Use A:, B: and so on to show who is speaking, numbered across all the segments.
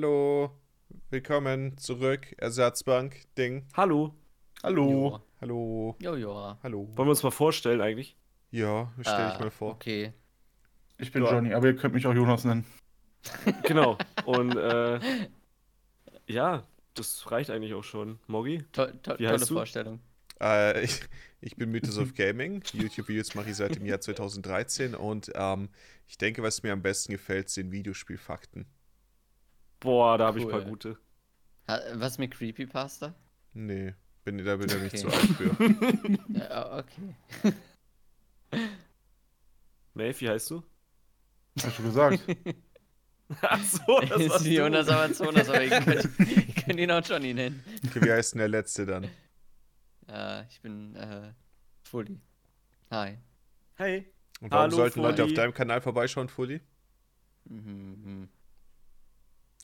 A: Hallo, willkommen zurück, Ersatzbank-Ding.
B: Hallo.
A: Hallo. Hallo,
C: Jo, jo.
A: hallo.
B: Wollen wir uns mal vorstellen eigentlich?
A: Ja, stell dich
C: Äh,
A: mal vor.
C: Okay.
D: Ich bin
B: Ja.
D: Johnny, aber ihr könnt mich auch Jonas nennen.
B: Genau. Und äh, ja, das reicht eigentlich auch schon. Moggi?
C: To to
B: Wie
C: tolle
B: heißt du?
C: Vorstellung.
A: Äh, ich, ich bin Mythos of Gaming. YouTube-Videos mache ich seit dem Jahr 2013 und ähm, ich denke, was mir am besten gefällt, sind Videospielfakten.
B: Boah, da habe ich ein
C: Cool.
B: paar gute.
C: Ha- Was mit Creepypasta?
A: Nee, bin, da bin ich nicht
C: Okay.
A: zu alt für.
C: Ja, ah, okay.
B: Maeve, wie heißt du?
D: Hast du gesagt?
B: Ach so, das
C: Ist
B: warst du.
C: Jonas Amazonas, aber ich könnte, ich könnte ihn auch Johnny nennen.
A: Okay, wie heißt denn der letzte dann?
C: Äh, ich bin äh, Fully. Hi.
B: Hey.
A: Und warum
B: Hallo,
A: sollten Leute auf
B: Fully.
A: deinem Kanal vorbeischauen, Fully?
C: Mhm, mhm.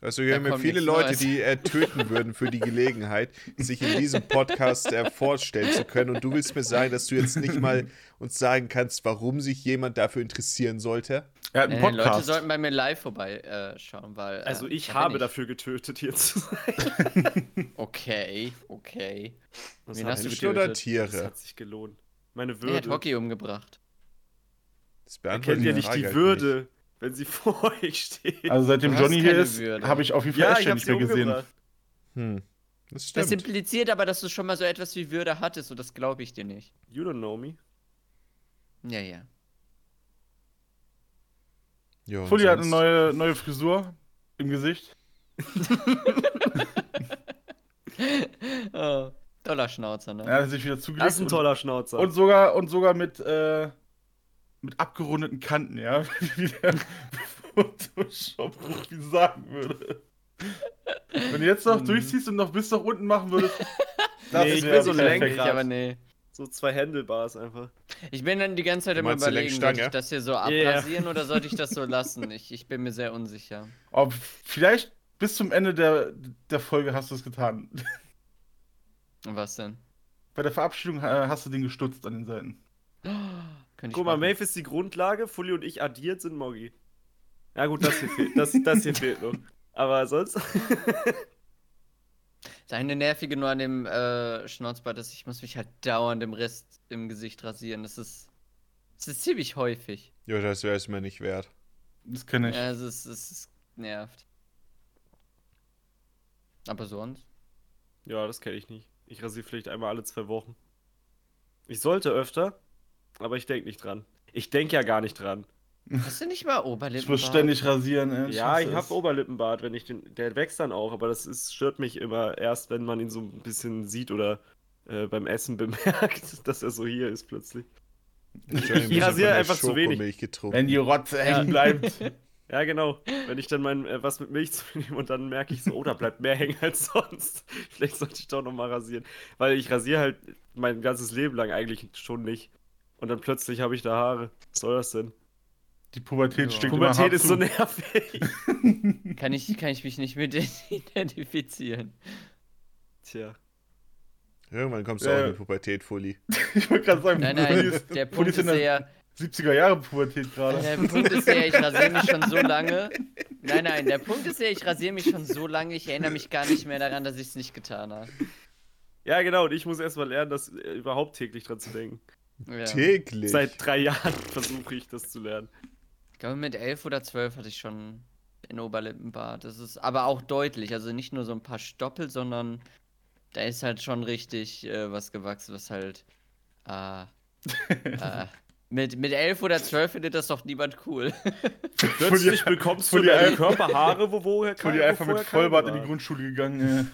A: Also wir
C: Da
A: haben ja
C: kommt
A: viele
C: nichts
A: Leute,
C: Neues.
A: die äh, töten würden für die Gelegenheit, sich in diesem Podcast äh, vorstellen zu können. Und du willst mir sagen, dass du jetzt nicht mal uns sagen kannst, warum sich jemand dafür interessieren sollte?
D: Er hat
C: Äh,
D: einen
C: Leute
D: Podcast.
C: sollten bei mir live vorbeischauen, weil. Äh,
B: Also ich
C: da bin
B: habe dafür getötet jetzt.
C: Okay, okay.
B: Was
C: Wen
B: hat
C: hast du
B: sich
A: getötet?
B: gelohnt?
A: Tiere?
B: Das hat sich gelohnt. Meine
C: Er hat
B: Würde.
C: Hockey umgebracht.
A: Das
B: Kennt
A: beantwortet
B: ihr nicht
A: Frage
B: die
A: halt
B: Würde, wenn sie vor euch steht?
D: also seitdem
C: Du hast
D: Johnny hier
C: keine
D: ist,
C: Würde.
D: habe ich auf jeden Fall
B: ja,
D: echt
B: ich
D: schon
B: habe
D: nicht
B: sie
D: mehr gesehen.
B: umgebracht.
A: Hm. Das
C: Das
A: stimmt.
C: impliziert aber, dass du schon mal so etwas wie Würde hattest und das glaube ich dir nicht.
B: You don't know me.
C: Ja, ja.
A: Ja, und
D: Fully hat eine
A: sonst?
D: neue, neue Frisur im Gesicht.
C: Oh, Dollarschnauzer, ne?
D: Er hat sich wieder
B: Das ist ein
D: zugelegt. Und,
B: toller Schnauzer.
D: und sogar, und sogar mit, äh, mit abgerundeten Kanten, ja. Wie der Photoshop wie sagen würde. Wenn du jetzt noch
B: Hm.
D: durchziehst und noch bis nach unten machen würdest,
B: Nee, ich
D: wär
B: bin so ein
D: perfekt.
B: Lenkrad.
C: Ich aber nee.
B: so zwei Handelbars einfach.
C: Ich bin dann die ganze Zeit
A: Du
C: immer
A: meinst die
C: überlegen, soll ich
A: Lenkstange?
C: das hier so
B: Ja.
C: abrasieren oder sollte ich das so lassen? Ich, ich bin mir sehr unsicher.
D: Aber oh, vielleicht bis zum Ende der, der Folge hast du es getan.
C: Und was denn?
D: Bei der Verabschiedung äh, hast du den gestutzt an den Seiten.
C: Könnte ich
B: Guck mal,
C: machen.
B: Maeve ist die Grundlage, Fully und ich addiert sind Moggi. Ja gut, das hier fehlt, das, das hier fehlt noch. Aber sonst.
C: Das eine Nervige nur an dem äh, Schnauzbart ist, ich muss mich halt dauernd im Rest im Gesicht rasieren. Das ist, das ist ziemlich häufig.
A: Ja, das wäre es mir nicht wert.
D: Das kenne ich.
C: Ja, es ist, es ist nervt. Aber sonst?
B: Ja, das kenne ich nicht. Ich rasiere vielleicht einmal alle zwei Wochen. Ich sollte öfter, aber ich denke nicht dran. Ich denke ja gar nicht dran.
C: Hast du nicht mal Oberlippen?
D: ich muss ständig rasieren, ey.
B: ja,
D: hasse
B: ich
D: es.
B: habe Oberlippenbart, wenn ich den. Der wächst dann auch, aber das ist, stört mich immer erst, wenn man ihn so ein bisschen sieht oder äh, beim Essen bemerkt, dass er so hier ist plötzlich.
A: Ich habe ein bisschen
B: rasiere
A: von der
B: einfach zu wenig.
A: Schokomilch getrunken.
D: Wenn die Rotze hängen bleibt.
B: Ja, genau. Wenn ich dann mein äh, was mit Milch zu mir nehme und dann merke ich so, oh, da bleibt mehr hängen als sonst. Vielleicht sollte ich doch nochmal rasieren. Weil ich rasiere halt mein ganzes Leben lang eigentlich schon nicht. Und dann plötzlich habe ich da Haare. Was soll das denn?
D: Die Pubertät
C: Ja.
D: stinkt immer
B: Pubertät
D: hart
B: ist
D: zu.
B: so nervig.
C: Kann ich, kann ich mich nicht mit identifizieren.
B: Tja.
A: Irgendwann kommst du auch
D: Äh.
A: in die Pubertät, Fully.
D: Ich wollte gerade sagen,
C: Nein,
D: Fully
C: nein,
D: ist-
C: der
D: Fully
C: Punkt ist
D: in
C: eher,
D: der 70er-Jahre-Pubertät
C: Äh, der
D: gerade.
C: Punkt ist eher, ich rasiere mich schon so lange. Nein, nein, der Punkt ist eher, ich rasiere mich schon so lange, ich erinnere mich gar nicht mehr daran, dass ich es nicht getan habe.
B: Ja, genau. Und ich muss erstmal lernen, das äh, überhaupt täglich dran zu denken.
C: Ja. Ich
A: Täglich.
B: Seit drei Jahren versuche ich das zu lernen.
C: glaube, mit elf oder zwölf hatte ich schon einen Oberlippenbart. Das ist aber auch deutlich, also nicht nur so ein paar Stoppel, sondern da ist halt schon richtig äh, was gewachsen, was halt äh, äh, mit, mit elf oder zwölf findet das doch niemand cool.
B: Plötzlich bekommst du
D: Fully
B: deine
D: ein-
B: Körperhaare, wo woher
D: Fully
B: kein- wo
D: einfach mit
B: vorher keine
D: Vollbart in die
B: waren.
D: Grundschule gegangen.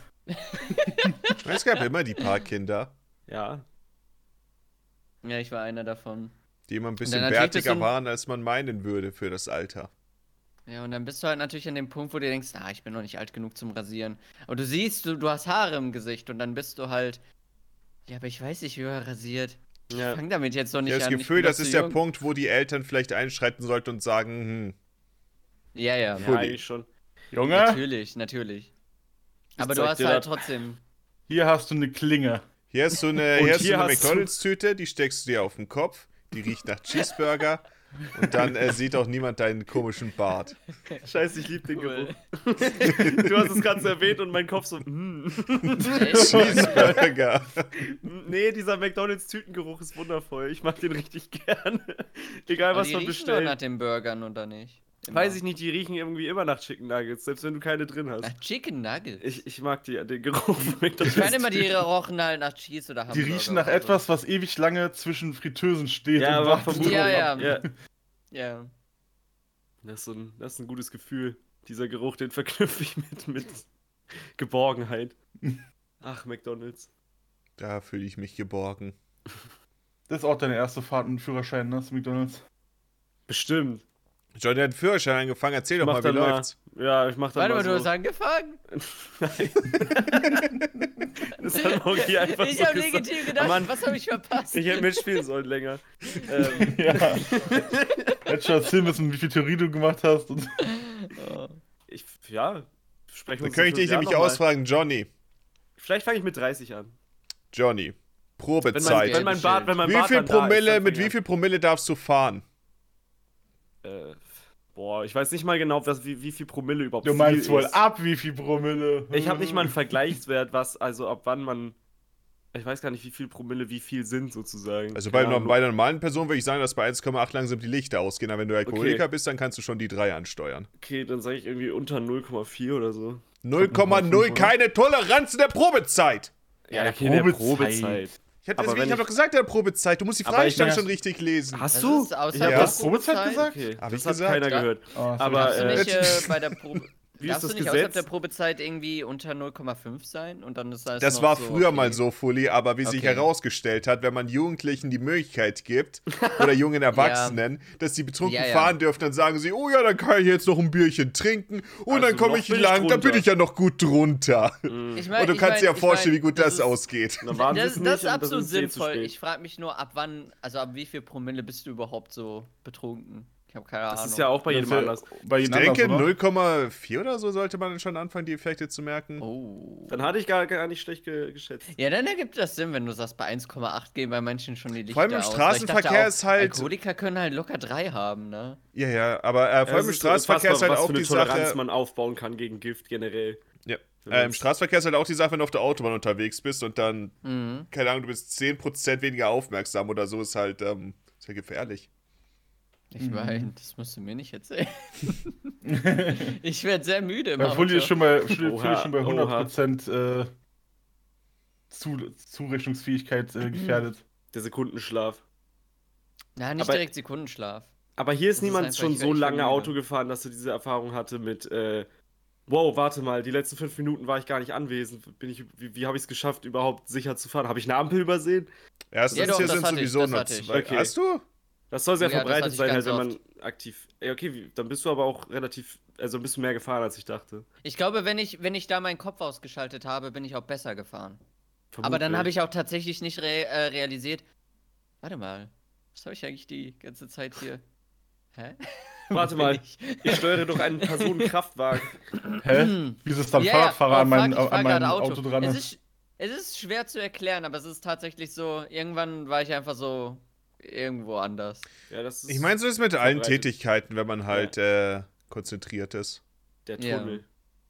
A: Es gab immer die paar Kinder,
B: Ja.
C: Ja, ich war einer davon.
A: die immer ein bisschen
C: natürlich das
A: bärtiger
C: sind-
A: waren, als man meinen würde für das Alter.
C: Ja, und dann bist du halt natürlich an dem Punkt, wo du denkst, ah, ich bin noch nicht alt genug zum Rasieren. Aber du siehst, du, du hast Haare im Gesicht und dann bist du halt, ja, aber ich weiß nicht, wie man rasiert.
B: ja.
C: Fang damit jetzt noch
A: Ich
C: nicht
A: habe das
C: an. ich
A: Gefühl,
C: bin noch
A: das
C: zu
A: ist der
C: jung.
A: Punkt, wo die Eltern vielleicht einschreiten sollten und sagen, hm,
C: Ja, ja,
B: Ja, eigentlich schon.
D: Äh, Junge,
C: natürlich, natürlich. Aber du
B: zeig
C: hast
B: dir
C: halt
B: das.
C: trotzdem,
D: hier hast du eine Klinge.
A: Hier ist so eine,
B: Und
A: hier ist so
B: hier
A: eine
B: hast du-
A: McDonalds-Tüte, die steckst du dir auf den Kopf, die riecht nach Cheeseburger Und dann äh, sieht auch niemand deinen komischen Bart.
B: Scheiße, ich liebe den
C: Cool.
B: Geruch. Du hast es gerade so erwähnt und mein Kopf so, mm.
C: Echt?
A: Cheeseburger.
B: Nee, dieser McDonalds-Tütengeruch ist wundervoll. Ich mag den richtig gerne. Egal,
C: Aber
B: was
C: die
B: man
C: riechen doch nach
B: bestellt.
C: den Burgern oder nicht?
B: Weiß ich nicht, die riechen irgendwie immer nach Chicken Nuggets, selbst wenn du keine drin hast.
C: Nach Chicken Nuggets.
B: Ich, ich mag die, den Geruch von McDonalds.
C: Ich meine immer, die rochen halt nach Cheese oder
D: Die
C: Hamburger.
D: riechen nach
C: oder so.
D: etwas, was ewig lange zwischen Fritteusen steht.
B: Ja,
D: und
B: aber
D: wartet.
B: vermutlich.
C: Ja, ja.
B: ja.
C: Ja.
B: Das, ist so ein, das ist ein gutes Gefühl. Dieser Geruch, den verknüpfe ich mit, mit Geborgenheit. Ach, McDonalds.
A: Da fühle ich mich geborgen.
D: Das ist auch deine erste Fahrt mit Führerschein, ne? Zu McDonalds.
B: Bestimmt.
A: John hat einen Führerschein angefangen. Erzähl doch mal, wie
B: dann mal-
A: läuft's?
B: Ja, ich mach dann
C: Warte mal, du
B: mal
C: hast
B: so.
C: angefangen.
B: Das hat Mogi einfach
C: ich
B: so
C: habe
B: gesagt. Oh
C: legitim gedacht,
B: Mann.
C: was habe ich verpasst?
B: Ich hätte mitspielen sollen länger. Ähm,
D: Ja. Hättest schon erzählen müssen, wie viel Theorie du gemacht hast. Und
C: oh.
B: ich, ja, sprechen wir
A: Dann
B: uns
A: könnte ich dich
B: in fünf Jahren
A: nämlich
B: noch mal.
A: ausfragen, Johnny.
B: Vielleicht fange ich mit 30 an.
A: Johnny,
B: Wenn mein,
A: Probezeit.
B: wenn mein Bart, wenn mein
A: wie
B: Bart
A: viel
B: dann da ist,
A: Promille,
B: dann
A: mit
B: fang
A: wie
B: ich
A: viel Promille darfst du fahren?
B: an. Äh, boah, ich weiß nicht mal genau, was, wie, wie viel Promille überhaupt
D: du meinst
B: viel
D: wohl
B: ist.
D: ab, wie viel Promille.
B: Ich habe nicht mal einen Vergleichswert, was, also ab wann man. Ich weiß gar nicht, wie viel Promille wie viel sind sozusagen.
A: Also bei,
B: Keine
A: einer-
B: Ahnung.
A: bei einer normalen Person würde ich sagen, dass bei 1,8 langsam die Lichter ausgehen. Aber wenn du Alkoholiker bist, dann kannst du schon die 3 ansteuern.
B: Okay, dann sage ich irgendwie unter 0,4 oder so.
A: 0,0, keine Toleranz in der Probezeit.
D: Ja,
B: okay,
D: der
B: der
D: Probezeit.
A: Ich habe
B: Aber wenn
A: hab
B: ich-
A: doch gesagt, in der Probezeit. Du musst die
B: Aber ich
A: Fragestellung
D: meine-
A: schon richtig lesen.
B: Hast
C: Hm, also Das
B: du?
C: ist außer
B: Ich hab
A: Ja.
B: das,
D: Hast du Probezeit gesagt?
B: okay,
A: Hab ich
B: das hat
A: gesagt?
B: keiner
C: Ja.
B: gehört.
D: Oh, das
B: Aber,
D: hab ich
C: Darfst du
B: äh,
C: nicht äh, bei der Probe.
B: Wie
C: darfst
B: ist das
C: du nicht außerhalb
B: Gesetz?
C: der Probezeit irgendwie unter 0,5 sein? Und dann ist alles
A: Das
C: noch
A: war
C: so,
A: früher
C: okay.
A: mal so, Fully, aber wie sich
C: Okay.
A: herausgestellt hat, wenn man Jugendlichen die Möglichkeit gibt oder jungen Erwachsenen, dass sie betrunken
C: Ja, ja.
A: fahren dürfen, dann sagen sie, oh ja, dann kann ich jetzt noch ein Bierchen trinken und
B: Also
A: dann komme
B: noch
A: ich
B: bin ich
A: lang, dann bin
B: drunter.
A: ich ja noch gut drunter.
C: Ich
A: Und du
C: ich
A: kannst dir ja
C: ich
A: vorstellen, wie
C: mein,
A: gut das,
C: ist-
A: ausgeht.
B: Na, waren sie
C: Das,
B: es nicht
C: das ist
B: und
C: absolut
B: viel eh zu
C: sinnvoll.
B: spät.
C: Ich frage mich nur, ab wann, also ab wie viel Promille bist du überhaupt so betrunken? Ich habe keine Ahnung.
B: Das ist ja auch bei jedem anders.
D: Bei
A: Ich
D: jedem
A: denke,
D: anders, oder?
A: 0,4 oder so sollte man schon anfangen, die Effekte zu merken.
C: Oh.
B: Dann hatte ich gar, gar nicht schlecht ge geschätzt.
C: Ja, dann ergibt das Sinn, wenn du sagst, bei 1,8 gehen bei manchen schon die Lichter
A: Vor allem im
C: aus, weil ich
A: Straßenverkehr
C: dachte auch,
A: ist halt-
C: Alkoholiker können halt locker drei haben, ne?
A: Ja, ja, aber äh, vor allem
C: Also
B: Ja,
A: im
B: es
A: Straßenverkehr ist halt
B: unfassbar, was
A: auch
B: für eine
A: die
B: Toleranz
A: Sache.
B: man aufbauen kann gegen Gift generell.
A: Ja.
B: Wenn
A: Äh, Im
B: man's-
A: Straßenverkehr ist halt auch die Sache, wenn du auf der Autobahn unterwegs bist und dann,
C: Mhm.
A: keine Ahnung, du bist 10% weniger aufmerksam oder so, ist halt, ähm, ist halt gefährlich.
C: Ich
A: Mhm.
C: meine, das musst du mir nicht erzählen. ich werde sehr müde. im
D: Bei Fully
C: Auto.
D: ist schon bei, schon,
B: Oha,
D: Fully ist schon bei
B: oha.
D: 100% äh, Zu- Zurechnungsfähigkeit äh, gefährdet.
B: Der Sekundenschlaf.
C: Na, nicht
B: aber-
C: direkt Sekundenschlaf.
B: Aber hier ist
C: Das ist
B: niemand
C: einfach-
B: schon
C: ich
B: so
C: werd- ich werd
B: lange
C: müde.
B: Auto gefahren, dass er diese Erfahrung hatte mit, äh, wow, warte mal, die letzten fünf Minuten war ich gar nicht anwesend. Bin ich, wie wie habe ich es geschafft, überhaupt sicher zu fahren? Habe ich eine Ampel übersehen?
A: Erstens,
C: Ja, doch,
A: hier
C: das
A: sind
C: hatte ich,
A: sowieso
C: das
A: nur
C: hatte ich.
A: zwei.
B: Okay.
A: Hast du?
B: Das soll sehr
C: Ja, das hatte
B: verbreitet
C: ich
B: sein, halt,
C: ganz
B: wenn man aktiv. Ey, okay, wie- dann bist du aber auch relativ, also ein bisschen mehr gefahren, als ich dachte.
C: Ich glaube, wenn ich, wenn ich da meinen Kopf ausgeschaltet habe, bin ich auch besser gefahren. Aber dann habe ich auch tatsächlich nicht re äh, realisiert, warte mal, was habe ich eigentlich die ganze Zeit hier? Hä?
B: Warte
C: Wo bin
B: mal,
C: ich? Hm.
B: ich steuere doch einen Personenkraftwagen.
D: Hä? Wieso Äh, ist dann
C: Ja, ja,
D: Fahrradfahrer
C: oh,
D: an meinem
C: fuck, ich fahr
D: an mein
C: gerade
D: Auto. dran?
C: Es ist, es ist schwer zu erklären, aber es ist tatsächlich so, irgendwann war ich einfach so irgendwo anders.
B: Ja, das ist
A: Ich meine, so ist es mit allen
B: verbreitet.
A: Tätigkeiten, wenn man halt äh, konzentriert ist.
B: der
C: Ja.
B: Tunnel.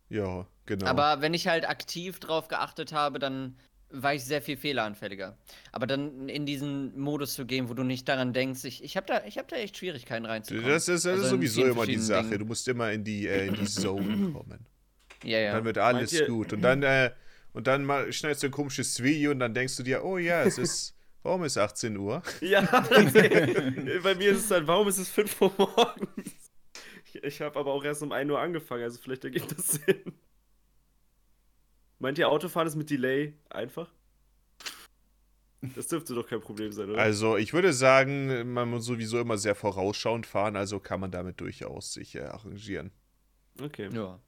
A: Ja, genau.
C: Aber wenn ich halt aktiv drauf geachtet habe, dann war ich sehr viel fehleranfälliger. Aber dann in diesen Modus zu gehen, wo du nicht daran denkst, ich, ich habe da, ich hab da echt Schwierigkeiten reinzukommen.
A: das ist, das
C: Also
A: ist
C: in
A: sowieso
C: vielen
A: immer die
C: verschiedenen
A: Sache.
C: Dingen.
A: Du musst immer in die, äh, in die Zone kommen.
C: Ja, ja.
A: Dann wird alles
B: Meint ihr-
A: gut. Und dann, äh, und dann mal, schneidest du ein komisches Video und dann denkst du dir, oh ja, es ist. Warum ist 18 Uhr?
B: Ja, das, bei mir ist es dann, warum ist es 5 Uhr morgens? Ich, ich habe aber auch erst um 1 Uhr angefangen, also vielleicht ergibt das Sinn. Meint ihr, Autofahren ist mit Delay einfach? Das dürfte doch kein Problem sein, oder?
A: Also, ich würde sagen, man muss sowieso immer sehr vorausschauend fahren, also kann man damit durchaus sich äh, arrangieren.
B: Okay.
C: ja.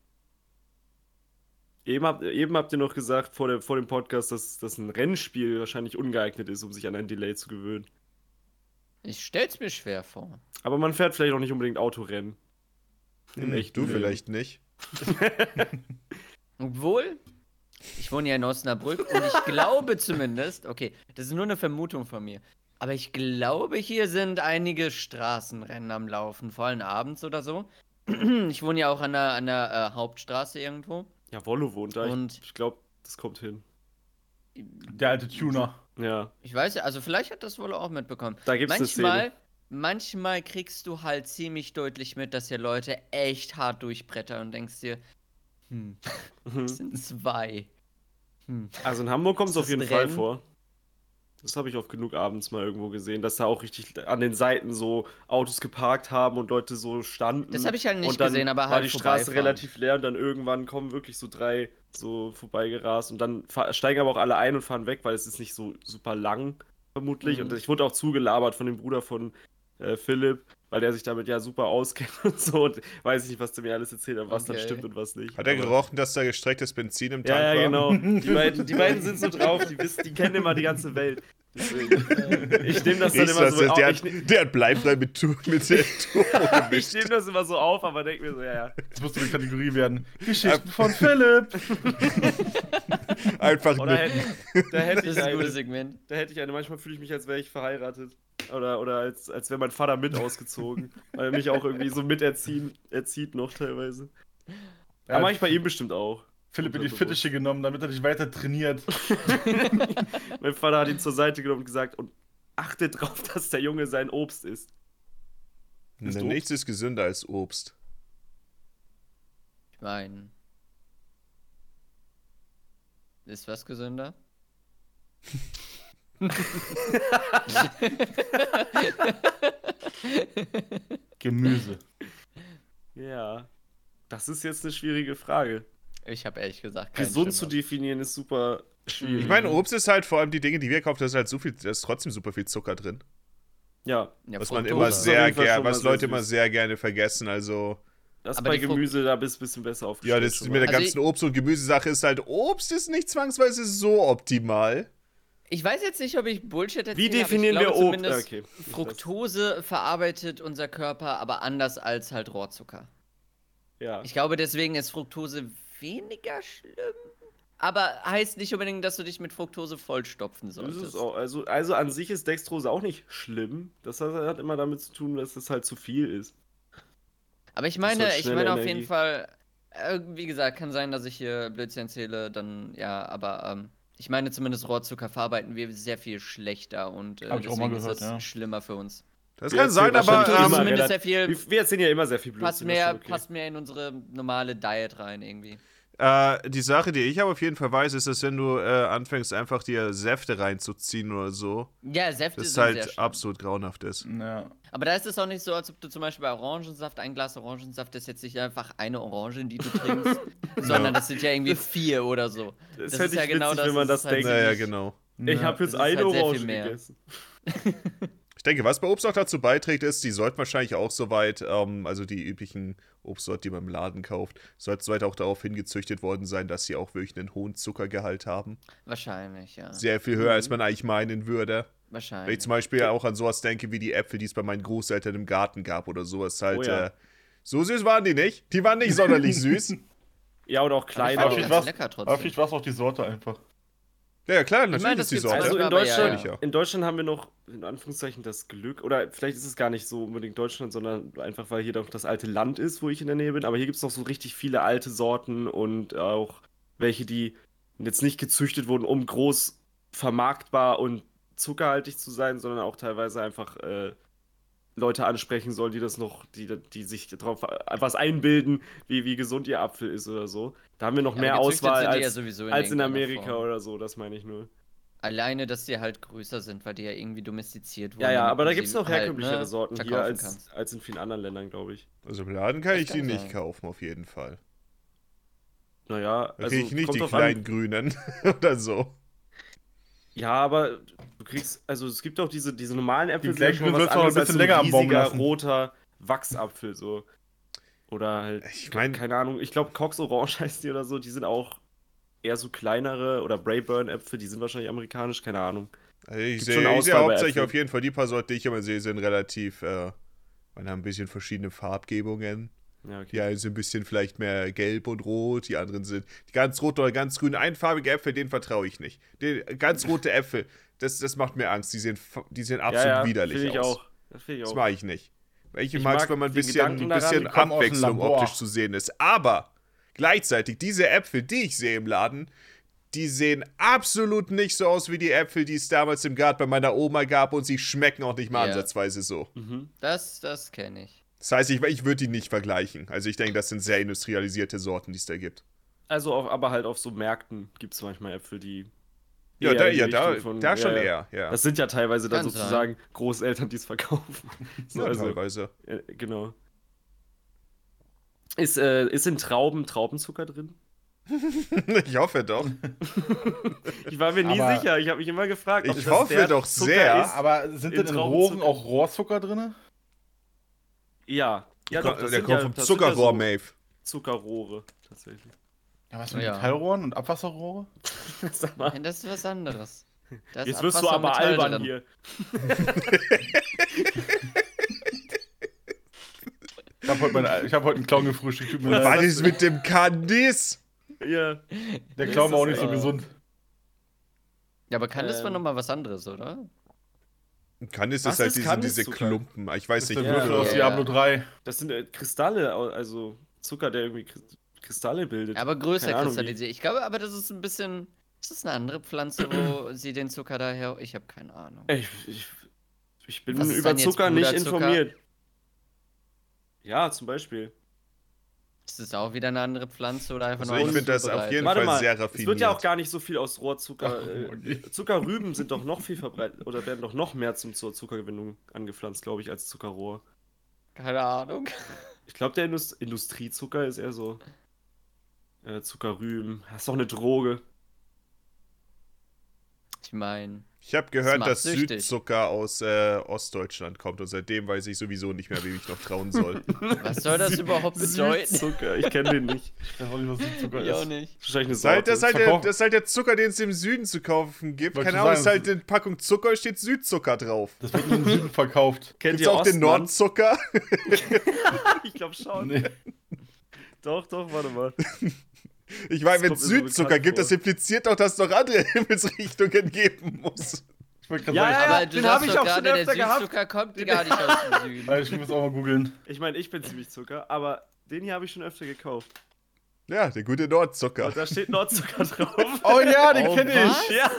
B: Eben, habt, eben habt ihr noch gesagt vor, der, vor dem Podcast, dass, dass ein Rennspiel wahrscheinlich ungeeignet ist, um sich an ein Delay zu gewöhnen.
C: Ich stell's mir schwer vor.
B: Aber man fährt vielleicht auch nicht unbedingt Autorennen. Im
A: Hm,
B: echten
A: du
B: Leben.
A: vielleicht nicht.
C: Obwohl, ich wohne ja in Osnabrück und ich glaube zumindest, okay, das ist nur eine Vermutung von mir. Aber ich glaube, hier sind einige Straßenrennen am Laufen, vor allem abends oder so. Ich wohne ja auch an der, an der äh, Hauptstraße irgendwo.
B: Ja, Wolle wohnt da.
C: Und-
B: ich ich glaube, das kommt hin.
D: Der alte Tuner.
B: Ja,
C: Ich weiß ja, also vielleicht hat das wohl auch mitbekommen.
B: da gibt es eine Szene.
C: manchmal, manchmal kriegst du halt ziemlich deutlich mit, dass hier Leute echt hart durchbrettern und denkst dir, hm, das
B: Mhm.
C: sind zwei. Hm.
B: Also in Hamburg kommt es
C: Ist das
B: auf jeden
C: ein
B: Fall
C: Rennen?
B: vor. Das habe ich oft genug abends mal irgendwo gesehen, dass da auch richtig an den Seiten so Autos geparkt haben und Leute so standen.
C: Das habe ich halt nicht
B: und dann
C: gesehen, aber
B: war
C: halt
B: die Straße
C: vorbeifahren.
B: relativ leer und dann irgendwann kommen wirklich so drei so vorbeigerast und dann fa- steigen aber auch alle ein und fahren weg, weil es ist nicht so super lang vermutlich.
C: Mhm.
B: Und ich wurde auch zugelabert von dem Bruder von äh, Philipp, weil der sich damit ja super auskennt und so und weiß ich nicht, was der mir alles erzählt hat, was dann
C: Okay.
B: stimmt und was nicht.
A: Hat er
B: Aber-
A: gerochen, dass da gestrecktes Benzin im Tank
B: ja, ja,
A: war?
B: genau. Die beiden, die beiden sind so drauf, die, wissen, die kennen immer die ganze Welt. Deswegen. Ich nehme das dann
A: Nächstes,
B: immer so
A: der,
B: auf.
A: hat,
B: Ich, ne-
A: der hat Bleifrei mit, Tu- mit der Turbo
B: ich
A: gemischt.
B: nehme das immer so auf, aber denke mir so, ja, ja.
D: Das muss so eine Kategorie werden. Geschichten von Philipp.
A: Einfach
B: Oder
A: eine,
B: hätte, da hätte
C: Das ist
B: ich
C: ein gutes
B: eine.
C: Segment.
B: Da hätte ich eine. Manchmal fühle ich mich, als wäre ich verheiratet. Oder, oder als, als wäre mein Vater mit ausgezogen. weil er mich auch irgendwie so miterziehen erzieht noch teilweise.
D: Ja,
B: Ja, mache ich bei ihm bestimmt auch.
D: Philipp in die
B: Unterbewusst.
D: Fittiche genommen, damit er dich weiter trainiert.
B: Mein Vater hat ihn zur Seite genommen und gesagt, und achtet drauf, dass der Junge sein Obst isst.
D: Ist
A: ne,
D: Obst?
A: nichts ist gesünder als Obst.
C: Ich meine. Ist was gesünder?
D: Gemüse.
B: Ja. Das ist jetzt eine schwierige Frage.
C: Ich habe ehrlich gesagt keinen
B: Gesund zu
C: Schimmer.
B: definieren ist super schwierig.
C: Mhm.
A: Ich meine, Obst ist halt vor allem die Dinge, die wir kaufen, da ist halt so viel, da ist trotzdem super viel Zucker drin.
B: Ja,
C: Ja,
A: was man
C: Fructose.
A: immer
B: Obst ist auf
A: sehr
B: jeden Fall
A: gerne,
B: schon mal
A: was
B: sehr
A: Leute
B: süß.
A: immer sehr gerne vergessen. Also,
B: das
C: Aber
B: bei
C: die Frucht-
B: Gemüse, da bist du ein bisschen besser
A: ja,
B: aufgestellt.
A: das ist
B: schon
A: mit der
B: mal.
C: Also
A: ganzen Obst- und Gemüsesache ist halt, Obst ist nicht zwangsweise so optimal.
C: Ich weiß jetzt nicht, ob ich Bullshit erzähle.
B: Wie
C: aber ich
B: definieren wir
C: glaube
B: Obst?
C: zumindest,
B: Okay.
C: Fructose verarbeitet unser Körper aber anders als halt Rohrzucker.
B: Ja.
C: Ich glaube, deswegen ist Fructose weniger schlimm. Aber heißt nicht unbedingt, dass du dich mit Fructose vollstopfen
B: Das
C: solltest.
B: ist auch, also, also an sich ist Dextrose auch nicht schlimm. Das hat, hat immer damit zu tun, dass es halt zu viel ist.
C: Aber ich
B: Das ist
C: meine,
B: halt
C: ich
B: schnelle
C: meine auf
B: Energie.
C: jeden Fall, äh, wie gesagt, kann sein, dass ich hier Blödsinn zähle, dann ja, aber ähm, ich meine zumindest Rohrzucker verarbeiten wir sehr viel schlechter und äh,
D: Hab ich auch mal
C: deswegen ist
D: gehört,
C: das
D: ja.
C: schlimmer für uns.
A: Das
B: Wir
A: kann
B: erzählen
A: sein, aber
B: wahrscheinlich
A: ähm,
B: immer
C: zumindest
B: relativ-
C: sehr viel-
B: Wir, wir erzählen ja immer sehr viel Blödsinn.
C: Passt
B: das ist
C: mehr,
B: schon okay.
C: passt mehr in unsere normale Diet rein irgendwie.
A: Äh, die Sache, die ich aber auf jeden Fall weiß, ist, dass wenn du äh, anfängst, einfach dir Säfte reinzuziehen oder so,
C: Ja, Säfte
A: das ist
C: sind sehr
A: halt
C: schlimm.
A: absolut grauenhaft ist.
D: Ja.
C: Aber da ist es auch nicht so, als ob du zum Beispiel bei Orangensaft, ein Glas Orangensaft, das ist jetzt nicht einfach eine Orange, die du trinkst,
A: Genau.
C: sondern das sind ja irgendwie vier oder so.
B: Das,
C: Das
B: hätte
C: ist
B: ich
C: ja genau
B: witzig,
C: das,
B: wenn man
C: das
B: das
C: ist halt
B: denkt.
A: Naja,
C: nicht.
A: genau.
B: Ich habe
C: Das
B: jetzt
C: ist halt
B: eine
C: sehr viel
B: Orange
C: mehr.
B: gegessen.
A: Ich denke, was bei Obst auch dazu beiträgt, ist, die sollten wahrscheinlich auch soweit, ähm, also die üblichen Obstsorten, die man im Laden kauft, sollten soweit auch darauf hingezüchtet worden sein, dass sie auch wirklich einen hohen Zuckergehalt haben.
C: Wahrscheinlich, ja.
A: Sehr viel höher,
B: Mhm.
A: als man eigentlich meinen würde. Wenn ich
C: Wahrscheinlich.
A: zum Beispiel auch an sowas denke, wie die Äpfel, die es bei meinen Großeltern im Garten gab oder sowas halt.
B: Oh ja.
A: äh, so süß waren die nicht. Die waren nicht sonderlich süß.
B: Ja, oder auch
C: Aber ich
B: kleiner.
C: fand
D: Auf
C: die
D: jeden
B: Also,
D: Fall.
C: ganz lecker
D: Aber vielleicht
C: trotzdem.
D: war es auch die Sorte einfach.
A: Ja, ja, klar,
C: meine,
A: natürlich
C: das
A: ist die
C: gibt's
A: Sorte.
C: alles.
B: Also in
C: aber ja,
B: Deutschland,
A: ja.
B: in Deutschland haben wir noch, in Anführungszeichen, das Glück. Oder vielleicht ist es gar nicht so unbedingt Deutschland, sondern einfach, weil hier doch das alte Land ist, wo ich in der Nähe bin. Aber hier gibt es noch so richtig viele alte Sorten und auch welche, die jetzt nicht gezüchtet wurden, um groß vermarktbar und zuckerhaltig zu sein, sondern auch teilweise einfach äh, Leute ansprechen sollen, die das noch, die, die sich darauf was einbilden, wie, wie gesund ihr Apfel ist oder so. Da haben wir noch
C: Aber
B: mehr
C: gezüchtet
B: Auswahl
C: sind die ja
B: als,
C: sowieso
B: als in
C: irgendeiner
B: Amerika
C: Form.
B: oder so, das meine ich nur.
C: Alleine, dass die halt größer sind, weil die ja irgendwie domestiziert wurden.
B: Ja, ja,
C: damit
B: aber
C: du
B: da
C: sie
B: gibt es noch
C: halt,
B: herkömmlichere
C: ne,
B: Sorten hier
C: verkaufen
B: als,
C: kannst.
B: als in vielen anderen Ländern, glaube ich.
A: Also im Laden kann
C: Das
A: ich die
C: kann
A: nicht
C: sein.
A: kaufen, auf jeden Fall.
B: Naja,
A: Da
B: also
A: kriege ich nicht
B: kommt
A: die
B: drauf
A: kleinen
B: an.
A: Grünen oder so.
B: Ja, aber du kriegst, also es gibt auch diese, diese normalen Äpfel,
D: gleichen
B: schon
D: sollst du auch ein bisschen länger am Baum lassen.
B: roter Wachsapfel so. Oder halt,
A: Ich meine,
B: keine Ahnung, ich glaube Cox Orange heißt die oder so, die sind auch eher so kleinere oder Brayburn Äpfel, die sind wahrscheinlich amerikanisch, keine Ahnung.
A: Also ich
B: Gibt
A: sehe
B: schon
A: ich sehe
B: Auswahl bei
A: hauptsächlich
B: Äpfeln.
A: auf jeden Fall die paar Sorten, die ich immer sehe, sind relativ, äh, man haben ein bisschen verschiedene Farbgebungen.
B: Ja, okay.
A: Die einen sind ein bisschen vielleicht mehr gelb und rot, die anderen sind die ganz roten oder ganz grünen. Einfarbige Äpfel, denen vertraue ich nicht. Den, ganz rote Äpfel, das, das macht mir Angst. Die sehen, f- die sehen
B: ja,
A: absolut
B: ja,
A: widerlich
B: find ich
A: aus.
B: Auch. Das finde ich
A: Das
B: auch.
A: mag ich nicht. Ich,
B: Ich
A: mag es,
B: mag
A: wenn man ein
B: die
A: bisschen,
B: Gedanken
A: ein
B: daran,
A: bisschen
B: die
D: kommen aus dem
A: Abwechslung
D: Labor.
A: optisch zu sehen ist. Aber gleichzeitig, diese Äpfel, die ich sehe im Laden, die sehen absolut nicht so aus wie die Äpfel, die es damals im Garten bei meiner Oma gab und sie schmecken auch nicht mal
C: Ja.
A: ansatzweise so.
B: Mhm.
C: Das, das kenne ich.
A: Das heißt, ich, ich würde die nicht vergleichen. Also ich denke, das sind sehr industrialisierte Sorten, die es da gibt.
B: Also, auf, aber halt auf so Märkten gibt es manchmal Äpfel, die.
A: Ja,
B: eher
A: da,
B: in die
A: ja, da,
B: Richtung von-
A: da schon
B: ja, ja.
A: eher. Ja,
B: Das sind ja teilweise dann
C: Kann sein.
B: sozusagen Großeltern, die es verkaufen. So,
A: ja
B: also,
A: teilweise.
B: äh, genau. Ist, äh, ist in Trauben Traubenzucker drin?
A: Ich hoffe doch.
B: Ich war mir nie
D: Aber-
B: sicher. Ich habe mich immer gefragt.
A: Ich
B: das
A: hoffe
B: der
A: doch
B: Zucker
A: sehr.
D: Ja, aber sind
B: in
D: denn in
B: Traubenzucker.
D: Rohren auch Rohrzucker drin?
B: Ja. Ja, doch, das
A: der
B: sind
A: kommt
B: ja,
A: vom
B: das sind ja
A: Zuckerrohr,
B: so
A: Maeve.
B: Zuckerrohre, tatsächlich.
D: Ja, was mit
C: Ja.
D: Metallrohren und Abwasserrohre?
B: Sag mal,
C: Nein, das ist was anderes. Da ist
B: Ah. jetzt wirst du
C: Abwasser-
B: aber albern
C: Metall drin.
B: hier.
D: Ich habe heute, meine- ich hab heute einen Clown gefrühstückt. Tut mir leid.
A: Was ist mit dem Kandis?
B: Ja.
D: Der Clown war auch nicht so
C: Äh,
D: gesund.
C: Ja, aber kann das mal
B: Ähm.
C: nochmal was anderes, oder?
A: Kandis
B: Was
A: ist halt
B: ist
A: diese,
B: Kandis
A: diese
B: Zucker?
A: Klumpen. Ich weiß
D: Das
A: nicht.
D: ist der
B: Ja.
D: Würfel aus
C: Ja.
D: Diablo 3.
B: Das sind äh, Kristalle, au- also Zucker, der irgendwie Kri- Kristalle bildet.
C: Aber größer
B: Keine Ahnung, wie-
C: kristallisiert. Ich glaube, aber das ist ein bisschen. Ist das eine andere Pflanze, wo sie den Zucker daher. Ich habe keine Ahnung.
B: Ey, Ich, ich, ich bin
C: Was ist
B: über
C: denn jetzt
B: Zucker nicht
C: Puderzucker?
B: informiert. Ja, zum Beispiel.
C: Ist das auch wieder eine andere Pflanze oder einfach
A: Also ich
C: nur
A: finde das auf
C: unzubereitet?
A: jeden
B: Warte
A: Fall
B: mal,
A: sehr
B: es wird ja auch
A: raffiniert.
B: gar nicht so viel aus Rohrzucker.
D: Ach, oh
B: äh,
D: okay.
B: Zuckerrüben sind doch noch viel verbreitet oder werden doch noch mehr zum, zur Zuckergewinnung angepflanzt, glaube ich, als Zuckerrohr.
C: Keine Ahnung.
B: Ich glaube, der Indust Industriezucker ist eher so. Äh, Zuckerrüben. Das ist doch eine Droge.
C: Ich meine.
A: Ich habe gehört,
C: macht
A: dass
C: süchtig.
A: Südzucker aus äh, Ostdeutschland kommt und seitdem weiß ich sowieso nicht mehr, wie ich noch trauen soll.
C: Was soll das überhaupt bedeuten?
B: Zucker, ich kenne den nicht.
D: Ich weiß auch nicht, was Süßzucker
C: Ich auch
D: ist.
C: nicht.
B: Das ist wahrscheinlich eine
A: das, ist halt, das, ist halt
B: Sorte.
A: der,
D: Verkaufen.
A: das ist halt der Zucker, den es im Süden zu kaufen gibt.
D: Wollte
A: Keine
D: ich
A: Ahnung,
D: sagen.
A: ist halt in Packung Zucker steht Südzucker drauf.
D: Das wird nur im Süden verkauft.
B: Kennt
A: Gibt's
B: ihr
A: auch den
B: Ostmann?
A: Nordzucker?
B: Ich glaube schon.
D: Nee.
B: Doch, doch, warte mal.
A: Ich meine, wenn es
B: Das kommt mir so
A: Südzucker
B: bekannt
A: gibt,
B: vor.
A: das impliziert doch, dass es noch andere Himmelsrichtungen geben muss.
D: Ich wollte gerade
B: Ja,
D: sagen,
B: ja,
C: Aber du
B: den
C: sagst
B: hab ich
C: doch
B: auch schon
C: gerade, der
B: öfter gehabt.
C: Süßzucker kommt gar nicht aus dem Süden.
D: Alter, ich muss auch mal googeln.
B: Ich meine, ich bin ziemlich Zucker, aber den hier habe ich schon öfter gekauft.
A: Ja, der gute Nordzucker.
B: Und da steht Nordzucker drauf.
D: Oh ja, den
C: Oh,
D: kenne
C: was?
D: ich.
B: Ja.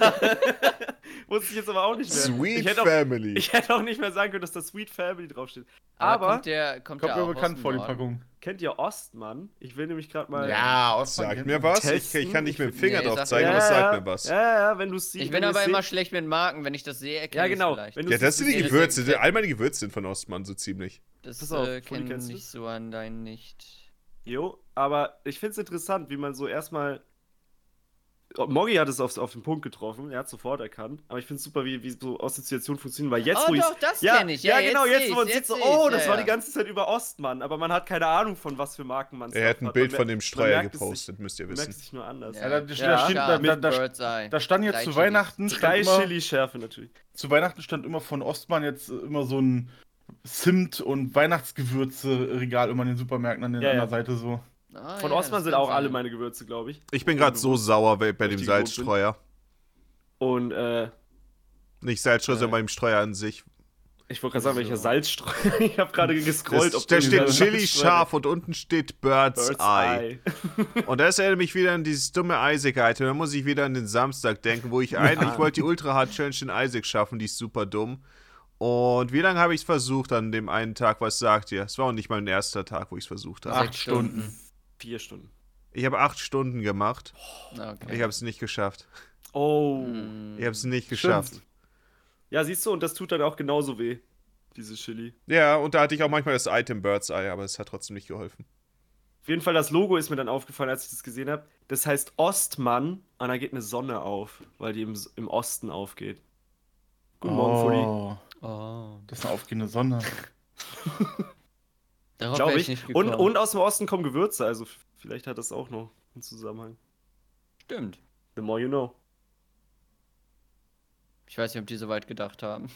B: Wusste ich jetzt aber auch nicht mehr. ich,
A: Sweet
B: hätte auch,
A: Family.
B: ich hätte auch nicht mehr sagen können, dass da Sweet Family draufsteht.
C: Aber,
B: Aber-
C: kommt der, kommt
D: Kommt
C: der
D: mir
C: auch
D: bekannt
C: aus dem
D: vor, die
C: Norden?
D: Packung.
B: Kennt ihr Ostmann? Ich will nämlich gerade mal.
D: Ostmann
A: Sagt
D: kennt
A: mir
D: man.
A: was. Ich,
B: Testen?
A: ich kann nicht mit dem Finger
C: Nee,
A: drauf
C: sag-
A: zeigen,
B: ja,
A: aber es
B: ja,
A: sagt mir was.
B: Ja, ja, wenn du es siehst.
C: Ich bin aber immer schlecht mit Marken, wenn ich das sehe, erkenne
B: Ja, genau.
C: ich es
B: Wenn
C: vielleicht.
B: du
A: Ja, das sind die
C: Ja,
A: Gewürze.
C: deswegen-
A: All meine Gewürze sind von Ostmann so ziemlich.
C: Das
B: Pass auf,
C: äh,
B: Fully
C: kenne
B: kennst du's?
C: ich so an deinen nicht.
B: Jo, aber ich finde es interessant, wie man so erstmal. Oh, Moggi hat es auf, auf den Punkt getroffen, er hat sofort erkannt. Aber ich finde es super, wie, wie so Assoziationen funktionieren, weil jetzt,
C: oh,
B: wo ich's-
C: doch, das
B: ja,
C: kenne ich.
B: Ja,
C: Ja,
B: genau, jetzt, wo man
C: seh's,
B: sieht, so,
C: jetzt
B: oh,
C: seh's,
B: das
C: ja,
B: war die
C: ja.
B: ganze Zeit über Ostmann, aber man hat keine Ahnung, von was für Marken man
A: Er hat ein Bild von dem Streuer gepostet, müsst ihr
B: Man merkt
A: wissen.
B: sich nur anders.
D: Ja, da- da
C: Ja,
D: steht- da- da-
C: mit
D: da-
C: Bird's Eye.
D: Da stand jetzt
C: Drei
D: zu
C: Chilis.
D: Weihnachten stand
B: Drei
D: immer,
B: Chili-Schärfe natürlich.
D: zu Weihnachten stand immer von Ostmann jetzt äh, immer so ein Zimt- und Weihnachtsgewürze-Regal immer in den Supermärkten an der
B: Ja, ja.
D: anderen Seite so.
C: Ah,
B: Von
C: ja,
B: Ostmann
C: das
B: sind
C: kann
B: auch alle
C: sein.
B: meine Gewürze, glaube ich.
A: Ich bin gerade so sauer bei, bei dem
B: Richtig gut bin.
A: Salzstreuer.
B: Und äh,
A: Nicht Salzstreuer,
B: Äh.
A: sondern bei dem Streuer an sich.
B: ich wollte gerade sagen, welcher
C: So.
B: Salzstreuer. ich habe gerade gescrollt,
A: Das, da
B: den
A: steht
B: Salzstreuer-
A: Chili scharf und unten steht Bird's,
B: Bird's
A: Eye.
B: Eye.
A: Und das erinnert mich wieder an dieses dumme Isaac-Item. Da muss ich wieder an den Samstag denken, wo ich eigentlich ich wollte die Ultra-Hard-Challenge in Isaac schaffen, die ist super dumm. Und wie lange habe ich es versucht an dem einen Tag? Was sagt ihr? Es war auch nicht mein erster Tag, wo ich es versucht habe.
C: Sechs
D: Acht Stunden.
B: Vier Stunden.
A: Ich habe acht Stunden gemacht.
C: Okay.
A: Ich habe es nicht geschafft.
B: Oh.
C: Hm.
A: Ich habe es nicht geschafft.
B: Ja, siehst du, und das tut dann auch genauso weh, diese Chili.
A: Ja, und da hatte ich auch manchmal das Item Bird's Eye, aber es hat trotzdem nicht geholfen.
B: Auf jeden Fall, das Logo ist mir dann aufgefallen, als ich das gesehen habe. Das heißt Ostmann und da geht eine Sonne auf, weil die im, im Osten aufgeht. Guten Morgen, Fully.
D: oh,
C: Oh,
D: das ist eine aufgehende Sonne.
C: darauf
B: Glaube
C: wäre ich
B: ich.
C: nicht gekommen.
B: und, und aus dem Osten kommen Gewürze, also f- vielleicht hat das auch noch einen Zusammenhang.
C: Stimmt.
B: The more you know.
C: Ich weiß nicht, ob die so weit gegedacht haben.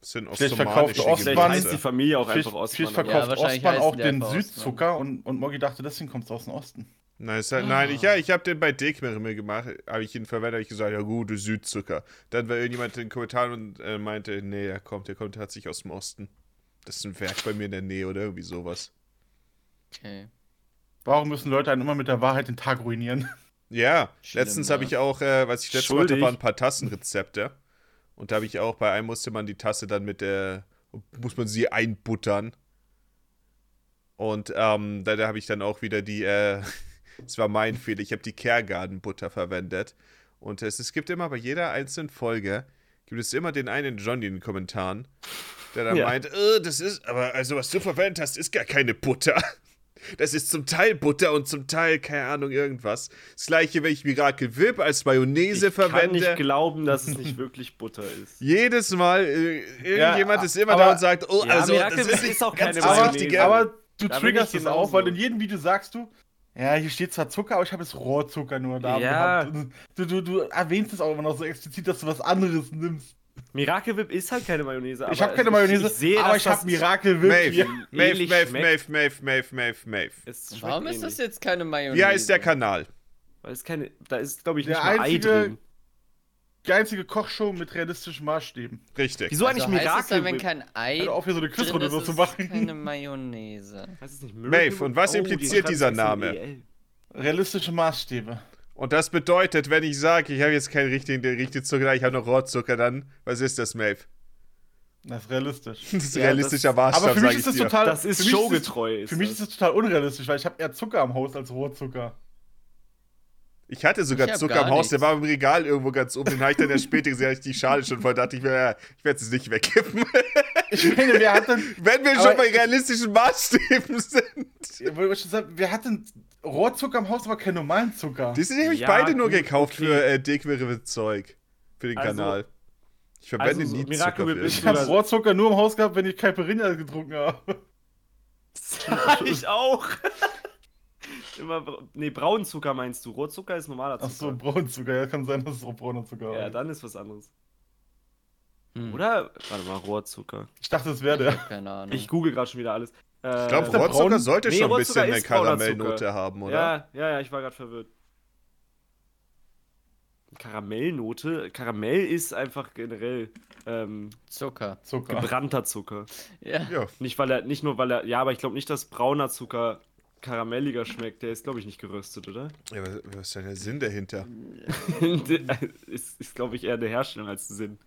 A: Das sind
D: Vielleicht
A: osmanische
D: verkaufte
B: Vielleicht
D: Ostmann-
B: heißt die
A: Gewürze.
B: Familie auch
D: Vielleicht,
B: einfach Ostmann.
D: vielleicht
B: aber-
C: Ja,
D: verkauft
C: wahrscheinlich
D: Ostmann
C: heißen
D: auch
C: die
D: den
C: einfach Ostmann.
D: Südzucker und, und Moggi dachte, deswegen kommt es aus dem Osten.
A: Nein, es hat, nein ich, ja, ich habe den bei Dickmerimmel gemacht, habe ich ihn verwendet, habe ich gesagt, ja gut, du Südzucker. Dann war irgendjemand in den Kommentaren und äh, meinte, nee, er kommt, der kommt tatsächlich aus dem Osten. Das ist ein Werk bei mir in der Nähe oder irgendwie sowas.
C: Okay.
D: Warum müssen Leute einen immer mit der Wahrheit den Tag ruinieren?
A: Ja,
C: Schlimm,
A: letztens
C: ne?
A: habe ich auch, äh, was ich letztes Mal
B: Schuldig.
A: hatte, waren ein paar Tassenrezepte. Und da habe ich auch, bei einem musste man die Tasse dann mit der, muss man sie einbuttern. Und ähm, da, da habe ich dann auch wieder die, äh, es war mein Fehler, ich habe die Kergarden-Butter verwendet. Und es, es gibt immer bei jeder einzelnen Folge, gibt es immer den einen Johnny in den Kommentaren, der dann
B: Ja.
A: meint, äh, das ist, aber also was du verwendet hast, ist gar keine Butter. Das ist zum Teil Butter und zum Teil, keine Ahnung, irgendwas. Das gleiche, wenn ich Miracle Whip als Mayonnaise
B: ich kann
A: verwende.
B: nicht glauben, dass es nicht wirklich Butter ist.
A: Jedes Mal, äh, irgendjemand
D: Ja,
A: ist immer
D: aber-
A: da und sagt, oh,
B: Ja,
A: also,
B: Miracle
A: das
B: Whip
A: ist, nicht
B: ist auch
A: ganz
B: keine
A: das
D: Aber,
A: Richtige.
B: Mayonnaise.
D: aber du
B: Da bin
D: triggerst
B: ich
D: es auch, weil
B: genauso.
D: in jedem Video sagst du, ja, hier steht zwar Zucker, aber ich habe jetzt Rohrzucker nur da.
B: Ja.
D: gehabt. Du, du, du erwähnst es auch immer noch so explizit, dass du was anderes nimmst.
B: Miracle Whip ist halt keine Mayonnaise.
D: ich
B: aber
D: habe keine
B: es-
D: Mayonnaise,
B: sehe,
D: aber
B: dass
D: ich habe
B: das-
D: Miracle Whip
A: Maeve,
D: hier.
A: Maeve,
B: ähnlich
A: Maeve, Maeve,
B: schmeckt.
A: Maave, Maeve, Maeve, Maeve.
B: Es schmeckt
C: Warum ist
B: ähnlich.
C: das jetzt keine Mayonnaise?
A: Wie heißt der Kanal?
B: Weil es keine, da ist, glaube ich,
D: Der
B: nicht mal Ei
D: einzige-
B: drin.
D: Die einzige Kochshow mit realistischen Maßstäben.
A: Richtig.
B: Wieso
C: Also
B: eigentlich
C: heißt es dann,
B: Miracle
C: wenn
B: Whip?
C: kein Ei
D: Hör auf, hier so eine
C: drin
D: Quizrunde
C: ist,
D: so
C: ist
D: zu
C: es keine
D: machen.
C: Mayonnaise.
B: Heißt es nicht Miracle
A: Maeve,
C: Oh,
A: und was
B: Whip?
A: impliziert
B: die schreiben
A: dieser
B: es extra mit
A: Name?
B: EL.
D: Realistische Maßstäbe.
A: Und das bedeutet, wenn ich sage, ich habe jetzt keinen richtigen, den richtigen Zucker, ich habe noch Rohrzucker, dann, was ist das, Maeve?
D: Das ist realistisch.
A: Das ist
B: Ja,
A: realistischer
B: das-
A: Maßstab,
D: Aber für mich
A: sag
D: ist
A: ich
D: das
A: dir.
D: total.
B: Das ist
D: für mich
B: showgetreu.
D: Für mich ist es total unrealistisch, weil ich habe eher Zucker am Haus als Rohrzucker.
A: Ich hatte sogar
C: Ich hab
A: Zucker
C: gar
A: am Haus, der
C: nichts.
A: war im Regal irgendwo ganz oben. Den habe ich dann erst später gesehen, als ich die Schale schon voll dachte, ich, mir, ja, ich werde es nicht wegkippen.
D: Ich meine, wer hat denn.
A: Wenn wir
D: Aber-
A: schon bei realistischen Maßstäben sind.
D: Ja, wollte ich schon sagen, Wer hat denn Rohrzucker im Haus, aber keinen normalen Zucker?
A: Die sind nämlich
B: Ja,
A: beide nur
B: gut,
A: gekauft
B: okay.
A: für äh, dickere Zeug. Für den
B: Also-
A: Kanal. Ich verwende
B: also so
A: nie
B: Miracle
A: Zucker
B: Whip
A: für
B: ist
D: ich habe
A: irgendwas.
B: oder-
D: Rohrzucker nur im Haus gehabt, wenn ich Caipirinha getrunken habe.
B: Sag ich auch. Immer, bra- nee, braunen Zucker meinst du. Rohrzucker ist normaler Zucker.
D: Achso, Braunzucker. Ja, kann sein, dass es auch brauner Zucker
B: Ja,
D: war.
B: dann ist was anderes.
C: Hm,
B: Oder? Warte mal, Rohrzucker.
D: Ich dachte, es wäre
C: Ich
D: der.
C: hab keine Ahnung.
B: Ich google gerade schon wieder alles. Äh,
A: Ich glaube,
D: der
A: Rohrzucker
D: braun?
A: sollte
B: Nee,
A: schon ein
B: Rohrzucker
A: bisschen eine
B: ist brauner
A: Karamellnote
B: Zucker.
A: haben, oder?
B: Ja, ja, ja, ich war gerade verwirrt. Karamellnote? Karamell ist einfach generell ähm,
C: Zucker.
D: Zucker.
B: gebrannter Zucker.
C: Ja.
A: Ja.
B: Nicht, weil er, nicht nur weil er, ja, aber ich glaube nicht, dass brauner Zucker karamelliger schmeckt. Der ist, glaube ich, nicht geröstet, oder?
A: ja was, was ist denn der Sinn dahinter?
B: ist, ist glaube ich, eher eine Herstellung als ein Sinn.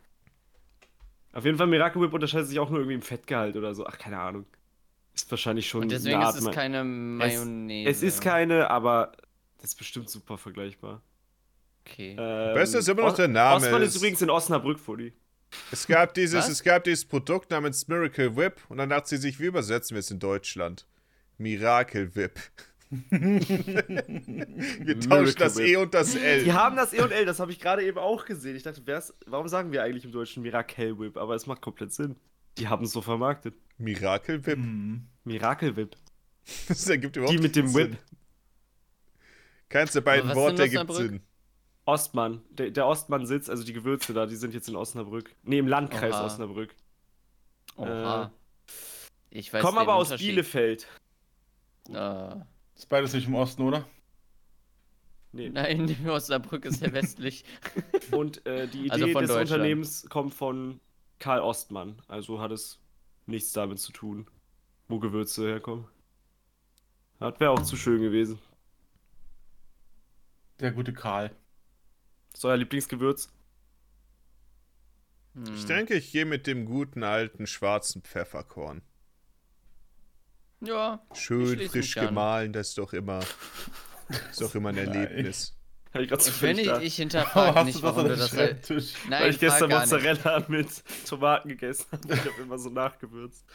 B: Auf jeden Fall, Miracle Whip unterscheidet sich auch nur irgendwie im Fettgehalt oder so. Ach, keine Ahnung. Ist wahrscheinlich schon
C: Und deswegen
B: eine
C: ist es
B: Ma-
C: keine Mayonnaise.
B: Es ist keine, aber das ist bestimmt super vergleichbar.
C: Okay.
B: Ähm,
A: Besser ist immer noch
B: Os-
A: der Name,
B: Osman ist
A: es-
B: übrigens in Osnabrück, Fully.
A: Es gab, dieses,
C: Was?
A: es gab dieses Produkt namens Miracle Whip und dann dachte sie sich, wie übersetzen wir es in Deutschland? Miracle Whip. wir tauschen
B: Miracle
A: das
B: Whip.
A: E und das L.
B: Die haben das E&L, das habe ich gerade eben auch gesehen. Ich dachte, wer's, warum sagen wir eigentlich im Deutschen Miracle Whip? Aber es macht komplett Sinn. Die haben es so vermarktet.
A: Miracle Whip.
D: Hm.
B: Miracle Whip.
A: Das ergibt überhaupt
B: Mhm. Die mit dem
A: keinen
B: Whip.
A: Sinn. Keins der beiden
C: Aber was
A: Worte
C: sind
A: ergibt
C: Osnabrück?
A: Sinn.
B: Ostmann, der, der Ostmann sitzt, also die Gewürze da, die sind jetzt in Osnabrück. Nee, im Landkreis
C: Oha.
B: Osnabrück.
C: Oha. Äh, Ich weiß
B: Kommen
C: den
B: aber aus
C: Unterschied.
B: Bielefeld.
C: Ah.
D: Ist beides nicht im Osten, oder?
B: Nee.
C: Nein, Osnabrück ist ja westlich.
B: Und äh, die Idee
C: Also von
B: des
C: Deutschland.
B: Unternehmens kommt von Karl Ostmann. Also hat es nichts damit zu tun, wo Gewürze herkommen. Das wäre auch zu schön gewesen.
D: Der gute Karl.
B: Das ist euer Lieblingsgewürz.
C: Hm.
B: Mhm.
A: Ich denke, ich gehe mit dem guten alten schwarzen Pfefferkorn.
C: Ja. Ich
A: Schön
C: schließe
A: frisch
C: mich an.
A: gemahlen, das ist doch immer, ist doch immer ein
D: Nein.
A: Erlebnis.
B: Hab ich gerade
C: Ich, will
B: zufällig
C: nicht,
B: da.
C: ich
D: Warum hast
C: hinterfrage
D: du
C: nicht,
D: das
C: warum
D: an
C: du
D: dem
C: das. Nein,
D: Schreibtisch?
B: Weil ich
C: frag
B: gestern
C: gar nicht.
B: Mozzarella mit Tomaten gegessen habe. Ich habe immer so nachgewürzt.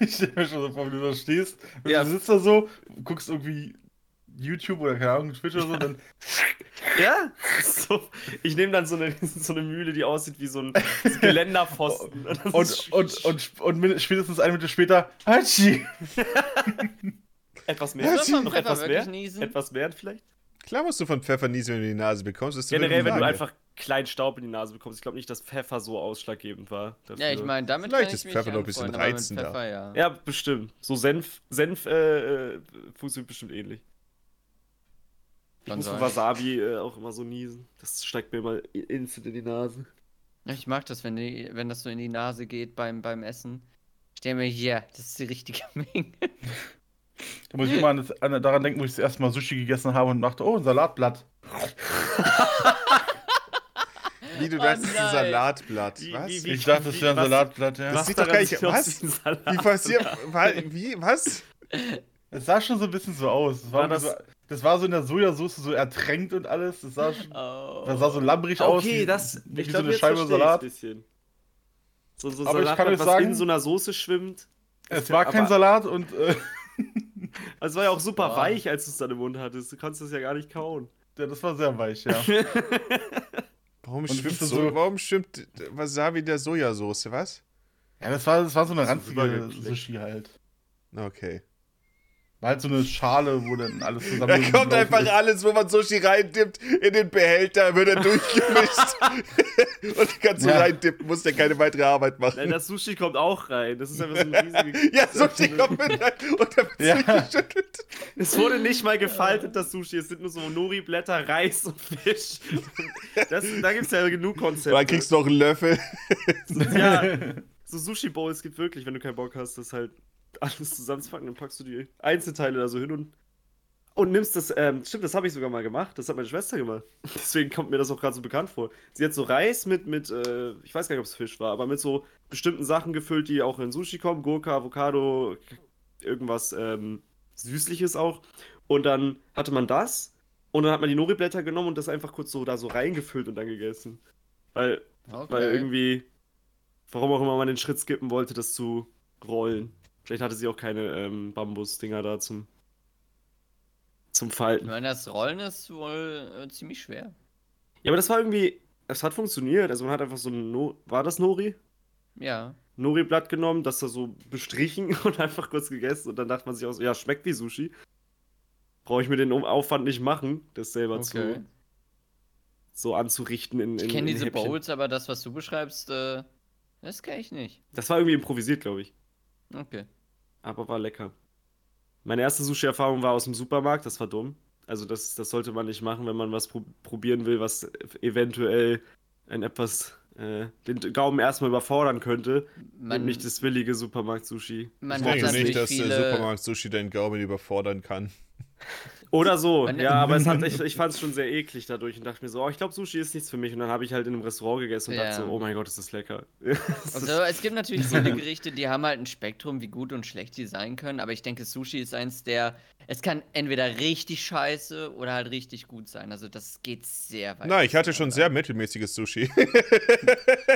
D: Ich stell mir schon so vor, wie du da stehst. Und
B: Ja.
D: Du sitzt da so, guckst irgendwie YouTube oder keine Ahnung, Twitch oder so, dann
B: Ja? So, ich nehme dann so eine, so eine Mühle, die aussieht wie so ein Geländerpfosten. Und, das
D: und,
B: ist
D: und, und, und min- spätestens eine Minute später, Hatschi!
B: etwas mehr.
C: Muss man
B: Noch
C: Pfeffer
B: etwas
C: wirklich
B: mehr.
C: niesen?
B: Etwas mehr vielleicht.
A: Klar musst du von Pfeffer niesen, wenn du die Nase bekommst. Das ist eine
B: Generell, wenn du
A: Frage.
B: einfach kleinen Staub in die Nase bekommst. Ich glaube nicht, dass Pfeffer so ausschlaggebend war. dafür.
C: Ja, ich meine, damit
A: Vielleicht
C: kann
A: ist
C: ich mich
A: Pfeffer noch ein bisschen
C: anfreunden, aber mit
A: reizender.
C: Pfeffer, ja.
B: Ja, bestimmt. So Senf, Senf äh, äh, funktioniert bestimmt ähnlich. Ich
C: Kann
B: muss
C: sein.
B: von Wasabi äh, auch immer so niesen. Das steigt mir immer i- instant in die Nase.
C: Ja, Ich mag das, wenn, die, wenn das so in die Nase geht beim, beim Essen. Ich denke mir, hier, das ist die richtige Menge.
D: Da muss ich immer an das, an, daran denken, wo ich das erste Mal Sushi gegessen habe und dachte, oh, ein Salatblatt.
A: Wie du
C: Oh
A: das ist ein
C: nein.
A: Salatblatt.
B: Wie-
A: Was?
B: wie-
D: Ich dachte, das wäre ein
B: was-
D: Salatblatt, ja.
A: Das
B: Was
A: sieht doch
B: daran
A: gar nicht-
B: sich aus
A: was?
B: diesem Salat?
A: Wie passiert? wa- Wie? Was?
D: Es sah schon so ein bisschen so aus. Das war,
B: War das-
D: das, so, das war so in der Sojasauce so ertränkt und alles. Das sah, schon,
C: Oh.
D: das sah so labbrig aus.
B: Okay,
D: wie-
B: das
D: wie
B: ich
D: so
B: glaub,
D: eine
B: jetzt
D: Scheibe
B: versteh ich's
D: Salat.
B: ein bisschen. So, so
D: Aber ich
B: Salat,
D: kann euch
B: was
D: sagen-
B: in so einer Soße schwimmt.
D: Es war kein
B: aber-
D: Salat und äh,
B: Also es war ja auch super
C: Boah.
B: weich, als du es dann im Mund hattest. Du konntest es ja gar nicht kauen.
D: ja, das war sehr weich, ja.
A: Warum
D: Und
A: schwimmt
D: ist das
A: so,
D: so-
A: Warum schwimmt Wasabi in der Sojasauce? Was?
D: Ja, das war, das war so eine
B: So
D: ranzige
B: rübergeklickt.
D: Sushi halt.
A: Okay.
D: War halt so eine Schale, wo dann alles zusammen.
A: Da kommt einfach alles, wo man Sushi reindippt, in den Behälter, wird er durchgemischt. Und dann kannst du
D: Ja.
A: reindippen, musst ja keine weitere Arbeit machen.
B: Nein, das Sushi kommt auch rein. Das ist einfach so ein riesiges.
A: ja, Sushi kommt mit rein und dann wird
D: Ja.
A: geschüttelt.
B: Also, Es wurde nicht mal gefaltet, das Sushi. Es sind nur so Nori-Blätter, Reis und Fisch. Und Das, da gibt es ja genug Konzepte.
A: Und dann kriegst du noch einen Löffel.
B: ja, so Sushi-Bowls gibt wirklich, wenn du keinen Bock hast, das halt alles zusammenzupacken. Dann packst du die Einzelteile da so hin und, und nimmst das. Ähm, stimmt, das habe ich sogar mal gemacht. Das hat meine Schwester gemacht. Deswegen kommt mir das auch gerade so bekannt vor. Sie hat so Reis mit, mit äh, ich weiß gar nicht, ob es Fisch war, aber mit so bestimmten Sachen gefüllt, die auch in Sushi kommen. Gurke, Avocado, irgendwas ähm, Süßliches auch. Und dann hatte man das. Und dann hat man die Nori-Blätter genommen und das einfach kurz so da so reingefüllt und dann gegessen. Weil
C: Okay.
B: weil irgendwie, warum auch immer man den Schritt skippen wollte, das zu rollen. Vielleicht hatte sie auch keine ähm, Bambusdinger da zum, zum
C: Ich
B: Falten.
C: meine, das Rollen ist wohl äh, ziemlich schwer.
B: Ja, aber das war irgendwie, es hat funktioniert. Also man hat einfach so ein, no war das Nori?
C: Ja.
B: Nori-Blatt genommen, das da so bestrichen und einfach kurz gegessen. Und dann dachte man sich auch so, ja, schmeckt wie Sushi. Brauche ich mir den Um- Aufwand nicht machen, das selber
C: Okay.
B: zu, so anzurichten in, in,
C: Ich kenne
B: in
C: diese
B: Häppchen.
C: Bowls, aber das, was du beschreibst, äh, das kenne ich nicht.
B: Das war irgendwie improvisiert, glaube ich.
C: Okay.
B: aber war lecker. Meine erste Sushi-Erfahrung war aus dem Supermarkt, das war dumm. Also das, das sollte man nicht machen, wenn man was prob- probieren will, was eventuell ein etwas äh, den Gaumen erstmal überfordern könnte.
C: Man,
B: nämlich das willige Supermarkt-Sushi.
C: man
A: Ich
C: hat
A: denke
C: natürlich
A: nicht, dass der
C: viele.
A: Supermarkt-Sushi deinen Gaumen überfordern kann.
B: Oder so,
C: Man-
B: ja, aber es hat, ich, ich fand es schon sehr eklig dadurch und dachte mir so, oh, ich glaube, Sushi ist nichts für mich. Und dann habe ich halt in einem Restaurant gegessen und
C: Ja.
B: dachte so, oh mein Gott, ist das lecker. Das
C: Also,
B: ist-
C: es gibt natürlich viele Gerichte, die haben halt ein Spektrum, wie gut und schlecht die sein können, aber ich denke, Sushi ist eins der. Es kann entweder richtig scheiße oder halt richtig gut sein. Also, das geht sehr weit.
A: Nein, ich hatte schon sehr mittelmäßiges Sushi.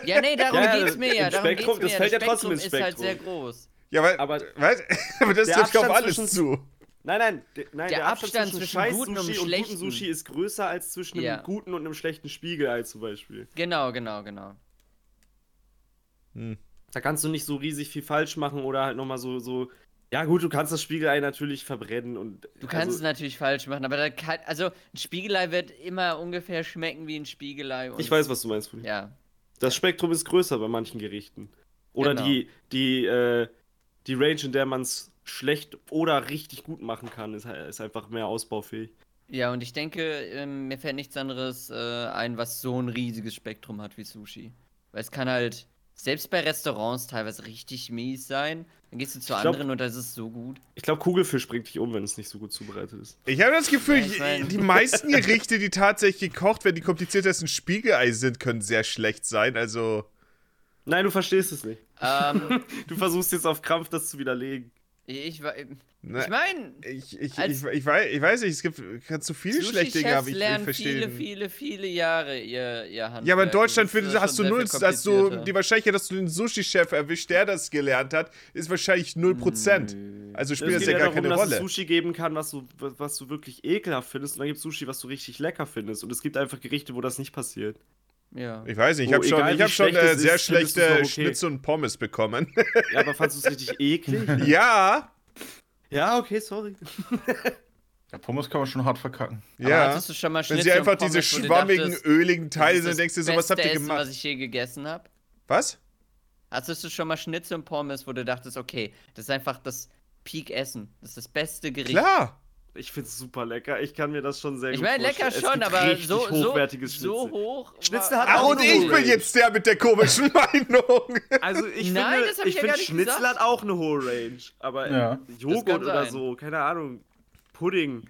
C: Ja, nee, darum
B: Ja,
C: geht's mir ja.
B: im
C: Darum
B: Spektrum-
C: geht's mir
B: das fällt ja trotzdem
C: Das
B: ins
C: Spektrum ist halt
B: Spektrum.
C: sehr groß.
A: ja, weil,
B: Aber-
A: weil, aber das
B: Der
A: trifft auf
B: Abstand
A: alles
B: zwischen-
A: zu.
B: Nein, nein, de- nein
C: Der
B: der,
C: Abstand
B: Abstand zwischen,
C: zwischen
B: scheiß
C: gutem und
B: Sushi und,
C: schlechtem.
B: gutem Sushi ist größer als zwischen einem
C: Ja.
B: guten und einem schlechten Spiegelei zum Beispiel.
C: Genau, genau, genau.
A: Hm.
B: Da kannst du nicht so riesig viel falsch machen oder halt nochmal so, so. Ja, gut, du kannst das Spiegelei natürlich verbrennen und.
C: Du kannst es halt
B: also,
C: natürlich falsch machen, aber da kann, also ein Spiegelei wird immer ungefähr schmecken wie ein Spiegelei. Und
B: Ich weiß, was du meinst, Fuli.
C: Ja,
B: Das Spektrum ist größer bei manchen Gerichten. Oder
C: Genau.
B: die, die, äh, die Range, in der man es schlecht oder richtig gut machen kann, ist, halt- ist einfach mehr ausbaufähig.
C: ja, und ich denke, ähm, mir fällt nichts anderes äh, ein, was so ein riesiges Spektrum hat wie Sushi. Weil es kann halt selbst bei Restaurants teilweise richtig mies sein. Dann gehst du zu
B: Ich glaub-
C: anderen und das ist so gut.
B: Ich glaube, Kugelfisch bringt dich um, wenn es nicht so gut zubereitet ist.
A: Ich habe das Gefühl,
C: Ja, ich mein-
A: die meisten Gerichte, die tatsächlich gekocht werden, die kompliziertesten Spiegelei sind, können sehr schlecht sein. Also,
B: Nein, du verstehst es nicht.
C: Ähm,
B: Du versuchst jetzt auf Krampf, das zu widerlegen.
C: ich wa- ich
A: ne,
C: meine,
A: ich, ich,
C: als-
A: ich, ich, weiß, ich weiß nicht, es gibt kannst so viele schlechte Dinge, aber ich, ich
C: lernen
A: verstehe.
C: viele, viele, viele Jahre ihr, ihr Handwerk.
A: Ja, aber in Deutschland
C: Das ist,
A: für,
C: äh,
A: hast du
C: schon sehr
A: null,
C: viel
A: hast du
C: komplizierter.
A: die Wahrscheinlichkeit, dass du den Sushi-Chef erwischt, der das gelernt hat, ist wahrscheinlich 0%. Also spielt
B: Es
A: das
B: geht
A: ja gar
B: ja darum,
A: keine
B: dass es
A: Rolle.
B: Sushi geben kann, was du, was was du wirklich ekelhaft findest. Und dann gibt es Sushi, was du richtig lecker findest. Und es gibt einfach Gerichte, wo das nicht passiert.
C: Ja.
A: Ich weiß nicht, ich
B: Wo
A: habe schon,
B: egal,
A: ich
B: wie
A: hab schon
B: schlecht es
A: äh,
B: ist,
A: sehr
B: findest du's
A: schlechte
B: noch okay.
A: Schnitzel und Pommes bekommen.
B: Ja, aber fandst du es richtig eklig?
A: ja,
B: ja, okay, sorry.
D: Ja, Pommes kann man schon hart verkacken.
C: Aber
A: Ja.
C: hattest du schon mal
A: Wenn sie
C: Schnitzel und
A: einfach diese
C: Pommes, wo du
A: schwammigen,
C: dachtest,
A: öligen Teile
C: das
A: sind,
C: ist
A: denkst du
C: das
A: so, was habt
C: beste
A: ihr
C: Essen, was
A: gemacht?
C: ich je gegessen habe.
A: Was?
C: Hattest Also, du schon mal Schnitzel und Pommes, wo du dachtest, okay, das ist einfach das Peak-Essen. Das ist das beste Gericht.
A: Klar.
B: Ich find's super lecker. Ich kann mir das schon sehr
C: Ich
B: gut
C: meine, lecker
B: vorstellen. Es
C: schon,
B: gibt
C: aber
B: richtig
C: so, so,
B: hochwertiges
C: so
B: Schnitzel.
C: hoch.
B: Schnitzel
C: war-
B: hat
A: Ach,
B: auch
A: und ich bin
B: Honig.
A: jetzt der mit der komischen Meinung.
B: Also ich
C: Nein,
B: finde,
C: das hab
B: ich
C: ich ja
B: finde
C: gar nicht
B: Schnitzel
C: gesagt.
B: hat auch eine hohe Range. Aber
D: Ja.
C: Das kann
B: Joghurt oder
C: sein.
B: so, keine Ahnung, Pudding,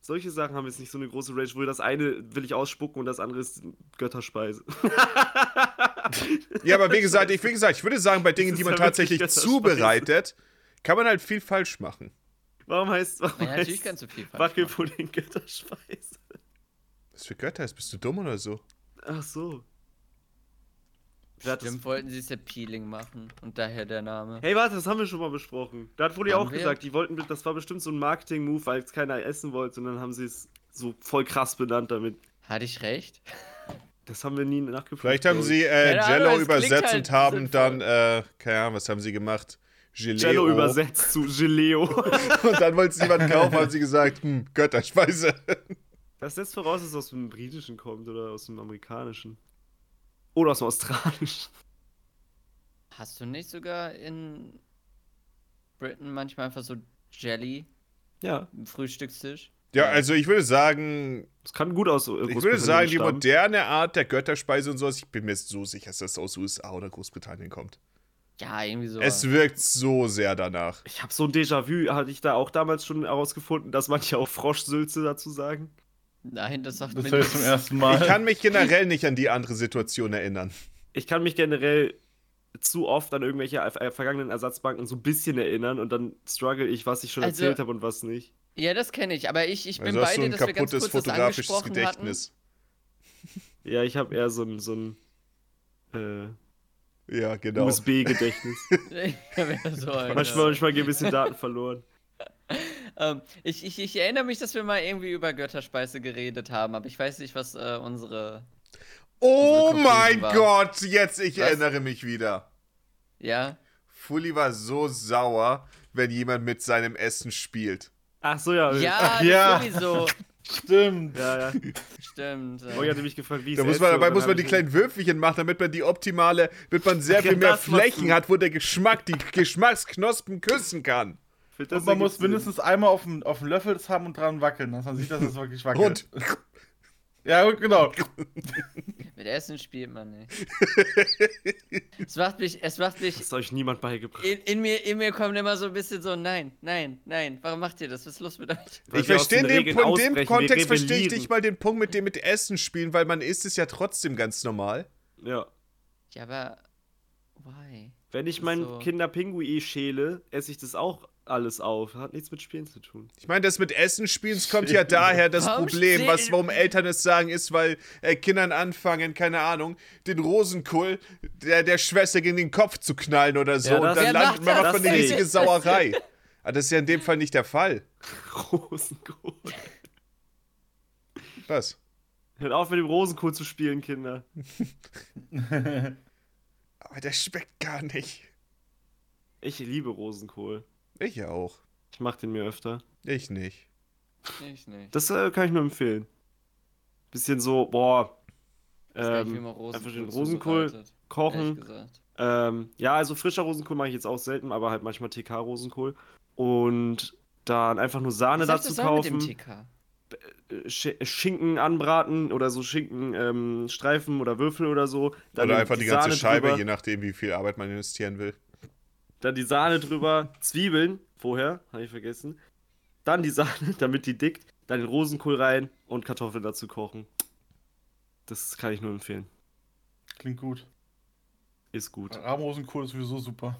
B: solche Sachen haben jetzt nicht so eine große Range, wo das eine will ich ausspucken und das andere ist Götterspeise.
A: Ja, aber wie gesagt, ich, wie gesagt, ich würde sagen, bei Dingen,
B: ist
A: die man
B: ja wirklich
A: tatsächlich
B: Götterspeise.
A: zubereitet, kann man halt viel falsch machen.
B: Warum heißt warum
C: Ja, natürlich
B: heißt
C: kannst du viel falsch
B: Wackelpudding Götterspeise?
A: Was für Götter ist? Bist du dumm oder so?
B: Ach so. Wer hat das-
C: Bestimmt wollten sie es appealing machen und daher der Name.
B: Hey, warte, das haben wir schon mal besprochen. Da hat Woody
C: Haben
B: auch
C: wir?
B: gesagt, die wollten, das war bestimmt so ein Marketing-Move, weil es keiner essen wollte und dann haben sie es so voll krass benannt damit.
C: Hatte ich recht?
B: Das haben wir nie nachgeprüft.
A: Vielleicht haben sie äh,
C: Keine Ahnung,
A: Jello
C: es klingt
A: übersetzt
C: halt
A: und haben
C: sinnvoll.
A: dann, äh, keine Ahnung, was haben sie gemacht? Gelee.
B: Jello übersetzt zu Geleo.
A: Und dann wollte es jemand kaufen, haben sie gesagt, hm, Götterspeise.
B: Das setzt voraus, dass es aus dem Britischen kommt oder aus dem Amerikanischen. Oder aus dem Australischen.
C: Hast du nicht sogar in Britain manchmal einfach so Jelly
B: Ja,
C: im Frühstückstisch?
A: Ja, also ich würde sagen,
B: das kann gut aus äh,
A: ich würde sagen, die
B: stammen.
A: moderne Art der Götterspeise und sowas, ich bin mir so sicher, dass das aus USA oder Großbritannien kommt.
C: Ja, irgendwie so.
A: Es wirkt so sehr danach.
B: Ich habe so ein Déjà-vu, hatte ich da auch damals schon herausgefunden, dass manche auch Froschsülze dazu sagen.
C: Nein, das sagt
D: Das
C: mir
D: höre ich zum
C: nichts.
D: ersten Mal.
A: Ich kann mich generell nicht an die andere Situation erinnern.
B: Ich kann mich generell zu oft an irgendwelche äh, vergangenen Ersatzbanken so ein bisschen erinnern und dann struggle ich, was ich schon
C: Also-
B: erzählt habe und was nicht.
C: Ja, das kenne ich, aber ich, ich bin
A: Also
C: bei
A: hast du
C: dir,
A: ein
C: dass wir ganz
A: kaputtes
C: kurz das
A: fotografisches
C: angesprochen
A: Gedächtnis.
B: Ja, ich habe eher so ein, so ein äh,
A: Ja, genau.
B: USB-Gedächtnis.
C: hatten. Ja, wäre so, Alter.
B: manchmal manchmal gehen ein bisschen Daten verloren.
C: Ähm, ich, ich, ich erinnere mich, dass wir mal irgendwie über Götterspeise geredet haben, aber ich weiß nicht, was äh, unsere.
A: Oh
C: Unsere
A: mein
C: Kopie war-
A: Gott, jetzt ich
C: Was?
A: erinnere mich wieder.
C: Ja?
A: Fully war so sauer, wenn jemand mit seinem Essen spielt.
B: Äh, Ach so, ja.
C: Ja,
D: ja.
C: ja. sowieso.
D: Stimmt.
B: Ja, ja.
C: Stimmt. äh.
B: Morgen hatte mich gefragt, wie ich
A: Da
B: es
A: muss man,
B: esse,
A: dabei
B: und
A: muss
B: dann
A: man
B: hab
A: die
B: ich-
A: kleinen Würfelchen machen, damit man die optimale, damit man sehr
B: Ach ja,
A: viel mehr
B: das machst
A: Flächen
B: du.
A: hat, wo der Geschmack die Geschmacksknospen küssen kann.
B: Für das
D: Und man
B: hier
D: muss
B: gibt's-
D: mindestens einmal auf dem, auf dem Löffel das haben und dran wackeln, dass man sieht, dass es wirklich wackelt.
A: Und
D: Ja, genau.
C: Mit Essen spielt man nicht. es macht mich, es macht mich.
B: Das hat euch niemand beigebracht.
C: In, in, mir, in mir kommt immer so ein bisschen so, nein, nein, nein, warum macht ihr das? Was ist los mit euch?
B: Weil
A: ich
B: wir aus
A: verstehe
B: den
A: den,
B: Regeln
A: in
B: ausbrechen, wir
A: dem Kontext verstehe ich
B: rebellieren.
A: nicht mal den Punkt mit dem mit Essen spielen, weil man isst es ja trotzdem ganz normal.
B: Ja.
C: Ja, aber why?
B: Wenn ich mein
C: So.
B: Kinderpinguin schäle, esse ich das auch alles auf. Hat nichts mit Spielen zu tun.
A: Ich meine, das mit Essen spielen, es kommt ja daher das
C: Warum
A: Problem,
C: ste-
A: was, warum Eltern es sagen, ist, weil äh, Kindern anfangen, keine Ahnung, den Rosenkohl der, der Schwester gegen den Kopf zu knallen oder so.
B: Ja,
A: und
B: das-
A: dann
B: Wer
A: landet,
C: macht
A: man macht
B: das?
A: man eine
B: Das-
A: riesige Sauerei. Aber das ist ja in dem Fall nicht der Fall.
B: Rosenkohl.
A: Was?
B: Hört auf mit dem Rosenkohl zu spielen, Kinder.
A: Aber Ah, der schmeckt gar nicht.
B: Ich liebe Rosenkohl.
A: Ich auch.
B: Ich mach den mir öfter.
A: Ich nicht.
C: Ich nicht.
B: Das äh, kann ich nur empfehlen. Bisschen so, boah. Ähm, einfach den Rosenkohl kochen. Ähm, ja, also frischer Rosenkohl mache ich jetzt auch selten, aber halt manchmal TK-Rosenkohl. Und dann einfach nur Sahne
C: Eine
B: dazu
C: Mit
B: kaufen.
C: dem TK?
B: äh, Sch- Schinken anbraten oder so Schinken ähm, Streifen oder Würfel oder so. Dann
A: Oder einfach die ganze
B: Sahne
A: Scheibe,
B: drüber,
A: je nachdem, wie viel Arbeit man investieren will.
B: Dann die Sahne drüber, Zwiebeln vorher, habe ich vergessen. Dann die Sahne, damit die dickt. Dann den Rosenkohl rein und Kartoffeln dazu kochen. Das kann ich nur empfehlen.
D: Klingt gut.
B: Ist gut.
D: Rahmenrosenkohl ist sowieso super.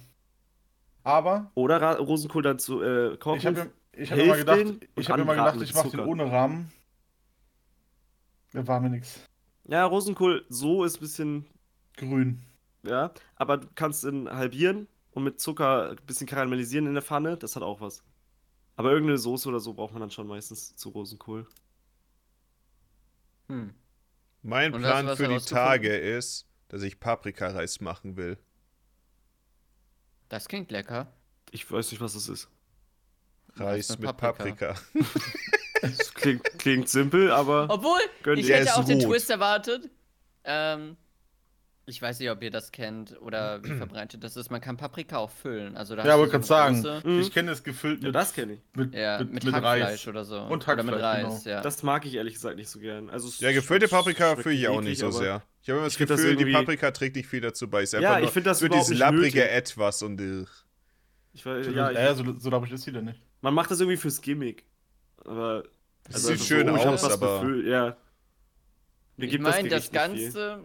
D: Aber
B: Oder Ra Rosenkohl dann zu äh, kochen.
D: ich habe mir, ich hab mir mal
B: Hilft
D: gedacht,
B: den
D: ich
B: und
D: habe mir mal
B: anbraten
D: gedacht,
B: mit
D: ich mache den
B: Zucker.
D: ohne Rahmen. Da war mir nichts.
B: ja, Rosenkohl so ist ein bisschen,
D: Grün.
B: ja. Aber du kannst ihn halbieren und mit Zucker ein bisschen karamellisieren in der Pfanne. Das hat auch was. Aber irgendeine Soße oder so braucht man dann schon meistens zu Rosenkohl.
C: Hm.
A: Mein
C: Und hast du
A: Plan
C: was
A: für die
C: herausgefunden?
A: Tage ist, dass ich Paprikareis machen will.
C: Das klingt lecker.
B: Ich weiß nicht, was das ist.
A: Reis
C: mit
A: mit
C: Paprika.
A: Paprika.
B: Das klingt, klingt simpel, aber
C: Obwohl,
B: Gönn
C: ich
A: dir. Er
C: hätte
A: ist
C: auch den
A: rot.
C: Twist erwartet. Ähm, ich weiß nicht, ob ihr das kennt oder wie verbreitet das ist. Man kann Paprika auch füllen. Also da
D: Ja,
C: hast du
D: wollte
C: so
D: gerade sagen.
C: eine große-
B: Mhm.
D: Ich kenne das gefüllt
B: ja,
D: mit,
B: das kenne ich.
D: mit,
C: Ja,
D: mit,
C: mit,
D: mit
C: Hackfleisch
D: Reis.
C: oder so.
D: Und
C: oder mit
D: Hackfleisch, genau.
C: Reis, ja.
B: Das mag ich ehrlich gesagt nicht so gern. Also, es
A: Ja, gefüllte
B: schmeckt-
A: Paprika
B: schmeckt
A: fühle ich auch
B: eklig,
A: nicht so
B: aber-
A: sehr. Ich habe immer das
B: ich find das
A: Gefühl, die
B: irgendwie-
A: Paprika trägt nicht viel dazu bei. Es ist
B: Ja,
A: einfach
B: ich
A: nur
B: find das
A: für
B: überhaupt
A: dieses
B: nicht
A: labbrige
B: nötig.
A: Etwas und äh,
B: Ich, weiß- ja,
D: Ja,
B: ich,
D: ja,
A: Also,
D: so, so glaube ich ist sie denn nicht.
B: Man macht das irgendwie fürs Gimmick. Aber.
A: es
C: Also
A: sieht
C: einfach so,
A: schön
C: oh, ich hab
A: aus,
B: was
A: aber
B: befüllt, ja. Mir
C: Ich
B: gibt
C: meine, das,
B: Gericht nicht viel.
C: Ganze,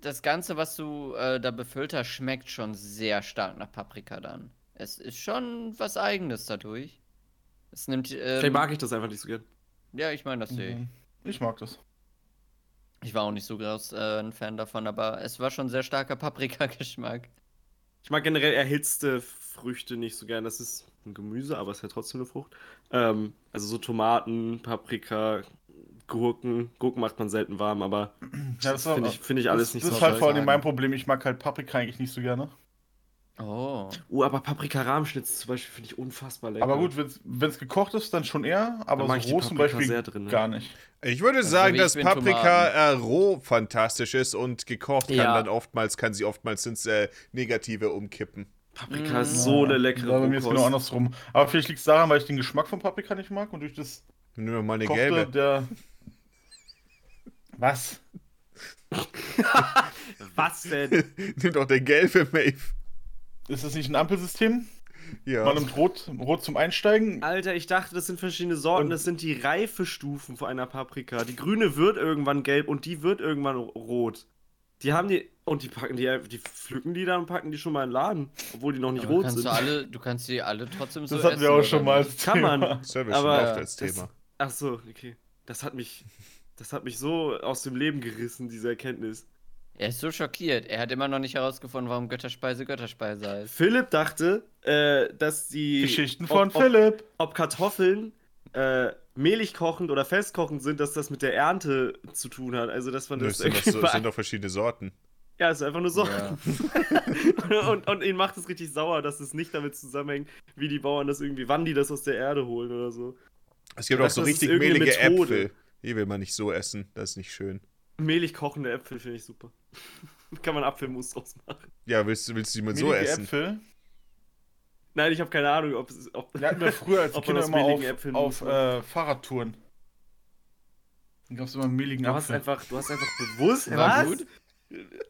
C: das Ganze, was du äh, da befüllt hast, schmeckt schon sehr stark nach Paprika dann. Es ist schon was Eigenes dadurch. Es nimmt. Ähm,
B: Vielleicht mag ich das einfach nicht so gern.
C: ja, ich meine, das sehe ich.
D: Mhm. Ich mag das.
C: Ich war auch nicht so groß äh, ein Fan davon, aber es war schon sehr starker Paprikageschmack.
B: Ich mag generell erhitzte Früchte nicht so gern. Das ist ein Gemüse, aber es ist ja trotzdem eine Frucht. Ähm, also so Tomaten, Paprika, Gurken. Gurken macht man selten warm, aber
D: Ja, das ist
B: finde ich, find ich alles nicht
D: das
B: so
D: ist halt vor allem
C: sagen.
D: mein Problem. Ich mag halt Paprika eigentlich nicht so gerne.
C: Oh.
B: Oh, aber Paprika-Rahmschnitz zum Beispiel finde ich unfassbar lecker.
D: Aber gut, wenn es gekocht ist, dann schon eher.
B: Dann
D: Aber so
B: mag ich die
D: roh zum
B: Paprika
D: Beispiel
B: sehr drin, ne?
D: gar nicht.
A: ich würde
B: Also
C: so
A: sagen,
C: wie
A: dass
C: ich bin
A: Paprika äh, roh fantastisch ist und gekocht kann
C: Ja.
A: dann oftmals, kann sie oftmals ins äh, Negative umkippen.
B: Paprika
C: Mm.
B: ist so eine leckere
D: Mhm. Ja, bei mir ist genau
B: Rohkost.
D: andersrum. Aber vielleicht liegt es daran, weil ich den Geschmack von Paprika nicht mag und durch das
A: Nimm mir mal eine
D: Kochte
A: gelbe.
D: der. Was?
B: Was denn?
A: Nimm doch der gelbe Maeve.
D: Ist das nicht ein Ampelsystem?
A: Ja.
D: Man nimmt Rot, Rot zum Einsteigen.
B: Alter, ich dachte, das sind verschiedene Sorten. Das sind die Reifestufen von einer Paprika. Die grüne wird irgendwann gelb und die wird irgendwann rot. Die haben die. Und die packen die, die pflücken die dann und packen die schon mal in den Laden, obwohl die noch nicht
C: Aber
B: rot
C: kannst
B: sind.
C: du alle, du kannst sie alle trotzdem so
D: das hatten wir auch
C: essen,
D: schon
C: oder
D: mal.
C: nicht?
D: als
B: Also Kann
D: Thema.
B: man.
A: Das haben wir schon
B: Aber
A: oft als
B: das-
A: Thema.
B: Ach so, okay. Das hat mich. Das hat mich so aus dem Leben gerissen, diese Erkenntnis.
C: Er ist so schockiert. Er hat immer noch nicht herausgefunden, warum Götterspeise Götterspeise heißt.
B: Philipp dachte, äh, dass die.
D: Geschichten
B: ob-
D: von
B: ob-
D: Philipp.
B: ob Kartoffeln äh, mehlig kochend oder festkochend sind, dass das mit der Ernte zu tun hat. Also, dass man
A: Nö,
B: das.
A: Es sind, doch so, es sind doch verschiedene Sorten.
B: ja, es ist einfach nur so.
C: Ja.
B: und, und ihn macht es richtig sauer, dass es nicht damit zusammenhängt, wie die Bauern das irgendwie, wann die das aus der Erde holen oder so.
A: Es gibt
B: Ja,
A: auch so
B: das ist
A: richtig
B: irgendeine
A: mehlige
B: Methode.
A: Äpfel. Die will man nicht so essen. Das ist nicht schön.
B: Mehlig kochende Äpfel finde ich super. Kann man Apfelmus draus machen.
A: Ja, willst, du- willst du die mal so
D: Mehlige
A: essen?
D: Äpfel.
B: Nein, ich habe keine Ahnung, ob es. Ob,
D: Die hatten wir früher als
B: Ob man
D: Kinder
B: aus
D: immer
B: mehligen
D: auf,
B: Äpfeln
D: auf
B: muss.
D: äh, Fahrradtouren. Dann gab es immer einen mehligen
B: du, hast
D: Apfel.
B: einfach, du hast einfach bewusst.
C: War
B: Was?
C: gut?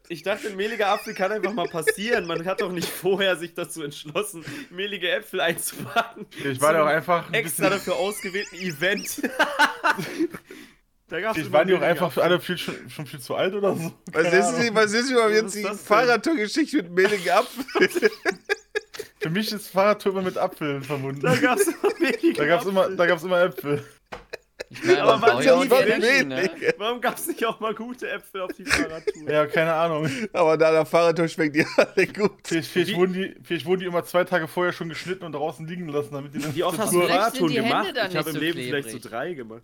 B: Ich dachte, ein mehliger Apfel kann einfach mal passieren. Man hat doch nicht vorher sich dazu entschlossen, mehlige Äpfel einzupacken.
D: Ich war
B: Zu
D: da auch
B: einem
D: einfach. ein
B: extra
D: bisschen-
B: dafür ausgewählten Event. da gab's
D: Ich
B: immer
D: waren die auch
B: weniger.
D: einfach alle viel, schon, schon viel zu alt oder so.
A: Was
D: Keine
A: ist,
D: Ahnung.
A: die, was ist überhaupt
B: Was
A: jetzt
B: ist
A: die
B: das denn?
A: Fahrradtour-Geschichte mit mehligen Apfel?
D: Für mich ist Fahrradtour immer mit Apfeln verbunden.
B: Da gab es immer weniger.
D: Da gab's immer, da gab's immer Äpfel.
C: Ich meine,
B: Aber
C: man
B: wann soll
C: braucht ja auch
B: die
C: die
B: denn
C: Energie, ne?
A: mehlig?
B: Warum gab es nicht auch mal gute Äpfel auf die Fahrradtour?
D: Ja, keine Ahnung.
A: Aber da der Fahrradtour schmeckt die alle gut.
D: Vielleicht,
B: Wie-
D: vielleicht, wurden die, vielleicht wurden die immer zwei Tage vorher schon geschnitten und draußen liegen lassen, damit die dann
B: Wie oft
D: zur
B: hast
D: Tour-
B: du
C: Vielleicht sind
B: Fahrradtouren
C: die Hände
B: gemacht?
C: dann
B: Ich habe
C: nicht
B: im
C: so
B: Leben vielleicht
C: klebrig.
B: so drei gemacht.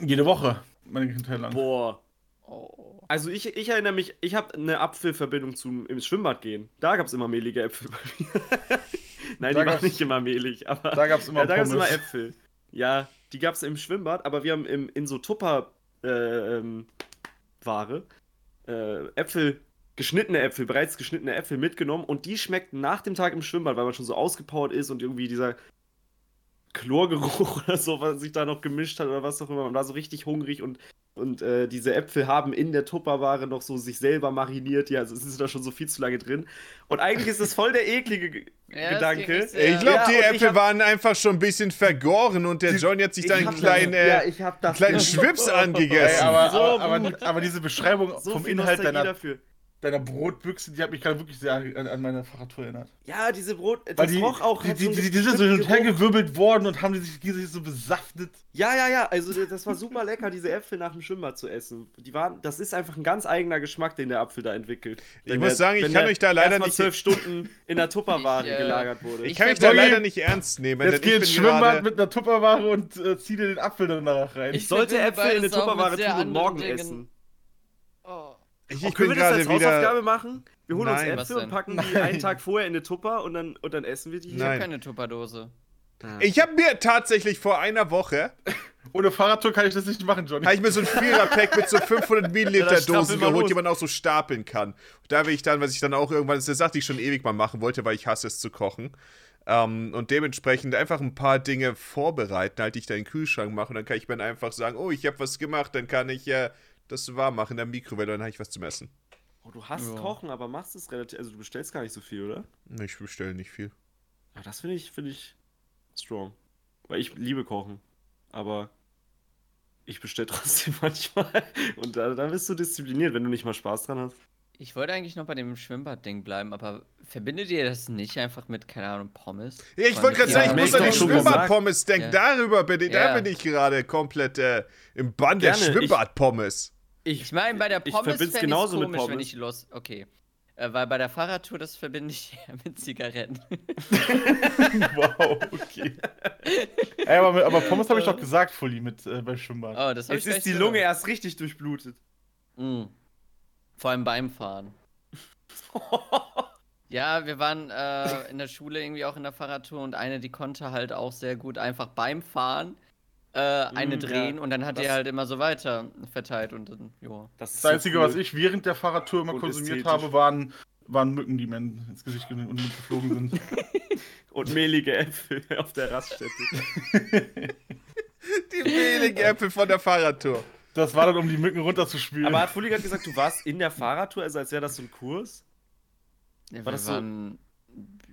D: Jede Woche, meine Kindheit lang.
B: Boah.
C: Oh.
B: Also ich, ich erinnere mich, ich habe eine Apfelverbindung zum im Schwimmbad gehen. Da gab es immer mehlige Äpfel bei mir. Nein,
D: Da
B: die waren
D: gab's-
B: nicht immer mehlig, aber
D: Da gab's immer
B: ja, da gab es
D: Pommes.
B: immer Äpfel. Ja, die gab es im Schwimmbad, aber wir haben im, in so Tupper äh, ähm, Ware äh, Äpfel, geschnittene Äpfel, bereits geschnittene Äpfel mitgenommen und die schmeckten nach dem Tag im Schwimmbad, weil man schon so ausgepowert ist und irgendwie dieser Chlorgeruch oder so, was sich da noch gemischt hat oder was auch immer. Man war so richtig hungrig und, und äh, diese Äpfel haben in der Tupperware noch so sich selber mariniert. Ja, also es ist da schon so viel zu lange drin. Und eigentlich ist das voll der eklige Ge-
C: Ja, das
B: Gedanke.
C: klingt sehr-
A: Ich glaube,
B: Ja,
A: die
B: und ich
A: Äpfel
B: hab-
A: waren einfach schon ein bisschen vergoren und der John hat sich da
B: Ich
A: einen
B: hab
A: kleinen,
B: das-
A: äh,
B: ja, ich hab das
A: kleinen
B: nicht.
A: Schwips
D: Ey,
A: angegessen.
D: aber,
B: So
D: aber, aber,
B: gut.
D: aber diese Beschreibung
B: So
D: vom
B: viel
D: Inhalt
B: Nostalgie
D: deiner,
B: dafür.
D: deiner Brotbüchse, die hat mich gerade wirklich sehr an, an meine Fahrradtour erinnert.
B: Ja, diese Brot.
D: Weil
B: Das
D: die,
B: roch auch. halt
D: die,
B: hat
D: die,
B: einen
D: die, die sind so hin
B: bestimmten
D: und her
B: Geruch.
D: gewirbelt worden und haben die sich, die sich so besaftet.
B: Ja, ja, ja. Also, das war super lecker, diese Äpfel nach dem Schwimmbad zu essen. Die waren, das ist einfach ein ganz eigener Geschmack, den der Apfel da entwickelt.
A: Ich muss sagen, ich kann euch da leider nicht-
B: zwölf Stunden in der Tupperware
C: Ich, äh,
B: gelagert wurde.
A: Ich
C: ich
A: kann mich da
D: vergebe-
A: leider nicht ernst nehmen.
D: Jetzt
A: denn
D: geh
A: ich bin
D: ins Schwimmbad
A: gerade-
D: mit einer Tupperware und äh, zieh dir den Apfel danach rein.
C: Ich-
B: sollte
C: verbinde
B: Äpfel in eine
C: beides auch mit
B: Tupperware
C: sehr
B: tun und morgen
C: anderen Dingen.
B: essen.
C: Oh.
A: Ich,
B: Oh,
A: ich
B: können
A: bin
B: wir das
A: gerade
B: als
A: wieder.
B: Hausaufgabe machen? Wir holen
A: Nein.
B: uns
C: Was
B: Äpfel und
C: denn?
B: packen die
D: Nein.
B: einen Tag vorher in eine Tupper und dann, und dann essen wir die.
C: Ich
A: Nein.
C: habe keine Tupperdose.
A: Ich habe mir tatsächlich vor einer Woche,
D: Ohne Fahrradtour kann ich das nicht machen, Johnny.
A: habe ich mir so ein Vierer-Pack mit so 500 Milliliter
B: Ja, dann
A: Dosen
B: stapel mal
A: geholt,
B: los.
A: die man auch so stapeln kann. Und da will ich dann, was ich dann auch irgendwann, das ist eine Sache, die ich schon ewig mal machen wollte, weil ich hasse es zu kochen. Ähm, und dementsprechend einfach ein paar Dinge vorbereiten, halt, die ich da in den Kühlschrank mache. Und dann kann ich mir dann einfach sagen, oh, ich habe was gemacht, dann kann ich äh, das warm machen in der Mikrowelle, dann habe ich was zum Essen.
B: Oh, du hast
C: Ja.
B: Kochen, aber machst es relativ. Also du bestellst gar nicht so viel, oder?
A: Ich bestelle nicht viel.
B: Ja, das finde ich, finde ich strong. Weil ich liebe Kochen. Aber ich bestelle trotzdem manchmal. Und da, da bist du diszipliniert, wenn du nicht mal Spaß dran hast.
C: Ich wollte eigentlich noch bei dem Schwimmbad-Ding bleiben, aber verbindet ihr das nicht einfach mit, keine Ahnung, Pommes?
A: Ja, ich
C: Weil
A: wollte
C: mit-
A: gerade sagen,
B: Ja,
A: ich muss
B: hab
A: an
B: ich
A: die
B: doch schon gesagt.
A: Schwimmbad-Pommes denken. Darüber bin ich, da
C: Ja.
A: bin ich gerade komplett äh, im Bann der
B: Gerne, ich-
A: Schwimmbad-Pommes.
C: Ich meine, bei der
B: ich
C: Pommes
B: verbind's
C: fänd ich's
B: genauso mit
C: komisch, wenn
B: Pommes.
C: ich los. Okay. Äh, weil bei der Fahrradtour, das verbinde ich eher mit Zigaretten.
D: Wow, okay. Ey, aber, mit, aber Pommes
B: Äh.
D: habe ich doch gesagt, Fully, mit äh, beim Schwimmbad.
B: Ah,
C: Oh, das hab ich
B: Jetzt
C: gleich
B: ist die
C: gehört.
B: Lunge erst richtig durchblutet.
C: Mm. Vor allem beim Fahren. Ja, wir waren äh, in der Schule irgendwie auch in der Fahrradtour und eine, die konnte halt auch sehr gut einfach beim Fahren äh, eine
B: Mm, ja.
C: drehen und dann hat die
B: Das-
C: halt immer so weiter verteilt und dann, jo.
B: Das ist
D: Das Einzige,
B: so cool.
D: was ich während der Fahrradtour immer
B: Und
D: konsumiert
B: ästhetisch.
D: habe, waren, waren Mücken, die mir ins Gesicht ge- und geflogen sind.
B: Und mehlige Äpfel auf der Raststätte.
A: Die wenigen Äpfel von der Fahrradtour.
D: Das war dann, um die Mücken runterzuspielen.
B: Aber hat Fully gerade gesagt, du warst in der Fahrradtour, also als wäre das so ein Kurs?
C: Ja,
B: War
C: wir
B: das so-
C: waren,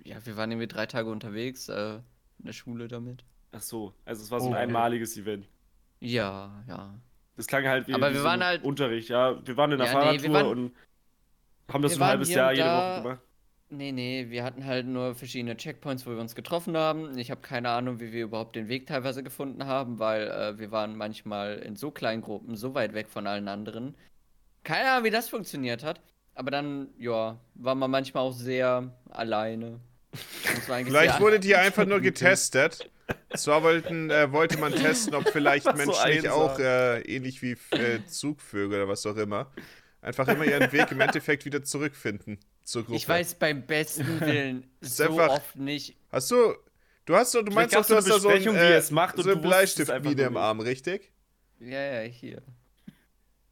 C: ja, wir waren irgendwie drei Tage unterwegs äh, in der Schule damit.
B: Ach so, also es war so
D: Oh,
B: ein
D: okay.
B: einmaliges Event.
C: Ja, ja.
B: Das klang halt wie,
C: Aber
B: wie
C: wir
B: so
C: waren
B: ein
C: halt-
B: Unterricht, ja. Wir waren in der
C: Ja, nee,
B: Fahrradtour
C: wir waren-
B: und haben das
C: wir
B: so ein
C: waren
B: halbes
C: hier
B: Jahr
C: und
B: jede
C: da-
B: Woche gemacht.
C: Nee, nee, wir hatten halt nur verschiedene Checkpoints, wo wir uns getroffen haben. Ich habe keine Ahnung, wie wir überhaupt den Weg teilweise gefunden haben, weil äh, wir waren manchmal in so kleinen Gruppen, so weit weg von allen anderen. Keine Ahnung, wie das funktioniert hat. Aber dann, ja, war man manchmal auch sehr alleine. Das war eigentlich
A: Vielleicht
C: sehr-
A: wurde die einfach nur getestet. Zwar wollten, äh, wollte man testen, ob vielleicht
B: So
A: Menschen nicht
B: einsam.
A: auch äh, ähnlich wie äh, Zugvögel oder was auch immer einfach immer ihren Weg im Endeffekt wieder zurückfinden zur Gruppe.
C: Ich weiß beim besten Willen
A: Ist
C: so
A: einfach-
C: oft nicht.
A: Hast du, du hast doch, du meinst doch,
B: gab's
A: du hast
B: eine
A: da so einen,
B: Besprechung, wie ihr es macht und
A: so einen
B: du wusstest es einfach
A: Bleistiftmine
B: nur
A: im
B: nicht.
A: Arm, richtig?
C: Ja, ja, hier.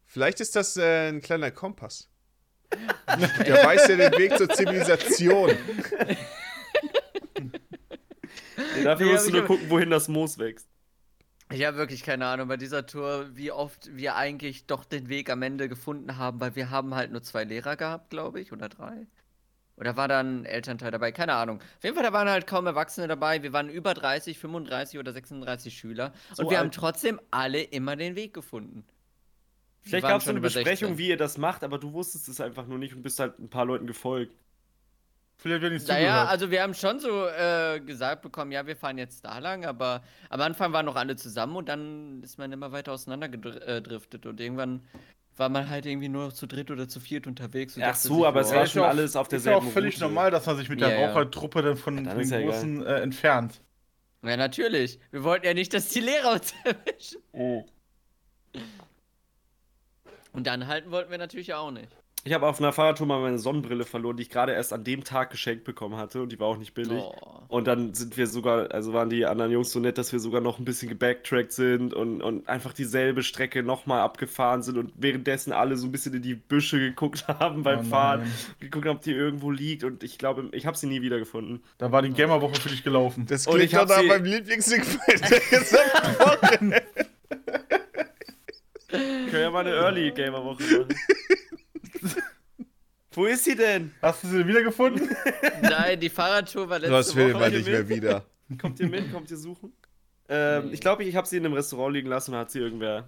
A: Vielleicht ist das äh, ein kleiner Kompass. Der weiß ja den Weg zur Zivilisation.
B: Nee, dafür
C: Nee,
B: musst du
D: also
C: aber ich
B: nur
C: hab-
B: gucken, wohin das Moos wächst.
C: Ich habe wirklich keine Ahnung bei dieser Tour, wie oft wir eigentlich doch den Weg am Ende gefunden haben, weil wir haben halt nur zwei Lehrer gehabt, glaube ich, oder drei. Oder war da ein Elternteil dabei? Keine Ahnung. Auf jeden Fall, da waren halt kaum Erwachsene dabei. Wir waren über 30, 35 oder 36 Schüler.
B: So
C: und wir
B: alt.
C: haben trotzdem alle immer den Weg gefunden. Wir
B: Vielleicht
C: waren
B: gab es
C: schon
B: eine
C: über
B: Besprechung,
C: 16.
B: wie ihr das macht, aber du wusstest es einfach nur nicht und bist halt ein paar Leuten gefolgt.
D: Vielleicht werden die
C: Naja,
D: zugehört.
C: also wir haben schon so äh, gesagt bekommen, ja, wir fahren jetzt da lang, aber am Anfang waren noch alle zusammen und dann ist man immer weiter auseinandergedriftet und irgendwann war man halt irgendwie nur noch zu dritt oder zu viert unterwegs. Und
B: Ach
C: dachte
B: so,
C: sich, oh,
B: aber es
C: boah.
B: war
D: Ist
B: schon
D: ja auch-
B: alles auf
D: Ist ja
B: derselben
D: auch völlig
B: Route.
D: normal, dass man sich mit der
C: Ja, ja.
D: Rauchertruppe dann von
B: dann
D: den
B: ist ja egal.
D: Großen äh, entfernt.
C: Ja, natürlich. Wir wollten ja nicht, dass die Lehrer uns erwischen.
B: Oh.
C: Und dann halten wollten wir natürlich auch nicht.
B: Ich habe auf einer Fahrradtour mal meine Sonnenbrille verloren, die ich gerade erst an dem Tag geschenkt bekommen hatte und die war auch nicht billig.
C: Oh.
B: Und dann sind wir sogar, also waren die anderen Jungs so nett, dass wir sogar noch ein bisschen gebacktrackt sind und, und einfach dieselbe Strecke nochmal abgefahren sind und währenddessen alle so ein bisschen in die Büsche geguckt haben beim
D: Oh nein.
B: Fahren, geguckt haben, ob die irgendwo liegt und ich glaube, ich habe sie nie wieder gefunden.
D: Da war die Gamerwoche für dich gelaufen.
A: Das
B: Und
A: klingt
B: ich
A: doch
B: hab
A: nach
B: sie-
A: meinem Lieblingssegment der gesamten Woche.
B: Können wir mal eine Early Gamer Woche machen. Wo ist sie denn?
D: Hast du sie wiedergefunden?
C: Nein, die Fahrradtour war letzte
A: Das will
C: Woche.
A: man nicht mehr wieder.
B: Kommt ihr mit? Kommt ihr suchen? Ähm,
C: Nee.
B: Ich glaube, ich habe sie in einem Restaurant liegen lassen und da hat sie irgendwer.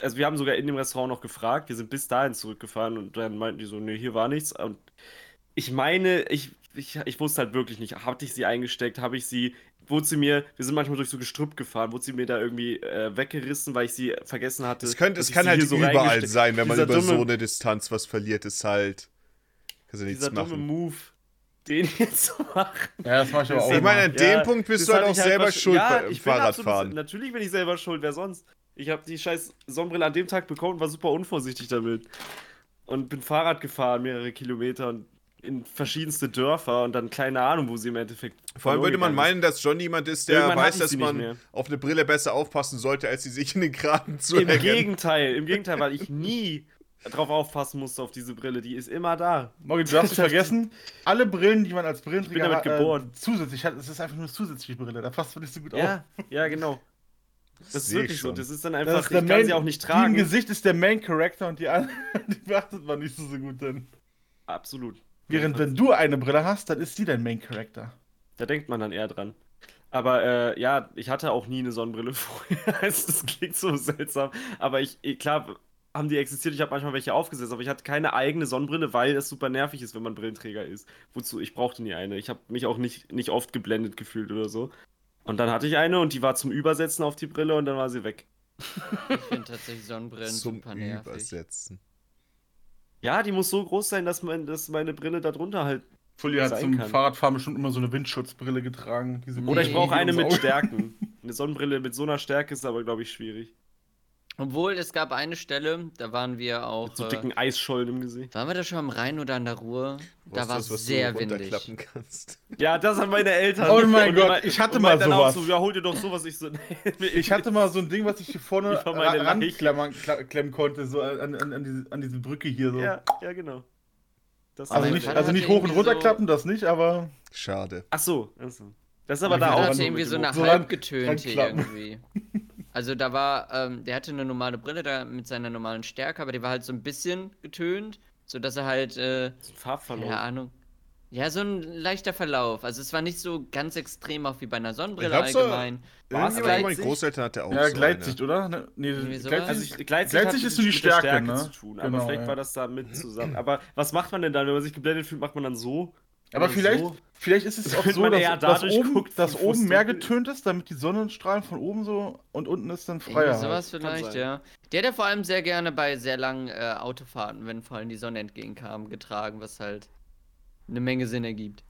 B: Also wir haben sogar in dem Restaurant noch gefragt, wir sind bis dahin zurückgefahren und dann meinten die so, nee, hier war nichts. Und ich meine, ich, ich, ich wusste halt wirklich nicht, hatte ich sie eingesteckt, habe ich sie, wurde sie mir, wir sind manchmal durch so Gestrüpp gefahren, wurde sie mir da irgendwie äh, weggerissen, weil ich sie vergessen hatte.
A: Es könnte,
B: dass
A: es
B: ich
A: kann
B: sie
A: halt
B: hier so
A: überall
B: reingesteckt-
A: sein, wenn man
B: Dieser
A: über so
B: dumme-
A: eine Distanz was verliert, ist halt. Kannst du nichts
B: Dieser dumme
A: machen.
B: Move, den jetzt zu machen.
D: Ja, das mach ich aber auch.
A: Ich meine,
D: immer.
A: an dem
B: Ja,
A: Punkt bist
B: das
A: du halt
B: hatte
A: auch
B: ich
A: selber
B: versch-
A: schuld
B: Ja,
A: beim
B: ich bin absolut-
A: Fahrradfahren.
B: Natürlich bin ich selber schuld, wer sonst? Ich habe die scheiß Sonnenbrille an dem Tag bekommen und war super unvorsichtig damit. Und bin Fahrrad gefahren, mehrere Kilometer und in verschiedenste Dörfer und dann keine Ahnung, wo sie im Endeffekt.
A: Vor allem
B: verloren
A: würde man
B: gegangen
A: meinen, dass John jemand ist, der
B: Irgendwann
A: weiß,
B: hatten
A: dass
B: sie nicht
A: man
B: mehr.
A: auf eine Brille besser aufpassen sollte, als sie sich in den Kragen zu
B: Im
A: hängen.
B: Gegenteil, im Gegenteil, weil ich nie drauf aufpassen musste auf diese Brille. Die ist immer da.
D: Morgan, du darfst nicht vergessen, alle Brillen, die man als
B: Ich
D: Brillenträger
B: bin damit
D: hat,
B: geboren.
D: Äh, zusätzlich hat, es ist einfach nur eine zusätzliche Brille, da passt man nicht so gut auf.
B: Ja, ja, genau. Das ist
A: Seh ich
B: wirklich so.
A: schon.
B: Das ist dann einfach,
D: der
B: ich
D: Main-
B: kann sie auch nicht
D: Die im
B: tragen.
D: Gesicht ist der Main Character und die anderen, die beachtet man nicht so, so gut dann.
B: Absolut.
D: Während wenn du eine Brille hast, dann ist die dein Main Character.
B: Da denkt man dann eher dran. Aber äh, ja, ich hatte auch nie eine Sonnenbrille vorher. Also, das klingt so seltsam. Aber ich, eh, klar, haben die existiert. Ich habe manchmal welche aufgesetzt, aber ich hatte keine eigene Sonnenbrille, weil es super nervig ist, wenn man Brillenträger ist. Wozu? Ich brauchte nie eine. Ich habe mich auch nicht, nicht oft geblendet gefühlt oder so. Und dann hatte ich eine und die war zum Übersetzen auf die Brille und dann war sie weg.
C: Ich finde tatsächlich Sonnenbrillen
A: Zum
C: super nervig.
A: Übersetzen.
B: Ja, die muss so groß sein, dass, man, dass meine Brille darunter halt.
D: Fully hat
B: Sein
D: zum
B: kann.
D: Fahrradfahren schon immer so eine Windschutzbrille getragen. die so
B: Oder ich
D: gut
B: brauche
D: geht
B: eine
D: ums
B: mit
D: Auge.
B: Stärken. Eine Sonnenbrille mit so einer Stärke ist aber, glaube ich, schwierig.
C: Obwohl, es gab eine Stelle, da waren wir auch.
B: Mit so
C: äh,
B: dicken Eisschollen im Gesicht.
C: waren wir da schon am Rhein oder an der Ruhr? Da
A: Was
C: war
A: ist
C: es
A: das, was
C: sehr
A: du
C: windig.
A: runterklappen kannst.
B: Ja, das an meine Eltern.
D: Oh mein
B: Und
D: Gott,
B: mein-
D: ich hatte
B: und
D: mal
B: mein dann auch
D: sowas.
B: So, ja, hol dir doch sowas. Ich so, nee,
D: Ich hatte mal so ein Ding, was ich hier vorne
B: Wie von meiner
D: ra-
B: Leiche.
D: ranklemmen- kla- klemmen konnte, so an, an, an, diese, an diese Brücke hier. So.
B: Ja, ja, genau. Das
D: Also
C: Aber
D: nicht,
C: mein
D: also
C: Vater
D: nicht
C: hatte
D: hoch und
C: irgendwie
D: runter
C: so-
D: klappen, das nicht, aber.
A: Schade.
B: Ach so, ach so. Das ist aber
D: Mein
B: da
D: Vater
B: auch.
C: Da hatte
B: so
C: irgendwie
B: mit
C: so
B: dem
C: eine
D: so ran-
C: halbgetönte
D: ranklappen.
C: irgendwie. Also da war, ähm, der hatte eine normale Brille da mit seiner normalen Stärke, aber die war halt so ein bisschen getönt, sodass er halt, äh,
B: Farbverlauf.
C: keine Ahnung. Ja, so ein leichter Verlauf. Also es war nicht so ganz extrem auch wie bei einer Sonnenbrille
A: Ich glaub's, äh,
C: allgemein.
B: Was,
A: Irgendjemand von meinen
B: Gleitsicht?
A: Großeltern hatte auch
D: Ja,
A: Oh, so
D: Gleitsicht, oder? Ne, nee,
C: Irgendwie sowas.
D: Gleitsicht,
B: Also ich, Gleitsicht,
D: Gleitsicht
B: hat
D: ist
B: nichts
D: so die
B: mit der
D: Stärke, ne?
B: zu tun, aber
D: Genau,
B: vielleicht
D: ja.
B: war das da mit zusammen. Aber was macht man denn dann, wenn man sich geblendet fühlt, macht man dann so?
D: aber
B: Oder
D: vielleicht,
B: so?
D: vielleicht ist es auch
B: Wenn
D: so,
B: man
D: dass,
B: eher
D: dass
B: dadurch
D: oben,
B: guckt,
D: dass
B: wie
D: oben
B: Fuß
D: mehr
B: dunkel ist.
D: getönt ist, damit die Sonnenstrahlen von oben so und unten ist dann freier.
C: Irgendwie
D: Halt.
C: sowas
B: kann
C: vielleicht,
B: sein.
C: ja. Der hat ja vor allem sehr gerne bei sehr langen äh, Autofahrten, wenn vor allem die Sonne entgegenkam, getragen, was halt eine Menge Sinn ergibt.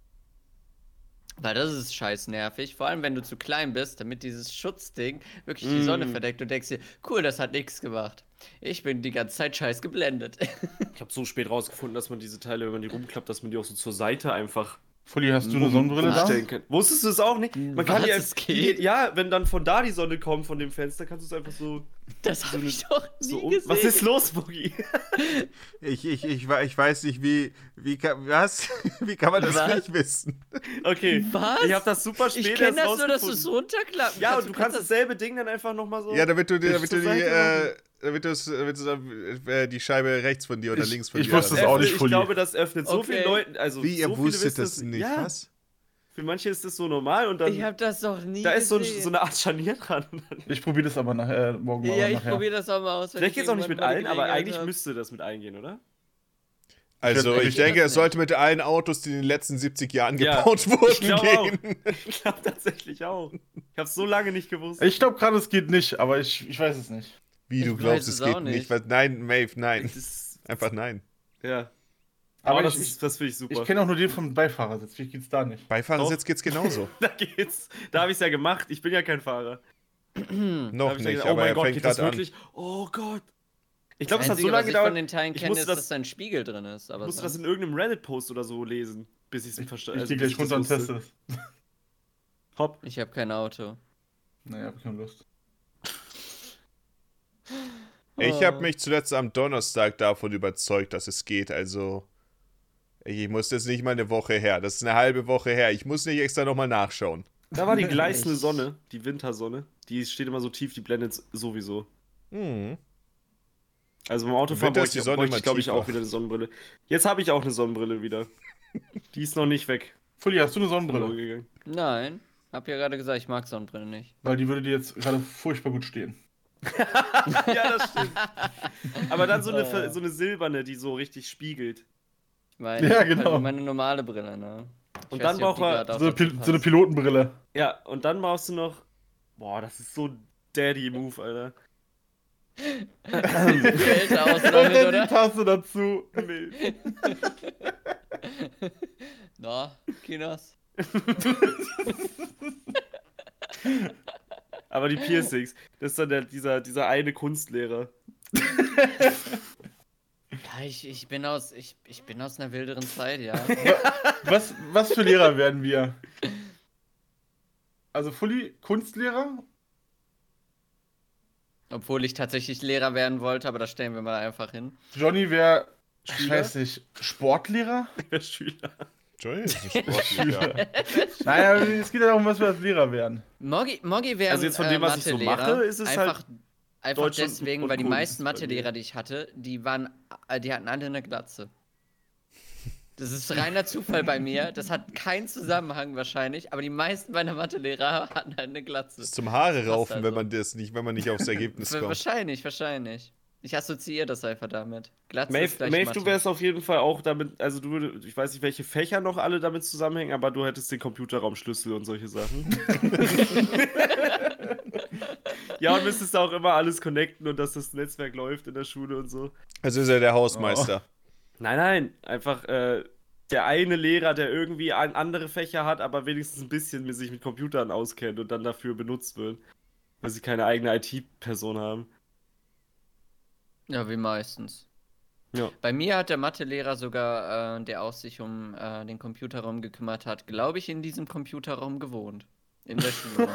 C: Weil das ist scheiß nervig, vor allem wenn du zu klein bist, damit dieses Schutzding wirklich die
B: Mm.
C: Sonne verdeckt und denkst dir, cool, das hat nichts gemacht. Ich bin die ganze Zeit scheiß geblendet.
B: Ich habe so spät rausgefunden, dass man diese Teile, wenn man die rumklappt, dass man die auch so zur Seite einfach
D: Fully, hast du eine Sonnenbrille da?
B: umstellen kann. Wusstest du es auch nicht? Man
C: Was?
B: kann die
C: Es geht?
B: Ja, wenn dann von da die Sonne kommt, von dem Fenster, kannst du es einfach so,
C: Das habe ich doch nie
B: so um.
C: gesehen.
B: Was ist los, Boogie?
A: Ich, ich, ich, we- ich weiß nicht, wie, wie, kann, was? wie kann man das
C: Was?
A: nicht wissen?
B: Okay.
C: Was?
B: Ich habe das super spät
C: Ich kenne
B: erst
C: das nur, dass du Also
B: rausgefunden.
C: es runterklappen
B: Ja, und du kannst dasselbe Ding dann einfach nochmal so.
A: Ja, damit du, dir- damit du,
B: zur
A: die,
B: Seite
A: äh, damit du's- damit du äh, die Scheibe rechts von dir oder
D: Ich-
A: links von
D: ich
A: dir
D: wusste
A: dann
D: es auch
A: hast.
B: Öffnet-
D: nicht,
B: Ich
D: Fully.
B: glaube, das öffnet so
C: Okay.
B: vielen Leuten. Also
A: Wie, ihr
B: so viele
A: wusstet
B: wissen
A: das nicht,
B: Ja,
A: was?
B: für manche ist das so normal und dann.
C: Ich habe das doch nie
B: ähm, da ist so, ein,
C: gesehen.
B: so eine Art Scharnier dran. Und dann-
D: Ich probiere das aber nachher, äh, morgen mal
C: Ja, ich
D: nachher.
C: probiere das auch mal aus. wenn
B: Vielleicht
C: ich
B: geht's auch nicht mit
C: irgendwann mal die
B: allen, aber
C: Gelegenheit
B: eigentlich
C: hab.
B: müsste das mit eingehen, oder?
A: Also,
D: Ich-
A: ich,
D: ich-
A: denke,
C: ich-
A: es sollte mit allen Autos, die in den letzten 70 Jahren
B: Ja.
A: gebaut
B: Ich
A: wurden,
B: glaube auch.
A: gehen.
B: Ich glaube tatsächlich auch. Ich habe so lange nicht gewusst.
D: Ich glaube gerade, es geht nicht, aber ich, ich weiß es nicht.
A: Wie, du
C: Ich
A: glaubst,
C: weiß
A: es
C: es
A: geht
C: auch
A: nicht.
C: nicht.
A: Weil, nein, Maeve, nein.
B: Das ist,
A: Einfach nein.
B: ja.
D: Aber
B: Aber, das,
D: ich-
B: ist, das finde ich super.
D: Ich kenne auch nur den vom Beifahrersitz, vielleicht geht's da nicht.
A: Beifahrersitz geht's genauso.
B: da geht's. Da habe ich es ja gemacht. Ich bin ja kein Fahrer. Da
A: Noch
B: hab ich
A: nicht,
B: ja gedacht, oh
A: aber
B: mein
A: er
B: Gott,
A: fängt
B: geht das
A: gerade an.
B: wirklich? Oh Gott. Ich
C: Das
B: glaube, es hat so
C: Einzige,
B: lange
C: was ich von
B: gedauert.
C: den Teilen
B: Ich
C: kenne,
B: musste
C: ist,
B: das-
C: dass da ein Spiegel drin ist. Aber
B: Ich musste das
C: sonst-
B: in irgendeinem Reddit-Post oder so lesen, bis ich es verstanden
D: Ich gehe gleich runter und teste es.
B: Hopp.
C: ich habe kein Auto.
D: Naja, hab keine Lust.
A: Ich habe
C: Oh.
A: mich zuletzt am Donnerstag davon überzeugt, dass es geht. Also, ich muss das nicht mal eine Woche her. Das ist eine halbe Woche her. Ich muss nicht extra nochmal nachschauen.
B: Da war die gleißende
C: Ich-
B: Sonne, die Wintersonne. Die steht immer so tief, die blendet sowieso.
A: Hm.
B: Also beim Autofahren
A: Winter ist
B: bräuchte
A: die
B: ich,
A: Sonne
B: bräuchte
A: immer
B: ich glaube ich,
A: tiefer.
B: auch wieder eine Sonnenbrille. Jetzt habe ich auch eine Sonnenbrille wieder. Die ist noch nicht weg.
D: Fully, hast du eine
B: Verloren
D: Sonnenbrille?
B: gegangen.
C: Nein. Hab ja gerade gesagt, ich mag Sonnenbrille nicht.
D: Weil die würde dir jetzt gerade furchtbar gut stehen.
B: Ja, das stimmt. Aber dann so eine,
C: Oh.
B: ver- so eine silberne, die so richtig spiegelt.
C: Ich meine,
D: Ja,
C: ich hab
D: genau.
C: halt meine normale Brille, ne? Ich
B: Und
C: weiß
B: dann
C: nicht, ob
B: braucht
C: die
B: man
C: grad auch
D: So eine,
C: dazu
D: Pil so eine
C: passt.
D: Pilotenbrille.
B: Ja, und dann brauchst du noch. Boah, das ist so ein Daddy-Move, Alter.
C: Die Welt
D: Und
C: aus damit,
D: dann die
C: oder?
D: Tasse dazu.
B: Nee.
C: Na, Kinos.
B: Aber die Piercings, das ist dann der, dieser, dieser eine Kunstlehrer.
C: Ja, ich, ich, bin aus, ich, ich bin aus einer wilderen Zeit, ja.
D: Was, was für Lehrer werden wir? Also Fully Kunstlehrer?
C: Obwohl ich tatsächlich Lehrer werden wollte, aber das stellen wir mal einfach hin.
D: Johnny wäre,
B: Schüler?
D: weiß nicht, Sportlehrer?
B: Der Schüler.
A: Joey ist ein Sportler.
D: Naja, es geht ja darum, was wir als Lehrer werden.
C: Morgi, Morgi wäre
B: Also jetzt von
C: ein, äh,
B: dem, was ich so
C: Mathelehrer.
B: mache, ist es
C: einfach,
B: halt
C: einfach
B: Deutsch und-
C: deswegen,
B: und
C: weil die
B: Kunst
C: meisten
B: bei mir.
C: Mathelehrer, die ich hatte, die waren, äh, die hatten alle eine Glatze. Das ist reiner Zufall bei mir. Das hat keinen Zusammenhang wahrscheinlich, aber die meisten meiner Mathelehrer hatten halt eine Glatze.
A: Das ist zum Haare raufen,
C: also.
A: wenn man das nicht, wenn man nicht aufs Ergebnis
C: Wa-
A: kommt.
C: Wahrscheinlich, wahrscheinlich. Ich assoziiere das einfach damit. Glatze ist
B: Maeve,
C: gleich
B: Maeve
C: Mathe.
B: du wärst auf jeden Fall auch damit, also du würdest, ich weiß nicht, welche Fächer noch alle damit zusammenhängen, aber du hättest den Computerraumschlüssel und solche Sachen. ja, und müsstest da auch immer alles connecten und dass das Netzwerk läuft in der Schule und so.
A: Also ist er der Hausmeister.
B: Oh. Nein, nein, einfach äh, der eine Lehrer, der irgendwie an andere Fächer hat, aber wenigstens ein bisschen mit sich mit Computern auskennt und dann dafür benutzt wird, weil sie keine eigene IT-Person haben.
C: Ja, wie meistens.
B: Ja.
C: Bei mir hat der Mathelehrer sogar, äh, der auch sich um äh, den Computerraum gekümmert hat, glaube ich, in diesem Computerraum gewohnt. In der Schule.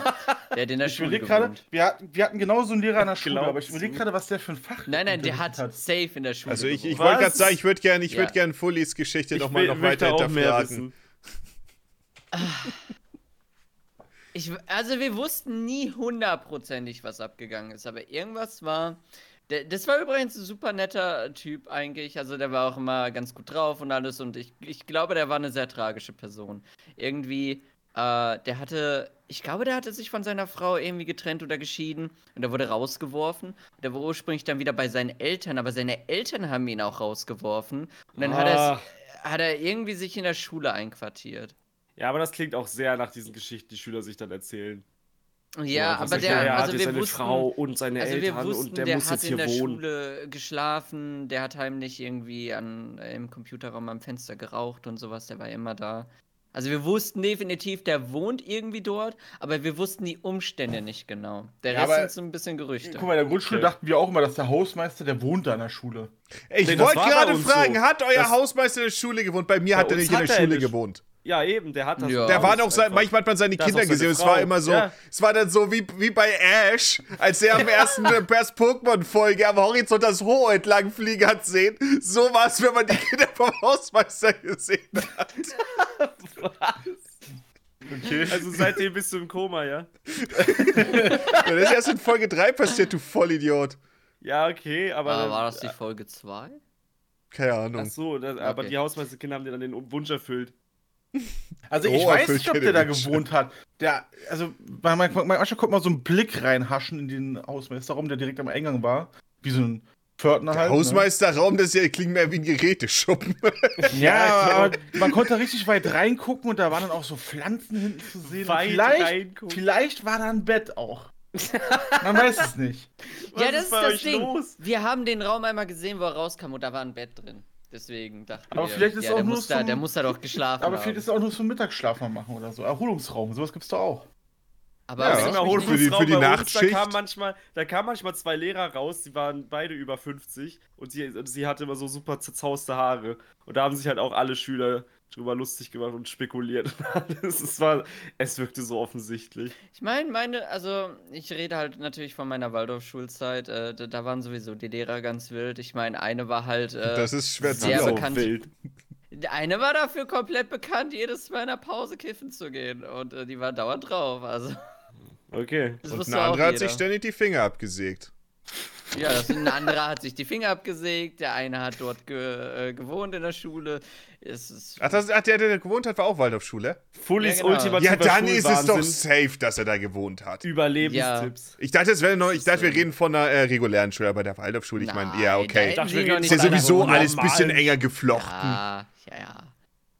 C: der hat in der
D: Ich
C: Schule
D: überlege gerade,
C: gewohnt.
D: wir hatten, wir hatten genau so einen Lehrer in der Schule,
B: Glaubst
D: aber ich überlege
B: du?
D: gerade, was der für ein Fach
C: Nein, nein, der hat,
D: unterrichtet
C: safe in der Schule
A: Also ich, ich
C: gewohnt.
A: wollte gerade
B: Was?
A: sagen, ich würde gerne
C: Ja.
A: würd gern Fullis Geschichte nochmal
B: will-
A: noch
B: möchte
A: weiter
B: auch mehr
A: hinterfragen.
B: wissen.
C: Ich, also wir wussten nie hundertprozentig, was abgegangen ist, aber irgendwas war. Der, das war übrigens ein super netter Typ eigentlich. Also der war auch immer ganz gut drauf und alles. Und ich, ich glaube, der war eine sehr tragische Person. Irgendwie, äh, der hatte, ich glaube, der hatte sich von seiner Frau irgendwie getrennt oder geschieden. Und er wurde rausgeworfen. Und er war ursprünglich dann wieder bei seinen Eltern, aber seine Eltern haben ihn auch rausgeworfen. Und dann hat,
B: Ah.
C: er es- hat er irgendwie sich in der Schule einquartiert.
B: Ja, aber das klingt auch sehr nach diesen Geschichten, die Schüler sich dann erzählen.
C: Ja,
B: So,
C: aber
B: dass er-
C: der,
B: er
C: also
B: hatte
C: wir
B: seine
C: wussten,
B: Frau und seine
C: Also wir
B: Eltern
C: wussten,
B: und der,
C: der
B: muss
C: hat
B: jetzt hier
C: in der
B: wohnen.
C: Schule geschlafen, der hat heimlich irgendwie an, äh, im Computerraum am Fenster geraucht und sowas, der war immer da. Also wir wussten definitiv, der wohnt irgendwie dort, aber wir wussten die Umstände nicht genau. Der
D: Ja,
C: Rest
D: aber-
C: sind so ein bisschen Gerüchte.
D: Guck mal, in der Grundschule
B: Okay.
D: dachten wir auch immer, dass der Hausmeister, der wohnt da in der Schule.
A: Ich
B: Nee, das
A: wollte
B: war bei
A: gerade
B: uns
A: fragen,
B: so.
A: hat euer
B: Das-
A: Hausmeister in der Schule gewohnt? Bei mir
B: Bei
A: hat er
B: uns
A: nicht in
B: hat
A: der
B: er in
A: Schule
B: der Sch-
A: gewohnt.
B: Ja, eben, der hat das.
C: Ja.
A: Da
C: Oh,
A: waren auch sein,
B: einfach.
A: manchmal hat man seine
B: Da ist
A: Kinder
B: auch seine
A: gesehen. und Es
B: Frau.
A: war immer so,
B: Ja.
A: es war dann so wie, wie bei Ash, als er am ersten Best Pokémon-Folge am Horizont das Roh entlang fliegen hat sehen. So war es, wenn man die Kinder vom Hausmeister gesehen hat.
D: Okay.
B: Also seitdem bist du im Koma, ja?
A: Das ist erst in Folge 3 passiert, du Vollidiot.
B: Ja, okay, aber.
C: Ah, war,
B: dann-
C: war das die Folge 2?
A: Keine Ahnung.
B: Ach so, das, aber
C: Okay.
B: die Hausmeisterkinder haben dir dann den Wunsch erfüllt.
D: Also
A: Oh,
D: ich weiß
A: erfüllt
D: nicht, ob
A: keine
D: der da
A: Wünsche.
D: gewohnt hat. Der, also bei mein, mein Asche konnte mal so einen Blick reinhaschen in den Hausmeisterraum, der direkt am Eingang war. Wie so ein Pförtner
B: ne?
D: halt.
A: Hausmeisterraum, das hier klingt mehr wie ein Geräteschuppen.
C: Äh,
D: Ne? Ja,
A: genau.
D: aber man konnte da richtig weit reingucken und da waren dann auch so Pflanzen hinten zu sehen. Und
B: Weit
D: vielleicht,
B: reingucken.
D: vielleicht war da ein Bett auch. Man weiß es nicht.
B: Was
C: ja, das
B: ist
C: ist
B: bei
C: das
B: euch
C: Ding.
B: los?
C: Wir haben den Raum einmal gesehen, wo er rauskam und da war ein Bett drin. Deswegen dachten
D: Aber
C: wir,
D: vielleicht ist
C: ja,
D: auch
C: der,
D: nur
C: muss da,
D: so ein-
C: der muss da doch geschlafen
D: Aber
C: haben.
D: vielleicht ist auch nur zum Mittagsschlaf mal machen oder so. Erholungsraum, sowas gibt's da auch.
C: aber
A: Ja,
C: wenn
A: das ist
C: ich
B: Im
A: mir
C: mich
A: auch
C: nicht-
A: für die-
B: Erholungsraum
A: für die
B: bei uns, da
A: Nachtschicht.
B: kamen manchmal, da kamen manchmal zwei Lehrer raus, die waren beide über 50 und sie, und sie hatte immer so super zerzauste Haare. Und da haben sich halt auch alle Schüler drüber lustig gemacht und spekuliert und alles. Es, war, es wirkte so offensichtlich.
C: Ich meine, meine, also ich rede halt natürlich von meiner Waldorfschulzeit. Äh, da, da waren sowieso die Lehrer ganz wild. Ich meine, eine war halt. Äh,
A: Das ist schwer zu
C: sehr
A: glauben.
C: bekannt.
B: wild.
C: Eine war dafür komplett bekannt, jedes Mal in der Pause kiffen zu gehen. Und äh, die war dauernd drauf. Also,
B: Okay.
C: das
A: Und
C: wusste
A: ein
C: auch
A: anderer hat
C: jeder.
A: sich ständig die Finger abgesägt.
C: Ja, das, ein anderer hat sich die Finger abgesägt. Der eine hat dort ge, äh, gewohnt in der Schule. Es ist.
A: Ach, das, ach der, der da gewohnt hat, war auch Waldorfschule?
B: Fullis
C: Ja, genau.
B: ultimativer
A: Ja, dann ist es doch
B: Schulwahnsinn.
A: safe, dass er da gewohnt hat.
B: Überlebenstipps.
A: Ich dachte, es wäre noch, ich dachte, wir reden von einer äh, regulären Schule, aber der Waldorfschule, ich meine, ja,
C: Nein, da
A: okay.
C: hätten
B: Dachte,
C: sie
B: wir
C: noch
B: reden
A: Ist
C: nicht
A: ja
B: jetzt
C: weiter
A: sowieso
C: runter-
A: alles ein bisschen
B: normalen-
A: enger geflochten.
C: Ja, ja, ja.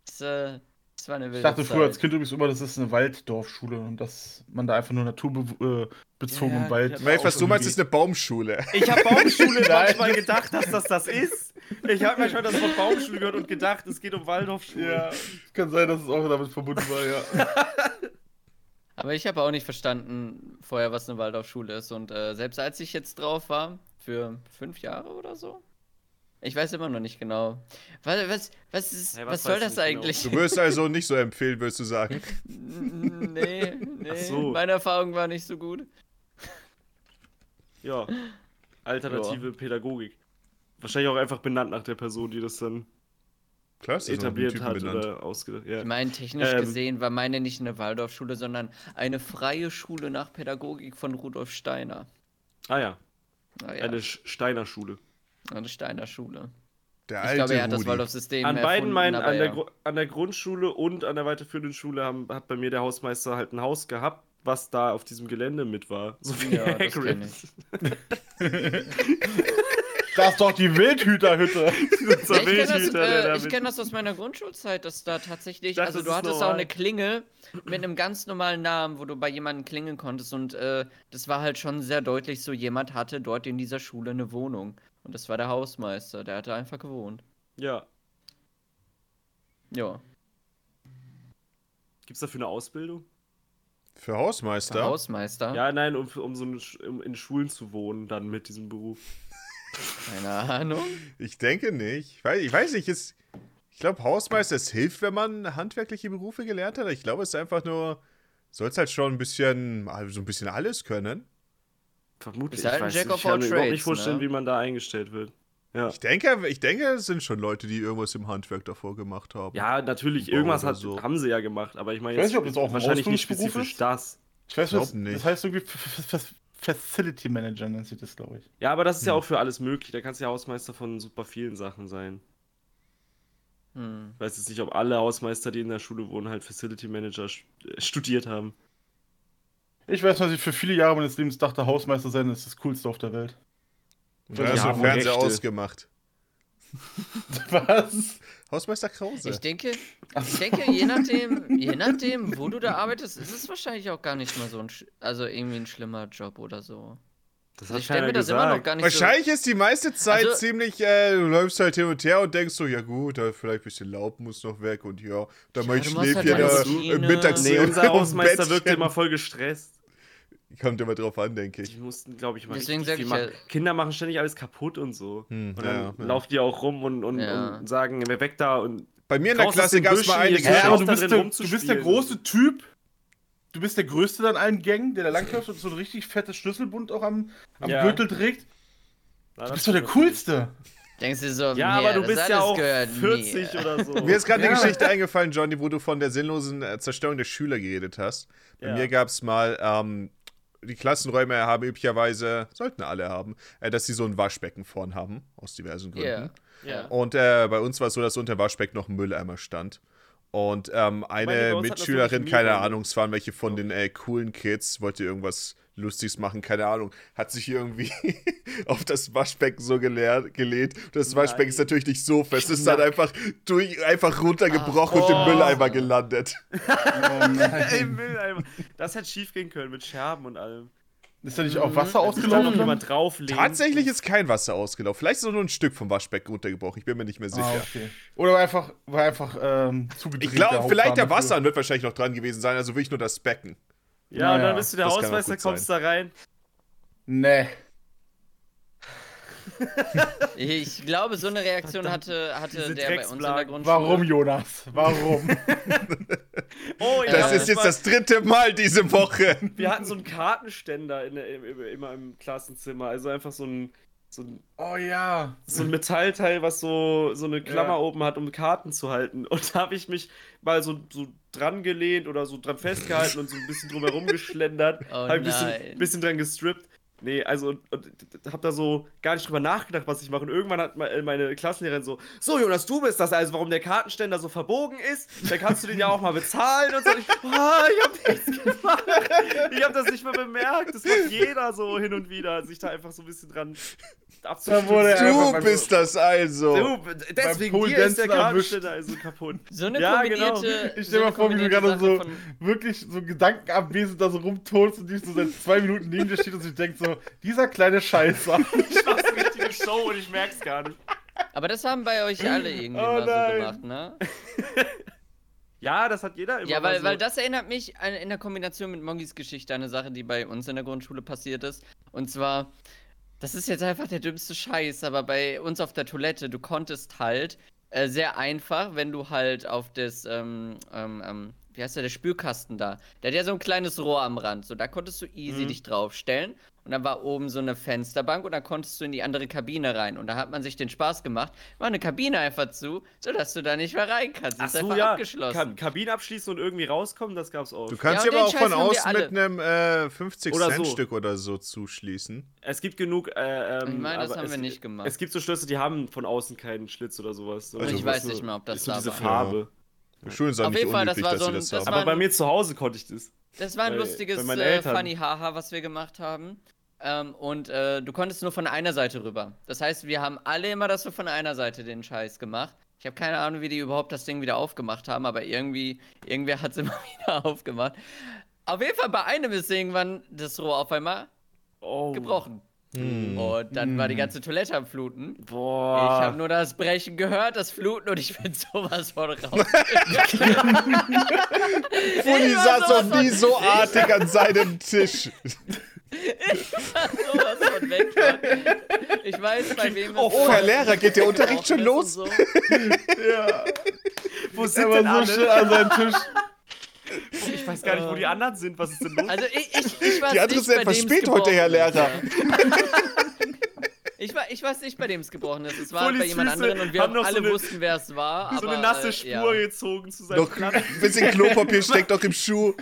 C: Das, äh, das war eine wilde
D: Ich dachte früher als
C: Zeit.
D: Kind übrigens immer, das ist eine Walddorfschule und dass man da einfach nur naturbezogenen äh,
B: Ja,
D: bezogenen
B: ja,
D: Wald.
B: ich hab
A: Weil, was
D: auch
A: du meinst,
D: irgendwie-
A: ist eine Baumschule.
B: Ich habe Baumschule
D: Nein.
B: manchmal gedacht, dass das das ist. Ich habe manchmal das Wort Baumschule gehört und gedacht, es geht um Waldorfschule.
D: Ja, kann sein, dass es auch damit verbunden war, ja.
C: Aber ich habe auch nicht verstanden vorher, was eine Waldorfschule ist. Und äh, selbst als ich jetzt drauf war, für fünf Jahre oder so, Ich weiß immer noch nicht genau. Was, was, was, ist,
B: Hey,
C: was,
B: was
C: soll
B: weißt du
C: das
B: nicht genau?
C: eigentlich?
A: Du würdest also nicht so empfehlen, würdest du
C: Hm?
A: sagen.
C: N- nee, nee.
B: Ach so.
C: Meine Erfahrung war nicht so gut.
B: Ja. Alternative Pädagogik. Wahrscheinlich auch einfach benannt nach der Person, die das dann
A: Klar, ist das nach einem
B: etabliert
A: Typen
B: hat
A: benannt.
B: oder ausgedacht.
C: Ich
B: Ja.
C: meine, technisch
B: Ähm.
C: gesehen war meine nicht eine Waldorfschule, sondern eine freie Schule nach Pädagogik von Rudolf Steiner.
B: Ah ja,
C: Naja,
B: eine Sch- Steiner Schule.
C: eine Steiner Schule.
A: Der
C: Ich
A: alte
C: glaube, er hat das
A: Rudi.
C: Waldorfsystem
B: An beiden
C: erfunden,
B: meinen,
C: aber
B: an der,
C: äh, ja.
B: Gru- an der Grundschule und an der weiterführenden Schule haben, hat bei mir der Hausmeister halt ein Haus gehabt, was da auf diesem Gelände mit war. So wie
C: Ja, das
B: Hagrid.
C: kenn ich.
D: Das ist doch die Wildhüterhütte.
B: Unser
C: Ja, ich kenne das,
B: Wildhüter, der da
C: äh, ich
B: mit-
C: kenn das aus meiner Grundschulzeit, dass da tatsächlich,
B: dachte,
C: also
B: das
C: du
B: ist
C: hattest auch
B: normal.
C: eine Klingel mit einem ganz normalen Namen, wo du bei jemandem klingeln konntest und äh, das war halt schon sehr deutlich so, jemand hatte dort in dieser Schule eine Wohnung und das war der Hausmeister, der hatte einfach gewohnt.
B: Ja.
C: Ja,
B: Gibt es dafür eine Ausbildung?
A: Für
C: der
A: Hausmeister.
C: Hausmeister.
B: Ja, nein, um, um so eine, Sch- um in Schulen zu wohnen, dann mit diesem Beruf.
C: Keine Ahnung.
A: Ich denke nicht. Ich weiß, ich weiß nicht, es, ich glaube, Hausmeister, es hilft, wenn man handwerkliche Berufe gelernt hat. Ich glaube, es ist einfach nur, sollst halt schon ein bisschen, so ein bisschen alles können.
B: Vermutlich.
C: Ist halt
B: ich
C: ein
B: weiß
C: Jack
B: nicht,
C: of
B: ich kann
C: all
B: mir überhaupt
C: trades,
B: nicht vorstellen,
C: ne?
B: wie man da eingestellt wird. Ja.
A: Ich denke, ich denke, es sind schon Leute, die irgendwas im Handwerk davor gemacht haben.
B: Ja, natürlich,
A: Bau
B: irgendwas
A: oder
B: hat,
A: so.
B: haben sie ja gemacht, aber ich meine
D: Ich weiß nicht, ob das auch ein
B: wahrscheinlich nicht
D: Ausbildungsberuf
B: spezifisch
D: ist.
B: das.
D: Ich weiß
A: Glaub
D: was,
A: nicht.
D: Das heißt irgendwie F- F- F- Facility Manager nennt sich das, glaube ich.
B: Ja, aber das ist ja
A: Hm.
B: auch für alles möglich. Da kannst du ja Hausmeister von super vielen Sachen sein.
C: Hm.
B: Ich weiß jetzt nicht, ob alle Hausmeister, die in der Schule wohnen, halt Facility Manager st- äh, studiert haben.
D: Ich weiß, dass ich für viele Jahre meines Lebens dachte, Hausmeister sein ist das Coolste auf der Welt.
A: Und dann hast du
B: Ja,
A: den Fernseher
B: Rechte.
A: ausgemacht.
D: Was?
A: Hausmeister Krause.
C: Ich denke, ich denke, je nachdem, je nachdem, wo du da arbeitest, ist es wahrscheinlich auch gar nicht mal so ein, sch- also irgendwie ein schlimmer Job oder so.
B: Das
C: Also ich stelle mir das immer noch gar nicht
A: Wahrscheinlich ist die meiste Zeit
C: Also-
A: ziemlich, äh, du läufst halt hin und her und denkst so, ja gut, da vielleicht ein bisschen Laub muss noch weg und ja, da
C: Ja,
A: mein
C: du machst halt
A: Schläfchen
B: deine
A: da
C: Routine.
A: äh, mittags
B: Nee, unser
A: im
B: Hausmeister wirkte
A: Bettchen.
B: immer voll gestresst.
A: Kommt immer drauf an, denke ich.
B: Die mussten, glaube ich, mal
C: Deswegen
B: richtig viel
C: sag ich
B: machen. Kinder machen ständig alles kaputt und so.
A: Hm,
B: und dann
A: ja, ja.
B: laufen die auch rum und, und,
C: Ja.
B: und sagen, wer weg da und
A: Bei mir in der
B: Raus aus
A: Klasse
B: den
A: gab es mal
B: Büschen,
A: eine
B: ihr
D: Hä,
B: Ja,
D: aber
B: auch
A: Geschichte.
D: du
B: darin
D: bist, der, du
B: rumzuspielen.
D: bist der große Typ. Du bist der Größte dann allen Gang, der da langläuft und so ein richtig fettes Schlüsselbund auch am, am
B: Ja.
D: Gürtel trägt.
B: Na,
D: Du
B: das
D: bist doch der
B: stimmt
D: Coolste.
C: Denkst du so,
B: Ja,
C: nee,
B: aber du
C: das
B: bist
C: alles
B: ja auch
C: gehört
B: 40
C: mir.
B: oder so.
A: Mir ist gerade eine
D: Ja.
A: Geschichte eingefallen, Johnny, wo du von der sinnlosen äh, Zerstörung der Schüler geredet hast. Bei
B: Ja.
A: mir gab es mal, ähm, die Klassenräume haben üblicherweise, sollten alle haben, äh, dass sie so ein Waschbecken vorn haben, aus diversen Gründen.
C: Ja.
B: ja.
A: Und äh, bei uns war es so, dass unter dem Waschbeck noch ein Mülleimer stand. Und ähm,
B: bei
A: eine
B: uns hat das so
A: Mitschülerin,
B: nicht
A: keine
B: Mülleimer.
A: Ahnung, es waren welche von den äh, coolen Kids, wollte irgendwas Lustiges machen, keine Ahnung, hat sich irgendwie auf das Waschbecken so geleert, gelehnt. Das Waschbecken ist
B: Nein.
A: natürlich nicht so fest, es ist dann einfach, durch, einfach
B: Ah.
A: runtergebrochen
C: Ach,
A: und im
C: oh.
A: Mülleimer gelandet.
D: Oh
B: Ey,
D: nein.
B: Mülleimer. Das hätte schief gehen können mit Scherben und allem.
D: Ist da nicht auch Wasser
B: Da noch
D: ausgelaufen?
B: jemand drauflegen.
A: Tatsächlich ist kein Wasser ausgelaufen. Vielleicht ist auch nur ein Stück vom Waschbecken runtergebrochen, ich bin mir nicht mehr sicher.
D: Ah, okay. Oder war einfach, war einfach ähm, zugedreht.
A: Ich glaube, vielleicht der
D: Hauptbahnhof.
A: Wasserhahn wird wahrscheinlich noch dran gewesen sein, also wirklich nur das Becken.
B: Ja, und
D: Naja,
B: dann bist du der
A: das kann auch
B: Hausmeister,
A: gut sein.
B: kommst da rein.
D: Nee.
C: Ich glaube, so eine Reaktion hatte, hatte
B: Diese
C: der bei uns in der
B: Drecksblagen.
C: Grundschule.
D: Warum, Jonas? Warum?
B: Oh, ja,
A: Das
C: Ja.
A: ist jetzt das dritte Mal diese Woche.
B: Wir hatten so einen Kartenständer in der, im, im- immer im Klassenzimmer. Also einfach so ein, so ein,
D: oh ja.
B: so ein Metallteil, was so, so eine Klammer
D: Ja.
B: oben hat, um Karten zu halten. Und da habe ich mich mal so, so dran gelehnt oder so dran festgehalten und so ein bisschen drumherum geschlendert.
C: Oh
B: hab Halt ein bisschen,
C: nein.
B: bisschen dran gestrippt. Nee, also und, und, hab da so gar nicht drüber nachgedacht, was ich mache. Und irgendwann hat me- äh, meine Klassenlehrerin so, so Jonas, du bist das also, warum der Kartenständer so verbogen ist, dann kannst du den ja auch mal bezahlen und so. Und Ich, ah, ich hab nichts gemacht. Ich hab das nicht mehr bemerkt. Das macht jeder so hin und wieder, sich da einfach so ein bisschen dran
D: Da wurde
B: abzuschließen.
D: er- einfach
A: Du
D: mal
A: bist das also.
B: Du, deswegen
D: Pole
B: dir ist der
D: Dancen erwischt.
B: Kartenständer also kaputt.
C: So eine
B: Ja, genau.
C: kombinierte.
D: Ich
C: so
D: stell
C: eine
D: mir vor, wie du
C: kombinierte
D: gerade so
C: Sache von-
D: wirklich so Gedanken abwesend da so rumtolst und die so seit zwei Minuten neben dir steht und sich denkt so, dieser kleine Scheißer.
B: Ich mach's eine richtige Show und ich merk's gar nicht.
C: Aber das haben bei euch alle irgendwie
D: Oh
C: mal
D: nein.
C: so gemacht, ne?
B: Ja, das hat jeder immer
C: Ja,
B: mal
C: weil,
B: so.
C: weil das erinnert mich an, in der Kombination mit Mongis Geschichte an eine Sache, die bei uns in der Grundschule passiert ist. Und zwar Das ist jetzt einfach der dümmste Scheiß, aber bei uns auf der Toilette, du konntest halt äh, sehr einfach, wenn du halt auf das, ähm, ähm, ähm, wie heißt der, der Spülkasten da, der hat ja so ein kleines Rohr am Rand, so da konntest du easy
D: Mhm.
C: dich draufstellen und dann war oben so eine Fensterbank und dann konntest du in die andere Kabine rein und da hat man sich den Spaß gemacht, war eine Kabine einfach zu, sodass du da nicht mehr rein kannst.
B: Ach
C: ist
B: so,
C: einfach
B: ja. Ka
C: abgeschlossen.
B: Kabinen abschließen und irgendwie rauskommen, das gab's auch.
A: Du kannst
C: Ja,
A: ja,
C: und
A: aber
C: den
A: auch von
C: Scheiß haben wir
A: außen
C: alle.
A: mit einem äh, 50
B: Oder
A: Cent
B: so.
A: Stück oder so zuschließen.
B: Es gibt genug. Äh, ähm,
C: Ich meine, das
B: aber
C: haben
B: es,
C: wir nicht gemacht.
B: Es gibt so Schlösser, die haben von außen keinen Schlitz oder sowas.
A: Also
C: ich
A: was
C: weiß
B: so-
C: nicht mehr, ob das
B: ist so
C: da
B: diese
C: war.
B: Farbe.
A: Schön sei
C: Auf
A: nicht
C: jeden Fall, das
A: unüblich,
C: war
A: dass
C: so
A: sie
C: ein-
A: das
C: das
A: haben.
C: war-
B: Aber bei mir zu Hause konnte ich das.
C: Das war ein
B: Bei- bei
C: lustiges
B: meinen
C: äh,
B: Eltern.
C: Funny Haha, was wir gemacht haben. Ähm, und äh, du konntest nur von einer Seite rüber. Das heißt, wir haben alle immer das so von einer Seite den Scheiß gemacht. Ich habe keine Ahnung, wie die überhaupt das Ding wieder aufgemacht haben, aber irgendwie, irgendwer hat es immer wieder aufgemacht. Auf jeden Fall bei einem ist irgendwann das Rohr auf einmal
B: Oh. Hm.
C: gebrochen. Und dann war die ganze Toilette am Fluten. Ich
B: Boah.
C: habe nur das Brechen gehört, das Fluten und ich bin sowas von raus.
A: Fully
C: Ich war
A: saß
C: sowas
A: noch nie
C: von-
A: so artig an seinem Tisch.
C: sowas von weg war. Ich weiß, bei wem es
A: Oh,
C: war.
A: Herr Lehrer, geht der Unterricht
C: Auch
A: schon
C: das
A: los?
C: und
D: Ja.
B: wo
D: Er
B: sind denn
D: war
B: alle?
D: so schön an seinem Tisch.
B: Ich weiß gar
C: Äh.
B: nicht, wo die anderen sind. Was ist denn los?
C: Also ich, ich, ich war
A: Die andere ist
C: nicht,
A: ja
C: bei
A: etwas
C: dem's
A: spät heute,
C: gebrochen
A: Herr
C: ist.
A: Lehrer.
C: Ich war, ich weiß nicht, bei dem es gebrochen ist. Es war
B: Voll die
C: bei jemand
B: Süße.
C: anderen und wir
B: Haben noch so
C: alle
B: eine-
C: wussten, wer es war.
B: so
C: aber,
B: eine nasse
C: äh,
B: Spur
C: ja.
B: gezogen zu seinem
A: Noch
B: Platz.
A: ein bisschen Klopapier steckt noch im Schuh.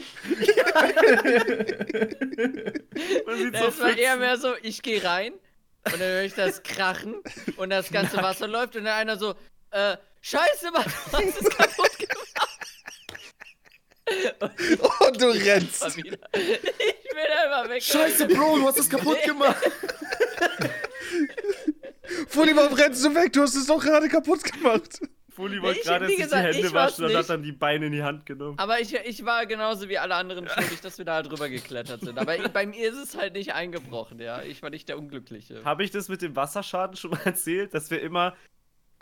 B: Man sieht so
C: Es war eher
B: Pfützen.
C: mehr so, ich gehe rein und dann höre ich das Krachen und das ganze Wasser läuft und dann einer so, äh, Scheiße, Mann, du hast es kaputt
A: Und Oh, du rennst.
C: gemacht wieder. Ich bin einfach weg.
D: Scheiße, Bro, du hast es kaputt gemacht.
A: Fully, warum rennst du weg? Du hast es doch gerade kaputt gemacht.
B: Fully wollte
C: Ich-
B: gerade
C: wie
B: sich die
C: gesagt, ich
B: Hände
C: war's
B: waschen und hat
C: nicht.
B: dann die Beine in die Hand genommen.
C: Aber ich, ich war genauso wie alle anderen schuldig, dass wir da halt drüber geklettert sind. Aber ich- bei mir ist es halt nicht eingebrochen, ja. Ich war nicht der Unglückliche.
B: Habe ich das mit dem Wasserschaden schon mal erzählt, dass wir immer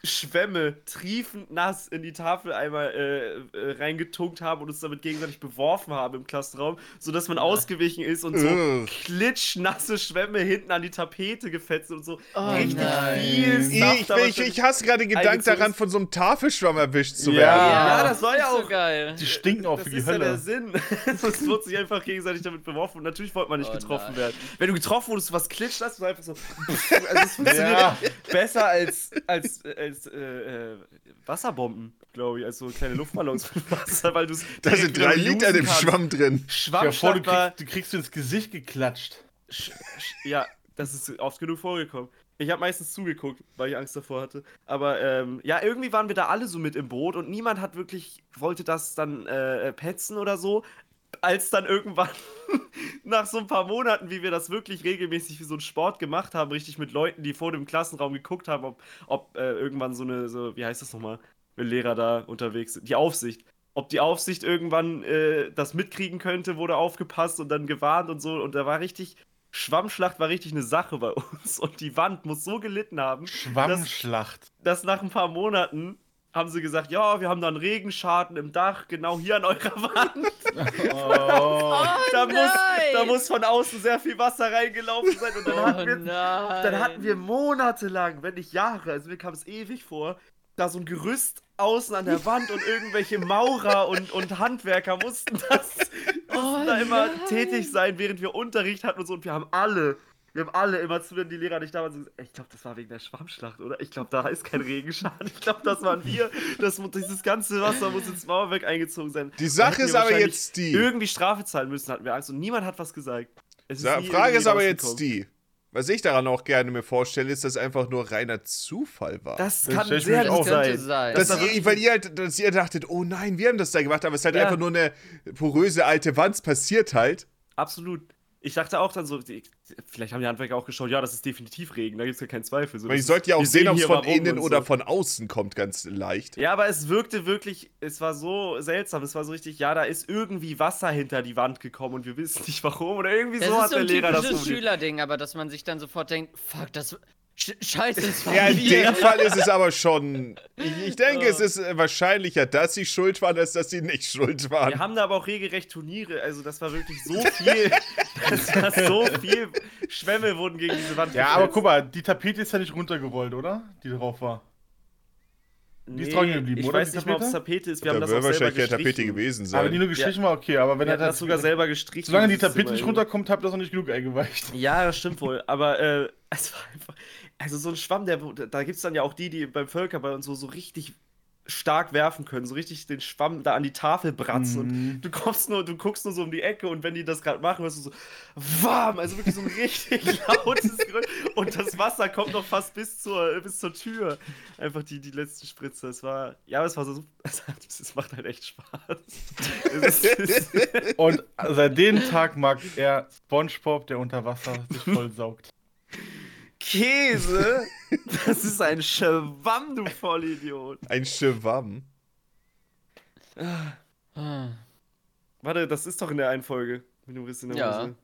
B: Schwämme triefend nass in die Tafel einmal äh, äh, reingetunkt haben und uns damit gegenseitig beworfen haben im Klassenraum, sodass man ausgewichen ist und so
A: Ugh.
B: klitschnasse Schwämme hinten an die Tapete gefetzt und so.
C: Oh
B: richtig
C: nein.
B: viel
A: Ich,
B: Saft, aber
A: ich,
B: schon-
A: ich hasse gerade den Gedanken
B: Eingezogen
A: daran,
B: ist-
A: von so einem Tafelschwamm erwischt zu
D: Ja.
A: werden.
B: Ja,
C: Ah,
B: das war ja
C: ist So
B: auch-
C: geil.
D: Die stinken auch
B: Das
D: für die
B: ist ja der
D: Hölle.
B: Sinn. Sonst wurde sich einfach gegenseitig damit beworfen. Und natürlich wollte man nicht
C: Oh
B: getroffen
C: nein.
B: werden. Wenn du getroffen wurdest, du was klitscht hast, du einfach so. also es funktioniert
D: Ja.
B: besser als, als, als äh, äh, Wasserbomben, glaube ich. Also so kleine Luftballons mit Wasser, weil du es.
A: Da sind drei Liter in dem Schwamm drin.
D: Ja,
B: Schwamm
D: vor, du,
B: statt war,
D: kriegst, du kriegst du ins Gesicht geklatscht.
B: sch, sch, ja, das ist oft genug vorgekommen. Ich habe meistens zugeguckt, weil ich Angst davor hatte. Aber ähm, ja, irgendwie waren wir da alle so mit im Boot und niemand hat wirklich, wollte das dann äh, petzen oder so. Als dann irgendwann, nach so ein paar Monaten, wie wir das wirklich regelmäßig wie so einen Sport gemacht haben, richtig mit Leuten, die vor dem Klassenraum geguckt haben, ob, ob äh, irgendwann so eine, so, wie heißt das nochmal, wenn Lehrer da unterwegs sind, die Aufsicht. Ob die Aufsicht irgendwann äh, das mitkriegen könnte, wurde aufgepasst und dann gewarnt und so. Und da war richtig, Schwammschlacht war richtig eine Sache bei uns. Und die Wand muss so gelitten haben,
D: Schwammschlacht.
B: dass nach ein paar Monaten haben sie gesagt, ja, wir haben da einen Regenschaden im Dach, genau hier an eurer Wand.
D: Oh.
B: da, muss, da
C: nein! Oh
B: muss von außen sehr viel Wasser reingelaufen sein. Und dann, hatten, wir,
C: nein.
B: dann hatten wir monatelang, wenn nicht Jahre, also mir kam es ewig vor, da so ein Gerüst außen an der Wand und irgendwelche Maurer und, und Handwerker mussten das mussten da immer tätig sein, während wir Unterricht hatten und so. Und wir haben alle, wir haben alle immer zu, wenn die Lehrer nicht da waren, so gesagt, ich glaube, das war wegen der Schwammschlacht, oder? Ich glaube, da ist kein Regenschaden. Ich glaube, das waren wir. Das, mu- dieses ganze Wasser muss ins Mauerwerk eingezogen sein.
A: Die
B: Da
A: Sache
B: hätten wir
A: ist aber
B: wahrscheinlich
A: jetzt die-
B: Irgendwie Strafe zahlen müssen, hatten wir Angst. Und niemand hat was gesagt. Es
A: Sa
B: nie
A: Frage ist
B: irgendwie
A: aber jetzt
B: rausgekommen.
A: die. Was ich daran auch gerne mir vorstelle, ist, dass einfach nur reiner Zufall war.
B: Das
D: Das
B: kann
D: stell ich mir
B: sehr
D: jetzt
B: gut
D: auch-
B: sein.
C: sein.
A: Dass
B: das war
A: ihr, weil ihr halt, dass ihr dachtet, oh nein, wir haben das da gemacht, aber es ist halt
B: Ja.
A: einfach nur eine poröse alte Wand, es passiert halt.
B: Absolut. Ich dachte auch dann so, die, vielleicht haben die Handwerker auch geschaut, ja, das ist definitiv Regen, da gibt es ja keinen Zweifel. So,
A: Weil ich
B: das
A: sollte ja
B: ist-
A: auch
B: wir
A: sehen, ob es
B: hier
A: von
B: warum
A: innen
B: und
A: oder
B: so.
A: von außen kommt, ganz leicht.
B: Ja, aber es wirkte wirklich, es war so seltsam, es war so richtig, ja, da ist irgendwie Wasser hinter die Wand gekommen und wir wissen nicht warum oder irgendwie
C: das
B: so
C: ist
B: hat
C: so
B: der
C: ein
B: Lehrer das
C: typisches
B: formuliert.
C: Schülerding, aber dass man sich dann sofort denkt, fuck, das, Sch Scheiße, es war
A: Ja, in
C: mir.
A: dem Fall ist es aber schon. Ich, ich denke, es ist äh, wahrscheinlicher, dass sie schuld waren, als dass sie nicht schuld
B: Wir
A: waren.
B: haben da aber auch regelrecht Turniere, also das war wirklich so viel, das war so viel Schwämme wurden gegen diese Wand
D: Ja, aber
B: gefetzt.
D: guck mal, die Tapete ist ja nicht runtergerollt, oder? Die drauf war. die ist
B: Nee,
D: dran geblieben,
B: ich
D: oder,
B: weiß
D: die
B: nicht mal, ob es
D: Tapete?
B: Tapete ist, wir haben
A: da
B: das
A: wird
B: auch selber
A: wahrscheinlich keine
B: gestrichen.
A: Tapete gewesen sein.
D: Aber die nur gestrichen war okay, aber wenn
B: Wir
D: er
B: hatten das sogar selber gestrichen.
D: Solange die
B: dieses
D: Tapete nicht
B: Zimmer.
D: runterkommt, habt ihr das noch nicht genug eingeweicht.
B: Ja, das stimmt wohl. Aber äh, es war einfach. Also so ein Schwamm, der, da gibt es dann ja auch die, die beim Völkerball und so, so richtig stark werfen können, so richtig den Schwamm da an die Tafel bratzen.
D: Mhm.
B: Und du kommst nur, du guckst nur so um die Ecke und wenn die das gerade machen, hörst du so warm, also wirklich so ein richtig lautes Geräusch. Und das Wasser kommt noch fast bis zur, bis zur Tür. Einfach die, die letzten Spritze. Es war. Ja, aber es war so. Es, hat- es macht halt echt Spaß. Es ist,
D: Und seit dem Tag mag er Spongebob, der unter Wasser sich vollsaugt.
B: Käse? Das ist ein Schwamm, du Vollidiot.
A: Ein Schwamm.
C: Ah.
B: Warte, das ist doch in der einen Folge mit dem Riss in der
C: Ja.
B: Hose.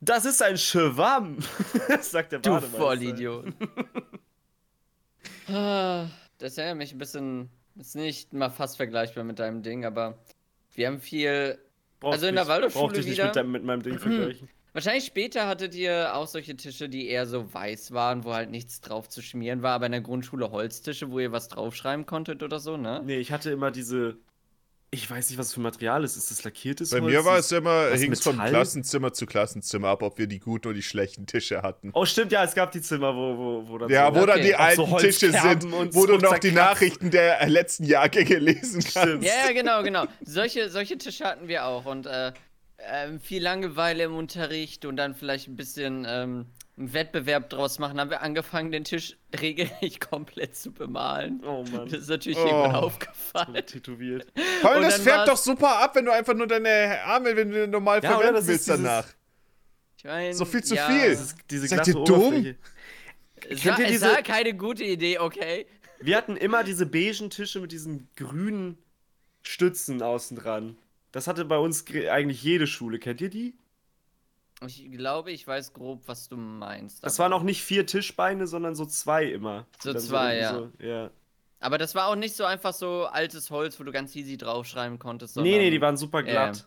B: Das ist ein Schwamm, sagt der
C: Du
B: Bademeister.
C: Vollidiot. Ah, das erinnert mich ein bisschen, ist nicht mal fast vergleichbar mit deinem Ding, aber wir haben viel.
B: Braucht
C: Also in
B: dich-
C: der Waldorfschule
B: braucht dich nicht
C: wieder?
B: Mit, deinem- mit meinem Ding vergleichen.
C: Wahrscheinlich später hattet ihr auch solche Tische, die eher so weiß waren, wo halt nichts drauf zu schmieren war, aber in der Grundschule Holztische, wo ihr was draufschreiben konntet oder so, ne?
B: Nee, ich hatte immer diese. Ich weiß nicht, was für Material es ist. Ist das lackiertes
A: Bei
B: Holz?
A: mir war es immer,
B: was
A: hing es vom
B: Metall?
A: Klassenzimmer zu Klassenzimmer ab, ob wir die guten oder die schlechten Tische hatten.
B: Oh, stimmt, ja, es gab die Zimmer, wo, wo, wo dann
A: ja,
B: so-
A: wo dann
C: okay.
A: die
B: Auch so
A: alten Tische
B: Holzkerben
A: sind,
B: und
A: wo du
B: so
A: noch die
B: zerkratzen.
A: Nachrichten der letzten Jahrgänge lesen
B: Stimmt.
A: kannst.
C: Ja, ja, genau, genau. Solche, solche Tische hatten wir auch und äh, ähm, viel Langeweile im Unterricht und dann vielleicht ein bisschen ähm, einen Wettbewerb draus machen, haben wir angefangen, den Tisch regelrecht komplett zu bemalen.
B: Oh Mann,
C: Das ist natürlich
A: Oh.
C: irgendwann aufgefallen.
B: tätowiert.
A: Vor allem,
C: Und
A: das
C: dann
A: färbt doch
C: war's-
A: super ab, wenn du einfach nur deine Arme, wenn du normal
B: Ja, oder?
A: verwenden
B: Das
A: willst
B: ist dieses-
A: danach.
C: Ich mein,
A: So viel zu
C: ja,
A: viel.
C: Es,
B: Diese
A: Seid
B: glatte
A: ihr dumm?
B: Oberfläche.
C: es,
B: Kennt
C: war,
B: ihr
C: es
B: diese-
C: war keine gute Idee, okay?
B: Wir hatten immer diese beigen Tische mit diesen grünen Stützen außen dran. Das hatte bei uns gr- eigentlich jede Schule. Kennt ihr die?
C: Ich glaube, ich weiß grob, was du meinst.
B: Das
C: aber-
B: waren auch nicht vier Tischbeine, sondern so zwei immer.
C: So
B: Und dann
C: zwei,
B: irgendwie So, ja.
C: Aber das war auch nicht so einfach so altes Holz, wo du ganz easy draufschreiben konntest. Sondern,
B: Nee, nee, die waren super glatt.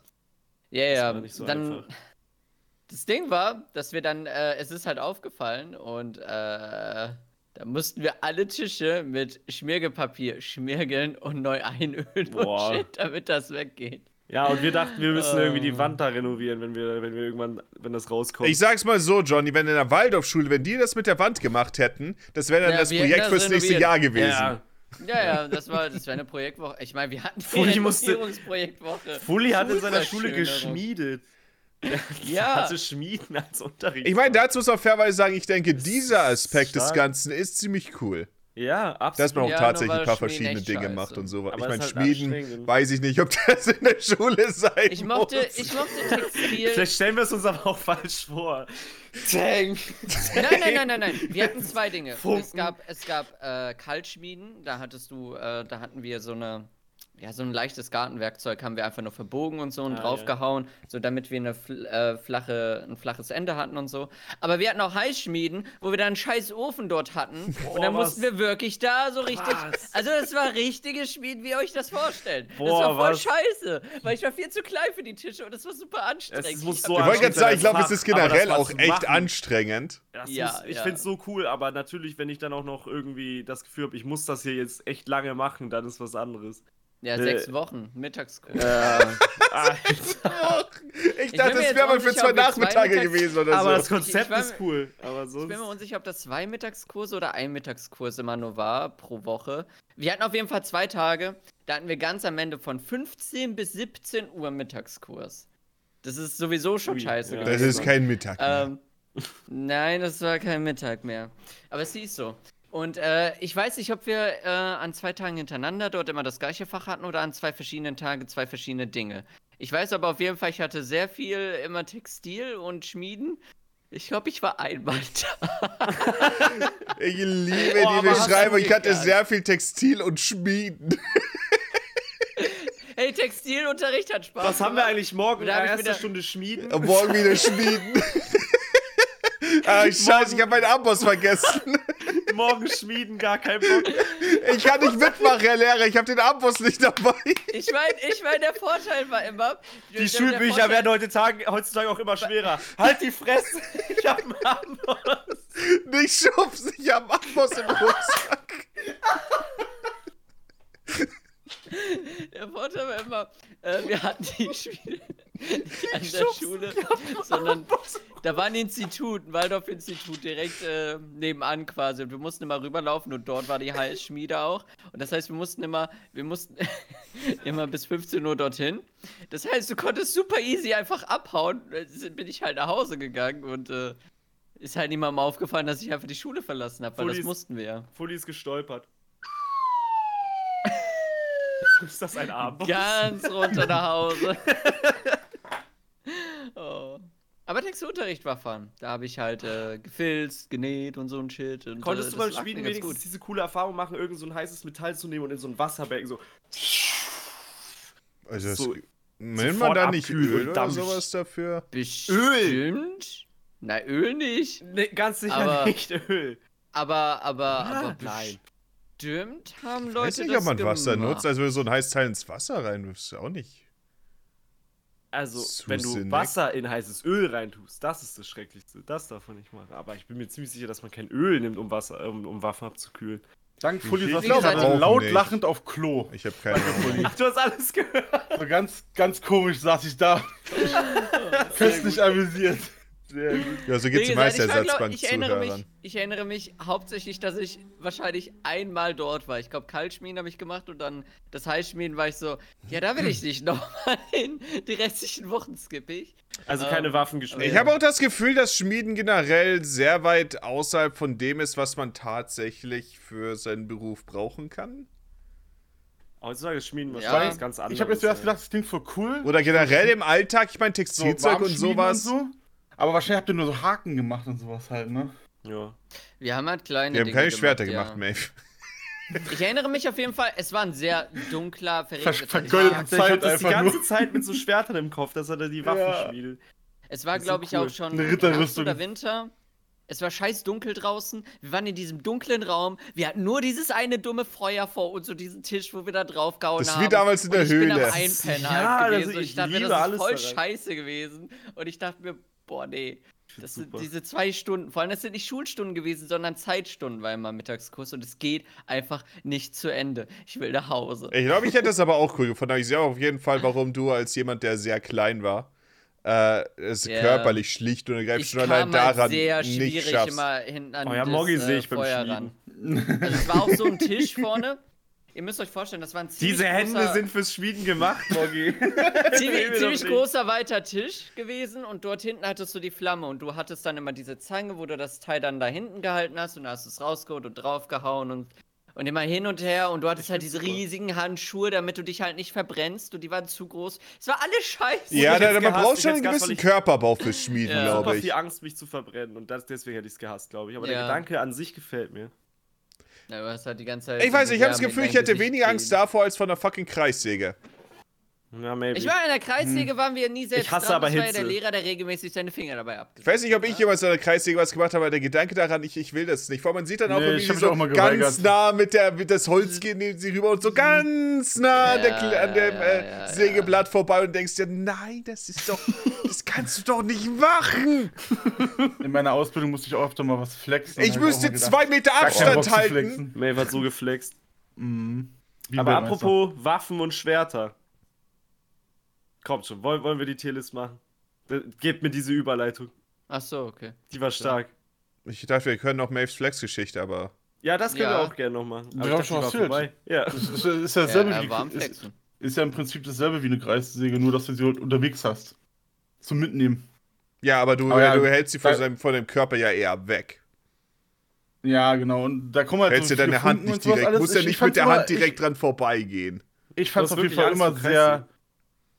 C: Ja,
B: Das
C: ja.
B: war nicht so
C: dann,
B: einfach.
C: Das Ding war, dass wir dann, äh, es ist halt aufgefallen und äh, da mussten wir alle Tische mit Schmirgelpapier schmirgeln und neu einölen
B: Boah.
C: und shit, damit das weggeht.
B: Ja, und wir dachten, wir müssen irgendwie die
C: Ähm.
B: Wand da renovieren, wenn wir, wenn wir irgendwann, wenn das rauskommt.
A: Ich sag's mal so, Johnny, wenn in der Waldorfschule, wenn die das mit der Wand gemacht hätten, das wäre dann
C: Ja,
A: das
C: wir
A: Projekt
C: hätten das
A: fürs nächste
C: renoviert.
A: Jahr gewesen.
B: ja.
C: Ja, ja, das war, das wäre eine Projektwoche. Ich meine, wir hatten
B: Fully musste-
C: Renovierungsprojektwoche.
B: Fully hat in seiner Schule
C: Schulverschönerung.
B: geschmiedet.
C: Ja.
B: Er Hatte Schmieden als Unterricht.
A: Ich meine, dazu muss man fairweise sagen, ich denke, dieser Aspekt des
B: stark.
A: Ganzen ist ziemlich cool.
B: Ja,
A: Da
B: absolut.
A: hat man auch
C: Ja, nur
A: tatsächlich
C: war
A: ein paar
C: Schmieden
A: verschiedene
C: echt
A: Dinge
C: scheiße.
A: gemacht und so.
B: Aber
A: ich
B: es
A: meine,
B: ist halt
A: Schmieden,
B: anstrengend.
A: weiß ich nicht, ob das in der Schule sein
C: Ich mochte,
A: muss.
C: ich mochte Textil.
B: Vielleicht stellen wir es uns aber auch falsch vor.
C: Nein, nein, nein, nein, nein. Wir hatten zwei Dinge. Es
B: Funken.
C: gab, es gab äh, Kaltschmieden, da hattest du, äh, da hatten wir so eine, ja, so ein leichtes Gartenwerkzeug haben wir einfach nur verbogen und so und
B: Ah,
C: draufgehauen, so damit wir eine fl äh, flache, ein flaches Ende hatten und so. Aber wir hatten auch Heißschmieden, wo wir dann einen scheiß Ofen dort hatten und dann
B: was.
C: mussten wir wirklich da so richtig,
B: Was.
C: also das war richtiges Schmieden, wie ihr euch das vorstellt.
B: Boah,
C: das war voll
B: was.
C: scheiße, weil ich war viel zu klein für die Tische und das war super anstrengend.
B: Es
C: Ich
B: muss
C: hab
B: so
A: Ich wollte gerade
B: anstrengend
A: sagen, ich glaube, es
B: sein,
A: ist
B: aber das
A: generell
B: mal
A: auch
B: zu
A: echt
B: machen.
A: anstrengend.
B: Das
C: Ja,
B: muss, ich
C: ja.
B: find's so cool, aber natürlich, wenn ich dann auch noch irgendwie das Gefühl habe, ich muss das hier jetzt echt lange machen, dann ist was anderes.
C: Ja,
B: Äh,
C: sechs Wochen, Mittagskur.
B: Ah, Alter.
A: Ich
C: bin
A: dachte,
C: mir
A: das
C: jetzt
A: wäre
C: auch
A: mal für zwei
C: nicht sicher, ob wir zwei
A: Nachmittage
C: Mittags-
A: gewesen oder
B: aber das
A: so.
B: Konzept
C: ich war
B: ist
C: mir-
B: cool. Aber
C: Ich
B: sonst.
C: bin mir unsicher, ob das zwei Mittagskurse oder ein Mittagskurs immer nur war pro Woche. Wir hatten auf jeden Fall zwei Tage. Da hatten wir ganz am Ende von 15 bis 17 Uhr Mittagskurs. Das ist sowieso schon
B: Ui,
C: scheiße
B: ja.
A: Das ist kein Mittag. mehr.
C: ähm, nein, das war kein Mittag mehr. Aber es hieß so. Und äh, ich weiß nicht, ob wir äh, an zwei Tagen hintereinander dort immer das gleiche Fach hatten oder an zwei verschiedenen Tagen zwei verschiedene Dinge. Ich weiß aber auf jeden Fall, ich hatte sehr viel immer Textil und Schmieden. Ich glaube, ich war einmal da.
A: Ich liebe die
C: Oh, aber hast du
A: Beschreibung. Ich hatte
C: gegangen.
A: sehr viel Textil und Schmieden.
C: Hey, Textilunterricht hat Spaß.
B: Was haben wir
C: gemacht.
B: eigentlich morgen?
C: Da hab ich
B: erste
C: wieder-
B: Stunde schmieden.
A: Morgen wieder Schmieden. Ah, scheiße, ich habe meinen Amboss vergessen.
B: Morgen schmieden, gar kein Bock.
A: Ich kann nicht mitmachen, Herr Lehrer. Ich habe den Amboss nicht dabei.
C: Ich meine, ich mein, der Vorteil war immer. der-
B: Die
C: der
B: Schulbücher
C: Vorteil-
B: werden heutzutage, heutzutage auch immer schwerer. Halt die Fresse, ich hab einen Amboss.
A: Nicht schubsen, ich habe Amboss im Rucksack.
C: Der Vorteil war immer, äh, wir hatten die Spiele nicht an der
B: Schubs.
C: Schule, sondern da war ein Institut, ein Waldorf-Institut, direkt äh, nebenan quasi. Und wir mussten immer rüberlaufen und dort war die Hal- Schmiede auch. Und das heißt, wir mussten immer, wir mussten immer bis 15 Uhr dorthin. Das heißt, du konntest super easy einfach abhauen. Äh, Bin ich halt nach Hause gegangen und äh, ist halt niemandem aufgefallen, dass ich einfach die Schule verlassen habe, weil
B: Fullis.
C: das mussten wir ja.
B: Fully ist gestolpert. Ist das ein Amboss?
C: Ganz runter nach Hause. oh. Aber Textunterricht war fun. Da habe ich halt äh, gefilzt, genäht und so ein Shit. Und,
B: Konntest du
C: äh, das
B: beim
C: lag mir
B: Schmieden
C: ganz
B: wenigstens diese coole Erfahrung machen, irgend so ein heißes Metall zu nehmen und in so ein Wasserbecken so.
A: Also, das,
B: So,
A: nennt man
B: sofort
A: da nicht
B: abkühlen
A: Öl
B: und
A: oder
B: Dampf.
A: sowas dafür?
C: Bestimmt? Na, Öl nicht.
B: Nee, ne, ganz sicher
C: Aber-
B: nicht Öl. Ah,
C: Aber, aber, aber
B: nein.
C: bestimmt haben
A: Ich
C: Leute
A: weiß nicht,
C: das
A: ob man Wasser
C: gemacht.
A: nutzt. Also, so ein heißes Teil ins Wasser rein, das ist auch nicht.
B: Also,
A: Susan
B: wenn du
A: Neck.
B: Wasser in heißes Öl reintust, das ist das Schrecklichste. Das darf man nicht machen. Aber ich bin mir ziemlich sicher, dass man kein Öl nimmt, um, Wasser, um, um Waffen abzukühlen.
D: Dank Fully
A: Ich
D: saß ich
C: glaub,
D: gerade
A: auch
D: laut
A: nicht.
D: lachend auf Klo.
A: Ich habe keine Ahnung.
B: Ach, du hast alles gehört.
D: So ganz, ganz komisch saß ich da. Köstlich amüsiert. Sehr gut.
A: Ja, so Also geht's
C: Wie
A: den
C: gesagt,
A: meisten
C: ich, war, glaub, ich, erinnere mich,
A: Ersatzbank-Zuhörern.
C: ich erinnere mich hauptsächlich, dass ich wahrscheinlich einmal dort war. Ich glaube, Kaltschmieden habe ich gemacht und dann das Heißschmieden war ich so, ja, da will ich nicht nochmal hin. Die restlichen Wochen skippe ich.
B: Also
C: Ähm,
B: keine Waffen geschmiert.
A: Ich habe auch das Gefühl, dass Schmieden generell sehr weit außerhalb von dem ist, was man tatsächlich für seinen Beruf brauchen kann.
B: Heutzutage ist Schmieden was
C: Ja.
B: ganz- ganz anderes.
D: Ich habe jetzt zuerst
B: ey.
D: gedacht, das klingt voll cool.
A: Oder generell im Alltag, ich meine
D: So
A: Textilzeug
D: warm
A: und
D: schmieden
A: sowas.
D: und so. Aber wahrscheinlich habt ihr nur so Haken gemacht und sowas halt, ne?
B: Ja.
C: Wir haben halt kleine
A: Wir haben
C: Dinge
A: keine Schwerter gemacht,
C: gemacht, ja.
A: Maeve.
C: Ich erinnere mich auf jeden Fall, es war ein sehr dunkler,
D: Ver-
C: verregneter
D: vergoldeter
C: Tag.
B: Ich hab
D: Zeit
B: das die
D: einfach
B: ganze
D: nur.
B: Zeit mit so Schwertern im Kopf, dass er da die Waffen
D: Ja.
B: schmiedet.
C: Es war,
B: ist so
C: glaube ich,
B: cool.
C: auch schon
D: Eine
C: Herbst
D: Ritterrüstung.
C: oder Winter. Es war scheiß dunkel draußen. Wir waren in diesem dunklen Raum. Wir hatten nur dieses eine dumme Feuer vor uns und diesen Tisch, wo wir da draufgehauen haben.
A: Das ist wie damals in
C: und
A: der
C: ich Bin
A: Höhle.
C: am Einpennen
B: Ja,
C: halt gewesen.
B: also
C: und
B: ich
C: ich dachte mir,
B: liebe
C: das ist
B: alles
C: voll
B: daran.
C: scheiße gewesen. Und ich dachte mir, boah, nee. Das sind
B: super.
C: diese zwei Stunden. Vor allem, das sind nicht Schulstunden gewesen, sondern Zeitstunden, weil immer Mittagskurs und es geht einfach nicht zu Ende. Ich will nach Hause.
A: Ich glaube, ich hätte das aber auch cool gefunden. Aber ich sehe auch auf jeden Fall, warum du als jemand, der sehr klein war, äh, es
C: Ja.
A: körperlich schlicht und ergreifend schon allein
B: halt
A: daran
C: halt sehr
A: nicht
C: schwierig
A: schaffst.
C: immer hinten an
B: Euer
C: das
B: Oh
C: äh,
B: Moggi sehe ich beim
C: Feuer ran.
B: Schmieden.
C: Also es war auch so ein Tisch vorne. Ihr müsst euch vorstellen, das war ein ziemlich
B: Diese Hände
C: großer,
B: sind fürs Schmieden gemacht, Morgi.
C: ziemlich,
B: Sehen wir
C: ziemlich
B: doch nicht.
C: großer weiter Tisch gewesen und dort hinten hattest du die Flamme und du hattest dann immer diese Zange, wo du das Teil dann da hinten gehalten hast und da hast du es rausgeholt und draufgehauen und und immer hin und her und du hattest halt diese riesigen Handschuhe, damit du dich halt nicht verbrennst und die waren zu groß. Es war alles scheiße.
A: Ja,
B: Ich hätte
A: da, man
B: gehasst,
A: braucht
B: ich
A: schon einen
B: hätte gehasst,
A: gewissen
B: weil
A: Körperbau fürs Schmieden,
C: Ja.
A: glaube
B: Super
A: ich.
B: viel Angst, mich zu verbrennen. Und das, deswegen hätte ich es gehasst, glaube ich. Aber der
C: Ja.
B: Gedanke an sich gefällt mir.
C: Ja, du hast halt die ganze Zeit
A: Ich weiß
C: so
A: nicht, ich habe das
C: Wärme in
A: Gefühl,
C: dein
A: ich hätte
C: Gesicht
A: weniger Angst
C: gehen.
A: davor als vor einer fucking Kreissäge.
B: Ja, maybe.
C: Ich war in der Kreissäge, waren wir nie selbst
B: Hm. Ich hasse
C: dran.
B: aber
C: das war ja der
B: Hitze.
C: Lehrer, der regelmäßig seine Finger dabei
A: Ich
C: abgesetzt
A: weiß nicht, ob ich
C: hat.
A: jemals in der Kreissäge was gemacht habe, aber der Gedanke daran, ich, ich will das nicht. Vor allem, man sieht dann auch
D: Nee,
A: irgendwie
D: ich hab mich
A: so
D: auch mal
A: ganz
D: geweigert.
A: nah mit, der, mit das Holz gehen die- sie rüber und so ganz nah an, der,
C: Ja,
A: Kle- an
C: ja,
A: dem äh,
C: ja, ja.
A: Sägeblatt vorbei und denkst dir, nein, das ist doch, das kannst du doch nicht machen.
D: In meiner Ausbildung musste ich auch öfter mal was flexen.
A: Ich
D: Hab
A: müsste
D: auch mal gedacht,
A: zwei Meter
D: gar keinen Bock
A: Abstand
D: zu
A: halten.
D: flexen.
B: Maeve hat so geflext.
D: Mhm. Wie
B: Aber
D: Weltmeister.
B: apropos Waffen und Schwerter. Kommt schon, wollen, wollen wir die Tierlist machen? Äh, Gebt mir diese Überleitung.
C: Ach so, okay.
B: Die war stark.
A: Ich dachte, wir können noch Maves Flex-Geschichte, aber
B: Ja, das können
C: Ja.
B: wir auch gerne noch machen.
D: Wir haben schon
B: die
D: was
B: war vorbei. Ja.
D: Das ist, das ist ja
C: Ja,
D: dasselbe
C: er war am
D: wie die, ist,
C: Flexen.
D: ist ja im Prinzip dasselbe wie eine Kreissäge, nur dass du sie halt unterwegs hast. Zum Mitnehmen.
A: ja, aber du,
D: Aber ja,
A: du hältst sie von,
D: weil-
A: seinem, von dem Körper ja eher weg.
D: Ja, genau. Und da kommen halt
A: Hältst dir
D: viele
A: deine Hand
D: Funken
A: nicht
D: und sowas
A: direkt,
D: alles.
A: musst ja
D: Ich- ich
A: nicht
D: fand's
A: mit der
D: immer-
A: Hand direkt dran vorbeigehen.
D: Ich, ich fand es
B: Du hast
D: auf jeden
B: wirklich
D: Fall
B: Angst
D: immer
B: vor
D: sehr.
B: Kreissägen.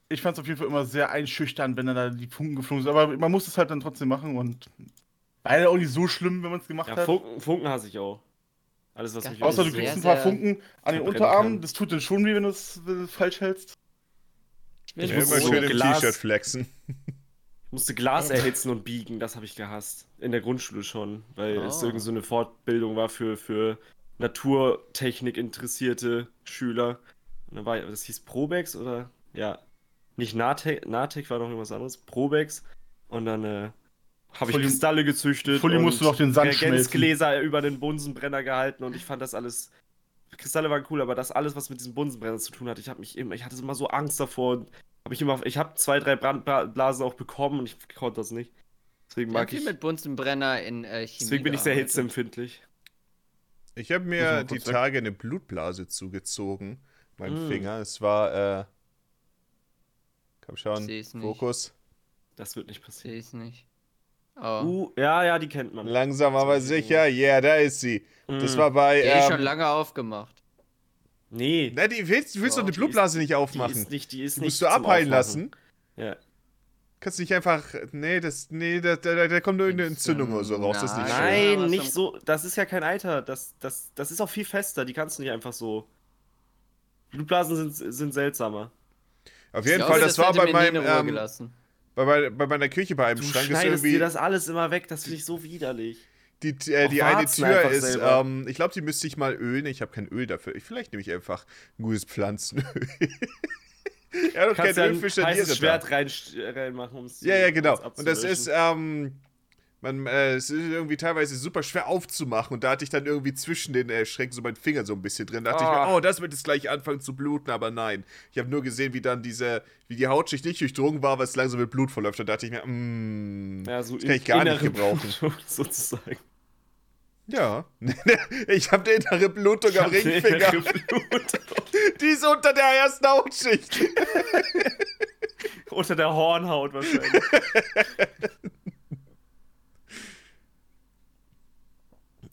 D: Ich fand es auf jeden Fall immer sehr einschüchternd, wenn dann da die Funken geflogen sind. Aber man muss es halt dann trotzdem machen und. Leider auch nicht so schlimm, wenn man es gemacht
B: ja
D: hat.
B: Funken, Funken hasse ich auch. Alles, was
C: Ja.
B: mich
D: Außer
C: Ja,
D: du
B: irgendwie
D: kriegst
C: sehr,
D: ein paar
C: sehr
D: Funken an den
B: verbrennen
D: Unterarmen.
B: kann.
D: Das tut dann schon weh, wenn du es äh, falsch hältst.
C: Ich
A: Ja,
C: muss
A: immer
B: so
A: schön im
B: Glas-
A: T-Shirt flexen.
B: Musste Glas erhitzen und biegen, das habe ich gehasst. In der Grundschule schon, weil es
C: Oh.
B: irgend so eine Fortbildung war für, für Naturtechnik interessierte Schüler. Und dann war ich, das hieß Probex oder? Ja. Nicht Natek, Natek war noch irgendwas anderes. Probex. Und dann äh, habe ich
D: Fully-
B: Kristalle gezüchtet.
D: Fully
B: und
D: musst du noch den Sand
B: Reagenzgläser über den Bunsenbrenner gehalten und ich fand das alles. Kristalle waren cool, aber das alles, was mit diesem Bunsenbrenner zu tun hat, ich habe mich immer, ich hatte immer so Angst davor und habe ich immer, ich habe zwei, drei Brandblasen auch bekommen und ich konnte das nicht. Deswegen
C: Wir haben
B: mag
C: viel
B: ich,
C: mit Bunsenbrenner in äh, Chemie.
B: deswegen bin ich sehr
C: gearbeitet.
B: hitzeempfindlich.
A: Ich habe
D: Muss ich
A: mir
D: mal
A: die
D: kurz weg.
A: Tage eine Blutblase zugezogen. Mein
B: Mm.
A: Finger. Es war, äh. Komm schon.
C: Seh's nicht.
A: Fokus.
B: Das wird nicht passieren.
C: Sehe ich nicht. Oh.
B: Uh, ja, ja, die kennt man.
A: Langsam, aber sicher. Yeah, da ist sie. Das
B: Mm.
A: war bei.
C: Die ist schon
A: Ähm,
C: lange aufgemacht.
B: Nee,
A: na, die willst, du willst
C: Ja,
A: doch eine
B: die
A: Blutblase nicht
B: die
A: aufmachen.
B: ist nicht, die ist
A: Die
B: nicht.
A: musst du
B: zum
A: abheilen
B: Aufmachen.
A: lassen.
B: Ja.
A: Kannst nicht einfach. Nee, das. Nee, da, da, da- da kommt nur irgendeine Entzündung oder so raus. Das ist nicht schön.
C: Ja,
B: Nein,
C: was
B: nicht
C: zum-
B: so. Das ist ja kein Eiter. Das, das, das ist auch viel fester. Die kannst du nicht einfach so. Blutblasen sind, sind seltsamer.
A: Auf
C: Ich
A: jeden
C: glaube,
A: Fall, das, war
C: hätte
A: bei
C: mir nie in
A: meinem.
C: Ruhe
A: Ähm,
C: gelassen.
A: bei, mein- bei meiner Küche bei einem
B: Du
A: Schrank ist
B: schneidest
A: irgendwie.
B: dir das alles immer weg. Das finde ich so widerlich.
A: Die, t- äh,
B: Auch
A: die eine
B: Warzen
A: Tür
B: einfach
A: ist,
B: selber.
A: ähm, ich glaube, die müsste ich mal ölen. Ich habe kein Öl dafür. Ich, vielleicht nehme ich einfach ein gutes Pflanzenöl. ja, doch kein
B: kannst ja
A: Öl
B: ein
A: für
B: heißes
A: Scharniere da.
B: Schwert rein, reinmachen, um
A: Ja, ja, genau. Und das ist, ähm, man, äh, es ist irgendwie teilweise super schwer aufzumachen. Und da hatte ich dann irgendwie zwischen den äh, Schränken so meinen Finger so ein bisschen drin. Da dachte ich
B: Ah.
A: mir, oh, das wird jetzt gleich anfangen zu bluten, aber nein. Ich habe nur gesehen, wie dann diese, wie die Hautschicht nicht durchdrungen war, weil es langsam mit Blut verläuft. Da dachte ich mir, mm,
B: ja, so
A: das kann ich gar nicht gebrauchen.
B: sozusagen.
A: Ja. ich habe eine innere Blutung am
B: Ich hab den
A: Ringfinger.
B: Blut
A: Die ist unter der ersten Hautschicht.
B: Unter der Hornhaut wahrscheinlich.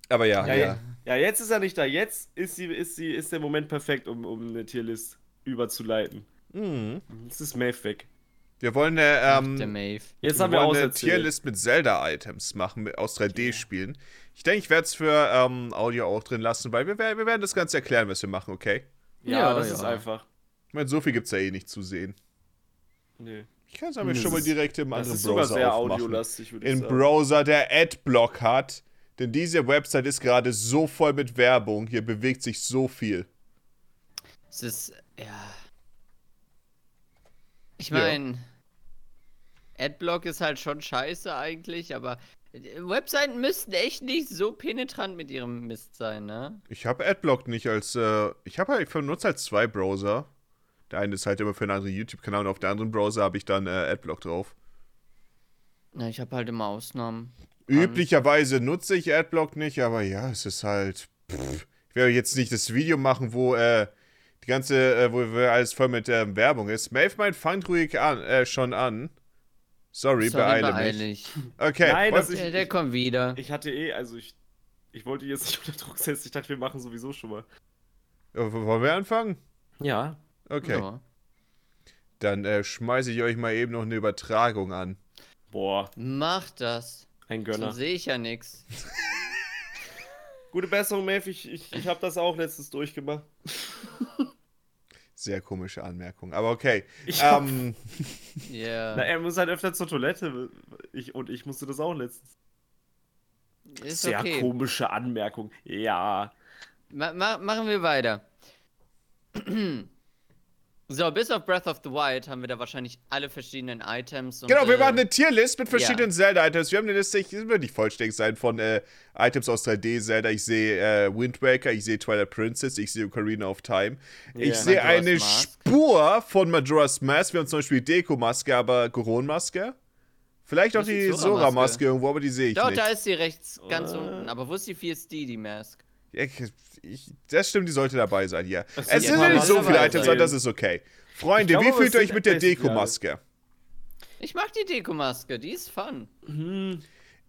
A: Aber ja,
B: Ja,
A: ja.
B: ja. ja, jetzt ist er nicht da. Jetzt ist, sie, ist, sie, ist der Moment perfekt, um, um eine Tierlist überzuleiten.
A: Mhm.
B: Jetzt ist Maeve weg.
A: Wir wollen eine,
C: Der
A: ähm,
C: Maeve.
B: Jetzt
A: wir
B: haben wir
A: wollen
B: auch
A: eine Tierlist mit Zelda-Items machen, mit- aus 3D-Spielen. Ich denke, ich werde es für ähm, Audio auch drin lassen, weil wir, wer- wir werden das Ganze erklären, was wir machen, okay?
B: Ja,
C: Ja,
B: das
C: ja.
B: ist einfach.
A: Ich meine, so viel gibt es ja eh nicht zu sehen.
B: Nee.
A: Ich kann es aber
B: Das
A: schon mal
B: ist-
A: direkt im
B: Das
A: anderen
B: ist sogar
A: Browser
B: sehr
A: aufmachen.
B: audiolastig, würde ich
A: Im
B: sagen.
A: Browser, der Adblock hat. Denn diese Website ist gerade so voll mit Werbung. Hier bewegt sich so viel.
C: Es ist. Ja. Ich
A: Ja.
C: meine. Adblock ist halt schon scheiße eigentlich, aber. äh, Webseiten müssten echt nicht so penetrant mit ihrem Mist sein, ne?
A: Ich habe Adblock nicht als. Äh, ich habe halt, ich benutze halt zwei Browser. Der eine ist halt immer für einen anderen YouTube-Kanal und auf der anderen Browser habe ich dann äh, Adblock drauf.
C: Na, ich habe halt immer Ausnahmen.
A: Üblicherweise nutze ich Adblock nicht, aber ja, es ist halt. Pff, ich werde jetzt nicht das Video machen, wo äh, die ganze, äh, wo wir alles voll mit ähm, Werbung ist. Maeve meint, fangt ruhig an, äh, schon an. Sorry,
C: Sorry,
A: beeile
C: beeil
A: mich.
C: ich.
A: Okay.
B: Nein,
A: wollt-
B: das ist-
C: Der, der kommt wieder.
B: Ich hatte eh, also ich, ich wollte ihn jetzt nicht unter Druck setzen. Ich dachte, wir machen sowieso schon mal.
A: äh, wollen wir anfangen?
B: Ja.
A: Okay.
C: Ja.
A: Dann äh, schmeiße ich euch mal eben noch eine Übertragung an.
B: Boah,
C: Mach das.
B: ein
C: Dann
B: Gönner.
C: sehe ich ja nichts.
B: Gute Besserung, Maeve. Ich, ich, ich habe das auch letztens durchgemacht.
A: Sehr komische Anmerkung, aber okay.
B: Ich hab-
A: ähm,
C: Ja.
B: Na, er muss halt öfter zur Toilette. Ich, und ich musste das auch letztens.
C: Ist
B: Sehr
C: okay.
B: komische Anmerkung. Ja.
C: Ma ma machen wir weiter. so, bis auf Breath of the Wild haben wir da wahrscheinlich alle verschiedenen Items. Und,
A: Genau, wir
C: äh,
A: machen eine Tierlist mit verschiedenen Zelda-Items. Wir haben eine Liste, ich das wird nicht vollständig sein, von äh, Items aus 3D-Zelda. Ich sehe äh, Wind Waker, ich sehe Twilight Princess, ich sehe Ocarina of Time.
B: Ja.
A: Ich sehe
C: Majora's
A: eine
C: Mask.
A: Spur von Majora's Mask. Wir haben zum Beispiel Deko-Maske, aber Goron-Maske. Vielleicht auch
C: Das ist
A: die
C: die Sora-Maske.
A: Sora-Maske irgendwo, aber die sehe ich
C: Dort,
A: nicht.
C: da ist sie rechts ganz
B: Äh.
C: unten. Aber wo ist die 4SD, die Mask?
A: Ich, ich, das stimmt, die sollte dabei sein, ja.
B: Das
A: Es
B: sind
A: sind
B: ja
A: nicht so viele
B: normalerweise.
A: Items, aber das ist okay. Freunde,
B: glaube,
A: wie
B: aber
A: fühlt
B: es
A: ihr euch
B: sind
A: mit der
B: am besten
A: Deko-Maske?
C: Ich mag die Dekomaske, die ist fun.
B: Hm.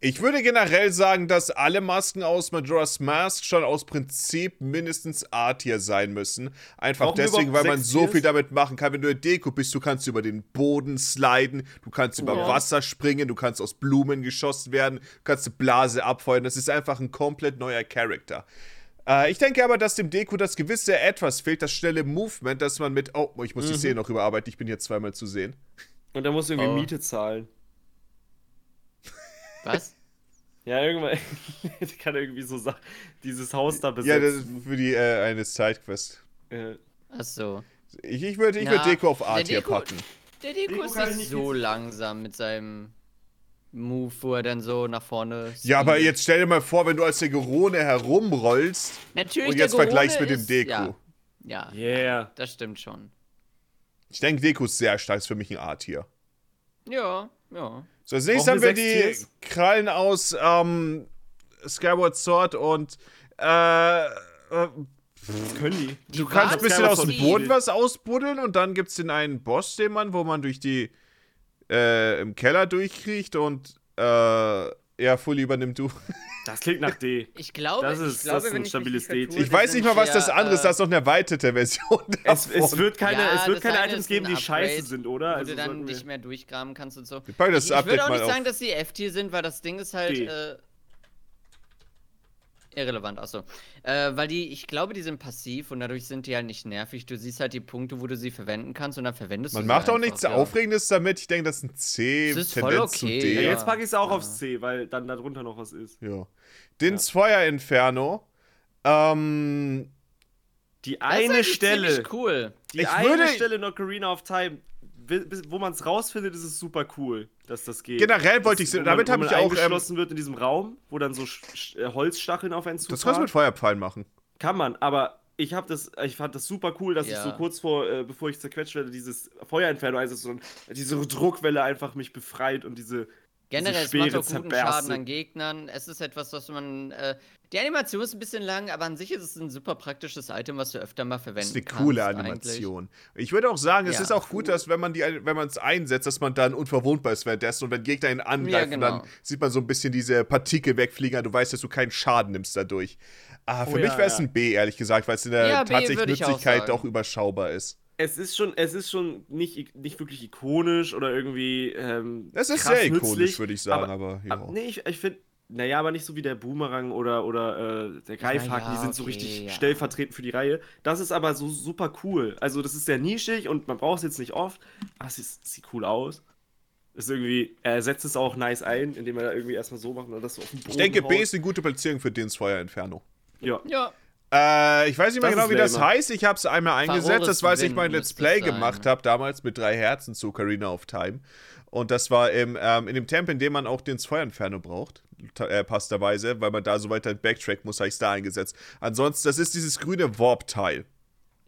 A: Ich würde generell sagen, dass alle Masken aus Majora's Mask schon aus Prinzip mindestens A-Tier sein müssen. Einfach
B: Brauchen wir
A: deswegen, weil
B: überhaupt
A: man
B: sechs
A: so viel
B: Tiers?
A: damit machen kann. Wenn du in Deko bist, du kannst über den Boden sliden, du kannst über
B: Ja.
A: Wasser springen, du kannst aus Blumen geschossen werden, du kannst eine Blase abfeuern. Das ist einfach ein komplett neuer Charakter. Äh, ich denke aber, dass dem Deko das gewisse Etwas fehlt, das schnelle Movement, dass
B: Mhm.
A: man mit. Oh, ich muss die Szene noch überarbeiten, ich bin hier zweimal zu sehen.
B: Und er muss irgendwie
C: Oh.
B: Miete zahlen.
C: Was?
B: Ja, irgendwann die kann irgendwie so sa- dieses Haus da
A: Ja, das ist
B: besetzen.
A: für die äh, eine Sidequest.
B: Ja,
C: Ach so.
A: Ich, ich würde ich würd
C: Na,
A: Deko auf
C: der
A: Art hier
C: Deko-
A: packen.
C: Der Deko
B: Deko
C: ist
B: kann ich nicht
C: nicht so langsam mit seinem Move, wo er dann so nach vorne.
A: Ja, aber
C: speedet.
A: jetzt stell dir mal vor, wenn du als der Gerone herumrollst
C: Natürlich,
A: und
C: der
A: jetzt vergleichst
C: Corona
A: mit dem
C: ist-
A: Deko.
C: Ja, ja
B: yeah.
C: das stimmt schon.
A: Ich denke, Deko ist sehr stark, ist für mich ein Art hier.
C: Ja, ja.
A: So, als nächstes haben
B: Brauchen wir
A: wir die
B: sechs Tiers?
A: Krallen aus ähm, Skyward Sword und äh, äh,
B: Das können die.
A: Du
C: Die
A: kannst
C: waren
A: ein bisschen
B: Ah, Skyward
A: aus dem
B: Sword
A: Boden
B: Spiel.
A: was ausbuddeln und dann gibt's den einen Boss, den man, wo man durch die äh, im Keller durchkriecht und äh, ja, Fully übernimmt du.
B: Das klingt nach D.
C: Ich glaube,
B: Das ist-
C: ich glaube
B: das ist
C: wenn
B: ein
C: ich
B: stabiles
C: mich nicht
B: D-Tier.
C: vertue,
A: Ich weiß
C: sind
A: nicht mal, was
C: wir,
A: das andere ist,
C: äh,
A: das ist noch eine erweitete Version.
B: Es,
A: davon.
B: es wird keine,
C: Ja,
B: es wird
C: das
B: keine
C: eine
B: Items
C: ist ein
B: geben, die scheiße
C: Upgrade,
B: sind, oder? Also
A: also
C: Wo du dann
B: sollten wir-
C: nicht mehr durchgraben kannst und so.
A: Wir packen das
C: ich ich
A: Update
C: würde auch
A: mal
C: nicht
A: auf.
C: sagen, dass sie F-Tier sind, weil das Ding ist halt
B: D.
C: äh, irrelevant, achso. Äh, weil die, ich glaube, die sind passiv und dadurch sind die halt nicht nervig. Du siehst halt die Punkte, wo du sie verwenden kannst und dann verwendest
A: Man
C: du sie
A: macht auch
C: einfach,
A: nichts
C: ja.
A: Aufregendes damit. Ich denke, das ist ein C,
C: Es ist voll
A: Tendenz zu
C: okay,
A: D.
B: ja,
C: Ja.
B: jetzt packe ich es auch
C: Ja.
B: aufs C, weil dann darunter noch was ist.
A: Ja. Dins Feuer Inferno. Ähm,
B: Die
C: Das ist
B: eine
C: eigentlich
B: Stelle,
C: ziemlich cool.
B: die
A: Ich
B: eine
A: würde-
B: Stelle in Ocarina of Time, wi- bis- wo man es rausfindet, ist es super cool, dass das geht.
A: generell wollte ich,
B: Wo man-
A: damit
B: wo
A: habe
B: man
A: ich auch, ähm,
B: eingeschlossen wird in diesem Raum, wo dann so Sch- Sch- äh, Holzstacheln auf einen zufahren.
A: das kannst du mit Feuerpfeilen machen.
B: Kann man, aber ich habe das, ich fand das super cool, dass ich
C: Ja.
B: so kurz vor, äh, bevor ich zerquetscht werde, dieses Feuerinferno, also so ein, diese Druckwelle einfach mich befreit und diese.
C: Generell, es
B: Schwere
C: macht auch guten
B: Zerberste.
C: Schaden an Gegnern. Es ist etwas, was man. Äh, die Animation ist ein bisschen lang, aber an sich ist es ein super praktisches Item, was du öfter mal verwenden
A: Das ist eine
C: kannst.
A: coole
C: eigentlich.
A: Animation. Ich würde auch sagen, es
C: Ja,
A: ist auch gut, dass wenn man die, wenn man es einsetzt, dass man dann unverwundbar ist währenddessen und wenn Gegner ihn angreifen,
C: Ja, genau.
A: dann sieht man so ein bisschen diese Partikel wegfliegen. aber Du weißt, dass du keinen Schaden nimmst dadurch. Ah, für
B: Oh,
A: mich
B: ja,
A: wäre es
B: ja.
A: ein B, ehrlich gesagt, weil es in der
C: Ja, B
A: tatsächlichen
C: würde ich auch
A: Nützlichkeit
C: sagen.
A: auch, überschaubar ist.
B: Es ist schon, es ist schon nicht, i- nicht wirklich ikonisch oder irgendwie. Ähm,
A: Es ist
B: krass
A: sehr ikonisch,
B: nützlich,
A: würde ich sagen, aber, ja.
B: ab- nee, ich, ich finde. Naja, aber nicht so wie der Boomerang oder, oder äh, der Greifhaken,
C: ja,
B: die sind so
C: okay,
B: richtig
C: ja.
B: stellvertretend für die Reihe. Das ist aber so super cool. Also, das ist sehr nischig und man braucht es jetzt nicht oft. Aber es sieht, sieht cool aus. Ist irgendwie, er setzt es auch nice ein, indem er da irgendwie erstmal so macht und dann das so auf den Boden
A: Ich denke, B
B: haut.
A: ist eine gute Platzierung für Dins Feuer Inferno.
B: Ja.
C: Ja,
A: Äh, ich weiß nicht mehr
B: Das
A: genau,
B: ist
A: wie das
B: lamer.
A: heißt. Ich habe es einmal eingesetzt. Das
C: Verrohres
A: weiß ich
C: Wind
A: mein Let's
C: müsste
A: Play
C: es sein.
A: gemacht habe, damals mit drei Herzen zu Ocarina of Time. Und das war im, ähm, in dem Tempel, in dem man auch den Feuerinferno braucht. ta- Äh, passenderweise, weil man da so weiter backtrack muss, habe ich es da eingesetzt. Ansonsten, das ist dieses grüne Warp-Teil.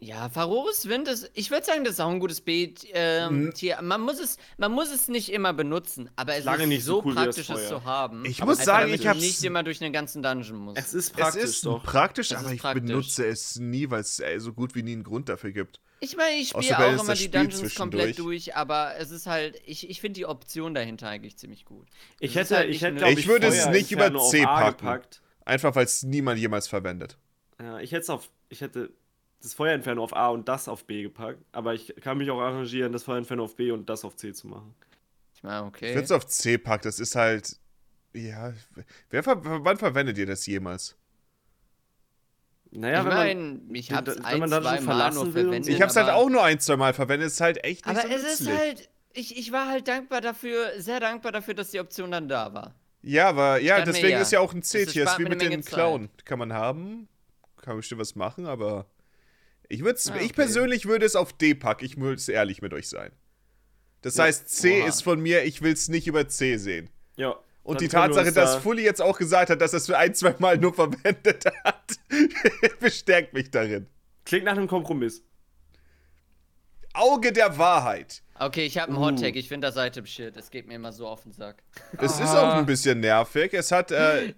C: Ja, Varroris Wind ist, ich würde sagen, das ist auch ein gutes Beet. Ähm,
A: Mhm.
C: Tier. Man, muss es, man muss es nicht immer benutzen, aber es
B: Lange
C: ist
B: nicht
C: so,
B: so cool wie das
C: praktisch, es
B: Feuer.
C: zu haben.
A: Ich
C: als
A: muss sagen,
C: damit
A: ich
C: du
A: hab's-
C: nicht immer durch den ganzen Dungeon muss.
B: Es ist
A: Es
B: praktisch
A: ist
B: doch.
A: praktisch,
C: Es
A: aber
C: ist
A: ich
C: praktisch.
A: benutze es nie, weil es äh, so gut wie nie einen Grund dafür gibt.
C: Ich meine, ich
A: Außer
C: spiele
A: wenn es
C: auch immer
A: das
C: die
A: Spiel
C: Dungeons komplett
A: zwischendurch.
C: durch, aber es ist halt, ich, ich finde die Option dahinter eigentlich ziemlich gut.
B: Ich
C: Das ist
B: hätte,
C: halt
B: ich
C: nicht
B: hätte,
C: nötig.
B: glaub
A: Ich würde es
B: Feuer
A: nicht über
B: Inferno auf
A: C
B: A
A: packen.
B: gepackt.
A: Einfach, weil es niemand jemals verwendet.
B: Ja, ich hätte auf. Ich hätte das Feuerinferno auf A und das auf B gepackt, aber ich kann mich auch arrangieren, das Feuerinferno auf B und das auf C zu machen.
C: Ich meine, okay.
A: Ich würde es auf C packen, das ist halt. Ja, wer ver wann verwendet ihr das jemals?
B: Naja,
C: ich
B: wenn man.
C: meine, ich
B: wenn-
C: habe es
B: wenn
C: ein,
B: man dann schon
C: zwei Mal
B: verlassen will
C: nur
B: und so.
C: verwendet.
A: Ich hab's halt
C: aber-
A: auch nur ein, zwei Mal verwendet, ist halt echt nicht
C: Aber
A: so
C: es ist
A: nützlich.
C: halt, ich, ich war halt dankbar dafür, sehr dankbar dafür, dass die Option dann da war.
A: Ja, aber ja,
C: Statt mir
A: deswegen
C: ja.
A: ist ja auch ein
C: spart
A: C-Tier, ist wie
C: mir
A: mit den
C: eine Menge Zeit.
A: Clown. Kann man haben, kann bestimmt was machen, aber ich würde
C: Ah,
A: ich
C: okay.
A: persönlich würde es auf D packen, ich muss ehrlich mit euch sein. Das
B: Ja.
A: heißt, C
C: Oha.
A: ist von mir, ich will's nicht über C sehen.
B: Ja.
A: Und
B: dann
A: die
B: können wir
A: Tatsache,
B: uns
A: dass
B: da-
A: Fully jetzt auch gesagt hat, dass er es für ein, zwei Mal nur verwendet hat, bestärkt mich darin.
B: Klingt nach einem Kompromiss.
A: Auge der Wahrheit.
C: Okay, ich habe einen
B: Uh.
C: Hottag, ich finde das Item shit, es geht mir immer so auf den Sack.
A: Es ist auch ein bisschen nervig. Es hat, äh,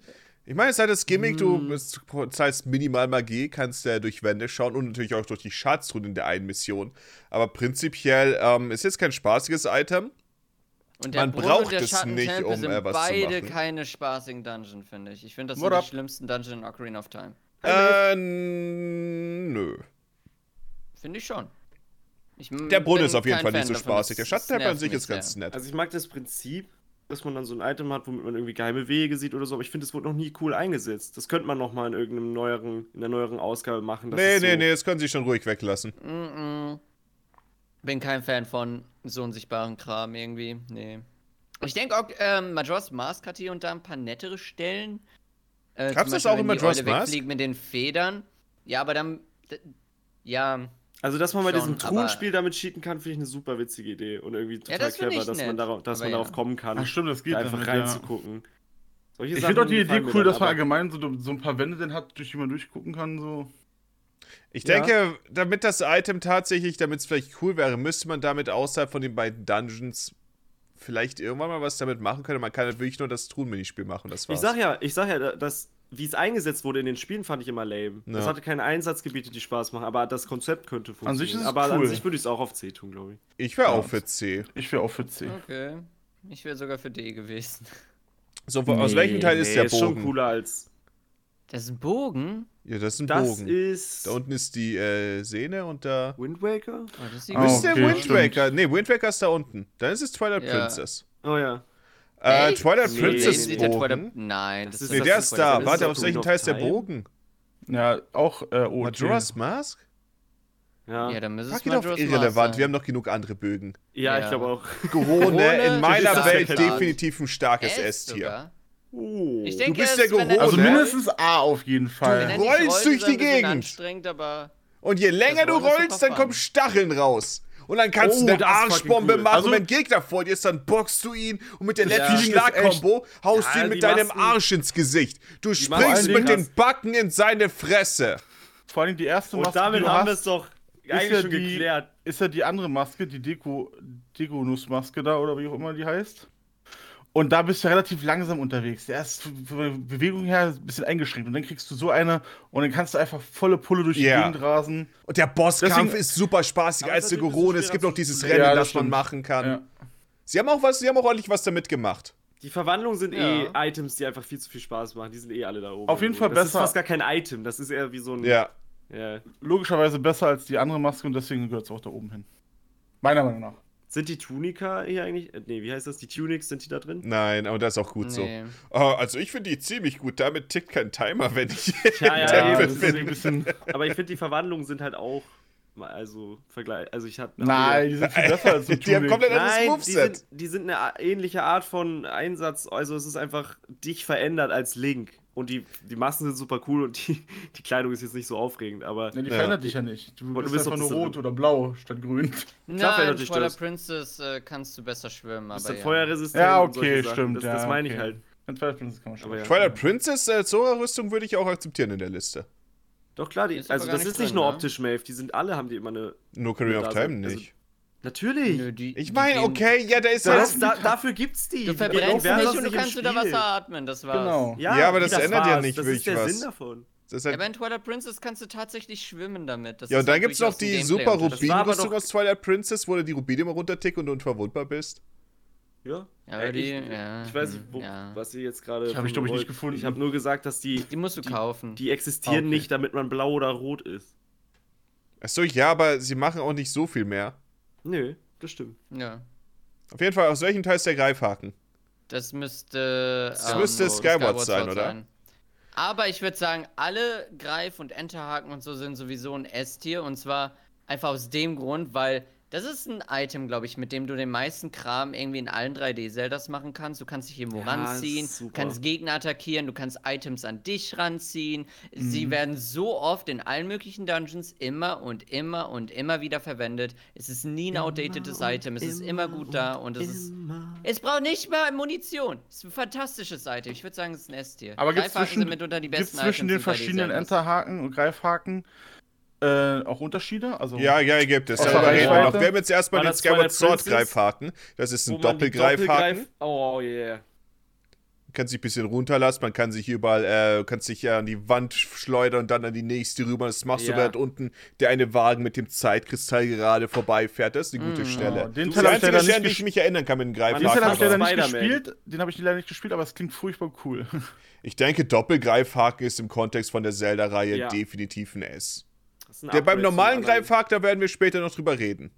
A: ich meine, es hat das Gimmick, du bist- zahlst minimal Magie, kannst äh, durch Wände schauen und natürlich auch durch die Schatztruhen in der einen Mission. Aber prinzipiell ähm, ist jetzt kein spaßiges Item.
C: Und der
A: Man
C: Brunnen
A: braucht
C: und der
A: es
C: Schattentempel
A: nicht, um,
C: sind
A: äh, was zu
C: beide
A: machen.
C: keine spaßigen Dungeon, finde ich. Ich finde, das
D: What
C: sind
D: up?
C: die schlimmsten Dungeon in Ocarina of Time.
A: Äh, nö.
C: Finde ich schon. Ich
A: Der
C: m-
A: Brunnen
C: bin
A: ist auf jeden
C: kein
A: Fall nicht
C: Fan
A: so
C: davon,
A: spaßig.
C: das-
A: Der
C: das
A: Schattentempel an
C: nervt
A: sich
C: mich
A: ist ganz
C: sehr.
A: nett.
B: Also ich mag das Prinzip, dass man dann so ein Item hat, womit man irgendwie geheime Wege sieht oder so, aber ich finde, es wurde noch nie cool eingesetzt. Das könnte man nochmal in irgendeinem neueren, in der neueren Ausgabe machen. dass
A: Nee,
B: es
A: nee,
B: so,
A: nee, das können sie schon ruhig weglassen.
C: Mm -mm. Bin kein Fan von so unsichtbaren Kram irgendwie. Nee. Ich denke auch, ähm, Majora's Mask hat hier und da ein paar nettere Stellen. Äh, zum
A: Gab's das
C: Beispiel,
A: auch
C: wenn
A: in
C: die
A: Majora's
C: Eule
A: Mask?
C: wegfliegt mit den Federn. Ja, aber dann. d- Ja,
B: Also, dass man bei
C: Schon,
B: diesem
C: aber-
B: Truhenspiel damit cheaten kann, finde ich eine super witzige Idee und irgendwie total
C: das finde
B: clever,
C: ich
B: dass man,
C: nett.
B: darauf, dass
C: Aber
B: man
C: ja.
B: darauf kommen kann,
D: Ach stimmt, das geht
B: da einfach
D: damit, ja.
B: reinzugucken. Solche
D: Ich
B: Sachen
D: finde auch die Idee
B: gefallen mir
D: cool,
B: dann,
D: dass man
B: aber-
D: allgemein so, so ein paar Wände dann hat, durch die man durchgucken kann. So.
A: Ich
B: Ja.
A: denke, damit das Item tatsächlich, damit es vielleicht cool wäre, müsste man damit außerhalb von den beiden Dungeons vielleicht irgendwann mal was damit machen können. Man kann halt wirklich nur das Truhen-Minispiel machen, das war's.
B: Ich sag ja, ich sag ja, da- dass wie es eingesetzt wurde in den Spielen, fand ich immer lame.
A: Ja.
B: Das hatte keine Einsatzgebiete, die Spaß machen, aber das Konzept könnte funktionieren.
D: sich ist es
B: aber an
D: cool.
B: sich würde ich es auch auf C tun, glaube ich.
A: ich wäre
D: Ja.
A: auch für C.
D: Ich wäre auch für C.
A: Hm.
C: okay. Ich wäre sogar für D gewesen.
A: So, wo- aus welchem Teil ist der
B: Ist schon
A: Bogen?
B: cooler als.
C: Das ist ein Bogen.
A: Ja, das ist ein
B: Das
A: Bogen.
B: ist.
A: Da unten ist die äh, Sehne und da.
B: Wind Waker?
C: Oh, das sieht
D: Ah,
A: Müsste
D: okay,
A: der Wind
D: stimmt.
A: Waker. Nee, Wind Waker ist da unten. Dann ist es Twilight
C: Ja.
A: Princess.
B: Oh ja.
A: Äh,
C: Echt?
A: Twilight
B: Nee,
A: Princess.
C: sieht der Twilight-
A: Bogen.
C: Nein, das,
B: Das ist-
A: Nee,
C: das
A: der
B: ist
A: ist
B: Twilight
A: da.
B: Princess.
A: Warte,
B: Das
A: auf
B: ist
A: welchen
B: doch
A: Teil ist der
B: Time.
A: Bogen?
D: Ja, auch äh, O.
A: Majora's Mask?
B: Ja,
C: Ja,
B: ja,
C: dann müsste es
A: Fuck it auf
C: Majora's Mask
A: irrelevant.
C: sein.
A: Wir haben noch genug andere Bögen.
B: ich
C: Ja.
B: glaube auch.
A: Gehone in
C: Das
A: meiner
C: ist
A: Welt
C: klar.
A: definitiv ein starkes
C: Elf
A: S-Tier.
C: sogar.
B: Oh.
C: Ich denke,
A: bist
C: es-
A: der
C: wenn er-
A: Gehone.
D: Also
A: Oder?
D: mindestens A auf jeden
C: wenn er
D: Fall.
C: nicht
A: Rollst
C: rollt,
A: durch
C: ist er ein
A: die
C: bisschen
A: Gegend.
C: Anstrengend, aber
A: Und je länger du
C: Das Roll ist
A: rollst, dann
C: super fun.
A: kommen Stacheln raus. Und dann kannst
B: Oh,
A: du eine
B: das ist fucking
A: Arschbombe
B: cool.
A: machen.
D: Also-
A: wenn Gegner vor dir ist, dann boxst du ihn und mit der
B: Das
A: letzten
D: Feeling ist
A: Schlagkombo haust du
B: Ja,
A: ihn
B: die
A: mit deinem
B: Massen-
A: Arsch ins Gesicht. Du
B: Massen-
A: springst
D: Vor allen
A: mit
B: Dingen-
A: den Backen in seine Fresse.
D: Vor allem die erste
B: Und
D: Maske, die
B: damit
D: du
B: haben wir
D: hast,
B: es doch
D: ja
B: eigentlich schon
D: die-
B: geklärt.
D: ist ja die andere Maske, die Deko, Dekonuss-Maske da oder wie auch immer die heißt. Und da bist du relativ langsam unterwegs. Der ist von der Bewegung her ein bisschen eingeschränkt. Und dann kriegst du so eine und dann kannst du einfach volle Pulle durch
A: Ja.
D: die Gegend rasen.
A: Und der Bosskampf
D: Deswegen-
A: ist super spaßig
B: Aber
A: als der
B: seitdem ist es
A: Gorone.
B: schwer,
A: Es gibt noch
B: das zu
A: dieses Rennen,
D: spielen. Ja, das
A: das man
D: stimmt.
A: machen kann.
D: Ja.
A: Sie haben auch was, sie haben auch ordentlich was damit gemacht.
B: Die Verwandlungen sind eh
C: Ja.
B: Items, die einfach viel zu viel Spaß machen. Die sind eh alle da oben.
D: Auf jeden Fall
B: das Das ist
D: besser.
B: fast gar kein Item. Das ist eher wie so ein.
A: Ja.
B: Ja.
D: Logischerweise besser als die andere Maske und deswegen gehört es auch da oben hin. Meiner Meinung nach.
B: Sind die Tunika hier eigentlich? äh, Nee, wie heißt das? Die Tunics, sind die da drin?
A: Nein, aber das ist auch gut so.
C: Nee.
A: Ah, also ich finde die ziemlich gut. Damit tickt kein Timer, wenn ich
B: Ja, ja, ja,
A: Tempel
B: das ist
A: bin.
B: ein bisschen, aber ich finde, die Verwandlungen sind halt auch. mal- Also, Vergleich. Also, ich hatte.
D: Nein, die sind viel besser als so
A: Die haben komplett ein anderes
B: Nein, die
A: Moveset.
B: sind, die sind eine a- ähnliche Art von Einsatz. Also, es ist einfach dich verändert als Link. Und die, die Massen sind super cool und die, die Kleidung ist jetzt nicht so aufregend, aber.
D: Ja, die
A: Ja.
D: verändert dich ja nicht. Du
B: du
D: bist,
B: bist
D: einfach
B: doch
D: nur
B: so-
D: rot oder blau statt grün.
B: Klar, wenn du
C: Nein,
B: dich
C: Twilight
B: stößt.
C: Princess äh, kannst du besser schwimmen, aber.
B: bisschen
C: Ja.
B: feuerresistent.
D: Ja,
B: und solche
D: okay,
B: Sachen.
D: stimmt.
B: Das,
D: ja,
B: das meine ich
D: okay.
B: halt.
D: Ganz fair, das kann man schon.
B: Aber ja.
A: Twilight Princess äh, Zora-Rüstung würde ich auch akzeptieren in der Liste.
B: Doch, klar, die,
C: Ist aber
B: also,
C: gar
B: das
C: nicht
B: ist nicht
C: drin,
B: nur
C: ne?
B: optisch Mave. Die sind alle, haben die immer eine.
A: Nur Career of
B: Da
A: Time
B: sind- also-
A: nicht.
B: Natürlich!
C: Nö, die-
A: Ich
C: die
A: meine,
C: gehen-
A: okay, ja, da ist
B: Das,
A: halt.
B: da, dafür gibt's die.
C: Du
B: Die
C: verbrennst
B: werden
C: nicht
B: sonst
C: und du
B: im
C: kannst wieder
B: Spiel.
C: Wasser atmen, das war's.
D: Genau.
A: Ja, aber
B: wie
A: das ändert ja
B: war's.
A: nicht
B: das
A: wirklich
B: ist der
A: was.
B: Sinn davon.
A: Das ist
C: Ja, aber
A: halt
C: in Twilight Princess kannst du tatsächlich schwimmen damit. Das
A: ja,
C: ist
A: und dann gibt es noch
C: durchaus ein
A: die
C: Gameplay-
A: super
C: Unterschied.
B: war aber
A: Rubin-Rüstung
B: doch-
A: aus Twilight Princess, wo du die Rubine immer runtertickst und unverwundbar bist.
B: Ja.
C: Ja, aber
B: Äh,
C: die-
B: ich,
C: ja, hm,
B: ich weiß nicht, wo,
C: ja.
B: was ihr jetzt gerade.
D: Ich hab ich,
B: von
D: glaub ich,
B: wollt.
D: nicht gefunden.
B: Ich habe nur gesagt, dass die,
C: Die musst du kaufen.
B: die existieren
D: Ah, okay.
B: nicht, damit man blau oder rot ist.
A: Achso, ja, aber sie machen auch nicht so viel mehr.
B: Nö, das stimmt.
C: ja.
A: Auf jeden Fall, aus welchem Teil ist der Greifhaken?
C: Das müsste. ähm,
A: Das müsste Skyward sein,
C: Sword
A: oder?
C: Aber ich würde sagen, alle Greif- und Enterhaken und so sind sowieso ein S-Tier. Und zwar einfach aus dem Grund, weil das ist ein Item, glaube ich, mit dem du den meisten Kram irgendwie in allen 3D-Zeldas machen kannst. Du kannst dich irgendwo
B: Ja,
C: ranziehen,
B: ist
C: du
B: super.
C: kannst Gegner attackieren, du kannst Items an dich ranziehen. Sie werden so oft in allen möglichen Dungeons immer und immer und immer wieder verwendet. Es ist nie ein outdatedes Item, es ist immer gut da und es ist es braucht nicht mal Munition. Es ist ein fantastisches Item. Ich würde sagen, es ist ein S-Tier.
D: Aber gibt es
C: Greifhaken
D: zwischen,
C: sind mitunter die
D: gibt's
C: besten
D: zwischen den
C: Items in 3D
D: verschiedenen
C: Zeldas.
D: Enterhaken und Greifhaken äh, auch Unterschiede?
B: Oh.
D: Also,
A: Ja, ja, gibt es.
D: Außer
A: Darüber reden wir
D: Reichweite?
A: noch. Wir haben jetzt erstmal
B: War
A: den
B: das
A: Skyward
B: Twilight Princess?
A: Sword-Greifhaken. Das ist ein Doppelgreifhaken.
B: Oh yeah.
A: kann sich ein bisschen runterlassen, man kann sich überall, äh, kannst dich ja an die Wand schleudern und dann an die nächste rüber. Das machst
B: Ja.
A: du, während unten der eine Wagen mit dem Zeitkristall gerade vorbeifährt. Das ist eine gute Stelle.
D: Oh, den
A: das ist
D: Teil
A: die
D: hab ich leider
A: einzige Stelle, an
D: nicht
A: die ich mich erinnern kann mit dem
B: Den
D: Den Teil
B: Teil
D: habe
A: Greifhaken.
D: ich
B: hab
D: leider
A: Aber
D: nicht
B: Spider-Man.
D: gespielt. Den habe ich leider nicht gespielt, aber es klingt furchtbar cool.
A: Ich denke, Doppelgreifhaken ist im Kontext von der Zelda-Reihe
B: Ja.
A: definitiv ein S.
B: Das ist ein
A: Der, beim
B: Upgrade
A: normalen
B: zum anderen.
A: Greifhaken, da werden wir später noch drüber reden.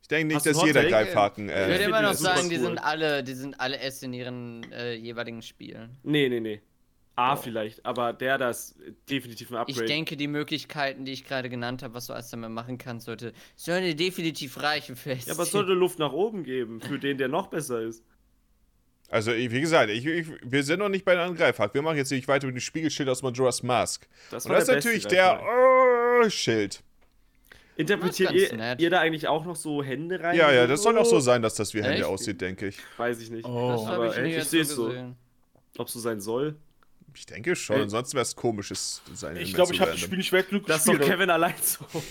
A: Ich denke nicht,
B: Hast du
A: dass
B: einen
A: jeder
B: Hot Take?
A: Greifhaken.
C: Ich würde
A: Äh,
B: find
C: immer
B: die
C: noch
B: super
C: sagen, die
B: cool.
C: sind alle, die sind alle S in ihren äh, jeweiligen Spielen.
B: Nee, nee, nee.
A: Oh.
B: A vielleicht, aber der da ist definitiv ein Upgrade.
C: Ich denke, die Möglichkeiten, die ich gerade genannt habe, was du alles damit machen kannst, sollte, sollte definitiv reichen für S.
B: ja, aber es sollte Luft nach oben geben für den, der noch besser ist.
A: Also, ich- wie gesagt, ich, ich, wir sind noch nicht bei der Angreifhack. Wir machen jetzt nicht weiter mit dem Spiegelschild aus Majora's Mask.
B: Das
A: Und das ist natürlich
B: beste
A: der
B: Reifenwagen.
A: oh, Schild.
B: Interpretiert
C: Das ist ganz
B: ihr,
C: nett.
B: ihr da eigentlich auch noch so Hände rein?
A: Ja, ja, das soll auch so sein, dass das wie
C: Echt?
A: Hände aussieht, denke ich.
B: Weiß ich nicht.
C: Das
B: aber
D: Oh.
C: habe ich nie
B: echt, ich
C: jetzt
B: seh's so.
C: so gesehen.
B: Ob so sein soll?
A: Ich denke schon,
D: Ey.
A: ansonsten wäre es komisches sein.
D: Ich
A: immer
D: glaube,
A: zu
D: ich habe das
A: random.
D: Spiel nicht weit genug
B: Das ist doch
D: gespielt.
B: Kevin allein zu Hause.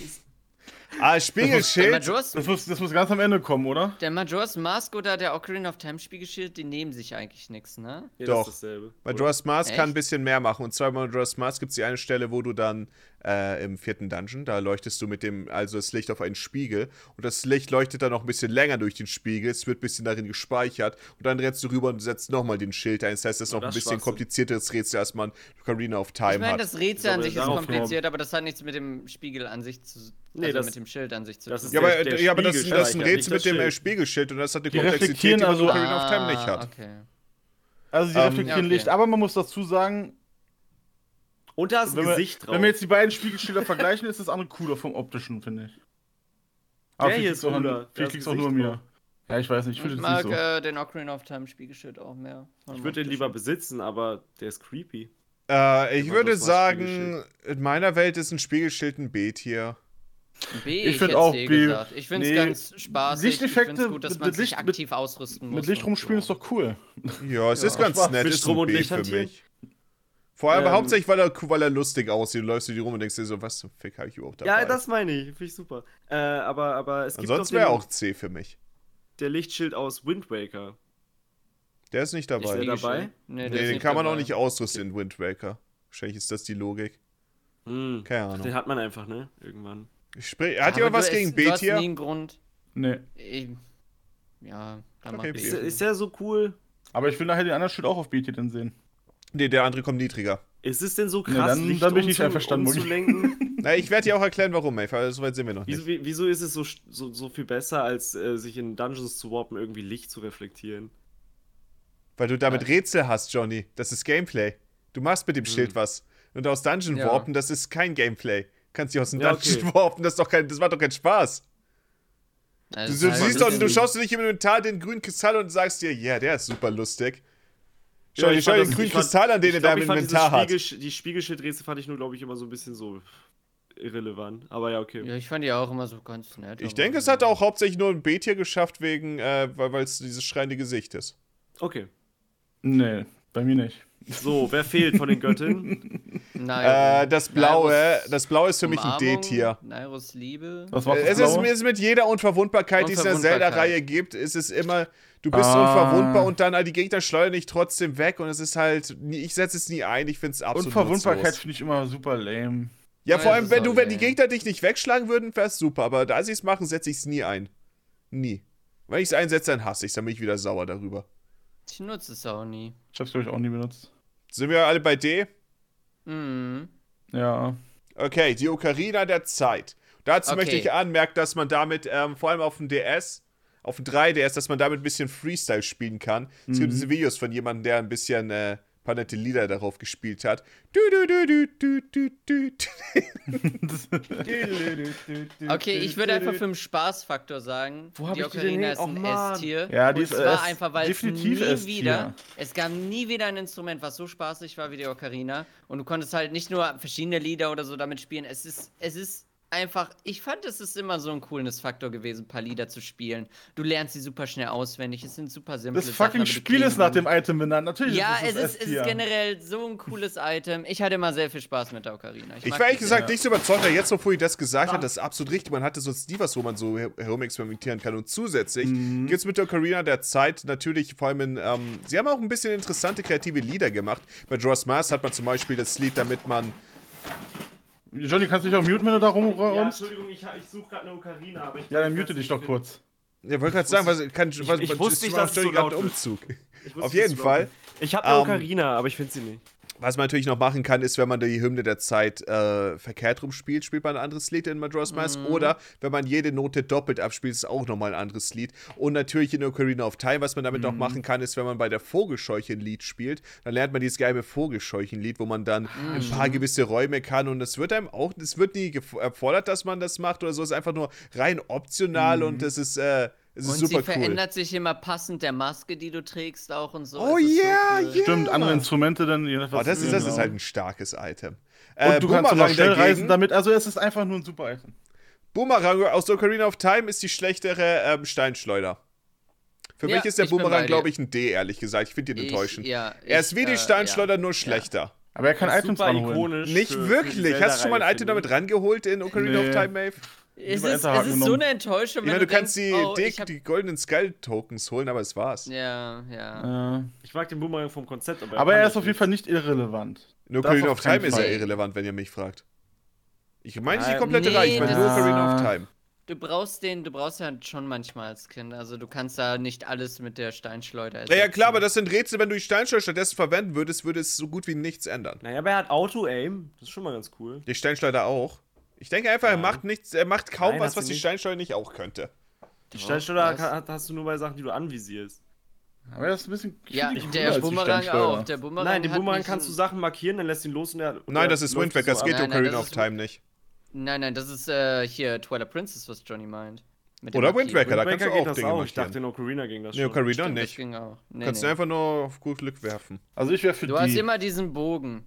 A: Ah,
C: Der
A: Spiegelschild.
C: Majora's,
D: Das muss, das muss ganz am Ende kommen, oder?
C: der Majora's Mask oder der Ocarina of Time Spiegelschild, die nehmen sich eigentlich nichts, ne?
B: Ja,
A: Doch.
B: Das ist dasselbe.
A: Majora's Mask kann ein
C: Echt?
A: bisschen mehr machen. Und zwar bei Majora's Mask gibt es die eine Stelle, wo du dann äh, im vierten Dungeon, da leuchtest du mit dem, also das Licht auf einen Spiegel. Und das Licht leuchtet dann noch ein bisschen länger durch den Spiegel. Es wird ein bisschen darin gespeichert. Und dann rennst du rüber und setzt nochmal den Schild ein. Das heißt, das ist noch
B: das
A: ein
B: ist
A: bisschen
B: Schwachsinn.
A: komplizierteres Rätsel, als man Ocarina of Time
C: Ich meine,
A: hat.
C: das Rätsel
B: Soll
C: an
B: man
C: sich ist
B: darauf
C: kompliziert, aber das hat nichts mit dem Spiegel an sich zu
B: Nee,
C: also
B: das-
C: mit dem Schild an sich zu
B: das
C: tun.
B: ist
A: ja, aber,
B: der- der
A: ja, aber das,
B: Spiegel
A: das ist ein
B: speichert,
A: Rätsel mit
B: nicht das
A: dem äh,
B: Schild.
A: Spiegelschild und das hat eine
D: Die
A: Komplexität,
D: reflektieren
A: die man
D: also-
A: so Ocarina of Time nicht
B: ah,
A: hat.
C: Ah, Okay.
D: Also sie
A: Ähm,
D: reflektieren
C: ja, okay.
D: Licht, aber man muss dazu sagen,
B: Und da ist ein
D: wenn wir,
B: Gesicht drauf.
D: wenn wir jetzt die beiden Spiegelschilder vergleichen, ist das andere cooler vom optischen, finde ich. Aber
B: Der
D: viel
B: hier
D: liegt's
B: ist
D: auch an-
B: cooler.
D: viel
B: Da ist
D: liegt's
B: ein
D: auch nur an
B: Gesicht
D: mir. Ja, ich weiß nicht, ich
C: Ich
D: finde es
C: mag
D: nicht so.
C: äh, den Ocarina of Time Spiegelschild auch mehr.
B: ich würde den lieber besitzen, aber der ist creepy.
A: Äh, ich
B: Ja,
A: würde
B: das war
A: sagen, in meiner Welt ist ein Spiegelschild ein B-Tier.
C: B,
D: Ich
C: ich
D: find
C: hätt's
D: auch
C: eh
D: B.
C: Gesagt. Ich finde es
D: Nee.
C: ganz spaßig.
D: Lichteffekte
C: ich finde es gut, dass
D: mit-
C: man
D: mit
C: sich
D: Licht- mit-
C: aktiv ausrüsten muss.
D: Mit Licht
C: und
D: rumspielen ist
C: so.
D: doch cool.
A: Ja, es
D: Ja,
A: ist ganz
D: Spaß.
A: nett,
B: Willst
A: ist
B: du rum
A: ein
B: und
A: B
B: nicht
A: für
B: hantieren?
A: mich. Vor allem,
B: Ähm.
A: hauptsächlich, weil er, weil er lustig aussieht. Du läufst durch die rum und denkst dir so, was zum Fick habe ich überhaupt dabei?
B: Ja, das meine ich. Finde ich super. Äh, aber, aber es gibt
A: Ansonsten
B: doch
A: wäre
B: den,
A: auch C für mich.
B: der Lichtschild aus Wind Waker.
A: Der ist nicht
B: Ist
A: dabei.
B: der
A: Nee,
B: dabei?
C: Nee, der ist
A: den
C: nicht
A: kann man
C: dabei.
A: auch nicht ausrüsten in Wind Waker. Wahrscheinlich ist das die Logik.
B: Hm.
A: Keine
B: Den
A: Ahnung.
B: hat man einfach, ne? Irgendwann.
A: Ich sprich, hat
C: Aber
A: jemand
C: du-
A: was
C: es-
A: gegen
C: Du hast nie
A: B-Tier?
C: einen Grund.
D: Nee.
C: Ich, ja, dann
A: Okay,
C: mach
A: B.
B: Ist,
A: Ja.
B: der- ist der so cool?
D: Aber ich will nachher den anderen Schild auch auf BT dann sehen.
A: Nee, der andere kommt niedriger.
B: Ist es denn so
D: Ne,
B: krass,
D: dann-
B: Licht
D: dann bin ich nicht
B: umzu-
D: einverstanden, Mutti.
B: umzulenken?
A: Na, ich werde dir auch erklären, warum, ey. weil So weit sind wir noch nicht.
B: wieso, wie- wieso ist es so, sch- so, so viel besser, als äh, sich in Dungeons zu warpen, irgendwie Licht zu reflektieren?
A: Weil du damit
C: Ja.
A: Rätsel hast, Johnny. Das ist Gameplay. Du machst mit dem
B: Mhm.
A: Schild was. Und aus Dungeon
C: Ja.
A: Warpen, das ist kein Gameplay. Du kannst dich aus dem
B: Ja,
A: Dungeon
B: okay.
A: warpen, das, ist doch kein, das macht doch keinen Spaß. Du,
C: Also,
A: du
C: das
A: siehst
C: ist
A: doch,
C: halt-
A: du schaust dir nicht im Inventar den grünen Kristall und sagst dir, ja, der ist super lustig. Schau, dir
B: ich
A: schau
B: fand
A: dir
B: das-
A: den grünen
B: ich fand-
A: Kristall an, den er
B: ich
A: da
B: glaub,
A: im
B: ich fand dieses
A: Inventar hat.
B: Spiegel, die Spiegelschildrätsel fand ich nur, glaube ich, immer so ein bisschen so irrelevant. Aber ja, okay.
C: Ja, ich fand die auch immer so ganz nett.
A: Ich
C: aber-
A: denke, es hat auch hauptsächlich nur ein B-Tier geschafft, wegen, äh, weil es dieses schreiende Gesicht ist.
B: Okay.
D: Nee, bei mir nicht.
B: So, wer fehlt von den Göttinnen?
C: Nairo.
A: Äh, das Blaue,
C: Nairos
A: das Blaue ist für mich ein
C: Umarmung,
A: D-Tier.
C: Nairos Liebe.
D: Was macht
A: Äh, Es
D: das
A: ist,
D: Blaue?
A: ist mit jeder Unverwundbarkeit, die es in der
C: Unverwundbarkeit.
A: Zelda-Reihe gibt, ist es immer, du bist
D: Ah.
A: unverwundbar und dann äh, die Gegner schleudern dich trotzdem weg und es ist halt, nie- ich setze es nie ein, ich finde es absolut
D: Unverwundbarkeit
A: nutzlos.
D: finde ich immer super lame.
A: Ja,
C: Ja,
A: vor
C: das
A: allem,
C: ist
A: wenn
C: auch
A: du, wenn die
C: lame.
A: Gegner dich nicht wegschlagen würden, wäre es super, aber da sie es machen, setze ich es nie ein. Nie. Wenn ich es einsetze, dann hasse ich es, dann bin ich wieder sauer darüber.
C: Ich nutze es auch nie.
D: Ich hab's, glaube ich, auch nie benutzt.
A: Sind wir alle bei D?
C: Mhm.
D: Ja.
A: Okay, die Ocarina der Zeit. Dazu
C: Okay.
A: möchte ich anmerken, dass man damit, ähm, vor allem auf dem DS, auf dem 3DS, dass man damit ein bisschen Freestyle spielen kann. Es
C: Mhm.
A: gibt diese Videos von jemandem, der ein bisschen äh, ein paar nette Lieder darauf gespielt hat. Du, du, du, du, du, du, du.
C: Okay, ich würde einfach für den Spaßfaktor sagen,
B: Wo hab
C: die
B: ich die denn
C: Ocarina
B: hin?
C: ist
B: Oh,
C: ein
B: Mann.
C: S-Tier.
D: Ja, die
C: Und
D: ist S-
C: zwar einfach, weil es
D: definitiv
C: nie
D: S-Tier.
C: wieder, es gab nie wieder ein Instrument, was so spaßig war wie die Ocarina. Und du konntest halt nicht nur verschiedene Lieder oder so damit spielen. Es ist, es ist einfach, ich fand, es ist immer so ein cooles Faktor gewesen, ein paar Lieder zu spielen. Du lernst sie super schnell auswendig, es sind super simple
D: Das fucking
C: aber du
D: Spiel ist
C: kriegst
D: nach
C: sie.
D: dem Item benannt. Natürlich
C: Ja,
D: es
C: es ist, es
D: S-Tier.
C: ist generell so ein cooles Item. Ich hatte immer sehr viel Spaß mit der Ocarina.
A: Ich
C: mag Ah.
A: war
C: die
A: ehrlich
C: sehr.
A: gesagt nicht so überzeugt, weil jetzt, bevor ich das gesagt habe, das ist absolut richtig. Man hatte sonst nie was, wo man so her herumexperimentieren kann. Und zusätzlich
C: Mhm.
A: gibt es mit der Ocarina der Zeit natürlich vor allem in. Ähm, sie haben auch ein bisschen interessante kreative Lieder gemacht. Bei Joris Mars hat man zum Beispiel das Lied, damit man
D: Johnny, kannst du dich auch muten, wenn du da rumräumst? Ja,
B: Entschuldigung, ich, suche gerade eine Ocarina, aber ich
D: dann mute dich doch kurz.
A: Ja, wollte gerade sagen, was kann
B: ich-
A: was,
B: ich
A: was-
B: wusste nicht,
A: war
B: dass es so
A: natürlich gerade
B: laut
A: ein
B: wird.
A: Umzug. Auf jeden Fall.
B: Ich habe eine
A: Ähm,
B: Ocarina, aber ich finde sie nicht.
A: Was man natürlich noch machen kann, ist, wenn man die Hymne der Zeit äh, verkehrt rumspielt, spielt man ein anderes Lied in Majora's Mask.
B: Mhm.
A: Oder wenn man jede Note doppelt abspielt, ist auch nochmal ein anderes Lied. Und natürlich in Ocarina of Time, was man damit
B: Mhm.
A: noch machen kann, ist, wenn man bei der Vogelscheuche ein Lied spielt, dann lernt man dieses geheime Vogelscheuchenlied, wo man dann
B: Mhm.
A: ein paar gewisse Räume kann. Und es wird einem auch,
B: Mhm.
A: es wird nie gef- erfordert, dass man das macht oder so. Es ist einfach nur rein optional und das ist. Äh, Es
C: Und
A: ist
C: sie
A: super cool.
C: verändert sich immer passend der Maske, die du trägst auch und so.
A: Oh
C: Es ist so Genau.
A: ja,
C: cool.
A: ja.
D: Stimmt, andere Instrumente dann. je nachdem,
A: Oh,
D: was
A: das,
D: du
A: ist,
D: willst.
A: das ist halt ein starkes Item.
D: Und
A: Äh,
D: du kannst sogar
A: Boomerang
D: schnell reisen
A: dagegen-
D: damit. Also es ist einfach nur ein super Item.
A: Boomerang aus Ocarina of Time ist die schlechtere ähm, Steinschleuder. Für
C: Ja,
A: mich ist der
C: ich bin bei
A: Boomerang,
C: dir.
A: glaube ich, ein D, ehrlich gesagt. Ich finde ihn
C: Ich-
A: enttäuschend.
C: ja,
A: er
C: ich,
A: ist wie
C: äh,
A: die Steinschleuder, nur schlechter.
D: Aber er kann Items
B: Super
D: ranholen.
B: ikonisch.
A: Nicht
B: für- für die
A: wirklich. Hast du schon mal ein
B: Zelda-Reihe,
A: Item damit rangeholt in Ocarina
D: Nee.
A: of Time, Maeve?
C: Ja. Es
D: Lieber
C: ist, es
D: Enterhaken
C: ist so
D: genommen.
C: eine Enttäuschung,
A: Ich meine, du
C: wenn du
A: kannst die,
C: denkst, oh,
A: Dick-
C: ich hab,
A: die goldenen Skull-Tokens holen, aber es war's.
C: Ja, ja.
D: Ja.
B: finde ich. Ich mag den Boomerang vom Konzept, aber.
D: Aber
B: kann
D: er
B: das
D: ist auf jeden
B: nicht.
D: Fall nicht irrelevant.
A: In
D: Das
A: Ocarina
D: auf
A: of Time
D: keinen
A: ist
D: Fall.
A: er irrelevant, wenn ihr mich fragt. Ich meine nicht die
B: Ähm,
A: komplette
C: Ah, nee,
A: Reihe, ich meine nur
D: das-
A: Ocarina of Time.
C: Du brauchst den, du brauchst ja schon manchmal als Kind. Also du kannst da nicht alles mit der Steinschleuder
A: Ja, ja,
C: ersetzen.
A: klar, aber das sind Rätsel, wenn du die Steinschleuder stattdessen verwenden würdest, würde es so gut wie nichts ändern.
B: Naja, aber er hat Auto-Aim. Das ist schon mal ganz cool.
A: Die Steinschleuder auch. Ich denke einfach, er
B: Nein.
A: macht nichts, er macht kaum
B: Nein,
A: was,
B: hat
A: was
B: sie
A: die
B: nicht.
A: Steinschleuder nicht auch könnte.
B: Die
C: Doch,
B: Steinschleuder
C: was?
B: ka- hast du nur bei Sachen, die du anvisierst.
D: Aber er ist ein bisschen viel
C: Ja,
D: cooler als
C: der
D: die
C: Bumerang
D: Steinschleuder.
C: auch. Der Bumerang
B: Nein, den
C: hat
B: Boomerang
C: nicht
B: kannst du
C: einen-
B: Sachen markieren, dann lässt du ihn los und er.
A: Nein, das ist Wind Waker, das
B: das
A: geht
C: ab. Nein, nein,
A: Ocarina
C: das
A: of
C: ist-
A: Time nicht.
C: Nein, nein, das ist äh, hier Twilight Princess, was Johnny meint. Mit dem
A: Oder
C: Markieren.
A: Wind Waker, da
B: Da
A: kannst
B: kannst
A: du
B: geht
A: auch
B: das
A: Dinge
B: auch. Ich
A: markieren.
B: dachte, in Ocarina ging das
A: Nee,
B: schon.
A: Ocarina
C: Stimmt, das
A: nicht.
C: ging auch. Nee,
A: kannst
C: nee.
A: du einfach nur auf gut Glück werfen.
D: Also ich wäre für
C: Du
D: die.
C: hast immer diesen Bogen.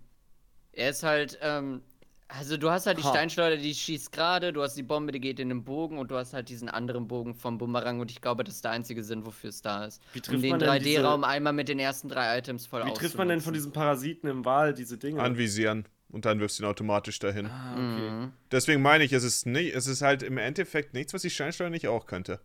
C: Er ist halt, ähm, also du hast halt die
B: Ha.
C: Steinschleuder, die schießt gerade, du hast die Bombe, die geht in den Bogen und du hast halt diesen anderen Bogen vom Bumerang und ich glaube, das ist der einzige Sinn, wofür es da ist.
B: Wie trifft
C: Um den
B: man denn
C: 3D-Raum einmal mit den ersten drei Items voll
B: Wie trifft man denn von diesen Parasiten im Wal diese Dinge?
A: Anvisieren und dann wirfst du ihn automatisch dahin.
B: ah, okay.
C: Mhm.
A: Deswegen meine ich, es ist, nicht, es ist halt im Endeffekt nichts, was die Steinschleuder nicht auch könnte.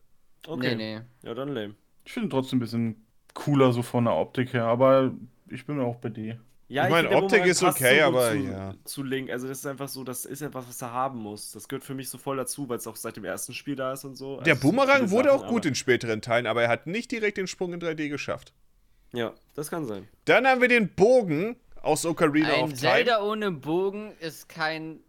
B: okay.
C: Nee, nee.
B: Ja, dann lame.
D: Ich finde ihn trotzdem ein bisschen cooler so von der Optik her, aber ich bin auch bei D.
B: Ja,
A: Ich meine,
B: find, der
A: Optik
B: Boomerang
A: ist
B: passt
A: okay,
B: so gut
A: aber
B: zu,
A: ja.
B: Zu Link, also das ist einfach so, das ist etwas, was er haben muss. Das gehört für mich so voll dazu, weil es auch seit dem ersten Spiel da ist und so.
A: Der
B: Also so
A: Boomerang
B: viele
A: wurde
B: Sachen,
A: auch gut
B: aber-
A: in späteren Teilen, aber er hat nicht direkt den Sprung in 3D geschafft.
B: Ja, das kann sein.
A: Dann haben wir den Bogen aus Ocarina of
C: Ein
A: Time.
C: Zelda ohne Bogen ist kein.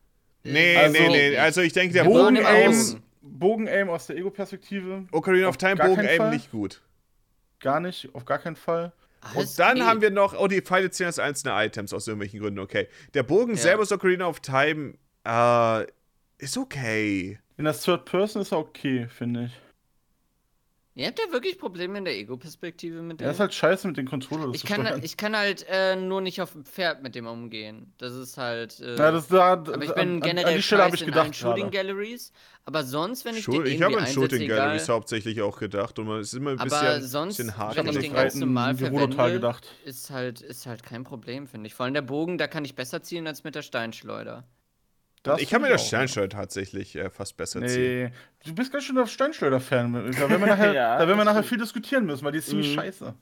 A: Nee,
C: Also-
A: nee, nee. Also ich denke, der
C: Wir brauchen
A: Bogen
C: immer
A: Aim,
C: Bogen.
D: Bogen-Aim Bogen aus der Ego-Perspektive
A: Ocarina of
D: Auf
A: Time,
D: gar
A: Bogen
D: keinen
A: Aim
D: Fall.
A: nicht gut.
D: gar nicht, auf gar keinen Fall.
C: Alles
A: Und dann
C: geht.
A: haben wir noch, oh, die Pfeile zählen als einzelne Items aus irgendwelchen Gründen, okay. Der Bogen
C: Ja.
A: selber ist Ocarina of Time, äh, ist okay.
D: In der Third Person ist er okay, finde ich.
C: Ihr habt ja wirklich Probleme in der Ego-Perspektive mit
D: Er
C: dem.
D: ist halt scheiße mit den Controller.
C: ich, kann,
D: nicht.
C: ich kann halt äh, nur nicht auf dem Pferd mit dem umgehen. Das ist halt. Äh,
D: Ja, das, da,
C: aber ich bin
D: an,
C: generell
D: an die Stelle habe
C: scheiße
D: ich
C: in allen
D: gedacht
C: Shooting
D: gerade.
C: Galleries. Aber sonst, wenn ich
A: Schu- ich
C: den irgendwie
A: habe an
C: einsetze,
A: Shooting
C: egal.
A: Galleries hauptsächlich auch gedacht und man ist immer ein bisschen,
C: aber sonst,
A: bisschen hart.
C: wenn
A: mit
C: ich
A: den
C: den
A: Pfeilen.
C: ganz normal
D: Ich hab an den Gerudo-Tal
C: verwende,
D: gedacht.
C: ist halt, ist halt kein Problem, finde ich. Vor allem der Bogen, da kann ich besser zielen als mit der Steinschleuder.
D: Das
A: ich kann mir
D: finde
A: das
D: auch.
A: Sternschwert tatsächlich äh, fast besser ziehen.
D: Nee, du bist ganz schön auf Steinschleuder-Fan. Da werden wir nachher,
B: Ja,
D: da werden wir
B: das
D: nachher
B: stimmt.
D: viel diskutieren müssen, weil die ist ziemlich
B: Mhm.
D: scheiße.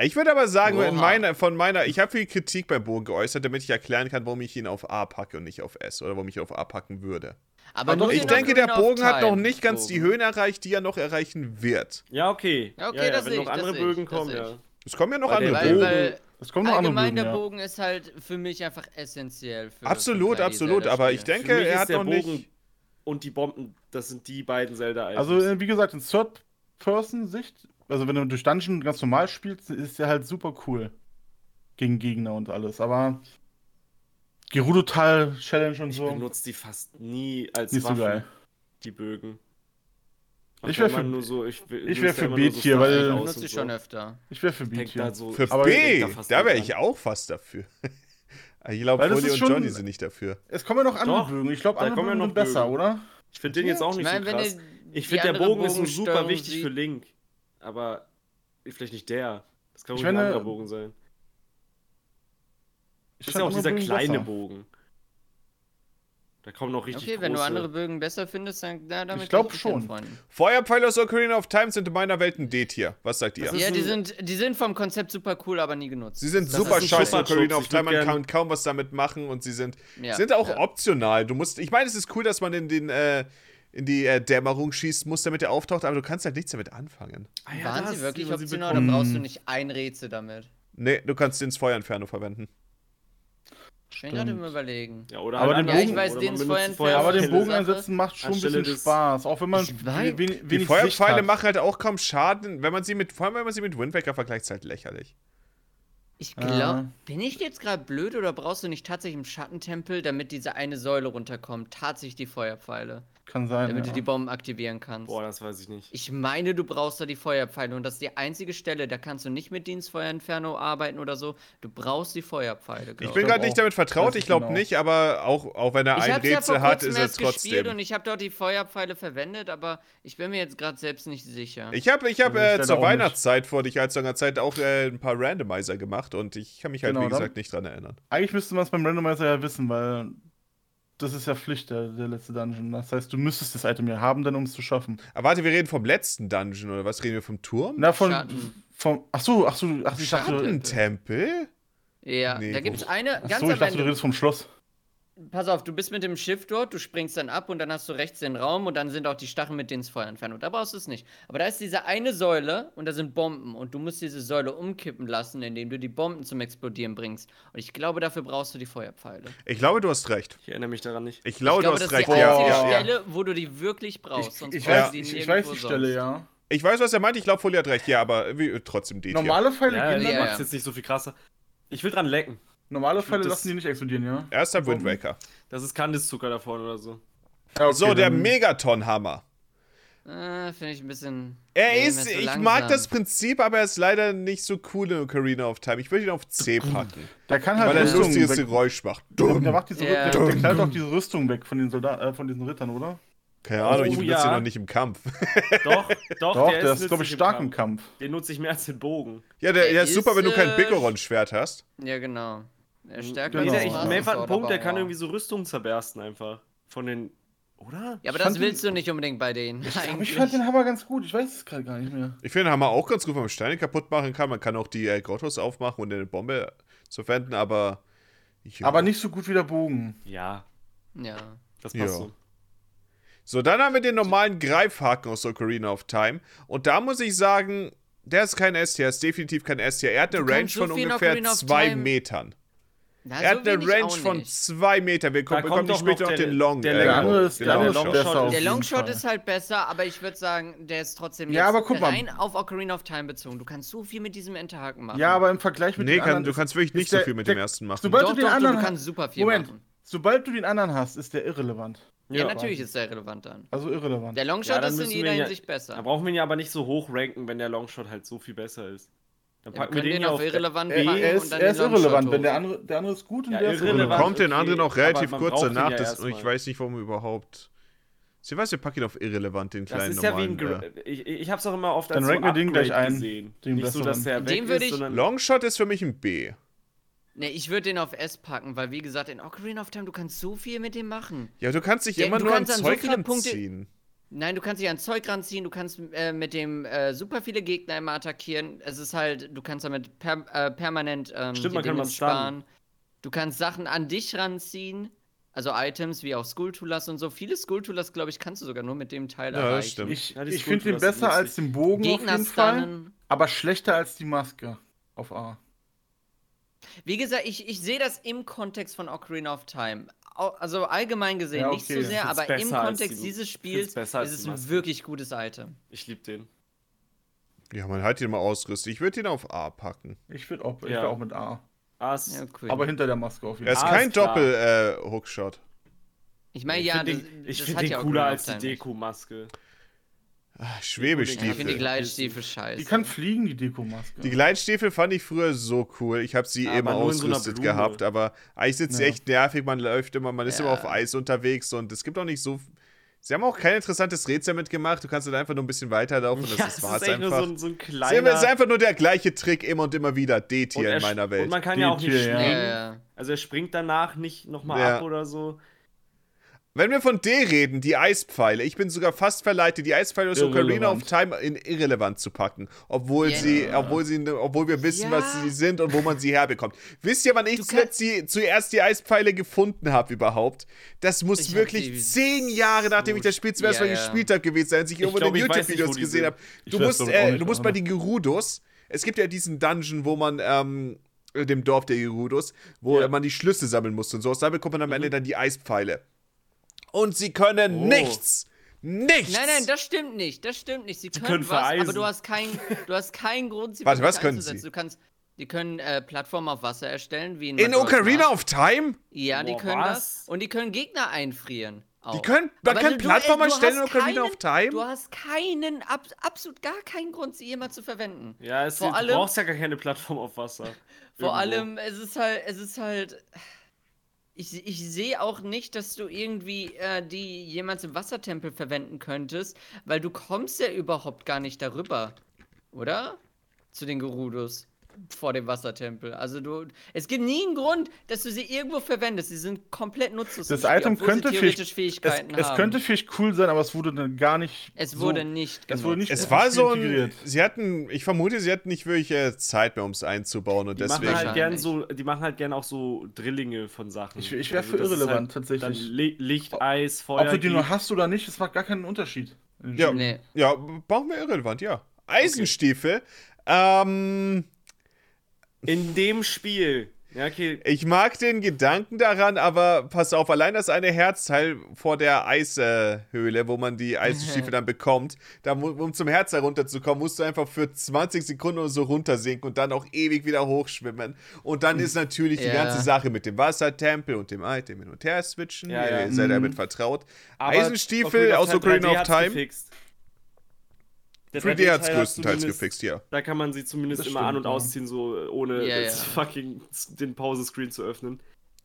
A: Ich würde aber sagen,
C: Oha.
A: in meiner, von meiner, ich habe viel Kritik beim Bogen geäußert, damit ich erklären kann, warum ich ihn auf A packe und nicht auf S oder warum ich ihn auf A packen würde.
C: Aber
D: Aber
C: nur
D: doch,
A: Ich
C: den
A: denke, der
C: Ocarina of
A: Bogen hat noch
C: Time
A: nicht ganz die
C: Bogen.
A: Höhen erreicht, die er noch erreichen wird.
B: Ja, okay.
C: Ja, okay,
B: ja, ja,
C: das
B: wenn
C: sehe
B: noch
C: ich, das
B: andere
C: sehe ich,
B: Bögen
C: das
B: kommen,
C: sehe
B: ja.
C: ich.
A: Es kommen ja noch
B: Weil
A: andere
B: der-
C: Weil,
A: Bogen.
C: weil
D: Es kommen noch andere
C: allgemein
D: Bögen,
C: der
D: ja.
C: Bogen ist halt für mich einfach essentiell. Für
A: absolut,
C: für
A: absolut, aber ich denke,
C: Zelda-Spiele.
B: mich
A: er
B: ist
A: hat
B: der
A: noch
B: Bogen-
A: nicht.
B: Und die Bomben, das sind die beiden Zelda-Items.
D: Also, äh, wie gesagt, in Third-Person-Sicht, also wenn du durch Dungeon ganz normal spielst, ist der halt super cool. Gegen Gegner und alles. Aber Gerudo-Tal-Challenge und
B: ich
D: so,
B: benutze die fast nie als
D: nicht so
B: Waffen,
D: geil.
B: die Bögen.
D: Ich
B: wär
D: wär für-
B: nur so, ich, will-
D: ich
B: nutze
D: wär für
B: immer nur
D: Beat hier, weil-
B: Stuff
C: Ich
B: aus
D: aus
C: Äh, benutze
B: und
C: sie
B: so.
C: schon öfter.
D: Ich wäre für B
B: Hängt da
D: hier.
B: so
A: Für
D: aber ich
A: B,
B: denk da fast
A: da wäre
B: nicht
A: ich
B: dran.
A: auch fast dafür. ich glaube,
D: Weil das
A: Foley
D: ist
A: und
D: schon-
A: Johnny sind nicht dafür.
D: Es kommen ja noch andere
B: Doch,
D: Bögen. Ich glaube,
B: da
D: andere
B: kommen ja
D: Bögen
B: noch
D: sind besser,
B: Bögen.
D: oder?
B: Ich finde den jetzt auch nicht
C: meine,
B: so krass.
C: ihr
B: Ich
C: die
B: finde, der
C: andere
B: Bogen ist so super
C: Bogensteuerung
B: wichtig
C: sieht-
B: für Link. Aber vielleicht nicht der. Das kann
D: Ich
B: ruhig ein
D: meine,
B: anderer Bogen sein.
D: Ich
B: Das ist
D: fand
B: ja auch
D: andere
B: dieser
D: Bögen
B: kleine
D: besser.
B: Bogen. Da kommen noch richtig
C: Okay,
B: große...
C: wenn du andere Bögen besser findest, dann na, damit
D: Ich glaub
C: kann mich
D: schon.
C: anfreunden.
A: Feuerpfeile aus Ocarina of Time sind in meiner Welt ein D-Tier. Was sagt ihr?
B: Das ist
C: Ja, die
B: ein-
C: sind, die sind vom Konzept super cool, aber nie genutzt.
A: Sie sind
C: Das
A: super
C: ist ein
A: scheiße.
B: Schutz.
A: Ocarina of
B: Ich würd
A: Time, man
B: gern-
A: kann kaum was damit machen und sie sind,
C: Ja,
A: sind auch
C: ja.
A: optional. Du musst, ich meine, es ist cool, dass man in den äh, in die äh, Dämmerung schießen muss, damit er auftaucht, aber du kannst halt nichts damit anfangen.
B: Ah ja,
C: Waren
B: das,
C: sie wirklich
B: wie man sie
C: optional
B: bekommt.
C: oder brauchst du nicht ein Rätsel damit?
A: Nee, du kannst den ins Feuerinferno verwenden.
C: Ich bin gerade im Überlegen.
B: Ja, oder
D: Aber
B: halt
D: den
B: andere
D: Bogen- Ja, ich
C: weiß,
B: oder
C: den
B: man
C: es
B: benutzt
C: vorher
B: Feuer-
D: Aber den
C: Sache.
D: Bogen einsetzen macht schon ein
B: Anstelle
D: bisschen
B: des-
D: Spaß. Auch wenn man
C: Ich weiß-
D: wenig,
A: Die
D: wenig
A: Feuerpfeile
D: Sicht hat.
A: machen halt auch kaum Schaden, wenn man sie mit, vor allem wenn man sie mit Wind Waker vergleicht, ist halt lächerlich.
C: Ich glaube,
D: Äh.
C: bin ich jetzt gerade blöd oder brauchst du nicht tatsächlich im Schattentempel, damit diese eine Säule runterkommt, tatsächlich die Feuerpfeile,
D: Kann sein.
C: damit
D: ja.
C: du die Bomben aktivieren kannst?
B: Boah, das weiß ich nicht.
C: Ich meine, du brauchst da die Feuerpfeile und das ist die einzige Stelle, da kannst du nicht mit Dienstfeuer Inferno arbeiten oder so. Du brauchst die Feuerpfeile. glaub
A: Ich bin
D: glaub
A: gerade
D: auch.
A: nicht damit vertraut,
D: Weiß
A: ich
D: ich
A: glaube
D: genau.
A: nicht, aber auch, auch wenn er
C: Ich
A: ein
C: hab's ja
A: Rätsel
C: vor
A: hat,
C: kurzem
A: ist er
C: erst gespielt und
A: trotzdem.
C: ich habe dort die Feuerpfeile verwendet, aber ich bin mir jetzt gerade selbst nicht sicher.
A: Ich habe ich hab,
D: Also ich
A: äh,
D: dann
A: zur
D: auch nicht.
A: Weihnachtszeit vor nicht allzu langer Zeit auch äh, ein paar Randomizer gemacht und ich kann mich halt,
D: Genau,
A: wie
D: dann-
A: gesagt, nicht dran erinnern.
D: Eigentlich müsste man es beim Randomizer ja wissen, weil das ist ja Pflicht, der, der letzte Dungeon. Das heißt, du müsstest das Item ja haben, dann um es zu schaffen.
A: Aber warte, wir reden vom letzten Dungeon oder was? Reden wir vom Turm?
D: Na, von.
C: Schatten.
D: Vom, ach so, ach so, ach, ich dachte. äh,
A: Schattentempel?
C: ja,
A: Nee,
C: da gibt's
A: wo-
C: eine
D: Ach
C: ganz
D: so, ich
C: am
D: dachte, du
C: Ende.
D: redest vom Schloss.
C: Pass auf, du bist mit dem Schiff dort, du springst dann ab und dann hast du rechts den Raum und dann sind auch die Stacheln mit Dienstfeuer Inferno. Da brauchst du es nicht. Aber da ist diese eine Säule und da sind Bomben und du musst diese Säule umkippen lassen, indem du die Bomben zum Explodieren bringst. Und ich glaube, dafür brauchst du die Feuerpfeile.
A: Ich glaube, du hast recht.
B: Ich erinnere mich daran nicht.
A: Ich glaube,
C: ich glaube,
A: Oh, du
C: das
A: hast
C: ist
A: recht.
C: die
A: Ja,
C: einzige
A: ja, ja.
C: Stelle, wo du die wirklich brauchst.
D: Ich,
C: Oh, sonst
D: ich,
C: brauchst
D: weiß,
C: du
D: ich, ich weiß
C: nirgendwo
D: die Stelle,
C: sonst.
D: ja.
A: Ich weiß, was er meint. Ich glaube, Folli hat recht. Ja, aber wie, trotzdem D-Tier.
D: Normale Pfeile,
B: Ja,
D: gehen
B: das
C: ja,
D: dann,
B: macht's jetzt nicht so viel krasser. Ich will dran lecken.
D: normale Pfeile
B: Das-
D: lassen die nicht explodieren, ja.
A: Erster Wind Waker.
B: Das ist Kandiszucker da vorne oder so.
D: ja okay,
A: so, Also, der
D: dann-
A: Megaton-Hammer.
C: Äh, Finde ich ein bisschen.
A: Er
C: Nee,
A: ist,
C: mir zu
A: ich
C: langsam.
A: mag das Prinzip, aber er ist leider nicht so cool in Ocarina of Time. Ich würde ihn auf C packen,
D: Der kann halt
A: weil er ein
D: Rüstung
A: lustiges
D: weg.
A: Geräusch macht.
D: Der, der, macht diese,
C: Ja.
D: der, der knallt auch diese Rüstung weg von den Soldaten, äh, von diesen Rittern, oder?
A: Keine Ahnung, ich
B: Oh,
A: benutze
B: ja.
A: ihn noch nicht im Kampf.
B: Doch, doch,
D: Doch, der, ist, glaube ich,
B: nützlich im
D: stark im
B: Kampf.
D: Kampf.
B: Den nutze ich mehr als den Bogen.
A: Ja, der,
C: Er
A: der ist, super,
C: ist,
A: wenn du kein
C: äh,
A: Bigoron-Schwert hast.
C: Ja, genau. Er
D: Genau.
B: Nee, der, ich,
D: Genau.
B: Maeve hat einen Punkt, der kann
C: irgendwie
B: irgendwie so Rüstungen zerbersten einfach. Von den. Oder?
C: Ja,
D: Ich
C: aber das
D: fand
C: willst
D: ihn-
C: du nicht unbedingt bei denen.
D: Aber ich
C: eigentlich.
D: fand halt- den Hammer ganz gut, ich weiß es gerade gar nicht mehr.
A: Ich finde den Hammer auch ganz gut, wenn man Steine kaputt machen kann. Man kann auch die äh, Grottos aufmachen und eine Bombe zu verwenden, aber. Ja.
D: Aber nicht so gut wie der Bogen.
B: Ja,
C: ja.
B: das passt
A: Ja.
B: so.
A: So, dann haben wir den normalen Greifhaken aus Ocarina of Time. Und da muss ich sagen, der ist kein S-Tier, er ist definitiv kein S-Tier. Er hat eine
C: Du
A: Range
C: kannst so
A: von
C: viel in
A: ungefähr
C: Ocarina of
A: zwei
C: Time-
A: Metern.
C: Na,
A: Er
C: so
A: hat eine
C: Also wenig auch
A: Range von
C: nicht.
A: zwei Metern. Wir kommen,
B: Da
A: bekommen
B: kommt doch
A: später
B: noch
A: noch
B: der-
A: den Long.
B: der
A: äh,
B: längere.
D: Der andere ist, der
A: genau,
D: andere ist
A: Long
B: Longshot.
D: besser. auf
C: Der
D: jeden
C: Longshot
D: Fall.
C: ist halt besser, aber ich würde sagen, der ist trotzdem
D: Ja,
C: jetzt
D: aber guck mal.
C: rein auf Ocarina of Time bezogen. Du kannst so viel mit diesem Enterhaken machen.
D: Ja, aber im Vergleich mit
A: Nee,
D: den
A: kann,
D: anderen
A: du
D: ist-
A: kannst wirklich
D: ist
A: nicht so
D: der-
A: viel mit
D: der-
A: dem ersten machen.
D: Sobald
C: Doch,
D: du den
C: doch, du
D: anderen
C: kannst super viel
D: Moment.
C: machen.
D: Sobald du den anderen hast, ist der irrelevant.
C: ja, natürlich ist der relevant dann.
D: Also irrelevant.
C: Der Longshot
B: Ja, dann
C: ist in
B: müssen wir
C: jeder
B: ihn ja-
C: Hinsicht besser.
B: Da brauchen wir ihn ja aber nicht so hoch ranken, wenn der Longshot halt so viel besser ist. Dann
C: Ja, wir
B: packen
C: können
B: wir den
C: den
B: ja
C: auf
B: auf
C: irrelevant
D: er,
C: packen
D: Äh, er ist,
C: und dann
D: er ist
C: den Longshot
D: irrelevant,
C: hoch.
D: wenn der andere, der andere ist gut und
B: Ja,
D: der ist
A: Und
B: irrelevant.
D: irrelevant.
A: bekommt Also den
B: okay,
A: anderen auch
B: aber
A: relativ
B: man
A: kurz
B: braucht ihn
A: danach.
B: ja
A: das,
B: erstmal.
A: ich weiß nicht, warum überhaupt. Sie weiß, wir packen ihn auf irrelevant, den
B: Das
A: kleinen
B: ist ja wie ein.
A: normalen,
B: Gr- Ich, ich hab's auch immer oft
D: Dann
B: als so
D: ranken wir den
B: Upgrade
D: gleich ein,
B: gesehen.
D: den
B: nicht so, dass der
C: besseren.
B: weg
C: Den würd
B: ist,
C: ich-
A: äh,
B: sondern.
A: Longshot ist für mich ein B.
C: Ne, ich würde den auf S packen, weil wie gesagt, in Ocarina of Time, du kannst so viel mit dem machen.
A: Ja, du kannst dich
C: Ja,
A: immer
C: du
A: nur an
C: kannst an so
A: Zeug
C: viele Punkte-
A: ranziehen.
C: Nein, du kannst dich an Zeug ranziehen, du kannst äh, mit dem äh, super viele Gegner immer attackieren. Es ist halt, du kannst damit per, äh, permanent ähm,
B: Stimmt,
C: die
B: man kann
C: Dinge
B: was stunnen.
C: Du kannst Sachen an dich ranziehen, also Items wie auch Skulltulas und so. Viele Skulltulas, glaube ich, kannst du sogar nur mit dem Teil
A: Ja, das
C: erreichen.
A: stimmt.
D: Ich,
B: Ja, die
D: ich
B: Skulptur
D: finde den
B: ist
D: besser
B: lustig.
D: als den Bogen
C: Gegner
D: auf jeden Fall,
C: stunnen.
D: aber schlechter als die Maske auf A.
C: Wie gesagt, ich, ich sehe das im Kontext von Ocarina of Time. Au- Also allgemein gesehen
D: Ja,
C: nicht so
D: okay.
B: Ich
C: sehr,
B: find's
C: aber im
B: besser als
C: Kontext
B: die-
C: dieses
B: ich
C: Spiels
B: find's besser als
C: ist es
B: die
C: ein
B: Maske.
C: wirklich gutes Item.
B: Ich lieb den.
A: Ja, man hat ihn mal ausrüstet. Ich würde ihn auf A packen.
D: Ich würde auch, ich
B: Ja.
D: wär auch mit A.
B: Ah, es-
C: Ja, cool.
D: Aber hinter der Maske auf
A: Er
D: jeden
A: ist
D: Fall.
B: Ah,
A: kein äh,
B: ist klar.
A: Doppel-Hookshot.
C: ich meine,
B: Ich
C: ja,
B: find
C: das,
B: den, ich
C: das
B: find
C: hat
B: den
C: ja
B: cooler
C: Ocarina of
B: als die
C: Time nicht.
B: Deku-Maske.
C: Ja, Ich finde die
A: Schwebestiefel.
C: Gleitstiefel scheiße.
D: Die kann fliegen, die Deko-Maske.
A: Die Gleitstiefel fand ich früher so cool. Ich habe sie
B: Ah, Aber
A: immer
B: nur in so einer
A: ausgerüstet
B: Blume.
A: gehabt, aber eigentlich sind sie
D: Ja.
A: echt nervig. Man läuft immer, man ist
C: Ja.
A: immer auf Eis unterwegs und es gibt auch nicht so. Sie haben auch kein interessantes Rätsel mitgemacht. Du kannst dann einfach nur ein bisschen weiterlaufen und
B: Ja,
A: das,
B: es
A: das war's
B: echt nur
A: einfach.
B: so ein, so ein
A: Sie haben-
B: kleiner.
A: Es ist einfach nur der gleiche Trick immer und immer wieder.
B: und
A: D-Tier
B: er
A: in meiner
B: sch-
A: Welt.
B: Und man kann
D: Die
B: ja auch nicht
D: Tür, ja.
B: springen.
C: ja, ja. ja.
B: Also er springt danach nicht nochmal
A: Ja.
B: ab oder so.
A: Wenn wir von D reden, die Eispfeile, ich bin sogar fast verleitet, die Eispfeile aus Ocarina of
D: Irrelevant.
A: Time in irrelevant zu packen, obwohl
C: Ja.
A: sie, obwohl sie, obwohl wir wissen,
C: Ja.
A: was sie sind und wo man sie herbekommt. Wisst ihr, wann ich
C: Du
A: zuletzt die, zuerst die Eispfeile gefunden habe überhaupt? Das muss
C: Ich hab die
A: wirklich zehn Jahre, nachdem ich das Spiel zum ersten
C: Ja,
A: Mal
C: ja.
A: gespielt habe, gewesen sein, als ich irgendwo
B: glaub,
A: in den
B: ich weiß nicht, wo
A: YouTube-Videos
B: die
A: gesehen
B: sind.
A: habe. Du
D: weiß
A: musst,
D: damit auch
A: äh,
D: nicht,
A: du musst
D: aber-
A: bei den Gerudos, es gibt ja diesen Dungeon, wo man ähm, dem Dorf der Gerudos, wo
B: Ja.
A: man die Schlüssel sammeln musste und so. Da bekommt man am Ende dann die Eispfeile und sie können nichts. Nichts.
C: Nein, nein, das stimmt nicht. Das stimmt nicht. Sie können,
B: können
C: was, aber
B: vereisen.
C: du hast keinen, du hast keinen Grund, sie
A: Warte,
C: wirklich
A: was können
C: einzusetzen.
A: sie?
C: Du kannst Die können äh, Plattformen auf Wasser erstellen, wie in,
A: In
C: Majora's
A: Ocarina
C: Mask.
A: of Time?
C: Ja, die
B: Boah,
C: können
B: was?
C: das. Und die können Gegner einfrieren. Auch.
A: Die können- man
C: Aber
A: kann
C: du-
A: Plattformer
C: du
A: stellen in
C: hast
A: Ocarina of
C: keinen-
A: Time?
C: Du hast keinen, ab, absolut gar keinen Grund, sie jemals zu verwenden.
B: Ja, es,
C: Vor
B: du
C: allem-
B: brauchst ja gar keine Plattform auf Wasser. Irgendwo.
C: Vor allem, es ist halt, es ist halt. Ich, ich sehe auch nicht, dass du irgendwie äh, die jemals im Wassertempel verwenden könntest, weil du kommst ja überhaupt gar nicht darüber, oder? Zu den Gerudos vor dem Wassertempel. Also du, es gibt nie einen Grund, dass du sie irgendwo verwendest. Sie sind komplett nutzlos.
D: Das
C: im Spiel,
D: Item
C: obwohl
D: könnte
C: sie
D: vielleicht-
C: theoretisch
D: Es,
C: Fähigkeiten
D: es
C: haben.
D: könnte vielleicht cool sein, aber es wurde dann gar nicht.
C: es
D: so-
C: wurde nicht
D: Es wurde nicht
C: genutzt.
A: Es
D: gut
A: war
D: ins
A: so
D: Spiel
A: ein. Sie hatten, ich vermute, sie hatten nicht wirklich äh, Zeit mehr, um es einzubauen und
B: Die machen,
A: deswegen.
B: halt gern
C: Wahrscheinlich.
B: so, die machen halt gern auch so Drillinge von Sachen. Also
D: Ich- ich wär für
B: das ist halt
D: irrelevant,
B: Dann
D: tatsächlich.
B: Li Licht, Eis, Feuer.
D: Ob du die
B: Gift.
D: noch hast oder nicht, das macht gar keinen Unterschied.
A: Ja.
C: Nee.
A: Ja, brauchen wir irrelevant, ja. Eisenstiefel. Ähm,
B: In dem Spiel. Ja, okay.
A: ich mag den Gedanken daran, aber pass auf, allein das eine Herzteil vor der Eishöhle, wo man die Eisenstiefel dann bekommt, da, mu- um zum Herz herunterzukommen, musst du einfach für 20 Sekunden oder so runtersinken und dann auch ewig wieder hochschwimmen. Und dann ist natürlich die
C: Ja.
A: ganze Sache mit dem Wassertempel und dem Item hin und her switchen.
B: Ja, ja.
A: Ihr seid
D: Mhm.
A: damit vertraut.
B: Aber
A: Eisenstiefel aus Ocarina of
B: 3D hat's
A: Time.
B: gefixt. Der
A: 3D hat es
B: 3D-Teil hat's
A: größtenteils
B: zumindest-
A: gefixt, ja.
B: Da kann man sie zumindest
D: Das
B: immer an- und
D: stimmt, ja.
B: ausziehen, so äh, ohne
C: Ja,
B: jetzt
C: ja.
B: fucking s- den Pause-Screen zu öffnen.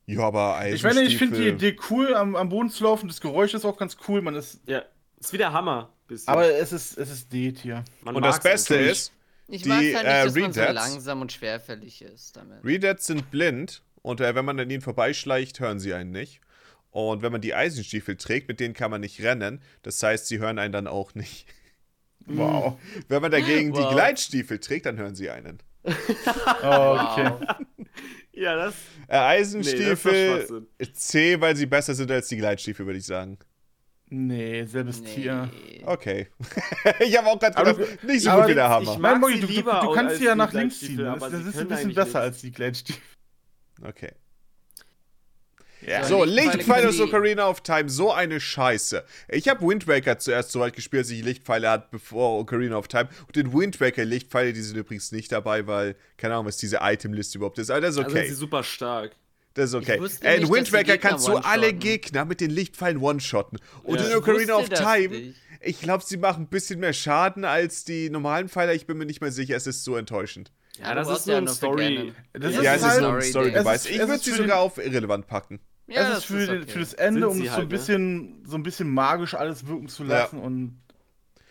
A: Ja, aber
D: Ich meine, ich finde die
A: Eisenstiefel-
D: Idee cool, am, am Boden zu laufen. Das Geräusch ist auch ganz cool. Man ist,
B: Ja, ist wieder Hammer. Bisschen.
D: aber es ist, es ist D-Tier.
B: Man
A: Und das
B: mag's
A: Beste
B: natürlich.
A: ist,
C: Ich
A: Die,
C: mag halt nicht,
A: äh,
C: dass man so
A: Redads-
C: langsam und schwerfällig ist damit.
A: Redads sind blind und äh, wenn man an ihnen vorbeischleicht, hören sie einen nicht. Und wenn man die Eisenstiefel trägt, mit denen kann man nicht rennen. Das heißt, sie hören einen dann auch nicht.
D: Wow.
A: Wenn man dagegen
C: Wow.
A: die Gleitstiefel trägt, dann hören sie einen.
D: Oh, okay.
B: Ja,
A: Äh,
B: das. Nee, das ist doch
A: Eisenstiefel
B: Schwachsinn.
A: C, weil sie besser sind als die Gleitstiefel, würde ich sagen.
D: Nee, selbes Tier.
C: Nee.
A: Okay. ich habe auch gerade
D: Aber
A: gedacht, nicht so
D: aber
A: gut wie der
B: ich-
A: Hammer.
B: mag
D: Nein, Mogi,
B: sie
D: du, du,
B: lieber
D: du kannst
B: als
D: sie ja
B: die
D: nach links
B: Gleitstiefel,
D: ziehen. Das,
B: aber
D: das
B: sie
D: ist ein
B: können
D: bisschen
B: eigentlich
D: besser
B: nichts.
D: als die Gleitstiefel.
A: Okay.
D: Ja.
A: So,
C: Lichtpfeile
A: Lichtpfeile
C: können
A: aus
C: die-
A: Ocarina of Time, so eine Scheiße. Ich habe Wind Waker zuerst so weit gespielt, dass ich Lichtpfeile hatte, bevor Ocarina of Time. Und den Wind Waker Lichtpfeile, die sind übrigens nicht dabei, weil, keine Ahnung, was diese Itemliste überhaupt ist. Aber das ist
B: Also sind
A: okay.
B: sie super stark.
A: das ist okay.
C: Ich wusste
A: Äh, in
C: nicht,
A: Wind
C: dass die
A: Waker
C: Gegner
A: kannst du alle
C: one-shotten.
A: Gegner mit den Lichtpfeilen one-shotten. Und
B: Ja.
A: in
B: Ich
A: Ocarina of
C: wusste das
A: Time,
C: nicht.
A: ich glaube, sie machen ein bisschen mehr Schaden als die normalen Pfeiler. Ich bin mir nicht mehr sicher, es ist so enttäuschend.
B: Ja,
C: du
B: das
C: brauchst
B: ist nur
C: ja
B: ein
C: noch
B: Story.
C: Verkennen.
D: Das
A: Ja, es
D: ist
A: ist
D: halt-
A: so ein
C: Sorry,
A: Story-Device.
D: Dave.
A: Ich
D: Es
A: würde
D: ist
A: sie
D: für den-
A: sogar auf irrelevant packen.
C: Ja,
D: es
C: das
D: ist für,
C: okay.
D: den, für das Ende,
B: Sind
D: um
B: sie
D: es so
B: halt,
D: ein
B: ne?
D: bisschen, so ein bisschen magisch alles wirken zu lassen und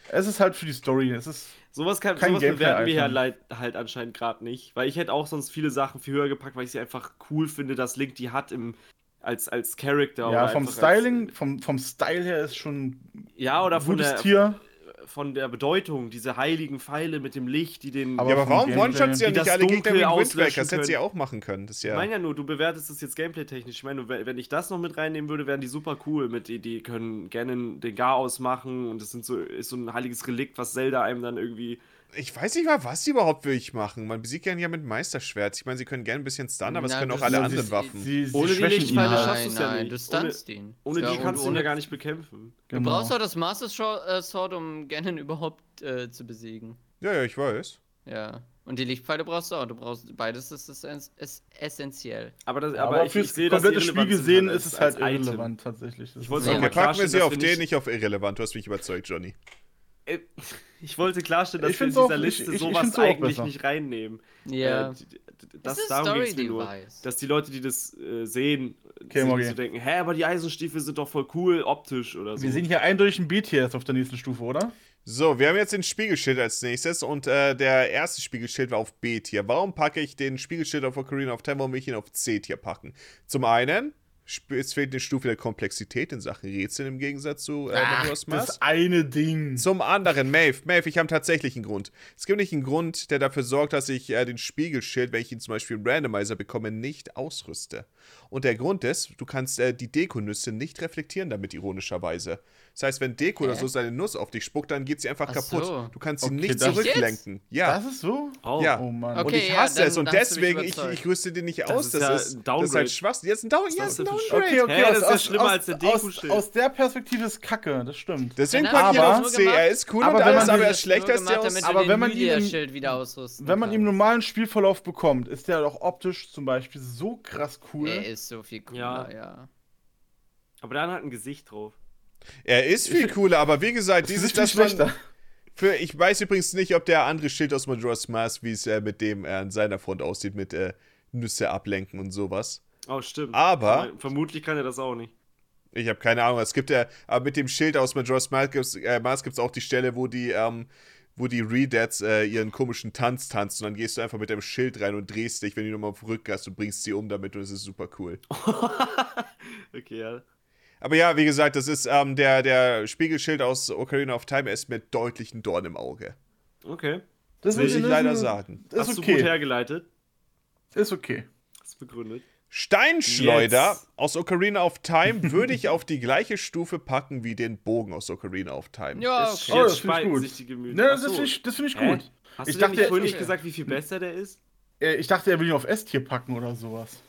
D: es ist halt für die Story. Es ist
B: Sowas, kann,
D: Kein
B: sowas
D: Gameplay,
B: bewerten wir ja
D: Alter.
B: leid, halt anscheinend gerade nicht. Weil ich hätte auch sonst viele Sachen viel höher gepackt, weil ich sie einfach cool finde, dass Link die hat im, als, als Character.
D: ja
B: oder
D: vom
B: einfach als-
D: Styling, vom, vom Style her ist schon
B: ja, oder
D: ein
B: von
D: gutes
B: der,
D: Tier.
B: von der Bedeutung, diese heiligen Pfeile mit dem Licht, die den.
D: Aber
A: Ja, aber
D: vom
A: warum
D: Gameplay-
A: one-shots ja
B: Wie
A: nicht
B: das
A: alle Gegner
B: Dunkel
A: mit Wind Waker?
B: auslöschen
A: Das hätten sie ja
B: können.
A: auch machen können. Das ist ja.
B: Ich meine ja nur, du bewertest es jetzt gameplay-technisch. Ich meine, du- wenn ich das noch mit reinnehmen würde, wären die super cool. Mit die, die können gerne den Garaus machen und das sind so, ist so ein heiliges Relikt, was Zelda einem dann irgendwie.
A: Ich weiß nicht mal, was sie überhaupt wirklich machen. Man besiegt ihn ja mit Meisterschwert. Ich meine, sie können gerne ein bisschen stunnen, aber es
C: Na,
A: können auch
C: das
A: alle
C: ist-
A: anderen
C: sie-
A: Waffen.
D: Sie, sie
B: Ohne die
D: schwächen ihn
B: Lichtpfeile
D: halt.
B: schaffst du's ja
C: nein,
B: nicht.
C: du stunst ihn.
B: Ohne
C: Ja,
B: die kannst du ihn
C: ohne-
B: ja gar nicht bekämpfen.
C: Du
D: Genau.
C: brauchst auch das Master Sho- äh, Sword, um Ganon überhaupt äh, zu besiegen.
A: ja, ja, ich weiß.
C: Ja. Und die Lichtpfeile brauchst du auch. Du brauchst beides ist, ist, ess- ist essentiell.
B: Aber, das,
D: aber
B: aber, ich, ich
D: fürs
B: sehe das
D: komplette Spiel
B: Irrelevanz
D: gesehen
B: als-
D: ist es
B: als
D: halt
B: Item.
D: irrelevant tatsächlich. Das
B: Ich
D: ist-
B: wollte
C: Ja.
A: Okay,
B: nochmal
A: packen wir
B: klarstellen,
A: sie
B: dass
A: auf
B: wir
A: D, nicht auf irrelevant. Du hast mich überzeugt, Johnny.
B: Äh, Ich wollte klarstellen, dass
D: Ich
B: wir in
D: find's auch-
B: dieser Liste
D: ich- ich- ich
B: sowas
D: find's auch
B: eigentlich
D: besser.
B: nicht reinnehmen.
C: Ja.
B: Äh, d- d- das
C: ist
B: darum ging es mir nur.
C: Story-Device.
B: Dass die Leute, die das äh, sehen,
D: Okay,
B: sich
D: Morgi.
B: so denken, hä, aber die Eisenstiefel sind doch voll cool optisch oder so.
D: Wir sehen hier eindeutig ein BTS auf der nächsten Stufe, oder?
A: So, wir haben jetzt den Spiegelschild als nächstes und äh, der erste Spiegelschild war auf B-Tier. Warum packe ich den Spiegelschild auf Ocarina of Time, warum will ich ihn auf C-Tier packen? Zum einen, sp- es fehlt eine Stufe der Komplexität in Sachen Rätseln im Gegensatz zu äh, Majora's Mask.
D: Das eine Ding.
A: Zum anderen, Maeve, Maeve, ich habe tatsächlich einen Grund. Es gibt nicht einen Grund, der dafür sorgt, dass ich äh, den Spiegelschild, wenn ich ihn zum Beispiel im Randomizer bekomme, nicht ausrüste. Und der Grund ist, du kannst äh, die Dekonüsse nicht reflektieren damit, ironischerweise. Das heißt, wenn Deko oder so seine Nuss auf dich spuckt, dann geht sie einfach
C: Ach
A: kaputt.
C: so.
A: Du kannst sie
D: Okay,
A: nicht
D: das- Echt
A: zurücklenken. Ja.
D: Das ist so?
B: Oh.
A: Ja.
D: Oh Mann.
A: Und
C: Okay,
A: ich
C: ja,
A: hasse
C: dann-
A: es und
C: dann hast du mich
A: deswegen, ich,
C: überzeugt.
A: ich rüste den nicht aus.
B: ist ja
A: Das, ist,
B: ein
A: das ist
B: Downgrade.
A: halt Schwachsinn. Jetzt ein Downgrade.
B: Was
A: Ja,
B: ist
A: ist ein
B: das
C: Downgrade.
D: Okay, okay.
B: Hä,
D: aus-
B: das ist ja
D: aus-
B: schlimmer
D: aus,
B: als der
D: aus,
B: Deko-Schild.
D: aus der Perspektive ist Kacke, das stimmt.
A: Deswegen
C: Dann
A: packe ich ihn
D: aber-
A: auf C. Er ist cool
D: aber
A: und
D: wenn
A: alles,
D: man-
A: aber er
C: Das
A: ist schlechter
C: nur
A: als der
C: gemacht,
A: aus.
C: damit
D: aber
C: du den
D: wenn man ihn-
C: Lydia-Schild wieder ausrüsten
D: Wenn man ihm
C: kannst.
D: einen normalen Spielverlauf bekommt, ist der doch optisch zum Beispiel so krass cool.
C: Er ist so viel cooler, ja.
B: Aber dann hat ein Gesicht drauf.
A: Er ist viel cooler, aber wie gesagt, dieses,
D: nicht
A: dass man, für, ich weiß übrigens nicht, ob der andere Schild aus Majora's Mask, wie es äh, mit dem äh, an seiner Front aussieht, mit äh, Nüsse ablenken und sowas.
B: Oh, stimmt.
A: Aber-
B: Vermutlich kann er das auch nicht.
A: Ich habe keine Ahnung, es gibt ja, aber mit dem Schild aus Majora's Mask gibt äh, Mask gibt's auch die Stelle, wo die, ähm, wo die Redads äh, ihren komischen Tanz tanzen und dann gehst du einfach mit dem Schild rein und drehst dich, wenn du nochmal verrückt hast und bringst sie um damit und es ist super cool.
B: Okay, ja.
A: Aber ja, wie gesagt, das ist ähm, der, der Spiegelschild aus Ocarina of Time, er ist mit deutlichen Dorn im Auge.
B: Okay.
D: Das
A: Muss
D: mit
A: ich
D: den
A: leider
D: Linsen-
A: sagen.
D: Ist
B: Hast du gut
D: okay.
B: hergeleitet?
D: Ist okay.
B: Ist begründet.
A: Steinschleuder
B: Jetzt.
A: aus Ocarina of Time würde ich auf die gleiche Stufe packen wie den Bogen aus Ocarina of Time.
C: Ja,
B: Ist- Jetzt
D: Oh, das
C: okay.
D: finde ich
B: spalten
D: gut.
B: sich die Gemüter.
D: Ne, das
B: Ach so.
D: finde ich, das find ich
B: Hä?
D: gut.
B: Hast
D: Ich
B: du denn
D: dachte,
B: nicht vorhin
D: ich-
B: nicht gesagt, wie viel besser der ist?
D: Äh, Ich dachte, er will ihn auf S-Tier packen oder sowas.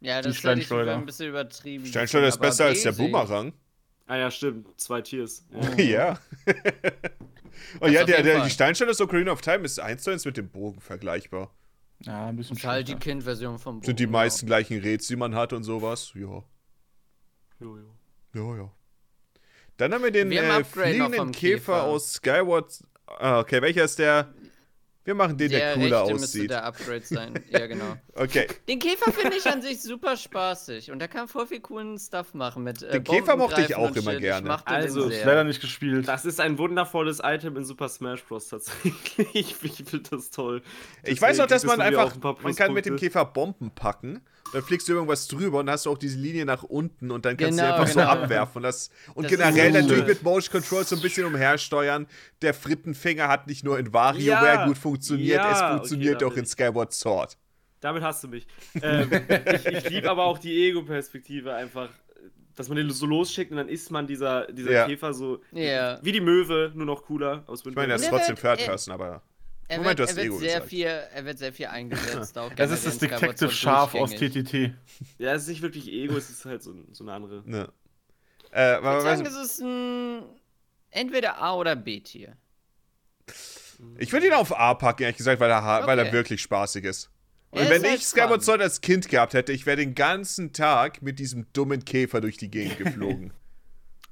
C: Ja,
D: Die
C: das hätte ich
D: Steinschleuder.
C: ein bisschen übertrieben.
A: Steinschleuder ist
C: aber
A: besser als der
C: riesig.
A: Boomerang.
B: Ah ja, stimmt. Zwei Tiers. Ja.
A: Ja. Und ja,
C: Mhm. auf
A: der,
C: jeden
A: der,
C: Fall.
A: die Steinschleuder aus Ocarina of Time ist eins zu eins mit dem Bogen vergleichbar.
D: Ja, ein bisschen
C: Ist halt die
D: schlechter.
C: Kind-Version vom Bogen.
A: Sind die
C: Oh, ja.
A: meisten gleichen Rätsel, die man hat und sowas. Ja,
B: Jo, jo.
A: ja, ja. Dann haben wir den
C: Wir
A: äh,
C: haben Upgrade noch
A: fliegenden
C: vom
A: Käfer,
C: Käfer.
A: aus Skyward. Ah, okay, welcher ist der? Wir machen den, der,
C: Der,
A: cooler
C: rechte müsste
A: aussieht.
C: der Upgrade sein. ja, genau.
A: Okay.
C: Den Käfer finde ich an sich super spaßig und da kann man voll viel coolen Stuff machen mit äh,
A: Den Käfer mochte ich
C: Bombengreifen
A: auch
C: und
A: immer
C: Shit.
A: gerne.
C: Ich mochte
B: Also,
C: den
D: Ist
C: sehr.
D: leider nicht gespielt.
B: Das ist ein wundervolles Item in Super Smash Bros. tatsächlich. Ich finde das toll.
A: Ich weiß
B: Deswegen
A: noch, dass
B: kriegt
A: man
B: von mir auch
A: einfach,
B: ein paar
A: man kann mit dem
B: Pluspunkte.
A: Käfer Bomben packen, dann fliegst du irgendwas drüber und hast du auch diese Linie nach unten und dann kannst du
C: Genau,
A: die einfach
C: genau.
A: so abwerfen. Und, das, und
C: Das ist
A: generell
B: so
A: natürlich
B: cool.
A: mit Motion Control so ein bisschen umhersteuern. Der Frittenfinger hat nicht nur in WarioWare
B: Ja,
A: gut funktioniert,
B: ja,
A: es
B: okay,
A: funktioniert
B: da
A: auch
B: bin
A: in Skyward Sword.
B: Damit hast du mich. Ähm, ich ich liebe aber auch die Ego-Perspektive einfach, dass man den so losschickt und dann ist man dieser, dieser
A: Ja.
B: Käfer so
C: Ja.
B: wie die Möwe, nur noch cooler aus
A: Ich meine, der ist
C: Ja,
A: trotzdem
C: äh,
A: Third-Person, aber
C: Er
A: Moment,
C: wird,
A: du hast
C: er wird
A: Ego
C: sehr
A: gesagt.
C: viel, er wird sehr viel eingesetzt. Auch
D: Das
C: generell
D: ist das
C: in Skyward
D: Detective
C: Sword
D: Schaf aus
C: durchgängig.
D: TTT.
B: Ja, es ist nicht wirklich Ego, es ist halt so, so eine andere.
A: ne. Äh,
C: Ich
A: aber,
C: würde sagen,
A: was,
C: es ist ein entweder A oder B-Tier.
A: ich würde ihn auf A packen, ehrlich gesagt, weil er, ha- weil er
C: Okay.
A: wirklich spaßig ist.
C: Er
A: Und
C: ist
A: wenn
C: halt
A: ich Skyward
C: spannend.
A: Sword als Kind gehabt hätte, ich wäre den ganzen Tag mit diesem dummen Käfer durch die Gegend geflogen.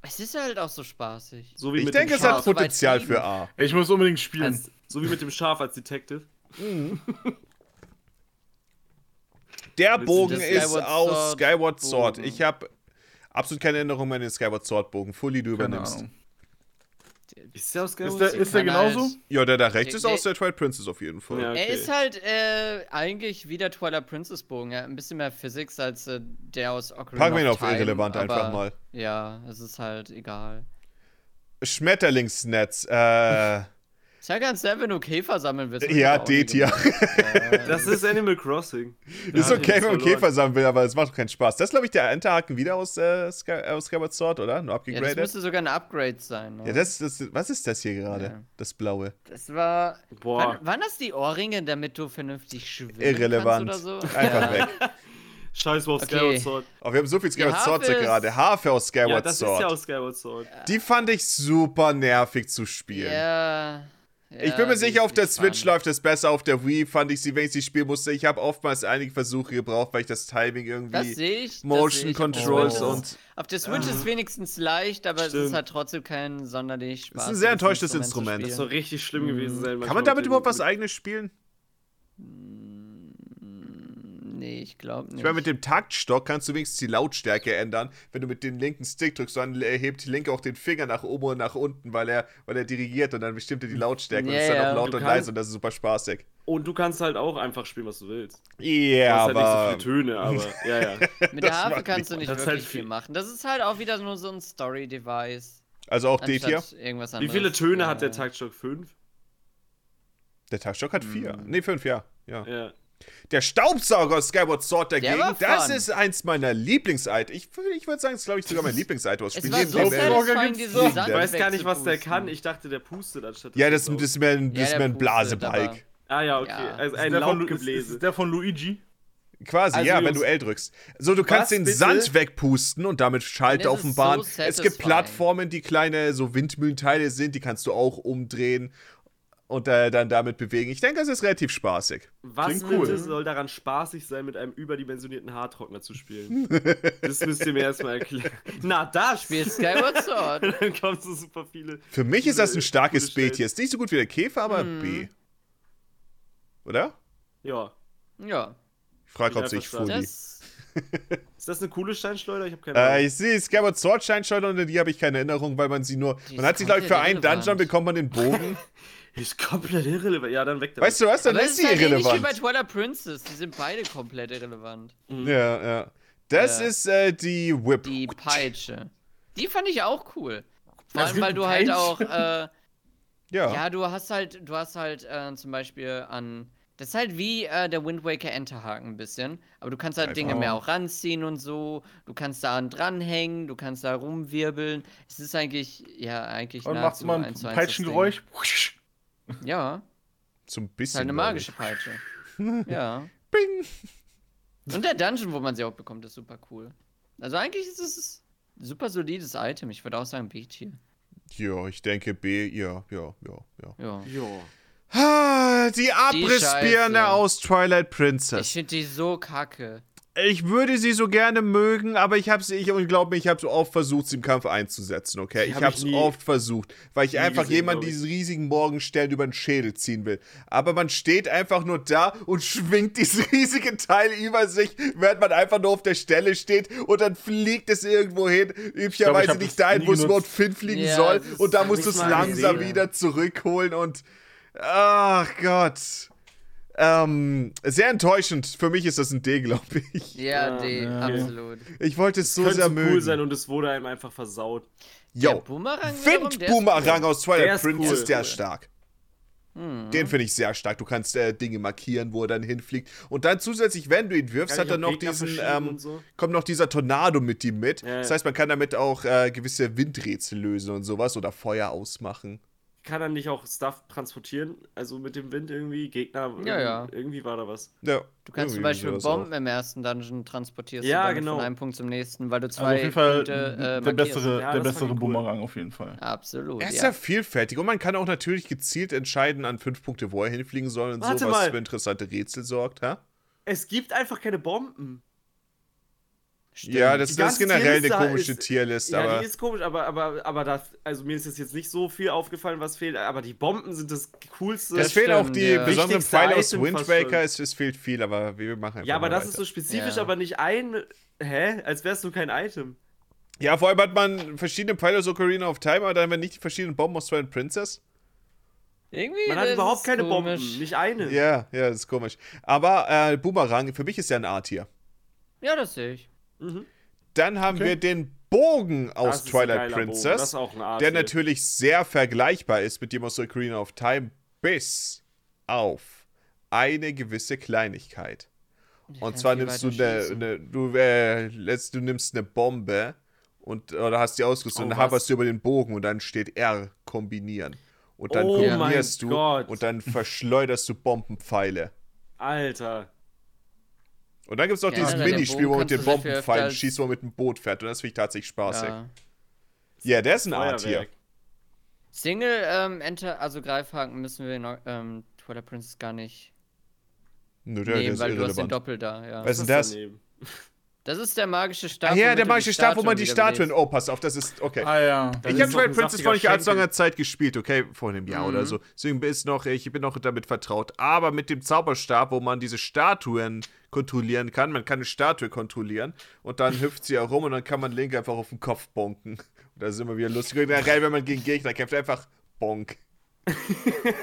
C: Es ist halt auch so spaßig.
B: So wie
A: ich
B: mit
A: denke,
B: dem
A: es
C: Schaf.
A: hat
B: Schaf.
C: so weit
A: Potenzial
C: fliegen.
A: für A.
D: Ich muss unbedingt spielen.
B: Als, so wie mit dem Schaf als Detective.
A: Der
B: Wissen
A: Bogen
C: Sie,
A: ist
C: Skyward
A: aus
C: Sword
A: Skyward Sword.
B: Bogen.
A: Ich habe absolut keine Erinnerung mehr an den Skyward Sword Bogen. Fully, du
D: Keine
A: übernimmst.
D: Ahnung.
B: Ist der aus Game
D: Ist der, ist der
C: kann halt-
D: genauso?
A: Ja, der da rechts
C: Nee,
A: ist aus
C: nee.
A: der Twilight Princess auf jeden Fall.
B: Ja.
C: Er
B: Okay.
C: ist halt äh, eigentlich wie der Twilight Princess Bogen. Ja, ein bisschen mehr Physics als äh, der aus Ocarina
A: Packen wir ihn
C: of
A: auf
C: Time,
A: irrelevant
C: aber
A: einfach mal.
C: Ja, es ist halt egal.
A: Schmetterlingsnetz. Äh,
C: Ist ja ganz nett, wenn du Käfer sammeln willst.
A: ja,
C: Hab ich auch nie
A: D-Tier.
C: gemacht. Ja,
B: Das ist Animal Crossing.
A: Das ist
B: Ja, den
A: okay, wenn man
B: verloren.
A: Käfer sammeln will, aber es macht doch keinen Spaß. Das ist, glaube ich, der Enterhaken wieder aus, äh, Sky, äh, aus Skyward Sword, oder? Nur
C: ja, das
A: abgegradet. Ja, das,
C: müsste sogar ein Upgrade sein. Ne?
A: das, was ist das hier gerade?
C: Ja.
A: Das blaue.
C: Das war.
B: Boah.
C: Wann, waren das die Ohrringe, damit du vernünftig schwimmen
A: Irrelevant.
C: kannst oder so?
A: Einfach weg.
B: Scheiß mal auf
C: Okay.
B: Skyward Sword.
A: Oh, wir haben so viel Skyward
C: Harfe
A: Sword
C: ist-
A: gerade. Harfe aus Skyward
B: Ja, das
A: Sword.
B: ist ja aus Skyward Sword.
A: Die fand ich super nervig zu spielen.
C: Ja, ja.
A: Ich bin mir
C: die
A: sicher,
C: ist
A: auf der
C: nicht
A: Switch
C: spannend.
A: läuft es besser. Auf der Wii fand ich sie, wenn ich sie spielen musste. Ich habe oftmals einige Versuche gebraucht, weil ich das Timing
C: Das
A: irgendwie.
C: sehe ich. das
A: Motion
C: sehe ich. Auf der
A: Controls
C: Switch ist-
A: und-
C: Auf der Switch ist wenigstens leicht, aber es
B: Stimmt.
C: ist halt trotzdem kein sonderlich Spaß.
A: ein sehr enttäuschtes Instrument.
B: Das soll richtig schlimm gewesen sein.
A: Mhm. Kann man damit überhaupt was eigenes spielen?
C: Nee, ich glaube nicht.
A: Ich meine, mit dem Taktstock kannst du wenigstens die Lautstärke ändern. Wenn du mit dem linken Stick drückst, dann hebt die linke auch den Finger nach oben und nach unten, weil er, weil er dirigiert und dann bestimmt er die Lautstärke und
C: Ja,
A: ist dann
C: ja.
A: auch laut
B: Du
A: und
B: kannst-
A: leise und das ist super spaßig.
B: Und du kannst halt auch einfach spielen, was du willst. Du
A: Ja,
B: hast
A: aber.
B: halt nicht so viele Töne, aber ja, ja.
C: Mit der
A: das
C: Harfe
A: macht
C: kannst du nicht
B: Das ist
C: wirklich
B: halt
C: viel
B: viel-
C: machen. Das ist halt auch wieder nur so ein Story-Device.
A: also auch D-Tier.
C: anstatt irgendwas
B: Wie
C: anderes.
B: viele Töne
C: Ja.
B: hat der Taktstock? Fünf?
A: Der Taktstock hat vier.
C: Hm.
A: Nee, fünf, ja. ja.
B: Ja.
A: Der Staubsauger aus Skyward Sword dagegen,
C: war
A: das
C: fun.
A: ist eins meiner Lieblingseiten. Ich, würd- ich würde sagen, es ist, glaube ich, sogar mein Lieblingseiten aus
C: Es war so
D: Game
A: Game
D: satisfying.
C: satisfying,
D: Gibt's
C: diesen
D: doch.
C: Sand
B: Ich weiß gar nicht, was der
C: wegzuprusten.
B: kann. Ich dachte, der pustet anstatt.
A: Ja,
B: dass
A: das,
B: er
A: das ist mehr ein,
C: Ja,
A: das ist
C: der
A: mehr ein
C: pustet,
A: Blasebalg.
C: aber-
B: Ah ja, okay.
C: Ja.
B: Also
D: Ist
B: ein
D: der von Lu- ist-
B: Lautgebläse.
D: Ist der von Luigi?
A: Quasi,
B: Also,
A: ja, wenn
B: Jungs,
A: du L drückst. So, du kannst den
B: bitte?
A: Sand wegpusten und damit Schalte
C: Dann ist
A: auf dem
C: es
A: Bahn.
C: so
A: es gibt
C: satisfying.
A: Plattformen, die kleine so Windmühlenteile sind, die kannst du auch umdrehen und äh, dann damit bewegen. Ich denke, es ist relativ spaßig.
B: Was
D: Klingt cool.
B: bitte soll daran spaßig sein, mit einem überdimensionierten Haartrockner zu spielen? das müsst ihr mir erstmal erklären. Na, da
C: Spiel
B: spielst
C: Skyward Sword.
B: du. Dann kommen so super viele.
A: Für mich ist das ein starkes
B: Gute
A: B
B: Stelle.
A: tier. Ist nicht so gut wie der Käfer, aber
C: Mhm.
A: B. Oder?
B: Ja.
C: Ja,
A: Ich frage,
B: Ich
A: ob sich
B: einfach
A: Fuli.
C: das.
B: Ist das eine coole Steinschleuder? Ich habe keine Ahnung.
C: Genau.
A: Äh, ich sehe Skyward Sword Scheinschalter und an die habe ich keine Erinnerung, weil man sie nur.
C: Die
A: man hat
C: ist
A: sie, glaube ich, für einen
C: komplett
A: Dungeon
C: irrelevant.
A: bekommt man den Bogen.
B: ist komplett irrelevant. Ja, dann weg damit.
A: weißt du was? Dann
C: Aber
A: ist
C: das
A: sie
C: ist halt ähnlich wie bei
A: irrelevant.
C: Twilight Princess. Die sind beide komplett irrelevant.
A: Ja, ja. Das
C: Hm. Ja.
A: ist äh, die Whip.
C: Die Peitsche. Die fand ich auch cool. Vor
D: Es
C: allem,
D: gibt
C: weil du halt
D: Peitschen.
C: auch. Äh,
A: Ja.
C: Ja, du hast halt, du hast halt äh, zum Beispiel an. Das ist halt wie äh, der Wind Waker Enterhaken ein bisschen. Aber du kannst halt
A: Einfach.
C: Dinge mehr auch ranziehen und so. Du kannst da dranhängen, du kannst da rumwirbeln. Es ist eigentlich, ja, eigentlich
D: Und macht
C: nahezu
D: mal ein
C: eins zu eins das
D: Peitschengeräusch. Also
C: Ding. Ja,
A: So ein
C: ist
A: bisschen.
C: halt eine
A: glaub ich.
C: magische Peitsche. ja.
A: Bing.
C: Und der Dungeon, wo man sie auch bekommt, ist super cool. Also eigentlich ist es ein super solides Item. Ich würde auch sagen B-Tier.
A: Ja, ich denke B, ja, ja, ja, ja.
C: Ja.
B: Ja.
A: Ah, Die Abrissbirne
C: Scheiße.
A: aus Twilight
C: Ich
A: Princess.
C: finde die so kacke.
A: Ich, würde sie so gerne mögen, aber ich habe sie, ich und glaub mir, ich habe so oft versucht, sie im Kampf einzusetzen, okay?
B: Die
A: Ich
B: hab
A: habe
B: ich
A: es
B: nie-
A: oft versucht, weil ich
B: nie
A: einfach
B: gesehen,
A: jemanden
B: glaub ich.
A: diesen riesigen Morgenstern über den Schädel ziehen will. Aber man steht einfach nur da und schwingt dieses riesige Teil über sich, während man einfach nur auf der Stelle steht und dann fliegt es irgendwo hin,
D: glaub, ich
A: üblicherweise
D: hab
A: nicht
D: das
A: dahin,
D: nie
A: wo es
D: genutzt.
A: überhaupt hinfliegen
C: Ja,
A: soll.
C: das ist-
A: Und da
C: hab
A: musst
B: ich
A: du es
B: mal
A: langsam
B: gesehen.
A: wieder zurückholen und Ach Gott. Ähm, sehr enttäuschend. Für mich ist das ein D, glaube ich.
C: Ja,
B: Ja,
C: D,
D: ja.
C: absolut.
A: Ich wollte es so
B: Könnte
A: sehr
B: so
A: mögen.
B: cool sein und es wurde einem einfach versaut.
C: Der
A: Yo,
C: Boomerang wiederum, der ist
A: Windboomerang aus
B: Der
A: Twilight
B: ist
A: Princess,
B: cool. Hm.
A: der ist stark. Den finde ich sehr stark. Du kannst äh, Dinge markieren, wo er dann hinfliegt. Und dann zusätzlich, wenn du ihn wirfst,
B: Kann
A: hat
B: ich
A: er
B: auch
A: noch
B: Gegner
A: diesen,
B: verschieben
A: ähm,
B: und so?
A: kommt noch dieser Tornado mit ihm mit.
B: Ja,
A: Das
B: ja.
A: heißt, man kann damit auch äh, gewisse Windrätsel lösen und sowas oder Feuer ausmachen.
B: Kann er nicht auch Stuff transportieren? Also mit dem Wind irgendwie? Gegner?
C: Ja, ja.
B: irgendwie- Irgendwie war da was.
A: Ja,
C: Du kannst
A: irgendwie
C: zum Beispiel
A: sieht das aus.
C: Bomben im ersten Dungeon transportierst
B: Ja,
C: du damit
B: genau.
C: von einem Punkt zum nächsten, weil du zwei
D: Also auf jeden Fall
C: Punkte äh,
D: der
C: markierst.
B: Ja,
D: bessere, der
B: das fand
D: bessere
B: ich cool.
D: Boomerang auf jeden Fall.
C: Absolut.
A: Er ist
C: Ja.
A: ja vielfältig und man kann auch natürlich gezielt entscheiden an fünf Punkte, wo er hinfliegen soll und
B: Warte
A: so, was
B: mal.
A: für interessante Rätsel sorgt. Hä?
B: Es gibt einfach keine Bomben.
C: Stimmt.
A: Ja, das,
B: Die
A: das ist
B: ganze
A: generell eine
B: Tierliste
A: komische
B: ist-
A: Tierliste,
B: Ja,
A: aber
B: die ist komisch, aber, aber, aber das, also mir ist das jetzt nicht so viel aufgefallen, was fehlt, aber die Bomben sind das coolste.
A: es fehlen auch
C: stimmt,
A: die
C: ja.
A: besonderen
B: Wichtigste
A: Pfeile aus
B: Item
A: Wind
B: fast schon.
A: Waker, es, es fehlt viel, aber wir machen einfach
B: ja, aber
A: mal
B: das
A: weiter.
B: ist so spezifisch,
C: Ja.
B: aber nicht ein. Hä? Als wärst du kein Item.
A: Ja, vor allem hat man verschiedene Pfeile aus Ocarina of Time, aber dann haben wir nicht die verschiedenen Bomben aus Twilight Princess.
C: Irgendwie
B: Man hat
C: das
B: überhaupt
C: ist
B: keine
C: komisch.
B: Bomben. Nicht eine.
A: Ja, ja, das ist komisch. Aber äh, Boomerang, für mich ist ja ein A-Tier.
C: Ja, das sehe ich.
B: Mhm.
A: Dann haben
D: Okay.
A: wir den Bogen
B: Das
A: aus
B: ist ein
A: Twilight
B: geiler Bogen, Das
A: Princess.
B: ist auch ein Art.
A: der natürlich sehr vergleichbar ist mit dem aus Ocarina of Time, bis auf eine gewisse Kleinigkeit. Und zwar
C: wie
A: nimmst du
C: weit
A: eine,
C: schießen.
A: eine du, äh, lässt, du nimmst eine Bombe und oder hast die ausgerüstet
B: Oh,
A: und dann
B: was?
A: haberst du über den Bogen und dann steht R kombinieren. Und dann
B: Oh mein
A: kombinierst du
B: Gott.
A: und dann verschleuderst du Bombenpfeile.
B: Alter.
A: Und dann gibt es noch
C: Ja,
A: dieses
C: aber der
A: Minispiel,
C: Bogen
A: wo man mit den
C: kannst du sehr viel öfter
A: Bombenpfeilen
C: als-
A: schießt, wo man mit dem Boot fährt. Und das finde ich tatsächlich spaßig. Ja,
C: Ja.
A: der ist ein A-Tier.
B: Feuerwerk.
C: Single ähm, Enter, also Greifhaken müssen wir in ähm, Twilight Princess gar nicht
A: Nö, der, der
C: nehmen,
A: ist
C: weil du hast den
A: irrelevant.
C: Doppel da. Ja.
A: Was ist denn das?
B: daneben?
C: Das ist der magische Stab.
A: Ah, ja,
C: womit
A: der
C: du
A: magische Stab, wo man die Statuen.
C: wiederbelebst.
A: Oh, pass auf, das ist. Okay.
D: Ah ja.
B: Das
A: ich habe
B: ist
A: Twilight
B: doch ein
A: Princess
B: saftiger
A: vor nicht allzu
B: Schenkel.
A: langer Zeit gespielt, okay? Vor einem Jahr
C: Mhm.
A: oder so. Deswegen ist noch, ich bin noch damit vertraut. Aber mit dem Zauberstab, wo man diese Statuen kontrollieren kann, man kann eine Statue kontrollieren und dann hüpft sie herum und dann kann man Link einfach auf den Kopf bonken. Und das ist immer wieder lustig. Und generell, wenn man gegen Gegner kämpft, einfach bonk.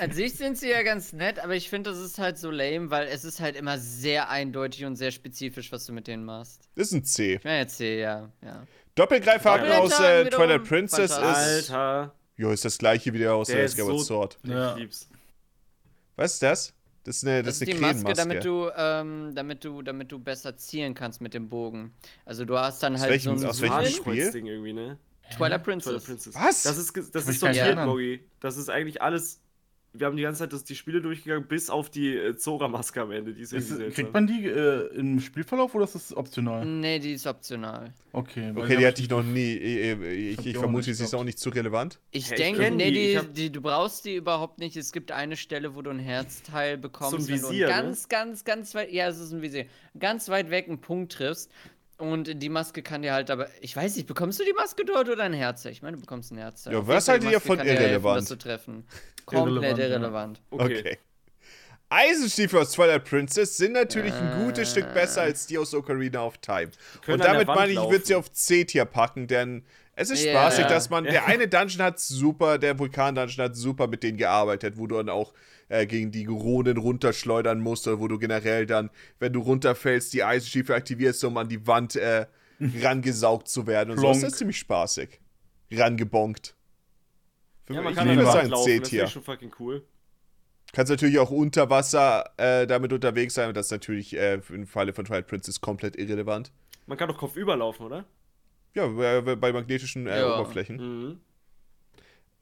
C: An sich sind sie ja ganz nett, aber ich finde, das ist halt so lame, weil es ist halt immer sehr eindeutig und sehr spezifisch, was du mit denen machst.
A: Das ist ein C.
C: Ich meine jetzt hier, ja, ja.
A: Doppelgreifhaken
B: Doppelhintern
A: aus äh,
C: wiederum.
A: Twilight Princess ist.
B: Alter.
A: Jo, ist das gleiche wie der aus
B: Der
A: der
B: ist
A: Skyward
B: so-
A: Sword.
D: Ja.
B: Ich lieb's.
A: Was ist das? Das ist eine, das
C: Das,
A: ist
C: ist Also die
A: eine
C: Maske,
A: Krähenmaske.
C: damit du, ähm, damit du, damit du besser zielen kannst mit dem Bogen. Also du hast dann halt
A: welchem-
C: so
A: aus
C: einen
A: welchem
C: Sinn-
A: Spiel?
B: Ding irgendwie, ne?
C: Twilight
B: Twilight
C: Princess.
B: Princess.
A: Was?
B: Das ist, ge- das
D: mich
B: ist
D: gar
C: nicht
B: sortiert,
C: erinnern.
B: Mogi. Das ist eigentlich alles wir haben die ganze Zeit das, die Spiele durchgegangen, bis auf die äh, Zora-Maske am Ende. Die ist
D: Ist,
B: irgendwie seltsam.
D: kriegt man die äh, im Spielverlauf oder ist das optional?
C: Nee, die ist optional.
D: Okay, weil
A: Okay,
D: hab
A: die hatte ich noch nie. Ich, ich,
D: Hab ich
A: ich
D: auch
A: vermute,
D: nicht
A: sie ist
D: gehabt.
A: auch nicht zu relevant.
C: Ich
B: Ja, ich
C: denke,
B: kenn
C: nee,
B: die, ich
C: die,
B: hab-
C: die, du brauchst die überhaupt nicht. Es gibt eine Stelle, wo du ein Herzteil bekommst,
B: So ein
C: wenn du
B: Visier, ne?
C: einen ganz, ganz, ganz weit, ja, es ist ein Visier, ganz weit weg einen Punkt triffst. Und die Maske kann dir halt, aber ich weiß nicht, bekommst du die Maske dort oder ein Herzteil? Ich meine, du bekommst ein Herzteil.
A: Ja,
C: Auf jeden
A: was
C: Fall, die
A: haltet ihr
C: Maske
A: von
C: kann dir helfen,
A: irrelevant?
C: das zu treffen. Komplett
D: Irrelevant, ja.
C: irrelevant.
A: Okay. Eisenstiefel aus Twilight Princess sind natürlich ein gutes Stück besser als die aus Ocarina of Time. Und
B: können an der
A: damit
B: Wand
A: meine ich, ich würde sie auf C-Tier packen, denn es ist
C: Ja.
A: spaßig, dass man. Der eine Dungeon hat super, der Vulkan-Dungeon hat super mit denen gearbeitet, wo du dann auch äh, gegen die Ronen runterschleudern musst oder wo du generell dann, wenn du runterfällst, die Eisenstiefel aktivierst, um an die Wand äh, rangesaugt zu werden. Und so
D: Plonk.
A: ist das ziemlich spaßig. Rangebonkt. Für
B: Ja,
A: mich
B: man
A: ich
B: kann
A: würde
B: an der Wand
A: sagen
B: laufen, das finde
A: C-Tier.
B: ich schon fucking cool.
A: Kannst natürlich auch unter Wasser äh, damit unterwegs sein, und das ist natürlich äh, im Falle von Twilight Princess komplett irrelevant.
B: Man kann doch kopfüber laufen, oder?
A: Ja, äh, bei magnetischen äh,
C: Ja.
A: Oberflächen.
B: Mhm.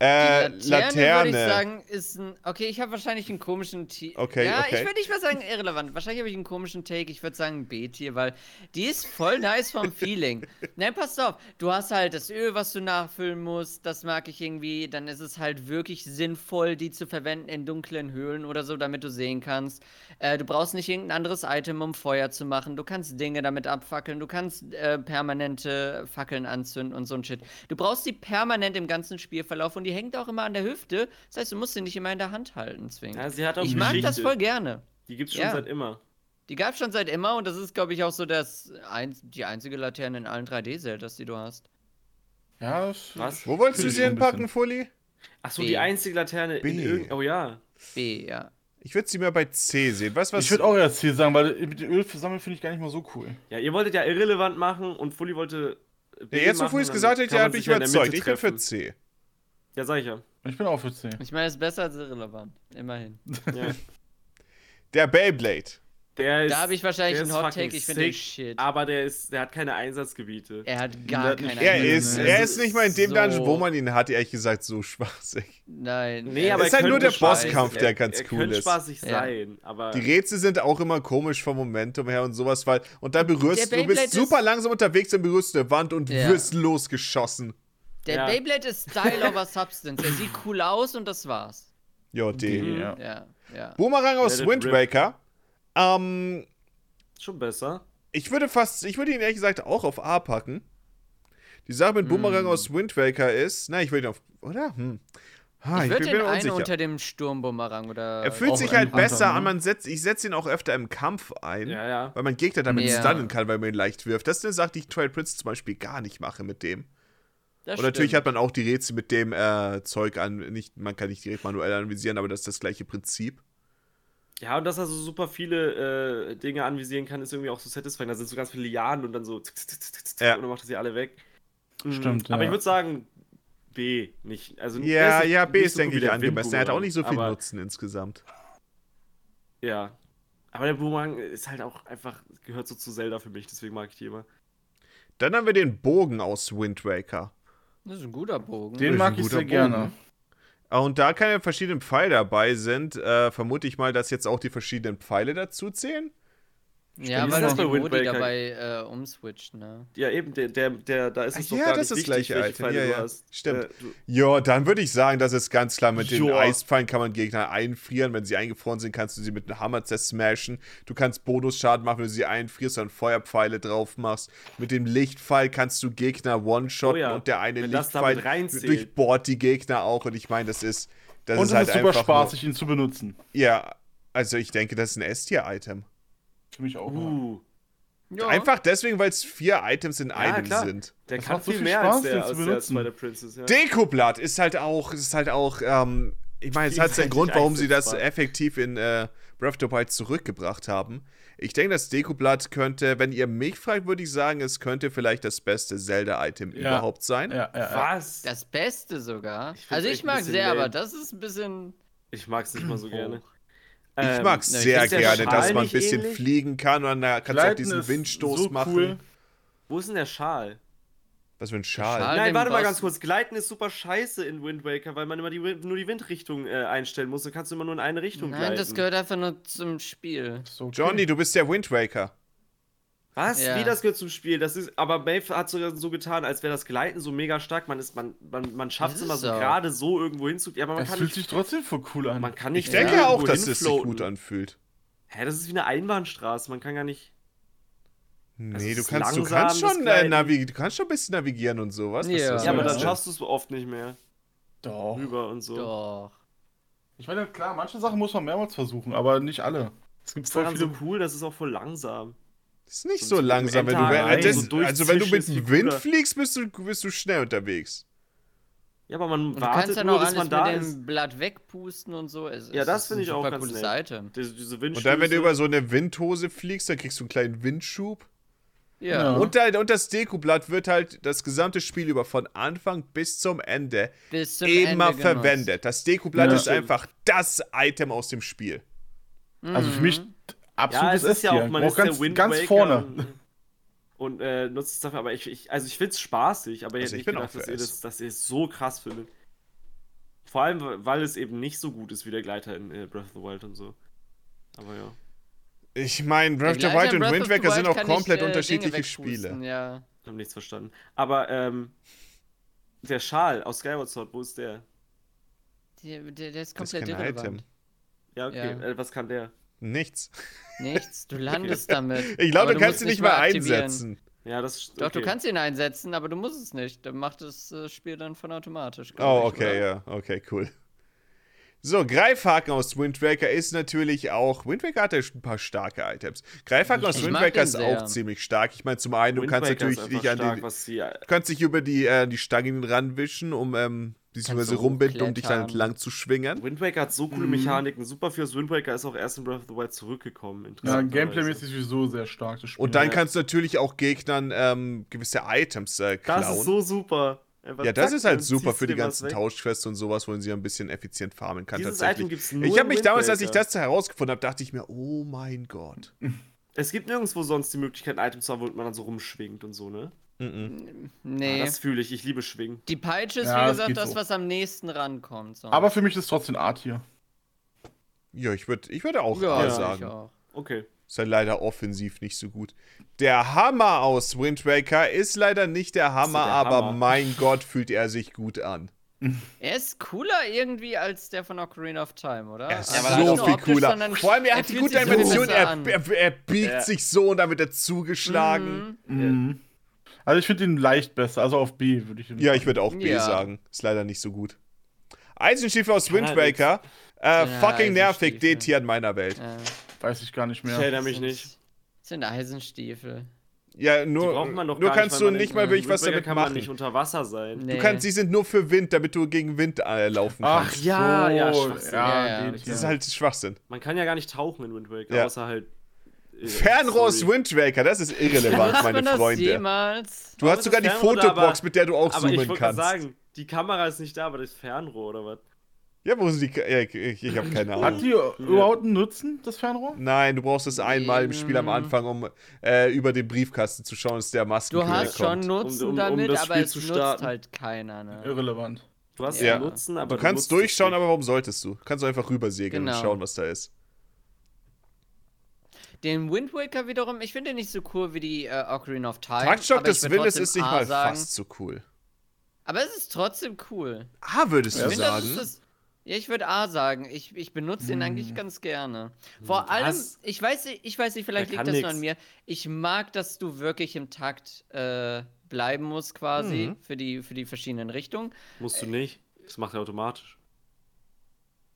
A: Äh,
C: Die
A: Laterne.
C: Würde ich sagen, ist ein. Okay, ich habe wahrscheinlich einen komischen Tier.
A: Okay,
C: ja,
A: okay.
C: ich würde nicht mal sagen irrelevant. Wahrscheinlich habe ich einen komischen Take. Ich würde sagen B-Tier, weil die ist voll nice vom Feeling. Nein, pass auf. Du hast halt das Öl, was du nachfüllen musst. Das mag ich irgendwie. Dann ist es halt wirklich sinnvoll, die zu verwenden in dunklen Höhlen oder so, damit du sehen kannst. Äh, du brauchst nicht irgendein anderes Item, um Feuer zu machen. Du kannst Dinge damit abfackeln. Du kannst äh, permanente Fackeln anzünden und so ein Shit. Du brauchst die permanent im ganzen Spielverlauf und die hängt auch immer an der Hüfte. Das heißt, du musst sie nicht immer in der Hand halten zwingend.
B: Ja, sie hat auch
C: ich mag
B: Geschichte.
C: das voll gerne.
B: Die gibt's schon
C: Ja.
B: seit immer.
C: Die gab es schon seit immer und das ist, glaube ich, auch so das ein, die einzige Laterne in allen 3D-Zeldas, die du hast.
D: Ja, das
B: Was?
A: Wo wolltest du
D: Natürlich
A: sie
D: auch ein
A: hinpacken,
D: bisschen.
A: Fully?
B: Achso,
C: B.
B: die einzige Laterne in
A: B.
B: irgend- Oh ja.
C: B, ja.
A: Ich würde sie mehr bei C sehen. Was, was?
D: Ich würde auch erst hier sagen, weil mit dem Öl sammeln finde ich gar nicht mal so cool.
B: Ja, ihr wolltet ja irrelevant machen und Fully wollte. äh, B
A: ja, jetzt, wo
B: machen,
A: Fully es
B: dann
A: gesagt hat,
B: kann
A: ja,
B: man
A: hat mich
B: sich in der Mitte
A: überzeugt. Ich bin für
B: treffen.
A: C.
B: Ja, sag ich ja.
D: Ich bin auch für 10.
C: Ich meine, es ist besser als irrelevant. Immerhin.
B: ja.
A: Der Beyblade.
B: Der ist,
C: Da habe ich wahrscheinlich
B: der
C: einen
B: ist
C: Hot
B: fucking
C: Take. Ich finde den
B: sick,
C: shit.
B: Aber der, ist, der hat keine Einsatzgebiete.
C: Er hat
D: Der
C: gar
D: hat nicht-
C: keine
A: Er
D: nee,
C: Ahnung.
A: ist,
D: nee.
A: er ist nicht mal in dem
C: So.
A: Dungeon, wo man ihn hat, ehrlich gesagt, so spaßig.
C: Nein.
B: Nee,
C: er
B: aber
A: Ist
B: er
A: halt nur
B: könnte
A: der Bosskampf,
B: spaßig-
A: der
B: er-
A: ganz
B: er
A: cool
B: könnte
A: ist.
B: spaßig
C: Ja.
B: sein, aber.
A: Die Rätsel sind auch immer komisch vom Momentum her und sowas, weil. Und dann berührst
C: Der
A: du, du bist
C: Beyblade
A: super
C: ist-
A: langsam unterwegs, dann berührst du eine Wand und
C: Ja.
A: wirst losgeschossen.
C: Der
B: Ja.
C: Beyblade ist Style over Substance. Er sieht cool aus und das war's.
A: Ja, D.
B: Mhm.
D: Ja.
C: Ja, ja.
A: Boomerang aus
B: Let it
A: Wind
B: rip.
A: Waker. Ähm,
B: schon besser.
A: Ich würde fast, ich würde ihn ehrlich gesagt auch auf A packen. Die Sache mit
C: Hm.
A: Boomerang aus Wind Waker ist, nein, ich würde ihn auf, oder? Hm. Ha,
C: ich
A: ich,
C: würde
A: bin
C: den
A: mir
C: einen
A: unsicher.
C: unter dem Sturmbumerang oder.
A: Er fühlt
D: Auch
A: sich
D: einen
A: halt
D: Panther,
A: besser
D: ne?
A: an, man setzt, ich setze ihn auch öfter im Kampf ein,
B: Ja, ja.
A: weil man Gegner damit
C: Ja.
A: stunnen kann, weil man ihn leicht wirft. Das ist eine Sache, die ich Twilight Prince zum Beispiel gar nicht mache mit dem.
C: Oh, Das
A: Und natürlich hat
C: stimmt.
A: man auch die Rätsel mit dem äh, Zeug an, nicht, man kann nicht direkt manuell analysieren, aber das ist das gleiche Prinzip.
B: Ja, und dass er so super viele äh, Dinge anvisieren kann, ist irgendwie auch so satisfying. Da sind so ganz viele Lianen und dann so tick, tick, tick, tick, tick,
A: Ja.
B: und dann macht er sie alle weg. Mhm.
D: Stimmt,
B: Aber
D: ja.
B: ich würde sagen, B nicht. Also, der
A: Ja,
B: nicht-
A: ja, B
B: nicht
A: ist,
B: so
A: denke
B: gut wie
A: ich,
B: der
A: angemessen. Er hat auch nicht so viel
B: Windboomerang, aber,
A: Nutzen insgesamt.
B: Ja. Aber der Boomerang ist halt auch einfach, gehört so zu Zelda für mich, deswegen mag ich die immer.
A: Dann haben wir den Bogen aus Wind Waker.
C: Das ist ein guter Bogen.
A: Das
D: Den
A: ist
D: mag
A: ein
D: ich
A: guter
D: sehr gerne.
A: Ah, Und da keine verschiedenen Pfeile dabei sind, äh, vermute ich mal, dass jetzt auch die verschiedenen Pfeile dazu zählen.
C: ja,
B: Ist
C: weil
B: das
C: auch die
B: bei Wind
C: Modi
B: Waker?
C: dabei äh, umswitcht, ne?
B: Ja, eben, der, der, der da ist es
A: Ach
B: doch
A: ja,
B: gar
A: das
B: nicht
A: ist das
B: wichtig,
A: gleiche
B: welche
A: Item.
B: Pfeile
A: Ja,
B: du
A: ja.
B: hast.
A: Stimmt.
B: Äh, du,
A: Ja, dann würde ich sagen, das ist ganz klar. Mit den
B: Joa.
A: Eispfeilen kann man Gegner einfrieren. Wenn sie eingefroren sind, kannst du sie mit einem Hammer zersmashen. Du kannst Bonusschaden machen, wenn du sie einfrierst, dann Feuerpfeile drauf machst. Mit dem Lichtpfeil kannst du Gegner one-shotten
B: Oh ja,
A: und der eine
B: wenn das
A: Lichtpfeil
B: damit reinzählt.
A: durchbohrt die Gegner auch. Und ich meine, das ist. Das
D: Und
A: ist
D: es
A: halt
D: ist super
A: einfach
D: spaßig, ihn zu benutzen.
A: Nur, ja, also ich denke, das ist ein S-Tier-Item.
D: Für mich auch. ja.
B: uh,
C: Ja.
A: Einfach deswegen, weil es vier Items in
B: ja,
A: einem
B: klar.
A: sind.
B: Der
D: Das
B: kann
D: macht so
B: viel
D: viel
B: mehr
D: Spaß,
B: als
D: den
B: der,
D: zu
B: als der
D: benutzen.
B: Spider Princess. Ja.
A: Dekoblatt ist halt auch, ist halt auch, ähm, ich meine, es hat den
B: Vielseitig
A: Grund, warum sie das
B: einsetzbar.
A: effektiv in äh, Breath of the Wild zurückgebracht haben. Ich denke, das Dekoblatt könnte, wenn ihr mich fragt, würde ich sagen, es könnte vielleicht das beste Zelda-Item
D: Ja.
A: überhaupt sein.
D: Ja, ja, ja.
B: Was?
C: Das Beste sogar.
B: Ich find's
C: also
B: echt
C: ich
B: ein
C: mag
B: bisschen
C: sehr,
B: lame.
C: aber das ist ein bisschen.
B: Ich mag's nicht mal so gerne.
A: Ich
B: Ähm,
A: mag's
C: na,
A: sehr
C: ist der
A: gerne, dass
B: Schal
A: man ein
B: nicht
A: bisschen
B: ähnlich?
A: fliegen kann und dann kannst du auch
D: Gleiten
A: diesen
D: ist
A: Windstoß
D: so
A: machen.
D: cool.
B: Wo ist denn der Schal?
A: Was für ein Schal.
C: Schal.
B: Nein,
C: dem
B: warte mal
C: Boss-
B: ganz kurz. Gleiten ist super scheiße in Wind Waker, weil man immer die, Wind- nur die Windrichtung äh, einstellen muss. Dann kannst du immer nur in eine Richtung
C: Nein,
B: gleiten.
C: das gehört einfach nur zum Spiel.
D: Ist okay.
A: Johnny, du bist der Wind Waker.
B: Was?
C: Ja.
B: Wie das gehört zum Spiel? Das ist, aber Maeve hat sogar so getan, als wäre das Gleiten so mega stark. Man, ist- man, man, man schafft
C: Das
B: es immer
C: ist
B: so
C: so.
B: gerade so irgendwo hinzugehen. Ja, aber man
D: Das
B: kann
D: fühlt
B: nicht,
D: sich trotzdem voll cool an.
B: man kann
A: Ich
B: nicht.
A: denke
B: irgendwo
A: auch, dass es sich
B: hinfloaten.
A: gut anfühlt.
B: Hä, das ist wie eine Einbahnstraße. Man kann gar nicht.
A: Nee, du
B: ist
A: kannst, du
B: langsam,
A: kannst
B: das
A: schon äh,
B: Gleiten.
A: navi du kannst schon ein bisschen navigieren und sowas.
C: Ja.
A: das
B: Ja, aber
A: soll.
B: dann schaffst du es oft nicht mehr.
D: Doch.
B: Rüber und so.
C: Doch.
D: Ich meine, klar, manche Sachen muss man mehrmals versuchen, aber nicht alle. Es gibt
B: Das ist
D: voll
B: daran
D: viele.
B: so cool, das ist auch voll langsam.
A: Das ist nicht
B: Und
A: so
B: mit dem
A: langsam, wenn du,
B: Enterhaken
A: äh, das,
B: so durchzischen
A: also wenn du mit
B: ist viel
A: dem Wind
B: cooler.
A: fliegst, bist du, bist du schnell unterwegs.
B: Ja, aber man
C: Und du kannst
B: wartet
C: dann
B: nur,
C: auch
B: bis
C: alles
B: man
C: mit
B: da ist.
C: dem Blatt wegpusten und so. Es,
B: Ja,
C: es
B: das
C: ist
B: finde
C: ein
B: ich auch
C: super
B: ganz
C: cooles
B: nett.
C: Item.
B: Diese, diese
A: Und dann, wenn du
B: Windstöße.
A: über so eine Windhose fliegst, dann kriegst du einen kleinen Windschub.
C: Ja,
D: Ja.
A: Und, da, und das Dekoblatt wird halt das gesamte Spiel über von Anfang bis zum Ende
C: bis zum
A: immer
C: Ende genutzt.
A: verwendet. Das Dekoblatt
D: Ja.
A: ist einfach das Item aus dem Spiel.
D: Also für
C: Mhm.
D: mich
B: Mhm. Ja, es
D: absolutes
B: ist ja
D: S-Tier.
B: auch, man
D: Auch
B: ist
D: ganz,
B: der Wind
D: ganz
B: Waker
D: vorne.
B: Und, und äh, nutzt es dafür, aber ich, ich also ich find's spaßig, aber ich
A: Also
B: hätte
A: ich
B: nicht
A: bin auch
B: gedacht, dass
A: für
B: ihr,
A: S.
B: das, dass ihr es so krass findet. Vor allem, weil es eben nicht so gut ist wie der Gleiter in äh, Breath of the Wild und so. Aber ja.
A: Ich meine, Breath of the
C: Der Gleiter
A: Wild und
C: in Breath
A: Wind
C: of the
A: Waker sind
C: Wild
A: auch
C: kann
A: komplett
C: nicht, äh,
A: unterschiedliche
C: Dinge
A: Spiele.
C: wegpusten, Ja.
B: Hab nichts verstanden. Aber ähm, der Schal aus Skyward Sword, wo ist der?
C: Der, der, der ist
A: Das ist
C: komplett
A: kein
C: irrelevant.
B: Ja, okay.
C: Ja.
B: Äh, was kann der?
A: Nichts.
C: Nichts, du landest damit.
A: Ich glaube,
C: aber
A: du kannst
C: musst
A: ihn nicht mal
C: aktivieren.
A: einsetzen.
B: Ja, das ist-
C: Doch, du
B: okay.
C: kannst ihn einsetzen, aber du musst es nicht. Dann macht das äh, Spiel dann von automatisch. glaub
A: Oh,
C: ich,
A: okay,
C: oder?
A: ja, okay, cool. So, Greifhaken aus Wind Waker ist natürlich auch. Wind Waker hat ja schon ein paar starke Items. Greifhaken aus
C: Ich
A: Wind
C: mag
A: Waker
C: den
A: ist
C: sehr.
A: auch ziemlich stark. Ich meine, zum einen, du
B: Wind
A: kannst
B: Waker ist
A: natürlich dich
B: einfach
A: an
B: stark,
A: den.
B: was die,
A: Du kannst dich über die, äh, die Stangen ranwischen, um ähm, beziehungsweise
C: du
A: rumbinden, um dich dann
C: hochklettern.
A: entlang zu schwingen.
B: Wind Waker hat so coole
D: Mhm.
B: Mechaniken. Super viel aus Wind Waker ist auch erst in Breath of the Wild zurückgekommen.
D: Ja,
B: interessanterweise.
D: Gameplay-mäßig
B: also.
D: sowieso sehr stark, das Spiel.
A: Und dann
B: Ja.
A: kannst du natürlich auch Gegnern ähm, gewisse Items äh, klauen.
B: Das ist so super. Einfach
A: ja, das
B: zack,
A: ist halt
B: dann
A: super
B: ziehst
A: für
B: du
A: die
B: dir was
A: ganzen
B: weg.
A: Tauschquests und sowas, wo sie ein bisschen effizient farmen kann
B: Dieses Item
A: tatsächlich.
B: gibt's nur
A: ich habe
B: im
A: mich
B: Wind
A: damals, als ich
B: Waker.
A: das herausgefunden habe, dachte ich mir, oh mein Gott.
B: Es gibt nirgendwo sonst die Möglichkeit, ein Item zu haben, wo man dann so rumschwingt und so, ne?
A: Mhm.
C: Nee.
B: Ah, das fühle ich. Ich liebe Schwingen.
C: Die Peitsche ist,
D: Ja, es
C: wie gesagt,
D: geht
C: das,
D: so.
C: was am nächsten rankommt. sonst.
D: Aber für mich ist es trotzdem Art hier.
A: Ja, ich würde ich würd auch
C: ja,
A: A
D: halt
B: ja,
C: ich
A: sagen.
C: auch.
B: Okay.
A: Ist halt leider offensiv nicht so gut. Der Hammer aus Wind Waker ist leider nicht der Hammer,
B: der
A: aber
B: Hammer.
A: mein Gott, fühlt er sich gut an.
C: Er ist cooler irgendwie als der von Ocarina of Time, oder?
A: Er ist
C: Also nicht
A: so
C: nur
A: viel
C: optisch,
A: cooler.
C: sondern
A: Vor allem, er hat die
C: fühlt
A: gute
C: sich so
A: Animation,
C: besser
A: er,
C: an.
A: er, er biegt
B: Ja.
A: sich so und dann wird er zugeschlagen.
C: Mhm.
D: Mhm. Also ich finde ihn leicht besser, also auf B würde ich ihn.
A: Ja, ich würde auch B
C: Ja.
A: sagen. Ist leider nicht so gut. Eisenstiefel aus
B: Kann
A: Wind
B: halt nix.
A: Waker. Äh,
C: Ja,
A: fucking nervig,
C: Eisenstiefel.
A: D-Tier in meiner Welt.
C: Äh,
D: Weiß ich gar nicht
B: Ich
D: mehr.
B: erinnere mich
C: sind-
B: nicht.
C: Sind Eisenstiefel.
A: Ja,
B: Die
A: nur,
B: braucht man doch
A: nur
B: gar
A: kannst
B: nicht, weil
A: du
B: man
A: nicht
B: in-
A: mal
B: in
A: wirklich was
B: Wind Waker
A: damit
B: kann
A: machen.
B: Man nicht unter Wasser sein.
C: Nee.
A: Du kannst, sie sind nur für Wind, damit du gegen Wind äh, laufen
D: Ach
A: kannst.
B: ja,
D: so,
B: ja, Schwachsinn.
D: ja,
C: Ja, ja,
D: den
C: das
D: hier.
A: Das ist halt Schwachsinn.
B: Man kann ja gar nicht tauchen in Wind Waker,
A: Ja.
B: außer halt. äh,
A: Fernrohr aus
B: sorry.
A: Wind Waker, das ist irrelevant,
C: Nutzt
A: meine
C: man das
A: Freunde.
C: jemals?
A: Du hast sogar die
B: das Fernrohr da,
A: Fotobox,
B: aber-
A: mit der du auch
B: Aber ich
A: zoomen
B: wollte
A: kannst.
B: gerade sagen, die Kamera ist nicht da, aber das Fernrohr oder was?
A: Ja, wo sind die. Ka- Ja, ich ich, ich habe keine
D: Hat
A: Ahnung.
D: die überhaupt einen Nutzen, das Fernrohr?
A: Nein, du brauchst es einmal im Spiel am
C: Mm.
A: Anfang, um äh, über den Briefkasten zu schauen, dass der
C: Du
A: Maskenkönig
C: hast schon
A: kommt.
C: Nutzen
B: Um- um
C: damit,
B: das
C: aber
B: Spiel
C: es
B: zu
C: nutzt
B: starten.
C: halt keiner. Ne?
D: Irrelevant.
B: Du hast
C: Ja.
B: einen Nutzen, aber
A: Du kannst
B: nutzt es
A: durchschauen,
B: nicht.
A: aber warum solltest du? Kannst du einfach rübersegeln und
C: Genau.
A: schauen, was da ist.
C: Den Wind Waker wiederum, ich finde den nicht so cool wie die äh, Ocarina of Time.
A: Taktstock
C: aber ich
A: des
C: würd
A: Wildes
C: trotzdem
A: ist nicht
C: A
A: mal
C: sagen.
A: fast so cool.
C: Aber es ist trotzdem cool.
A: Ah, würdest
D: Ja.
A: du
C: Ich finde, das
A: sagen?
C: ist das. Ja, ich würde A sagen. Ich, ich benutze den eigentlich ganz gerne. Vor allem,
B: Was?
C: ich weiß nicht, ich weiß nicht, vielleicht
B: Der
C: liegt
B: kann
C: das nur
B: nix.
C: an mir. Ich mag, dass du wirklich im Takt äh, bleiben musst, quasi,
A: Mhm.
C: für, die, für die verschiedenen Richtungen.
B: Musst du nicht. Das macht er automatisch.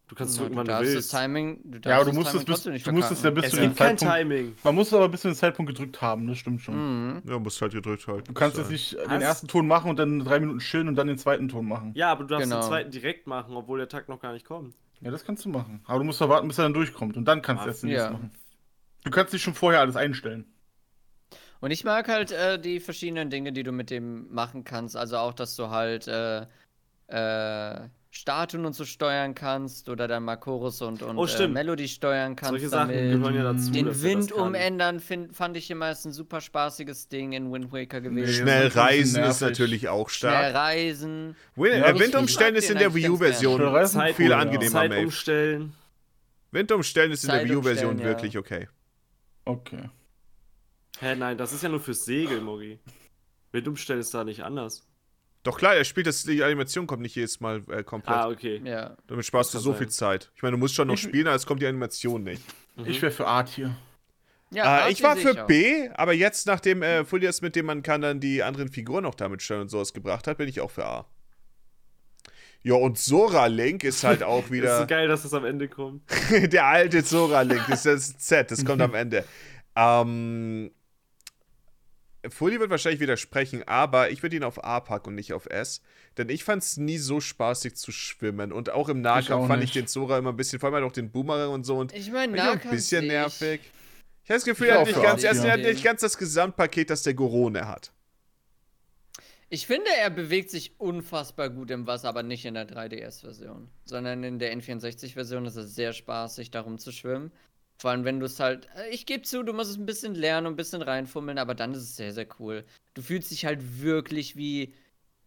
B: Du kannst
C: Nur
B: drücken, wann du
C: darfst
B: willst.
C: das Timing. Du darfst
D: Ja, aber du
C: das
D: musst es
C: Timing
D: bis,
C: trotzdem nicht
D: du musst es ja
C: verkacken.
D: bis
B: Es
D: zu dem
B: gibt kein
D: Zeitpunkt.
B: Timing.
D: Man muss es aber bis zu dem Zeitpunkt gedrückt haben, das stimmt schon.
C: Mhm.
A: Ja, musst halt gedrückt halten.
D: Du kannst jetzt nicht den
B: Was?
D: ersten Ton machen und dann drei Minuten chillen und dann den zweiten Ton machen.
B: Ja, aber du darfst
C: Genau.
B: den zweiten direkt machen, obwohl der Takt noch gar nicht kommt.
D: Ja, das kannst du machen. Aber du musst doch warten, bis er dann durchkommt und dann kannst du
B: Ah,
D: erst den nächsten
C: ja.
D: machen. Du kannst dich schon vorher alles einstellen.
C: Und ich mag halt äh, die verschiedenen Dinge, die du mit dem machen kannst. Also auch, dass du halt äh, äh, Statuen und so steuern kannst oder dann mal Chorus und, und
B: Oh,
C: äh,
B: stimmt.
C: Melody steuern kannst.
B: Solche Sachen
C: damit.
B: gehören ja dazu. dass
C: Den
B: er
C: Wind
B: das kann.
C: umändern find, fand ich immer ist ein super spaßiges Ding in Wind Waker gewesen.
D: Nee,
A: Schnell
D: das ist ein
A: reisen
D: nervig.
A: ist natürlich auch
C: Schnell
A: stark.
C: reisen.
A: Win
D: Ja,
A: äh,
D: ich-
A: Windumstände
C: ich mag
A: ist in
C: den
A: der
C: eigentlich
A: Wii
C: ganz
A: U-Version.
D: gerne. Zeit-
A: viel
D: Oh, ja.
A: angenehmer,
B: Zeit
A: Maeve.
B: umstellen.
A: Windumstände ist in der Wii U-Version
C: Zeitumstellen, ja.
A: wirklich okay.
D: Okay.
B: Hä, nein, das ist ja nur fürs Segel, Mori. Wind umstellen ist da nicht anders.
A: Doch klar, er spielt das, die Animation kommt nicht jedes Mal äh, komplett.
B: Ah, okay.
C: Ja.
A: Damit sparst du
B: kann
A: so
B: sein.
A: viel Zeit. Ich meine, du musst schon noch
D: Ich-
A: spielen, als kommt die Animation nicht.
C: Mhm.
D: Ich wäre für A hier.
C: ja
A: äh,
C: Arte
A: ich war
C: sehe
A: für
C: auch.
A: B, aber jetzt, nachdem äh, Fullias, mit dem man kann dann die anderen Figuren noch damit stellen und sowas gebracht hat, bin ich auch für A. Ja, und Sora Link ist halt auch
B: Ist
A: wieder.
B: so geil, dass das am Ende kommt.
A: der alte Sora Link, das ist das Z, das kommt am Ende. Ähm, Fully wird wahrscheinlich widersprechen, aber ich würde ihn auf A packen und nicht auf S. Denn ich fand es nie so spaßig zu schwimmen. Und auch im Nahkampf
D: auch
A: fand
D: nicht.
A: ich den Sora immer ein bisschen, vor allem halt auch den Boomerang und so. Und
C: Ich
A: fand
C: meine,
A: ich auch
C: Nahkampf
A: ein bisschen
C: sehe ich-
A: nervig. Ich habe das Gefühl,
D: Ich
A: er
D: war
A: hat
D: auch
A: nicht
D: für
A: ganz,
D: A,
A: er hat
C: ja.
A: nicht ganz das Gesamtpaket, das der Gorone hat.
C: Ich finde, er bewegt sich unfassbar gut im Wasser, aber nicht in der 3DS-Version, sondern in der N64-Version ist es sehr spaßig, darum zu schwimmen. Vor allem, wenn du es halt, ich gebe zu, du musst es ein bisschen lernen und ein bisschen reinfummeln, aber dann ist es sehr, sehr cool. Du fühlst dich halt wirklich wie,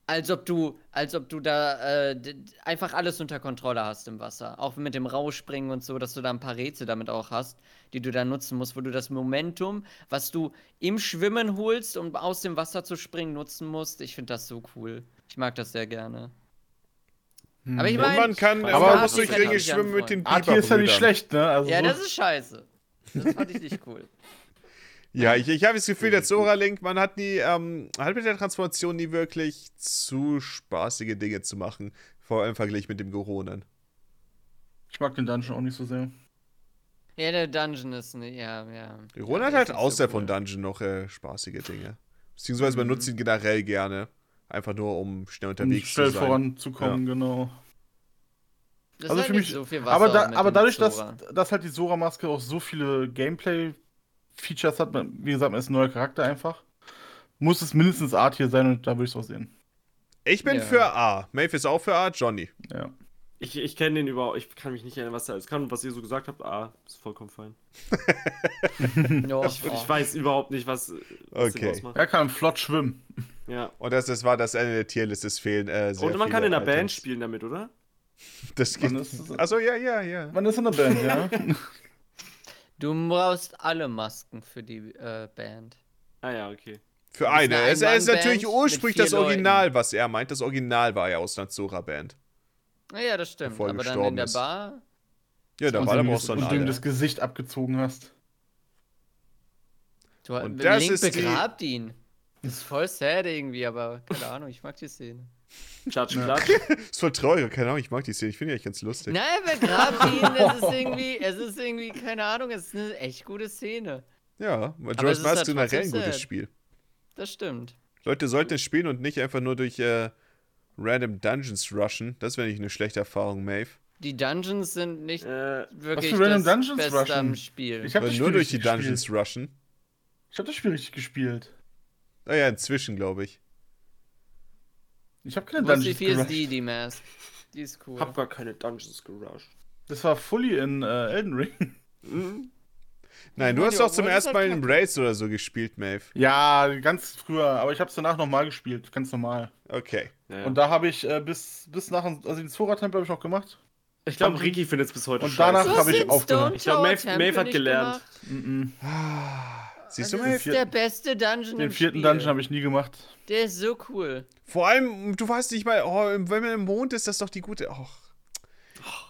C: als ob du, als ob du da äh, d- d- einfach alles unter Kontrolle hast im Wasser. Auch mit dem Rausspringen und so, dass du da ein paar Rätsel damit auch hast, die du da nutzen musst, wo du das Momentum, was du im Schwimmen holst, um aus dem Wasser zu springen, nutzen musst. Ich finde das so cool. Ich mag das sehr gerne. Aber ich
A: Und
C: meine,
A: man kann,
B: Aber
A: man muss
B: das ist
A: durch
B: halt
A: Ringe
B: auch nicht
A: schwimmen mit den
D: A hier ist ja nicht
A: Biberbrüdern.
D: schlecht, ne? Also
C: ja,
D: so-
C: das ist scheiße. Das fand ich nicht cool.
A: Ja, ich, ich habe das Gefühl, der Zora-Link, man hat nie, ähm, hat mit der Transformation nie wirklich zu spaßige Dinge zu machen. Vor allem verglichen mit dem Goronen.
D: ich mag den Dungeon auch nicht so sehr.
C: Ja, der Dungeon ist ne, ja, ja.
A: Goronen hat
C: ja, der ist
A: halt
C: nicht
A: außer
C: cool.
A: von Dungeon noch äh, spaßige Dinge. Beziehungsweise man nutzt ihn generell gerne. Einfach nur, um schnell
D: Um
A: unterwegs zu
D: schnell
A: sein.
D: voranzukommen, genau.
C: Das
D: Also
C: ist
D: für
C: halt nicht
D: mich-
C: so viel Wasser
D: Aber,
C: auch
D: da,
C: mit
D: aber
C: dem
D: dadurch, dass,
C: Zora.
D: dass halt die Sora-Maske auch so viele Gameplay-Features hat, man- wie gesagt, man ist ein neuer Charakter einfach, muss es mindestens A hier sein und da würde ich es auch sehen.
A: Ich bin
C: Ja.
A: für A. Maeve ist auch für A, Johnny.
D: Ja.
B: Ich, ich kenne den überhaupt, ich kann mich nicht erinnern, was da ist. Kann, was ihr so gesagt habt, ah, ist vollkommen fein.
C: Ja,
B: Ich, ich weiß überhaupt nicht, was, was
A: Okay.
B: den ausmacht.
D: Er kann flott schwimmen.
B: Ja.
A: Und das, das war das Ende der Tierliste. Es fehlen äh, sehr
B: Und man
A: viele
B: kann in einer
A: Items.
B: Band spielen damit, oder?
A: Das gibt.
D: Man ist-
A: Achso, ja, ja, ja.
D: Also, Man ist in der Band, ja.
C: Du brauchst alle Masken für die äh, Band.
B: Ah ja, okay.
A: Für
C: Das ist
A: eine.
C: eine
A: Es, es ist
C: Einmannband
A: natürlich
C: mit
A: ursprünglich
C: vier
A: das Original, was er meint. Das Original war ja aus einer Zora-Band.
C: Naja, das stimmt.
A: Bevor er
C: Aber dann
A: gestorben
C: in der
A: ist.
C: Bar.
A: Ja, da
D: und
A: war der
D: dem,
A: brauchst du
D: und
A: dann
D: dem
A: alle.
D: das Gesicht abgezogen hast.
C: Du,
A: Und
C: mit
A: das
C: Link
A: ist die-
C: begrabt ihn. Das ist voll sad irgendwie, aber keine Ahnung, ich mag die Szene.
B: Klatsch,
D: Ja.
B: klatsch.
A: Ist voll traurig, keine Ahnung, ich mag die Szene, ich finde die eigentlich ganz lustig.
C: Nein, er begrabt ihn, es ist irgendwie, es ist irgendwie, keine Ahnung, es ist eine echt gute Szene.
A: Ja,
C: es
A: Majora's
C: ist
A: Mask ist
C: halt
A: generell ein
C: trotzdem
A: gutes
C: sad.
A: Spiel.
C: Das stimmt.
A: Leute sollten es spielen und nicht einfach nur durch äh, random Dungeons rushen. Das wäre nicht eine schlechte Erfahrung, Maeve.
C: Die Dungeons sind nicht
B: Äh,
C: wirklich
D: für Random
C: das
D: Dungeons
C: Beste
D: rushen?
C: am Spiel.
D: Ich habe
A: Weil
D: das
A: nur
D: Spiel
A: durch die
D: richtig
A: Dungeons
D: Gespielt.
A: rushen.
D: Ich habe das Spiel richtig gespielt.
A: Naja, inzwischen, glaube ich.
D: Ich habe keine
C: Wo ist die
D: Dungeons gerusht.
C: 4SD, die Mask? Die ist cool.
B: hab gar keine Dungeons gerusht.
D: Das war fully in äh, Elden Ring.
A: Nein, du
C: Ja,
A: hast
C: die
A: doch zum
C: Obwohl ist
A: ersten Mal
C: halt
A: in Raids oder so gespielt, Maeve.
D: Ja, ganz früher, aber ich habe es danach nochmal gespielt, ganz normal.
A: Okay.
B: Naja.
D: Und da habe ich äh, bis, bis nach dem- also den Zora-Tempel habe ich noch gemacht.
B: ich glaube, Ricky findet es bis heute
D: Und danach-
B: scheiße.
D: hab ich
C: den
D: aufgehört.
C: Stone
B: Ich glaub,
C: Tower
B: Maeve-
C: Temple
B: Maeve hat
C: nicht
B: gelernt.
C: gemacht.
D: Mhm.
A: Siehst du,
C: das ist
A: Maeve?
C: der beste Dungeon
D: Den
C: im
D: vierten
C: Spiel.
D: Dungeon habe ich nie gemacht.
C: Der ist so cool.
A: Vor allem, du weißt nicht mal, oh, wenn man im Mond ist, das ist doch die gute. Oh,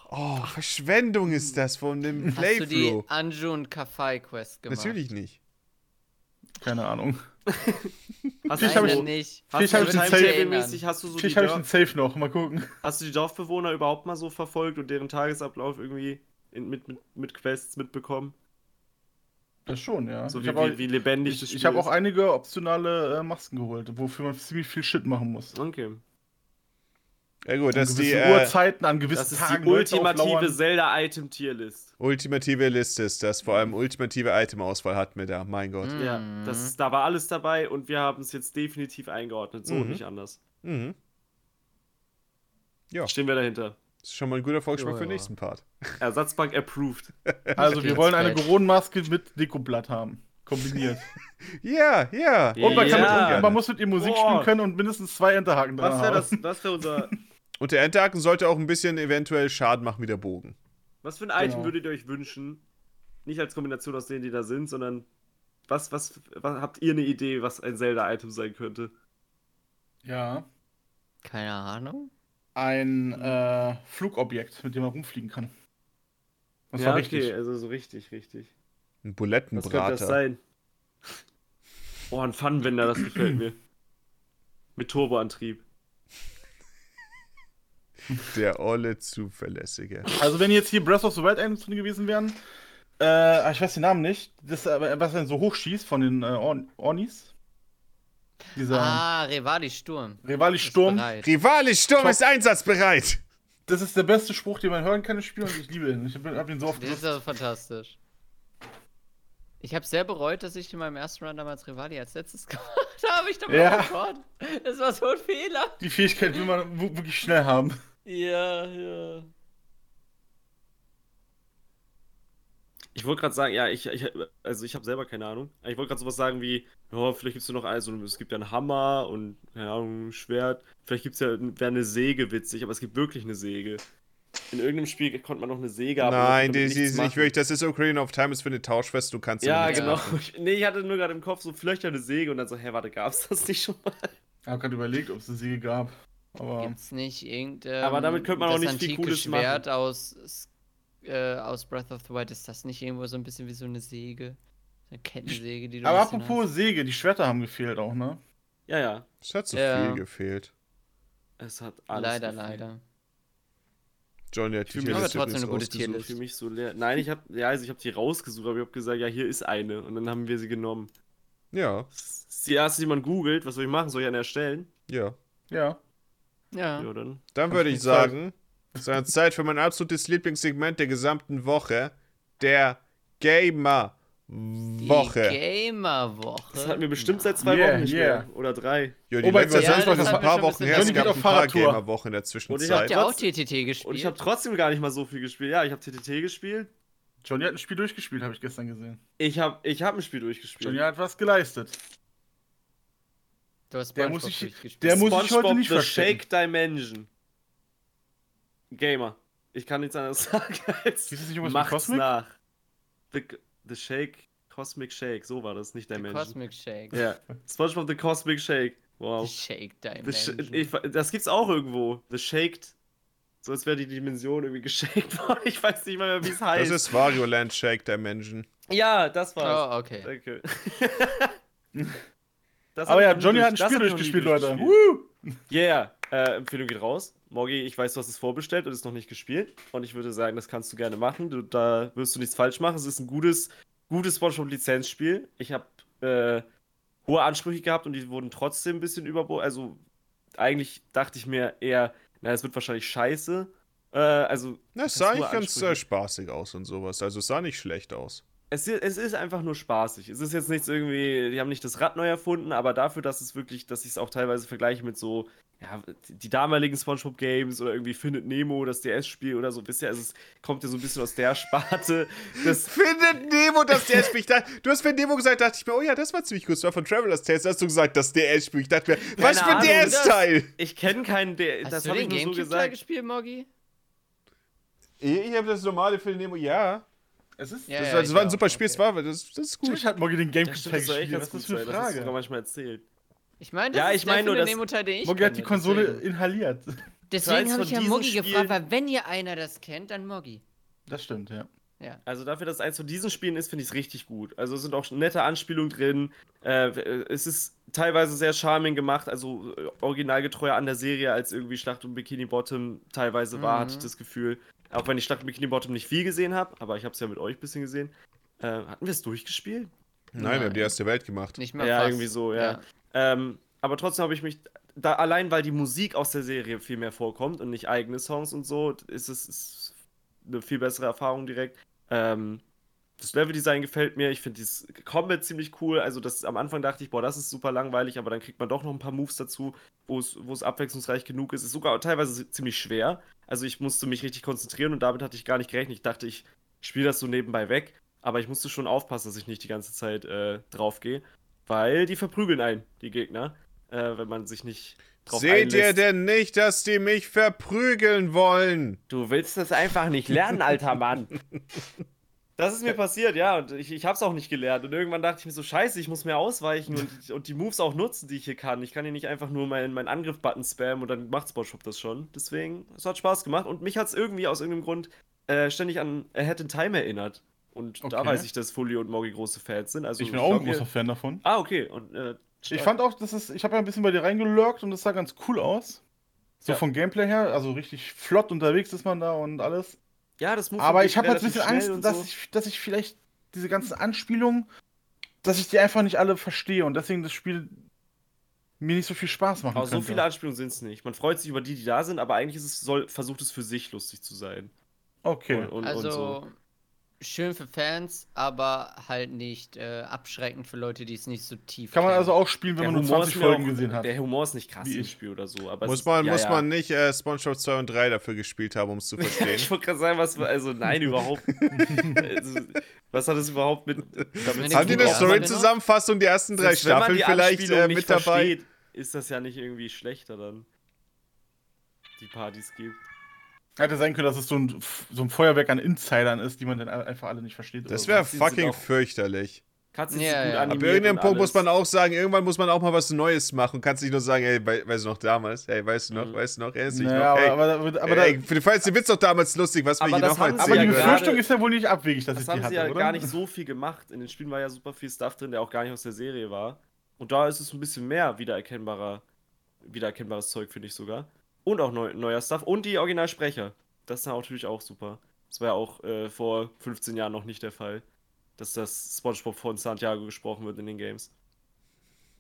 A: oh Verschwendung ist das von dem
C: Hast du die
A: Playthrough.
C: Anju und Kafai Quest gemacht?
A: Natürlich nicht.
D: Keine Ahnung.
B: Hast,
D: Ich
C: Nein,
D: hab
C: ich
D: ich-
C: nicht.
B: hast,
D: ich
B: du
D: hab ich den Safe-
B: timetable-mäßig- hast du so die
D: Vielleicht habe ich
B: Dor-
D: den Safe noch. Mal gucken.
B: Hast du die Dorfbewohner überhaupt mal so verfolgt und deren Tagesablauf irgendwie in, mit, mit, mit Quests mitbekommen?
D: Das schon, ja.
B: So
D: ich
B: wie,
D: habe auch,
B: wie, wie lebendig das
D: ich,
B: Spiel
D: ich hab auch
B: ist.
D: einige optionale äh, Masken geholt, wofür man ziemlich viel Shit machen muss.
B: Okay.
A: Ja gut, das ist die
D: gewissen
A: äh,
D: Uhrzeiten, an gewissen
B: Das ist
D: Tagen.
B: die
D: Leute
B: ultimative
D: auflauern.
B: Zelda-Item-Tierlist.
A: ultimative Liste ist das. Vor allem ultimative Itemauswahl hatten wir da. Mein Gott.
C: Mhm.
B: Ja, das ist, da war alles dabei
D: Mhm.
B: und wir haben es jetzt definitiv eingeordnet, so und nicht anders.
A: Mhm. Ja,
B: Stehen wir dahinter.
A: ist schon mal ein guter Vorgeschmack
C: Ja,
A: für den
C: ja.
A: nächsten Part.
B: Ersatzbank approved.
D: Also, wir wollen eine
C: Patch.
D: Goronenmaske mit Dekoblatt haben. Kombiniert.
A: Ja, ja.
B: Und man
D: Man, kann
B: Ja.
D: mit, und man muss mit ihr Musik
B: Boah.
D: spielen können und mindestens zwei Enterhaken dran
B: Was wäre
D: haben.
B: das, was wäre unser,
A: Und der Enterhaken sollte auch ein bisschen eventuell Schaden machen wie der Bogen.
B: was für ein Item
D: Genau.
B: würdet ihr euch wünschen? Nicht als Kombination aus denen, die da sind, sondern was, was, was habt ihr eine Idee, was ein Zelda-Item sein könnte?
D: Ja.
C: Keine Ahnung.
D: Ein äh, Flugobjekt, mit dem man rumfliegen kann. Das
B: ja,
D: war richtig.
B: okay, also so richtig,
A: Ein
B: richtig. Was könnte das
A: Bulettenbrater.
B: sein? Oh, ein Funwender, das gefällt mir. Mit Turboantrieb.
A: Der olle Zuverlässige.
D: Also wenn jetzt hier Breath of the Wild Items drin gewesen wären, äh, ah, ich weiß den Namen nicht, das, aber was dann so hochschießt von den äh, Or Ornis. Dieser
C: Ah, Revali Sturm.
D: Rivalis
C: Ist
D: Sturm.
C: bereit.
A: Rivalis Sturm
D: Top.
A: ist einsatzbereit.
D: Das ist der beste Spruch, den man hören kann im Spiel und ich liebe ihn. Ich hab, hab ihn so oft
C: Das ist
D: benutzt.
C: also fantastisch. Ich habe sehr bereut, dass ich in meinem ersten Run damals Rivali als letztes gemacht habe. Ich dachte,
D: Ja.
C: oh Gott, das war so ein Fehler.
D: Die Fähigkeit will man w- wirklich schnell haben.
C: Ja, ja.
B: Ich wollte gerade sagen, ja, ich, ich also ich habe selber keine Ahnung. Ich wollte gerade sowas sagen wie, ja, vielleicht gibt's ja noch also es gibt ja einen Hammer und keine Ahnung, ein Schwert. Vielleicht gibt's ja wäre eine Säge witzig, aber es gibt wirklich eine Säge. In irgendeinem Spiel konnte man noch eine Säge haben.
A: Nein,
B: die
A: das ist nicht wirklich. Das ist Ocarina of Time, ist für eine Tauschfest. Du kannst
B: Ja,
A: damit-
B: genau. Ich, nee, ich hatte nur gerade im Kopf so vielleicht ja eine Säge und dann so, hä, warte, gab's das nicht schon mal?
D: Ich habe gerade überlegt, ob es eine Siege gab. Aber
C: Gibt's nicht irgendein.
B: Aber damit könnte man auch
C: das
B: nicht viel
C: antike
B: Cooles machen.
C: Schwert aus, S- äh, aus Breath of the Wild, ist das nicht irgendwo so ein bisschen wie so eine Säge? Eine Kettensäge, die du.
D: aber
C: ein bisschen
D: apropos Säge, die Schwerter haben gefehlt auch, ne?
B: Ja, ja.
A: Es hat so
C: Ja.
A: viel gefehlt.
B: Es hat
C: hast.
B: alles.
C: Leider,
B: gefehlt.
C: leider.
A: Johnny hat die
B: Ich fühl mich
A: Tierliste
C: aber
A: übrigens
C: trotzdem eine gute
A: ausgesucht.
C: Tierliste.
B: Für mich so leer. Nein, ich habe ja, also ich habe die rausgesucht, aber ich habe gesagt, ja, hier ist eine und dann haben wir sie genommen.
A: Ja,
B: Das ist die erste, die man googelt. Was soll ich machen? Soll ich eine erstellen?
A: ja.
D: Ja.
C: Ja.
B: Ja, dann.
A: Dann
D: Kannst
A: würde
D: du
A: ich
D: nicht sagen.
A: sagen, es ist eine Zeit für mein absolutes Lieblingssegment der gesamten Woche, der
C: Die
A: Gamer-Woche.
C: Gamer-Woche.
B: Das hatten wir bestimmt seit zwei
D: Yeah,
B: Wochen nicht
D: yeah.
B: mehr. Oder drei.
A: Jo, die
D: Oh mein
A: letzte Sendung
D: Gott. Ja,
A: war
D: das
A: erst ein
C: hat
A: paar
C: schon ein
A: Wochen
C: bisschen
A: her, es
D: Johnny
A: gab
D: geht
A: ein
D: auf
A: paar
D: Fahrradtour.
A: Gamer-Wochen in der
B: Und ich hab
A: Zwischenzeit.
C: Habt ihr auch
B: Trotzdem-
C: TTT gespielt?
B: Und ich habe trotzdem gar nicht mal so viel gespielt. Ja, ich habe TTT gespielt.
D: Johnny hat ein Spiel durchgespielt, habe ich gestern gesehen.
B: Ich habe ich hab ein Spiel
D: Johnny
B: durchgespielt.
D: hat was geleistet.
C: du hast
D: der
C: SpongeBob
D: muss ich-
C: durchgespielt.
D: der muss- ich heute
B: SpongeBob
D: nicht
B: The
D: verstecken.
B: Shake Dimension. Gamer. Ich kann nichts anderes sagen als.
D: Hieß es nicht irgendwas mit
B: macht's
D: Cosmic?
B: nach. The, the Shake. Cosmic Shake. So war das, nicht
C: Der
B: Dimension.
C: Cosmic Shake.
B: Ja, SpongeBob The Cosmic Shake.
C: Die
B: Wow.
C: Shake
B: The Sh
C: Dimension.
B: ich, das gibt's auch irgendwo. The Shaked. So als wäre die Dimension irgendwie geshaked worden. Ich weiß nicht mal mehr, wie es
A: Das
B: heißt.
A: ist Wario Land Shake Dimension.
B: ja, das war's.
C: oh, okay.
B: Danke. Das hab
D: Aber
B: ich
D: ja,
B: noch nie
D: Johnny hat ein
B: durch- das
D: Spiel
B: hab ich noch nie
D: durchgespielt, Leute.
B: durchgespielt.
D: Woo!
B: Yeah. Äh, Empfehlung geht raus. Morgi, ich weiß, du hast es vorbestellt und es noch nicht gespielt. Und ich würde sagen, das kannst du gerne machen. Du, da wirst du nichts falsch machen. Es ist ein gutes, gutes Spongebob-Lizenzspiel. Ich habe äh, hohe Ansprüche gehabt und die wurden trotzdem ein bisschen überboten. Also eigentlich dachte ich mir eher, na, es wird wahrscheinlich scheiße. Äh, also
A: Na, es
B: Das
A: sah
B: ist nur
A: eigentlich ganz
B: Ansprüche.
A: äh, spaßig aus und sowas. Also es sah nicht schlecht aus.
B: Es, i- es ist einfach nur spaßig. Es ist jetzt nichts irgendwie, die haben nicht das Rad neu erfunden, aber dafür, dass es wirklich, dass ich es auch teilweise vergleiche mit so, ja, die damaligen SpongeBob Games oder irgendwie Findet Nemo, das DS-Spiel oder so, wisst ihr, also es kommt ja so ein bisschen aus der Sparte. Das,
A: Findet Nemo das DS-Spiel. Ich dachte- Du hast für Nemo gesagt, dachte ich mir, oh ja, das war ziemlich gut. Das war von Traveler's Tales. Hast du gesagt, das DS-Spiel. Ich dachte mir, was für ein
B: Ahnung, das-
A: DS-Teil?
B: ich kenne keinen, der,
C: Hast
B: das
C: du
B: habe ich
C: den
B: nur so
C: Gamecube-Teil
B: gesagt.
C: gespielt, Moggi?
A: Ich habe das normale Findet Nemo, ja.
D: Es ist.
C: Ja,
A: Das, Also,
C: ja,
A: war- das
C: ich
A: war ein
C: auch,
A: super Spiel.
C: okay.
A: Das, war, das, das ist gut.
D: Natürlich hat Moggy den Gamecube
B: Das stimmt, das soll echt
D: gespielt.
B: ganz
D: Was
B: gut
D: ist das für
B: sein.
D: eine
B: Das hast du sogar
D: Frage?
B: manchmal erzählt.
C: Ich meine, das
B: Ja, ich
C: ist der
B: meine nur,
C: Findet
B: dass-
C: Nemo-Teil, den ich
D: Moggy hat die
C: kenne,
D: Konsole
C: deswegen.
D: inhaliert.
C: Deswegen
B: eins
C: habe
B: von
C: ich ja
B: diesen
C: Moggi
B: Spielen-
C: gefragt, weil wenn ihr einer das kennt, dann Moggi.
D: Das stimmt, ja.
B: Also dafür, dass es eins von diesen Spielen ist, finde ich es richtig gut. Also es sind auch nette Anspielungen drin. Äh, es ist teilweise sehr charming gemacht, also äh, originalgetreuer an der Serie als irgendwie Schlacht um Bikini Bottom teilweise war,
C: Mhm.
B: hatte ich das Gefühl. Auch wenn ich Schlacht um Bikini Bottom nicht viel gesehen habe, aber ich habe es ja mit euch ein bisschen gesehen. Äh, hatten wir es durchgespielt?
A: Nein, wir haben die erste Welt gemacht.
C: Nicht mehr
B: Ja,
C: fast.
B: irgendwie so, ja. Ähm, aber trotzdem habe ich mich, da, allein weil die Musik aus der Serie viel mehr vorkommt und nicht eigene Songs und so, ist es ist eine viel bessere Erfahrung direkt. Ähm, das Leveldesign gefällt mir. Ich finde dieses Combat ziemlich cool. Also das, am Anfang dachte ich, boah, das ist super langweilig, aber dann kriegt man doch noch ein paar Moves dazu, wo es wo es abwechslungsreich genug ist. Ist sogar teilweise ziemlich schwer. Also ich musste mich richtig konzentrieren und damit hatte ich gar nicht gerechnet. Ich dachte, ich spiele das so nebenbei weg, aber ich musste schon aufpassen, dass ich nicht die ganze Zeit äh, draufgehe, weil die verprügeln einen, die Gegner, äh, wenn man sich nicht drauf
A: Seht ihr
B: einlässt.
A: denn nicht, dass die mich verprügeln wollen?
B: Du willst das einfach nicht lernen, alter Mann. Das ist mir passiert, ja, und ich, ich hab's auch nicht gelernt. Und irgendwann dachte ich mir so, scheiße, ich muss mehr ausweichen und, und die Moves auch nutzen, die ich hier kann. Ich kann hier nicht einfach nur meinen meinen Angriff-Button spammen und dann macht's Botschop das schon. Deswegen, es hat Spaß gemacht und mich hat's irgendwie aus irgendeinem Grund äh, ständig an Ahead in Time erinnert. Und da
D: Okay.
B: weiß ich, dass Fully und Morgi große Fans sind. Also
D: Ich bin auch ein
B: glaub, ihr-
D: großer Fan davon.
B: Ah, okay. Und, äh,
D: Ich fand auch, dass es, ich habe ja ein bisschen bei dir reingelurkt und das sah ganz cool aus. So
B: Ja.
D: vom Gameplay her, also richtig flott unterwegs ist man da und alles.
B: ja, das Move
D: Aber ich habe halt ein bisschen Angst, dass, ich, dass ich vielleicht diese ganzen Anspielungen, dass ich die einfach nicht alle verstehe und deswegen das Spiel mir nicht so viel Spaß machen
B: Aber so
D: könnte.
B: viele Anspielungen sind es nicht. Man freut sich über die, die da sind, aber eigentlich ist es, soll, versucht es für sich lustig zu sein.
D: okay.
B: Und, und,
C: also,
B: und so.
C: schön für Fans, aber halt nicht äh, abschreckend für Leute, die es nicht so tief
D: Kann man
C: kennen.
D: also auch spielen, wenn man nur 20
B: ist mir
D: Folgen
B: auch,
D: gesehen hat.
B: Der Humor ist nicht krass
D: Wie
B: im
D: ich.
B: Spiel oder so. Aber es
A: Muss
B: ist-
A: man,
B: ja,
A: muss
B: ja.
A: man nicht äh, SpongeBob 2 und 3 dafür gespielt haben, um es zu verstehen?
B: ich wollte gerade sagen, was. Also, nein, überhaupt. also, was hat es überhaupt mit. Damit
C: Haben
A: haben die eine
C: Ja, genau.
A: Story-Zusammenfassung, die ersten drei
B: Selbst wenn man
A: Staffeln
B: die
A: vielleicht
B: Anspielung
A: äh,
B: nicht
A: mit dabei?
B: Versteht, ist das ja nicht irgendwie schlechter dann. Die Partys gibt.
D: Hätte sein können, dass es so ein, so ein Feuerwerk an Insidern ist, die man dann einfach alle nicht versteht.
A: Das
D: oder
A: wäre
B: Katzen sind
A: fucking
B: auch-
A: fürchterlich.
B: Katzen
C: Ja,
B: sind gut
C: ja. Ab
A: Ab
B: animiert.
A: irgendeinem
B: und
A: Punkt muss
B: alles.
A: man auch sagen, irgendwann muss man auch mal was Neues machen. Kannst nicht nur sagen, ey, wei- weißt du noch damals? Hey, weißt du noch?
B: Mhm.
A: Weißt du noch? Erinnerst
D: so.
A: du dich
D: Naja,
A: noch? Ey,
D: aber, aber, aber, aber,
A: ey, für den Fall ist der Witz doch damals lustig. Was will
B: Aber
A: ich
B: das
A: nochmal
B: haben sie ja
D: aber die
A: erzählen?
B: gerade-
D: Befürchtung ist ja wohl nicht abwegig, dass
B: Das
D: ich die
B: haben
D: hatte,
B: sie ja
D: oder?
B: gar nicht so viel gemacht. In den Spielen war ja super viel Stuff drin, der auch gar nicht aus der Serie war. Und da ist es ein bisschen mehr wiedererkennbarer, wiedererkennbares Zeug, finde ich sogar. Und auch neu, neuer Stuff. Und die Originalsprecher. Das ist natürlich auch super. Das war ja auch äh, vor 15 Jahren noch nicht der Fall, dass das Spongebob von Santiago gesprochen wird in den Games.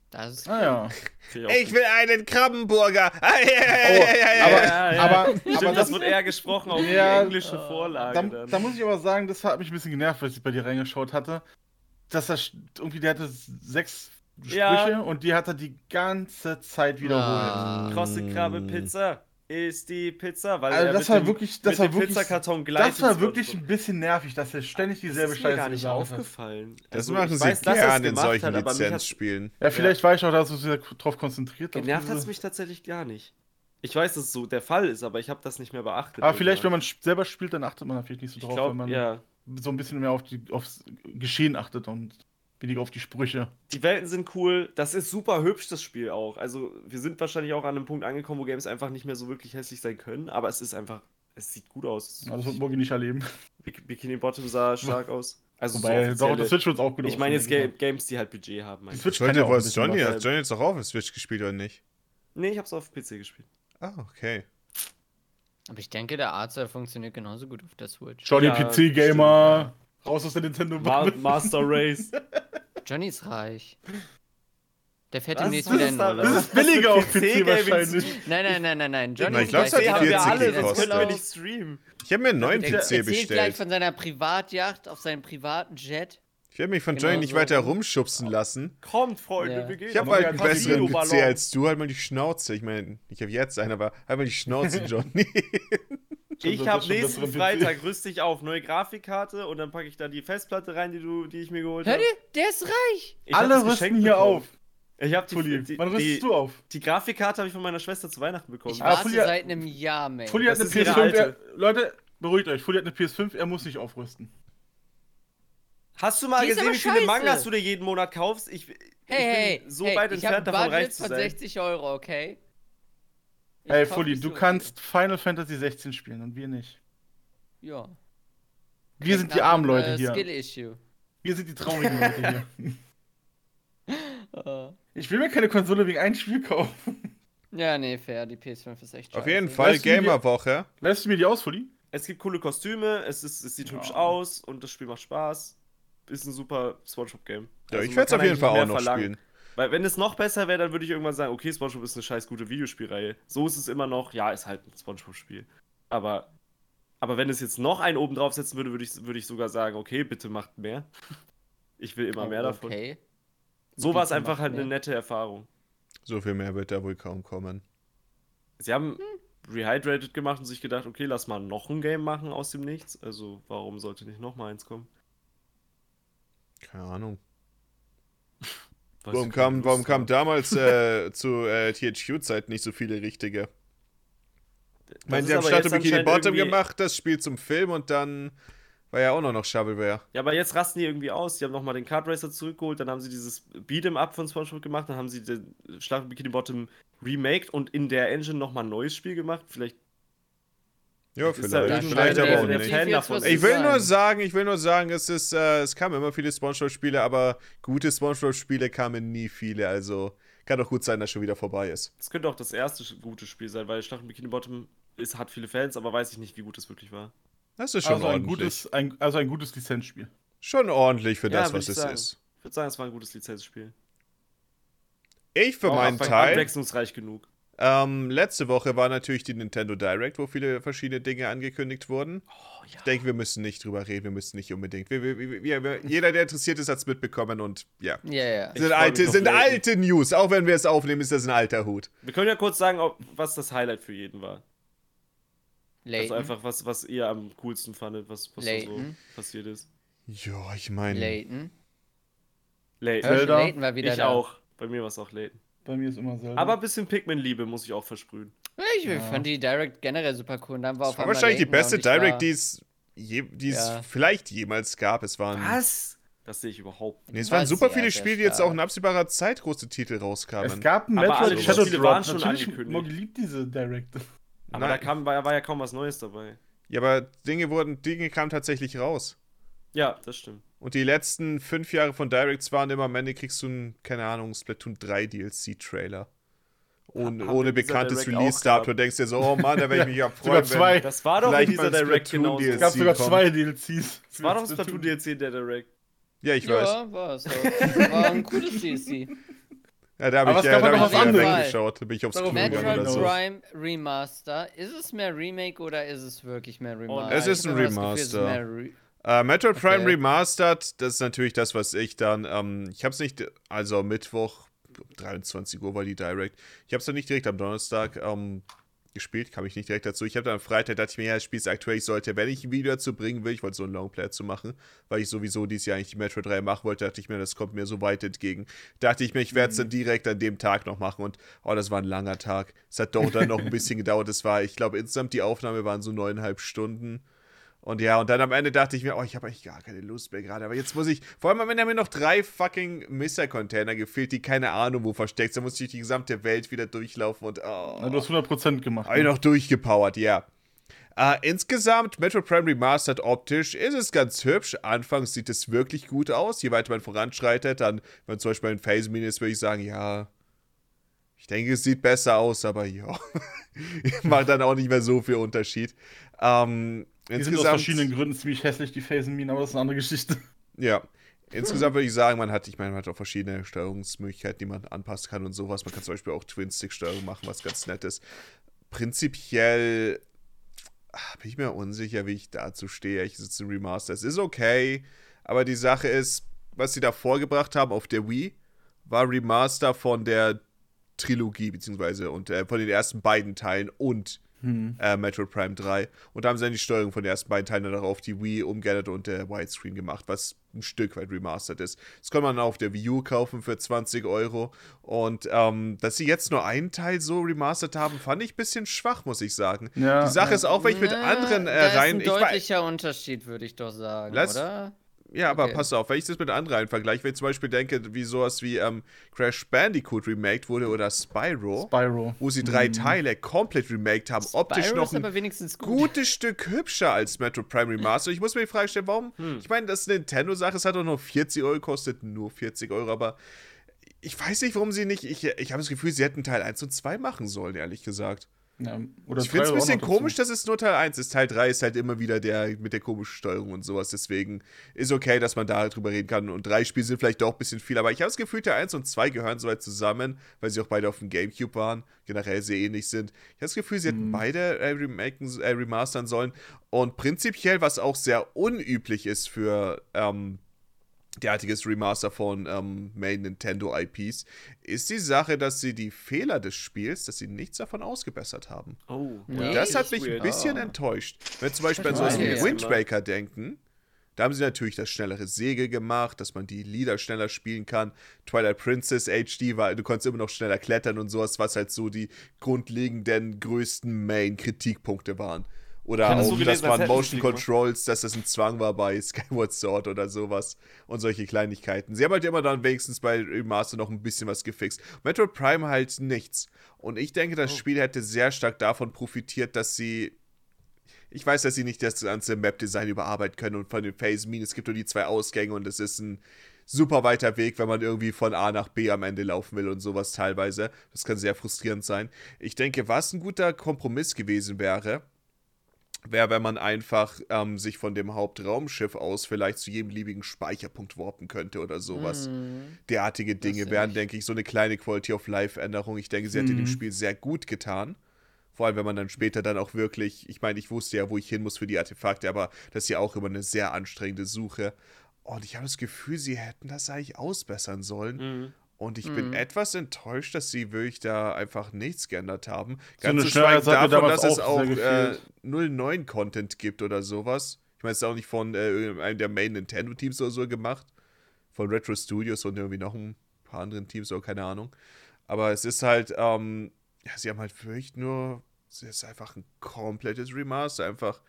C: Das ist
D: Ah, ja.
B: Finde auch
A: Ich
B: gut.
A: will einen Krabbenburger.
D: Oh,
B: Ja,
D: aber-
B: ja, ja.
D: aber-
B: Äh, Stimmt,
D: aber
B: das,
D: das-
B: wird eher gesprochen auf
D: Ja, Ah.
B: die englische Vorlage.
D: Da,
B: dann.
D: da muss ich aber sagen, das hat mich ein bisschen genervt, als ich bei dir reingeschaut hatte. Dass er sch- irgendwie, der hatte sechs Sprüche
B: Ja.
D: und die hat er die ganze Zeit wiederholt.
C: Ah.
B: Krosse Krabbe Pizza ist die Pizza, weil
D: Also
B: er
D: das
B: mit
D: war
B: dem-
D: wirklich, das
B: mit
D: war
B: dem
D: wirklich,
B: Pizzakarton gleitet.
D: das war
B: wird.
D: wirklich ein bisschen nervig, dass er ständig
B: Das
D: dieselbe
B: ist mir
D: Scheiße
B: gar nicht
D: gesagt hat.
B: aufgefallen.
A: Das
B: Also,
A: machen
B: ich
A: sie
B: weiß, dass er's
A: gerne in
B: gemacht
A: solchen
B: hat, aber mich hat's-
A: Lizenzspielen.
D: Ja, vielleicht war ich auch da so sehr drauf konzentriert. auf
B: Genervt hat es
D: diese-
B: mich tatsächlich gar nicht. Ich weiß, dass es so der Fall ist, aber ich habe das nicht mehr beachtet.
D: Aber vielleicht, wenn
B: irgendwann.
D: man sp- selber spielt, dann achtet man da vielleicht nicht so
B: ich
D: drauf,
B: glaub,
D: wenn man
B: ja.
D: so ein bisschen mehr auf die, aufs Geschehen achtet und weniger auf die Sprüche.
B: Die Welten sind cool. Das ist super hübsch, das Spiel auch. Also, wir sind wahrscheinlich auch an einem Punkt angekommen, wo Games einfach nicht mehr so wirklich hässlich sein können, aber es ist einfach. Es sieht gut aus.
D: Aber Also das wird Morgi nicht erleben.
B: Bik- Bikini Bottom sah stark aus. Also, so
D: Wobei, so
B: offizielle-
D: das Switch wird auch gut
B: ich meine jetzt Ga
D: aussehen,
B: Games, die halt Budget haben.
D: Die
B: Mein
D: Switch
A: Was wollte
D: kann ja auch ein
A: was
D: bisschen
A: Johnny?
D: was.
B: was-
A: Hat Johnny jetzt auch auf der Switch gespielt oder nicht?
B: Nee, ich hab's auf PC gespielt.
A: Ah, okay.
C: Aber ich denke, der Artstyle funktioniert genauso gut auf der Switch.
D: Johnny
B: Ja,
D: PC Gamer, raus aus der Nintendo
B: Ma
D: Bubble.
B: Master Race.
C: Johnny ist reich. Der fährt
B: Was
C: demnächst
B: ist
C: wieder in
B: da-
C: Urlaub.
D: Das ist billiger auf PC
B: PC-Gaming
D: wahrscheinlich.
C: Nein, nein, nein, nein, nein. Johnny
A: Na, ich glaub,
C: ist
A: es hat
C: gleich
B: haben
C: wieder
B: wir
A: 40
B: alle,
C: in
B: sonst
A: gekostet.
B: könnten wir
C: Urlaub.
B: nicht streamen.
A: Ich habe mir einen neuen
C: Der
A: PC
C: erzählt gleich
A: bestellt.
C: von seiner Privatjacht auf seinem privaten Jet.
A: Ich werde mich von
C: Genau
A: Johnny nicht
C: so.
A: weiter rumschubsen lassen.
B: Kommt, Freunde,
C: Ja.
B: wir gehen.
A: Ich habe
B: auf
A: halt einen
B: den
A: besseren PC
B: Casino-Ballon.
A: als du. Halt mal die Schnauze. Ich meine, ich habe jetzt einen, aber halt mal die Schnauze, Johnny.
B: Ich
D: Schon
B: habe
D: besseren
B: nächsten
D: PC.
B: Freitag, rüst dich auf, neue Grafikkarte und dann packe ich da die Festplatte rein, die, du, die ich mir geholt
C: Hört
B: habe.
C: ihr? Der ist reich.
D: Alle rüsten hier auf,
B: Ich habe die,
D: Fully.
B: die,
D: Wann
B: die,
D: rüstest du auf?
B: die Grafikkarte habe ich von meiner Schwester zu Weihnachten bekommen.
C: Ich
D: Ah,
C: warte
D: Fully-
C: seit ne- einem Jahr, Mann.
D: Fully
B: das
D: hat eine
B: ist ihre
D: PS5. Er,
B: alte.
D: Leute, beruhigt euch. Fully hat eine PS5, er muss nicht aufrüsten.
B: Hast du mal
C: Die ist
B: gesehen,
C: aber
B: wie viele
C: scheiße.
B: Mangas du dir jeden Monat kaufst? Ich, ich
C: Hey, hey,
B: bin so
C: hey,
B: weit
C: ich hab
B: entfernt
C: ein
B: davon,
C: Budget
B: reich zu
C: von
B: sein.
C: 60 Euro, okay? Ich
D: Ey,
C: kauf
D: Fully,
C: nicht
D: du
C: so
D: kannst Final Fantasy 16 spielen und wir nicht.
C: viel. Ja.
D: Wir sind die armen
C: äh,
D: Leute hier.
C: Skill-Issue.
D: Wir sind die traurigen Leute hier.
B: Ah.
C: Äh,
D: Ich will mir keine Konsole wegen einem Spiel kaufen.
C: Ja, nee, fair. Die PS5 ist echt
A: Auf jeden
C: scheiße.
A: Fall
D: Weißt du, wie wir-
A: Gamerwoche.
D: Lässt du mir die aus, Fully?
B: Es gibt coole Kostüme, es, ist, es sieht
D: Ja.
B: hübsch aus und das Spiel macht Spaß. Ist ein super Spongebob-Game.
A: Ja,
B: Also
A: ich werde
B: man
A: es
B: kann
A: auf jeden
B: eigentlich
A: Fall
B: mehr
A: auch noch
B: verlangen.
A: spielen.
B: Weil wenn es noch besser wäre, dann würde ich irgendwann sagen, okay, Spongebob ist eine scheiß gute Videospielreihe. So ist es immer noch, ja, ist halt ein Spongebob-Spiel. Aber Aber wenn es jetzt noch einen oben draufsetzen würde, würde ich, würde ich sogar sagen, okay, bitte macht mehr. Ich will immer mehr davon.
C: Oh, Okay.
B: So war es
C: Bitte
B: einfach
C: macht
B: halt
C: mehr.
B: eine nette Erfahrung.
A: So viel mehr wird da wohl kaum kommen.
B: Sie haben Rehydrated gemacht und sich gedacht, okay, lass mal noch ein Game machen aus dem Nichts. Also warum sollte nicht noch mal eins kommen?
A: Keine Ahnung.
B: Weil
A: Warum
B: sie
A: kamen
B: keine
A: warum
B: Lust
A: kam
B: haben.
A: damals äh, zu äh, THQ-Zeit nicht so viele richtige? Ich meine,
B: Das
A: sie
B: ist
A: haben
B: aber
A: statt
B: jetzt
A: Bikini
B: anscheinend
A: Bottom
B: irgendwie-
A: gemacht, das Spiel zum Film und dann war ja auch noch, noch Shovelware.
B: Ja, aber jetzt rasten die irgendwie aus. Die haben nochmal den Kart Racer zurückgeholt, dann haben sie dieses Beat'em Up von Spongebob gemacht, dann haben sie den Schlag Bikini Bottom remaked und in der Engine nochmal ein neues Spiel gemacht. Vielleicht
A: Ja,
B: Ist da
A: vielleicht.
B: irgendein-
A: Vielleicht
B: der-
A: aber auch
B: der-
A: nicht.
B: Fan davon.
C: was zu
A: Ich will
C: sagen.
A: nur sagen, ich will nur sagen, es ist, äh, es kamen immer viele Spongebob-Spiele, aber gute Spongebob-Spiele kamen nie viele. Also kann doch gut sein, dass schon wieder vorbei ist.
B: Es könnte auch das erste sch- gute Spiel sein, weil Schlacht im Bikini Bottom ist, hat viele Fans, aber weiß ich nicht, wie gut es wirklich war.
A: Das ist schon
D: also, ein
A: ordentlich.
D: gutes, ein, also ein gutes Lizenzspiel.
A: schon ordentlich für
B: Ja,
A: das,
B: würd
A: was
B: ich
A: es
B: sagen.
A: ist.
B: Ich würde sagen, es war ein gutes Lizenzspiel.
A: Ich für
B: Auch
A: meinen
B: abwe-
A: Teil.
B: Abwechslungsreich genug.
A: Ähm, letzte Woche war natürlich die Nintendo Direct, wo viele verschiedene Dinge angekündigt wurden. Ich denke, wir müssen nicht drüber reden, wir müssen nicht unbedingt. Wir, wir, wir, wir- wir, jeder, der interessiert ist, hat es mitbekommen und ja.
C: Ja, ja.
B: Ich
A: Sind,
B: freu
A: alte,
B: mich auf
A: sind
B: Welten.
A: alte News, auch wenn wir es aufnehmen, ist das ein alter Hut.
B: Wir können ja kurz sagen, ob, was das Highlight für jeden war. Also
C: Layton.
B: einfach, was, was ihr am coolsten fandet, was, was da so
C: Layton.
B: passiert ist.
A: Ja, ich meine.
C: Layton.
B: Layton.
D: Zelda.
C: Herschel Layton war wieder
B: ich
C: da.
B: auch. Bei mir war es auch Layton.
D: Bei mir ist immer Zelda.
B: Aber ein bisschen Pikmin-Liebe muss ich auch versprühen.
C: Ich fand die Direct generell super cool. Und dann war
A: Das
C: auf
A: war
C: einmal
A: wahrscheinlich die
C: Layton da
A: beste
C: und ich war-
A: Direct, die es je, die es
C: Ja.
A: vielleicht jemals gab. Es waren,
B: Was? Das sehe ich überhaupt nicht.
A: Nee, es
C: War
A: waren super
C: sehr,
A: viele
C: sehr
A: Spiele, die jetzt
C: stark.
A: auch in absehbarer Zeit große Titel rauskamen.
D: es gab ein
B: Aber
D: Metroid
A: alle die
D: Shadow
B: Spiele
D: Drop.
B: waren schon
D: Natürlich,
B: angekündigt.
D: Mogi liebt diese Direct.
B: Aber da
A: Nein.
B: kam, war, war ja kaum was Neues dabei.
A: ja, aber Dinge wurden, Dinge kamen tatsächlich raus.
B: Ja, das stimmt.
A: Und die letzten fünf Jahre von Directs waren immer, am Ende kriegst du einen, keine Ahnung, Splatoon 3 DLC-Trailer.
B: Haben
A: Ohne,
B: wir
A: ohne
B: in dieser
A: bekanntes
B: Direct auch
A: Release-Datum.
B: gehabt.
A: Du denkst dir so, oh Mann, da werde ich mich ja freuen.
D: zwei.
A: Wenn,
B: Das war doch
A: Vielleicht
B: in dieser
A: mal ein
B: Direct
A: Splatoon
B: genau
A: DLC.
D: Es gab sogar
A: kommt.
D: zwei DLCs.
B: Es war doch ein Splatoon DLC in der Direct.
A: ja, ich weiß.
C: Ja, war es. auch. War ein cooles DLC.
A: Ja, da
D: Aber
A: habe
D: es
A: ich, ja,
D: gab
A: da hab
D: auch
A: ich
D: noch
A: wieder
C: andere.
A: weggeschaut. Da bin ich aufs Klo
D: Darauf
A: gegangen oder
C: Metroid
A: so.
C: Prime Remaster. Ist es mehr Remake oder ist es wirklich mehr
B: Oh
C: Remaster?
A: Es
C: Ich
A: ist
C: hab
A: ein
C: immer das Gefühl, es ist
A: Remaster.
C: mehr Re
A: Äh, Metroid Prime
C: Okay.
A: Remastered, das ist natürlich das, was ich dann, ähm, ich habe es nicht, also am Mittwoch, um 23 Uhr war die Direct, ich habe es dann nicht direkt am Donnerstag ähm, gespielt, kam ich nicht direkt dazu. Ich habe dann am Freitag, dachte ich mir, ja, das Spiel ist aktuell, ich sollte, wenn ich ein Video dazu bringen will, ich wollte so einen Longplay zu machen, weil ich sowieso dieses Jahr eigentlich die Metroid 3 machen wollte, dachte ich mir, das kommt mir so weit entgegen. Dachte ich mir, ich werde es dann direkt an dem Tag noch machen und, oh, das war ein langer Tag. Es hat doch dann noch ein bisschen gedauert, es war, ich glaube, insgesamt die Aufnahme waren so neuneinhalb Stunden. Und ja, und dann am Ende dachte ich mir, oh, ich habe eigentlich gar keine Lust mehr gerade. Aber jetzt muss ich, vor allem am Ende haben mir noch drei fucking Messer-Container gefehlt, die keine Ahnung wo versteckt sind. Da musste ich die gesamte Welt wieder durchlaufen und, oh.
D: Na, du hast 100% gemacht. ne?
A: Habe ich noch durchgepowert, ja. Äh, insgesamt, Metro Prime Remastered optisch ist es ganz hübsch. Anfangs sieht es wirklich gut aus. Je weiter man voranschreitet, dann, wenn man zum Beispiel in Phase Mini ist, würde ich sagen, ja. Ich denke, es sieht besser aus, aber ja. Macht dann auch nicht mehr so viel Unterschied. Ähm,
D: Die sind aus
A: insgesamt,
D: verschiedenen Gründen ziemlich hässlich, die Phasenminen, aber das ist eine andere Geschichte.
A: Ja. Insgesamt würde ich sagen, man hat, ich meine, man hat auch verschiedene Steuerungsmöglichkeiten, die man anpassen kann und sowas. Man kann zum Beispiel auch Twin-Stick-Steuerung machen, was ganz nett ist. Prinzipiell ah, bin ich mir unsicher, wie ich dazu stehe. Ich sitze im Remaster. Es ist okay, aber die Sache ist, was sie da vorgebracht haben auf der Wii, war Remaster von der Trilogie, beziehungsweise und, äh, von den ersten beiden Teilen und äh, Metroid Prime 3. Und da haben sie dann die Steuerung von den ersten beiden Teilen dann auch auf die Wii umgeändert und äh, Widescreen gemacht, was ein Stück weit remastered ist. Das kann man auf der Wii U kaufen für 20 Euro. Und ähm, dass sie jetzt nur einen Teil so remastered haben, fand ich ein bisschen schwach, muss ich sagen.
D: Ja,
A: die Sache
D: ja.
A: ist auch, wenn ich mit
C: Na,
A: anderen äh,
C: da ist
A: rein.
C: Ein
A: Ich weiß,
C: deutlicher Unterschied, würde ich doch sagen,
A: Lass-
C: oder?
A: ja, aber
C: okay.
A: pass auf, wenn ich das mit anderen rein vergleiche, wenn ich zum Beispiel denke, wie sowas wie ähm, Crash Bandicoot remaked wurde oder Spyro,
D: Spyro.
A: wo sie drei Teile komplett remaked haben, optisch
C: Spyro
A: noch
C: ist
A: ein
C: aber wenigstens gut.
A: gutes Stück hübscher als Metro Prime Remaster. Ich muss mir die Frage stellen, warum?
C: Hm.
A: Ich meine, das ist eine Nintendo-Sache, es hat auch nur 40 Euro gekostet, nur 40 Euro, aber ich weiß nicht, warum sie nicht. Ich, ich habe das Gefühl, sie hätten Teil 1 und 2 machen sollen, ehrlich gesagt.
D: Ja, oder
A: ich finde es
D: drei
A: ein bisschen
D: auch noch dazu.
A: komisch, dass es nur Teil 1 ist. Teil 3 ist halt immer wieder der mit der komischen Steuerung und sowas. Deswegen ist okay, dass man da drüber reden kann. Und drei Spiele sind vielleicht doch ein bisschen viel. Aber ich habe das Gefühl, Teil 1 und 2 gehören soweit zusammen, weil sie auch beide auf dem Gamecube waren. Generell sehr ähnlich sind. Ich habe das Gefühl, sie hätten
D: Mhm.
A: beide äh, remaken, äh, remastern sollen. Und prinzipiell, was auch sehr unüblich ist für ähm, derartiges Remaster von ähm, Main Nintendo IPs, ist die Sache, dass sie die Fehler des Spiels, dass sie nichts davon ausgebessert haben.
B: Oh,
C: Und Nee,
A: Das
C: das
A: hat
B: ist
A: mich ein
B: weird.
A: bisschen
C: Ah.
A: enttäuscht. Wenn wir zum Beispiel an
C: Das
A: sowas
C: weiß ich
A: wie
C: jetzt
A: Wind
B: immer.
A: Waker denken, da haben sie natürlich das schnellere Segel gemacht, dass man die Lieder schneller spielen kann. Twilight Princess HD war, du konntest immer noch schneller klettern und sowas, was halt so die grundlegenden größten Main-Kritikpunkte waren. Oder
B: Ich hatte
A: auch,
B: so gelesen,
A: dass
B: als
A: man
B: hätten sie
A: Motion
B: viel gemacht.
A: Controls, dass das ein Zwang war bei Skyward Sword oder sowas und solche Kleinigkeiten. Sie haben halt immer dann wenigstens bei Remaster noch ein bisschen was gefixt. Metroid Prime halt nichts. Und ich denke,
B: Oh.
A: das Spiel hätte sehr stark davon profitiert, dass sie. Ich weiß, dass sie nicht das ganze Map-Design überarbeiten können und von den Phase Mean, es gibt nur die zwei Ausgänge und es ist ein super weiter Weg, wenn man irgendwie von A nach B am Ende laufen will und sowas teilweise. Das kann sehr frustrierend sein. Ich denke, was ein guter Kompromiss gewesen wäre, wäre, wenn man einfach ähm, sich von dem Hauptraumschiff aus vielleicht zu jedem beliebigen Speicherpunkt warpen könnte oder sowas
C: Mhm.
A: derartige Dinge
C: ist
A: wären,
C: echt-
A: denke ich, so eine kleine Quality of Life-Änderung. Ich denke, sie hätte dem
D: Mhm.
A: Spiel sehr gut getan. Vor allem, wenn man dann später dann auch wirklich, ich meine, ich wusste ja, wo ich hin muss für die Artefakte, aber das ist ja auch immer eine sehr anstrengende Suche. Und ich habe das Gefühl, sie hätten das eigentlich ausbessern sollen.
B: Mhm.
A: Und ich bin
C: Mhm.
A: etwas enttäuscht, dass sie wirklich da einfach nichts geändert haben.
D: So eine
A: Ganz zu schweigen
D: Schnelligkeit hat mir
A: davon,
D: damals
A: dass es
D: auch
A: auch
D: sehr
A: äh,
D: gefehlt.
A: 09 Content gibt oder sowas. Ich meine, es ist auch nicht von äh, einem der Main Nintendo Teams oder so gemacht. Von Retro Studios und irgendwie noch ein paar anderen Teams oder keine Ahnung. Aber es ist halt, ähm, ja, sie haben halt wirklich nur, es ist einfach ein komplettes Remaster. Einfach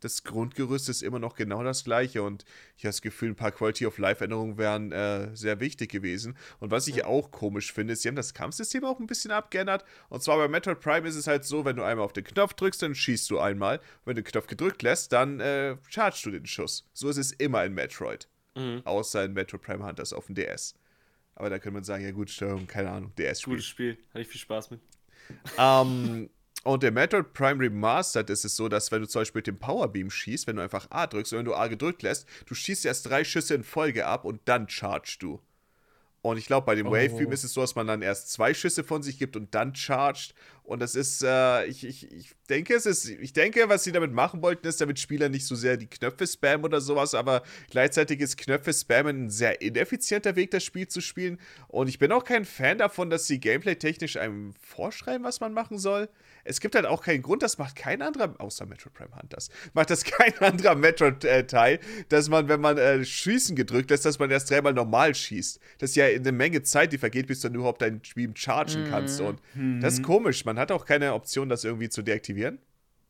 A: das Grundgerüst ist immer noch genau das gleiche und ich habe das Gefühl, ein paar Quality of Life Änderungen wären äh, sehr wichtig gewesen. Und was ich auch komisch finde, ist, sie haben das Kampfsystem auch ein bisschen abgeändert. Und zwar bei Metroid Prime ist es halt so, wenn du einmal auf den Knopf drückst, dann schießt du einmal. Wenn du den Knopf gedrückt lässt, dann äh, chargst du den Schuss. So ist es immer in Metroid.
B: Mhm.
A: Außer in Metroid Prime Hunters auf dem DS. Aber da könnte man sagen, ja gut, Steuerung, keine Ahnung, DS-Spiel.
B: Gutes Spiel. Hatte ich viel Spaß mit.
A: Ähm, und im Metroid Prime Remastered ist es so, dass wenn du zum Beispiel mit dem Powerbeam schießt, wenn du einfach A drückst und wenn du A gedrückt lässt, du schießt erst drei Schüsse in Folge ab und dann chargst du. Und ich glaube, bei dem
D: Oh.
A: Wavebeam ist es so, dass man dann erst zwei Schüsse von sich gibt und dann chargt. Und das ist, äh, ich, ich, ich denke, es ist, ich denke, was sie damit machen wollten, ist, damit Spieler nicht so sehr die Knöpfe spammen oder sowas, aber gleichzeitig ist Knöpfe spammen ein sehr ineffizienter Weg, das Spiel zu spielen. Und ich bin auch kein Fan davon, dass sie gameplay-technisch einem vorschreiben, was man machen soll. Es gibt halt auch keinen Grund, das macht kein anderer, außer Metroid Prime Hunters, macht das kein anderer Metroid-Teil, dass man, wenn man äh, Schießen gedrückt lässt, dass man erst dreimal normal schießt. Das ist ja eine Menge Zeit, die vergeht, bis du dann überhaupt dein Beam chargen
D: Mhm.
A: kannst. Und
D: Hm.
A: das ist komisch. Man hat auch keine Option, das irgendwie zu deaktivieren.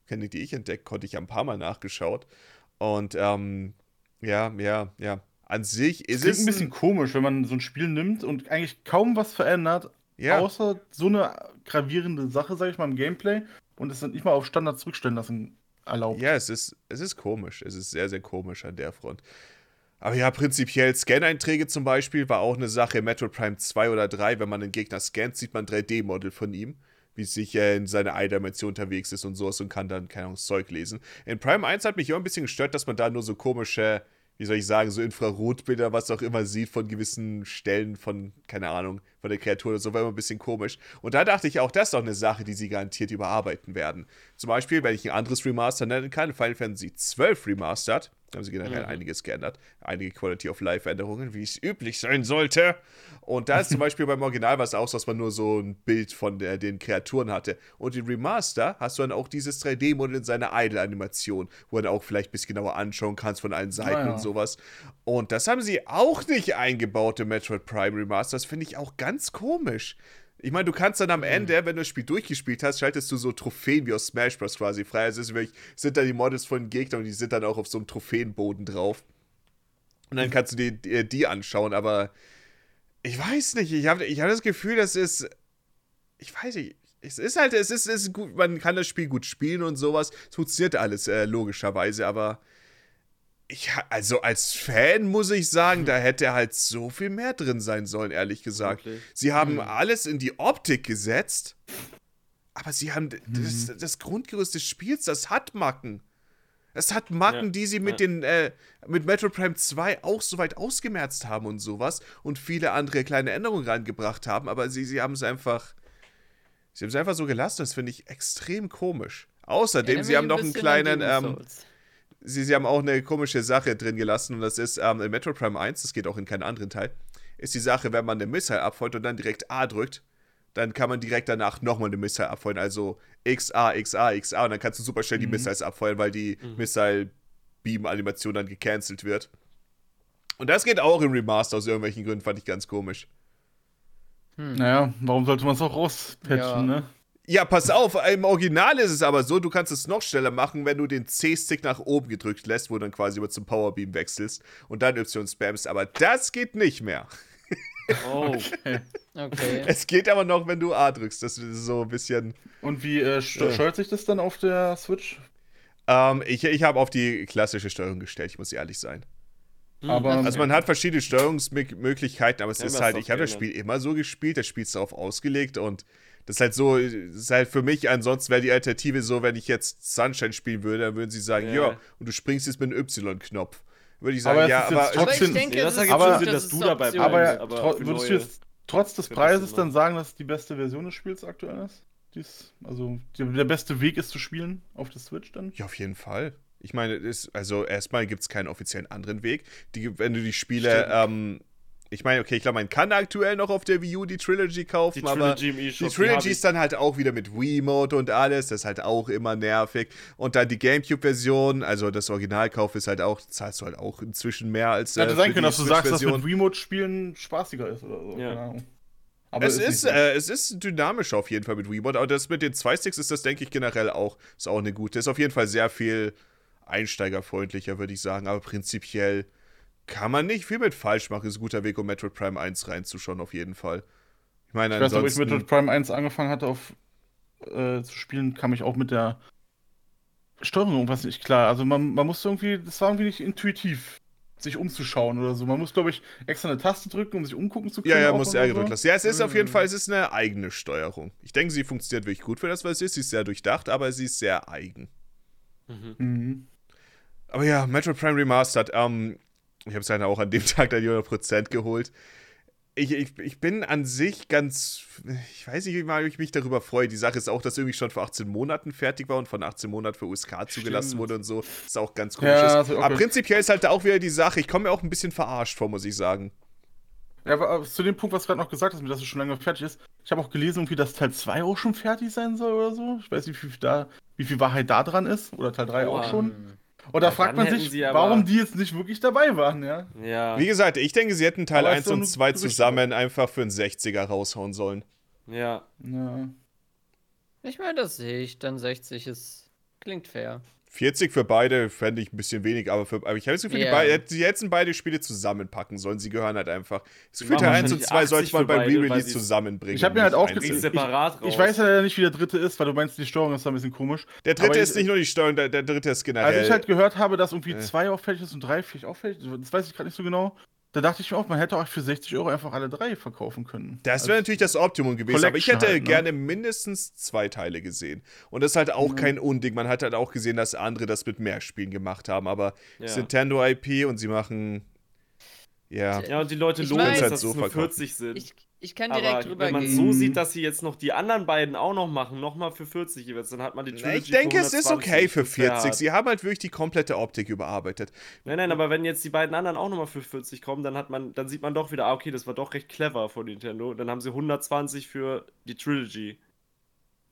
A: Keine, die ich entdeckt, konnte ich ja ein paar Mal nachgeschaut. Und ähm, ja, ja, ja. An sich ist
D: Es ist
A: es
D: ein bisschen komisch, wenn man so ein Spiel nimmt und eigentlich kaum was verändert,
A: ja.
D: außer so eine gravierende Sache, sag ich mal, im Gameplay und es dann nicht mal auf Standard zurückstellen lassen erlaubt.
A: Ja, es ist, es ist komisch. Es ist sehr, sehr komisch an der Front. Aber ja, prinzipiell Scan-Einträge zum Beispiel war auch eine Sache in Metroid Prime 2 oder 3. Wenn man einen Gegner scannt, sieht man ein 3D-Model von ihm, wie es sich äh, in seiner Eye-Dimension unterwegs ist und sowas und kann dann, keine Ahnung, das Zeug lesen. In Prime 1 hat mich immer ein bisschen gestört, dass man da nur so komische, wie soll ich sagen, so Infrarotbilder, was auch immer sieht von gewissen Stellen von, keine Ahnung, von der Kreatur oder so, war immer ein bisschen komisch. Und da dachte ich auch, das ist doch eine Sache, die sie garantiert überarbeiten werden. Zum Beispiel, wenn ich ein anderes Remaster nennen kann, Final Fantasy 12 Remastered, da haben sie generell
B: Mhm.
A: einiges geändert, einige Quality of Life Änderungen, wie es üblich sein sollte. Und da ist zum Beispiel beim Original was aus, dass man nur so ein Bild von der, den Kreaturen hatte. Und im Remaster hast du dann auch dieses 3D-Modell in seiner Idle-Animation, wo du dann auch vielleicht ein bisschen genauer anschauen kannst von allen Seiten
D: Naja.
A: und sowas. Und das haben sie auch nicht eingebaut im Metroid Prime Remaster. Das finde ich auch ganz komisch. Ich meine, du kannst dann am Ende, wenn du das Spiel durchgespielt hast, schaltest du so Trophäen wie aus Smash Bros. quasi frei. Also es ist wirklich, sind da die Models von den Gegnern und die sind dann auch auf so einem Trophäenboden drauf. Und dann kannst du dir die, äh, die anschauen, aber ich weiß nicht, ich habe ich hab das Gefühl, das ist. Ich weiß nicht. Es ist halt, es ist, es ist gut, man kann das Spiel gut spielen und sowas. Es funktioniert alles äh, logischerweise, aber ich, ha- also als Fan muss ich sagen, da hätte halt so viel mehr drin sein sollen, ehrlich gesagt.
B: Wirklich.
A: Sie haben
C: Hm.
A: alles in die Optik gesetzt, Aber sie haben das, das Grundgerüst des Spiels, das hat Macken. Es hat Macken,
B: Ja,
A: die sie mit
B: ja.
A: den äh, mit Metro Prime 2 auch soweit ausgemerzt haben und sowas und viele andere kleine Änderungen reingebracht haben, aber sie, sie haben es einfach sie haben es einfach so gelassen, das finde ich extrem komisch. Außerdem,
C: Erinnert
A: sie haben
C: mich
A: noch
C: ein
A: einen
C: bisschen an
A: kleinen
C: Demon's
A: ähm,
C: Souls.
A: sie, sie haben auch eine komische Sache drin gelassen und das ist ähm, in Metro Prime 1, das geht auch in keinen anderen Teil, ist die Sache, wenn man eine Missile abfeuert und dann direkt A drückt, dann kann man direkt danach nochmal eine Missile abfeuern, also XA, XA, XA und dann kannst du super schnell die Missiles abfeuern, weil die Missile-Beam-Animation dann gecancelt wird. Und das geht auch im Remaster aus irgendwelchen Gründen, fand ich ganz komisch.
D: Naja, warum sollte man es auch rauspatchen,
C: Ja.
D: ne?
A: Ja, pass auf, im Original ist es aber so, du kannst es noch schneller machen, wenn du den C-Stick nach oben gedrückt lässt, wo du dann quasi über zum Powerbeam wechselst und dann Y spammst. Aber das geht nicht mehr.
B: Oh,
C: Okay.
A: Es geht aber noch, wenn du A drückst. Das ist so ein bisschen.
D: Und wie äh, st
A: Ja.
D: steuert sich das dann auf der Switch?
A: Ähm, ich ich habe auf die klassische Steuerung gestellt, ich muss ehrlich sein.
B: Hm.
D: Aber
A: Also man hat verschiedene Steuerungsmöglichkeiten, aber es
B: Ja,
A: ist
B: das
A: halt,
B: doch
A: ich habe das
B: gerne.
A: Spiel immer so gespielt, das Spiel ist darauf ausgelegt und das ist halt so, das ist halt für mich, ansonsten wäre die Alternative so, wenn ich jetzt Sunshine spielen würde, dann würden sie sagen,
B: Ja.
A: ja, und du springst jetzt mit einem Y-Knopf. Würde ich sagen,
D: Aber es
A: ja,
D: ist jetzt
A: aber
C: Aber ich
D: Trotzdem-
C: denke,
B: Nee,
C: es
B: das
C: ist
B: ergibt
D: schon
C: das
B: Sinn, dass
C: ist
B: du dabei
C: Option.
B: bleibst.
D: ähm, aber,
B: aber
D: tro
B: für
D: würdest du
B: neue-
D: jetzt trotz des
B: für
D: Preises
B: bessere.
D: dann sagen, dass die beste Version des Spiels aktuell ist? Dies, also die, der beste Weg ist zu spielen auf der Switch dann?
A: ja, auf jeden Fall. Ich meine, es ist, also erstmal gibt es keinen offiziellen anderen Weg. Die, wenn du die Spiele, ähm, ich meine, okay, ich glaube, man kann aktuell noch auf der Wii U die Trilogy kaufen,
B: die
A: aber
B: Trilogy im
A: Die
B: E-Shop. hab
A: Trilogy
B: ich.
A: ist dann halt auch wieder mit Wiimote und alles, das ist halt auch immer nervig. Und dann die Gamecube-Version, also das Originalkauf ist halt auch, zahlst du halt auch inzwischen mehr als.
D: Hätte
A: äh,
D: sein
A: für
D: können,
A: die
D: dass du sagst, dass mit
A: Switch-Version.
D: Remote spielen spaßiger ist oder so.
B: Ja.
D: Keine Ahnung. Aber
A: Es ist,
D: nicht so.
A: äh, es ist dynamischer auf jeden Fall mit Wiimote, aber das mit den zwei Sticks ist das, denke ich, generell auch, ist auch eine gute. Ist auf jeden Fall sehr viel einsteigerfreundlicher, würde ich sagen, aber prinzipiell kann man nicht viel mit falsch machen. Ist ein guter Weg, um Metroid Prime 1 reinzuschauen, auf jeden Fall. Ich meine,
D: ich weiß noch, wo ich
A: ansonsten.
D: mit Metroid Prime 1 angefangen hatte auf, äh, zu spielen, kam ich auch mit der Steuerung irgendwas nicht klar. Also man, man musste irgendwie, das war irgendwie nicht intuitiv, sich umzuschauen oder so. Man muss, glaube ich, extra eine Taste drücken, um sich umgucken zu können.
A: Ja, ja,
D: auch
A: muss
D: oder
A: er
D: so. Hm.
A: gedrückt lassen. Ja, es ist auf jeden Fall, es ist eine eigene Steuerung. Ich denke, sie funktioniert wirklich gut für das, was sie ist. Sie ist sehr durchdacht, aber sie ist sehr eigen.
B: Mhm.
D: Mhm.
A: Aber ja, Metro Prime Remastered, ähm, ich habe es halt auch an dem Tag dann die 100% geholt. Ich, ich, ich bin an sich ganz, ich weiß nicht, wie ich mich darüber freue. Die Sache ist auch, dass irgendwie schon vor 18 Monaten fertig war und von 18 Monaten für USK zugelassen
D: Stimmt.
A: wurde und so. Ist auch ganz komisch.
D: Ja,
A: ist.
D: also, okay.
A: Aber prinzipiell ist halt da auch wieder die Sache, ich komme mir auch ein bisschen verarscht vor, muss ich sagen.
D: Ja, aber aber zu dem Punkt, was du gerade noch gesagt hast, dass es schon lange fertig ist, ich habe auch gelesen, irgendwie, dass Teil 2 auch schon fertig sein soll oder so. Ich weiß nicht, wie viel, da, wie viel Wahrheit da dran ist. Oder Teil 3 auch
B: Boah.
D: schon. Und da
B: Ja,
D: fragt
B: dann
D: man sich,
B: hätten sie aber-
D: warum die jetzt nicht wirklich dabei waren, ja.
B: Ja,
A: Wie gesagt, ich denke, sie hätten Teil
D: Aber ist
A: 1
D: doch
A: und
D: nur
A: 2
D: Gerüchte.
A: zusammen einfach für einen 60er raushauen sollen.
B: ja.
D: ja.
C: Ich meine, das sehe ich. Dann 60 ist. Klingt fair.
A: 40 für beide fände ich ein bisschen wenig, aber, für, aber ich habe das Gefühl, die
C: Ja.
A: beide- hätten- sie hätten beide Spiele zusammenpacken sollen. Sie gehören halt einfach. Das Gefühl,
B: machen
A: Teil 1 und
B: wahrscheinlich
A: 2 sollte
B: 80
A: man
B: für
A: beim
B: beide, weil
A: Re-Release
B: sie-
A: zusammenbringen.
D: Ich hab mir
A: und
D: halt auch
A: nicht
D: gedacht,
B: Bringt
A: einzeln.
D: ich-
B: separat raus.
D: Ich weiß halt, leider nicht, wie der dritte ist, weil du meinst, die Steuerung ist da ein bisschen komisch.
A: Der dritte
D: aber ich-
A: ist nicht nur die Steuerung, der, der dritte ist generell.
D: Als ich halt gehört habe, dass irgendwie
A: Äh.
D: zwei auffällig ist und drei vielleicht auffällig, das weiß ich gerade nicht so genau, da dachte ich mir auch, man hätte auch für 60 Euro einfach alle drei verkaufen können.
A: Das wäre
D: Also-
A: natürlich das Optimum gewesen, aber ich
D: Collection
A: hätte
D: halt, ne?
A: gerne mindestens zwei Teile gesehen. Und das ist halt auch kein Unding. Man hat halt auch gesehen, dass andere das mit mehr Spielen gemacht haben, aber
B: Ja.
A: es ist Nintendo IP und sie machen. Ja.
B: Ja, und die Leute
C: Ich
B: loben,
C: weiß-
B: es,
A: Halt
B: dass
A: so
B: es nur
A: verkaufen.
B: 40 sind.
C: Ich, ich kann direkt
B: aber
C: drüber
B: wenn man
C: gehen.
B: so
A: Mhm.
B: sieht, dass sie jetzt noch die anderen beiden auch noch machen, nochmal für 40 jeweils, dann hat man die
A: Na,
B: Trilogy
A: ich denke,
B: für
A: es ist
B: 120.
A: okay für
B: Das wär
A: 40.
B: hart.
A: Sie haben halt wirklich die komplette Optik überarbeitet.
B: Nein, nein, aber wenn jetzt die beiden anderen auch nochmal für 40 kommen, dann hat man, dann sieht man doch wieder, ah, okay, das war doch recht clever von Nintendo. Dann haben sie 120 für die Trilogy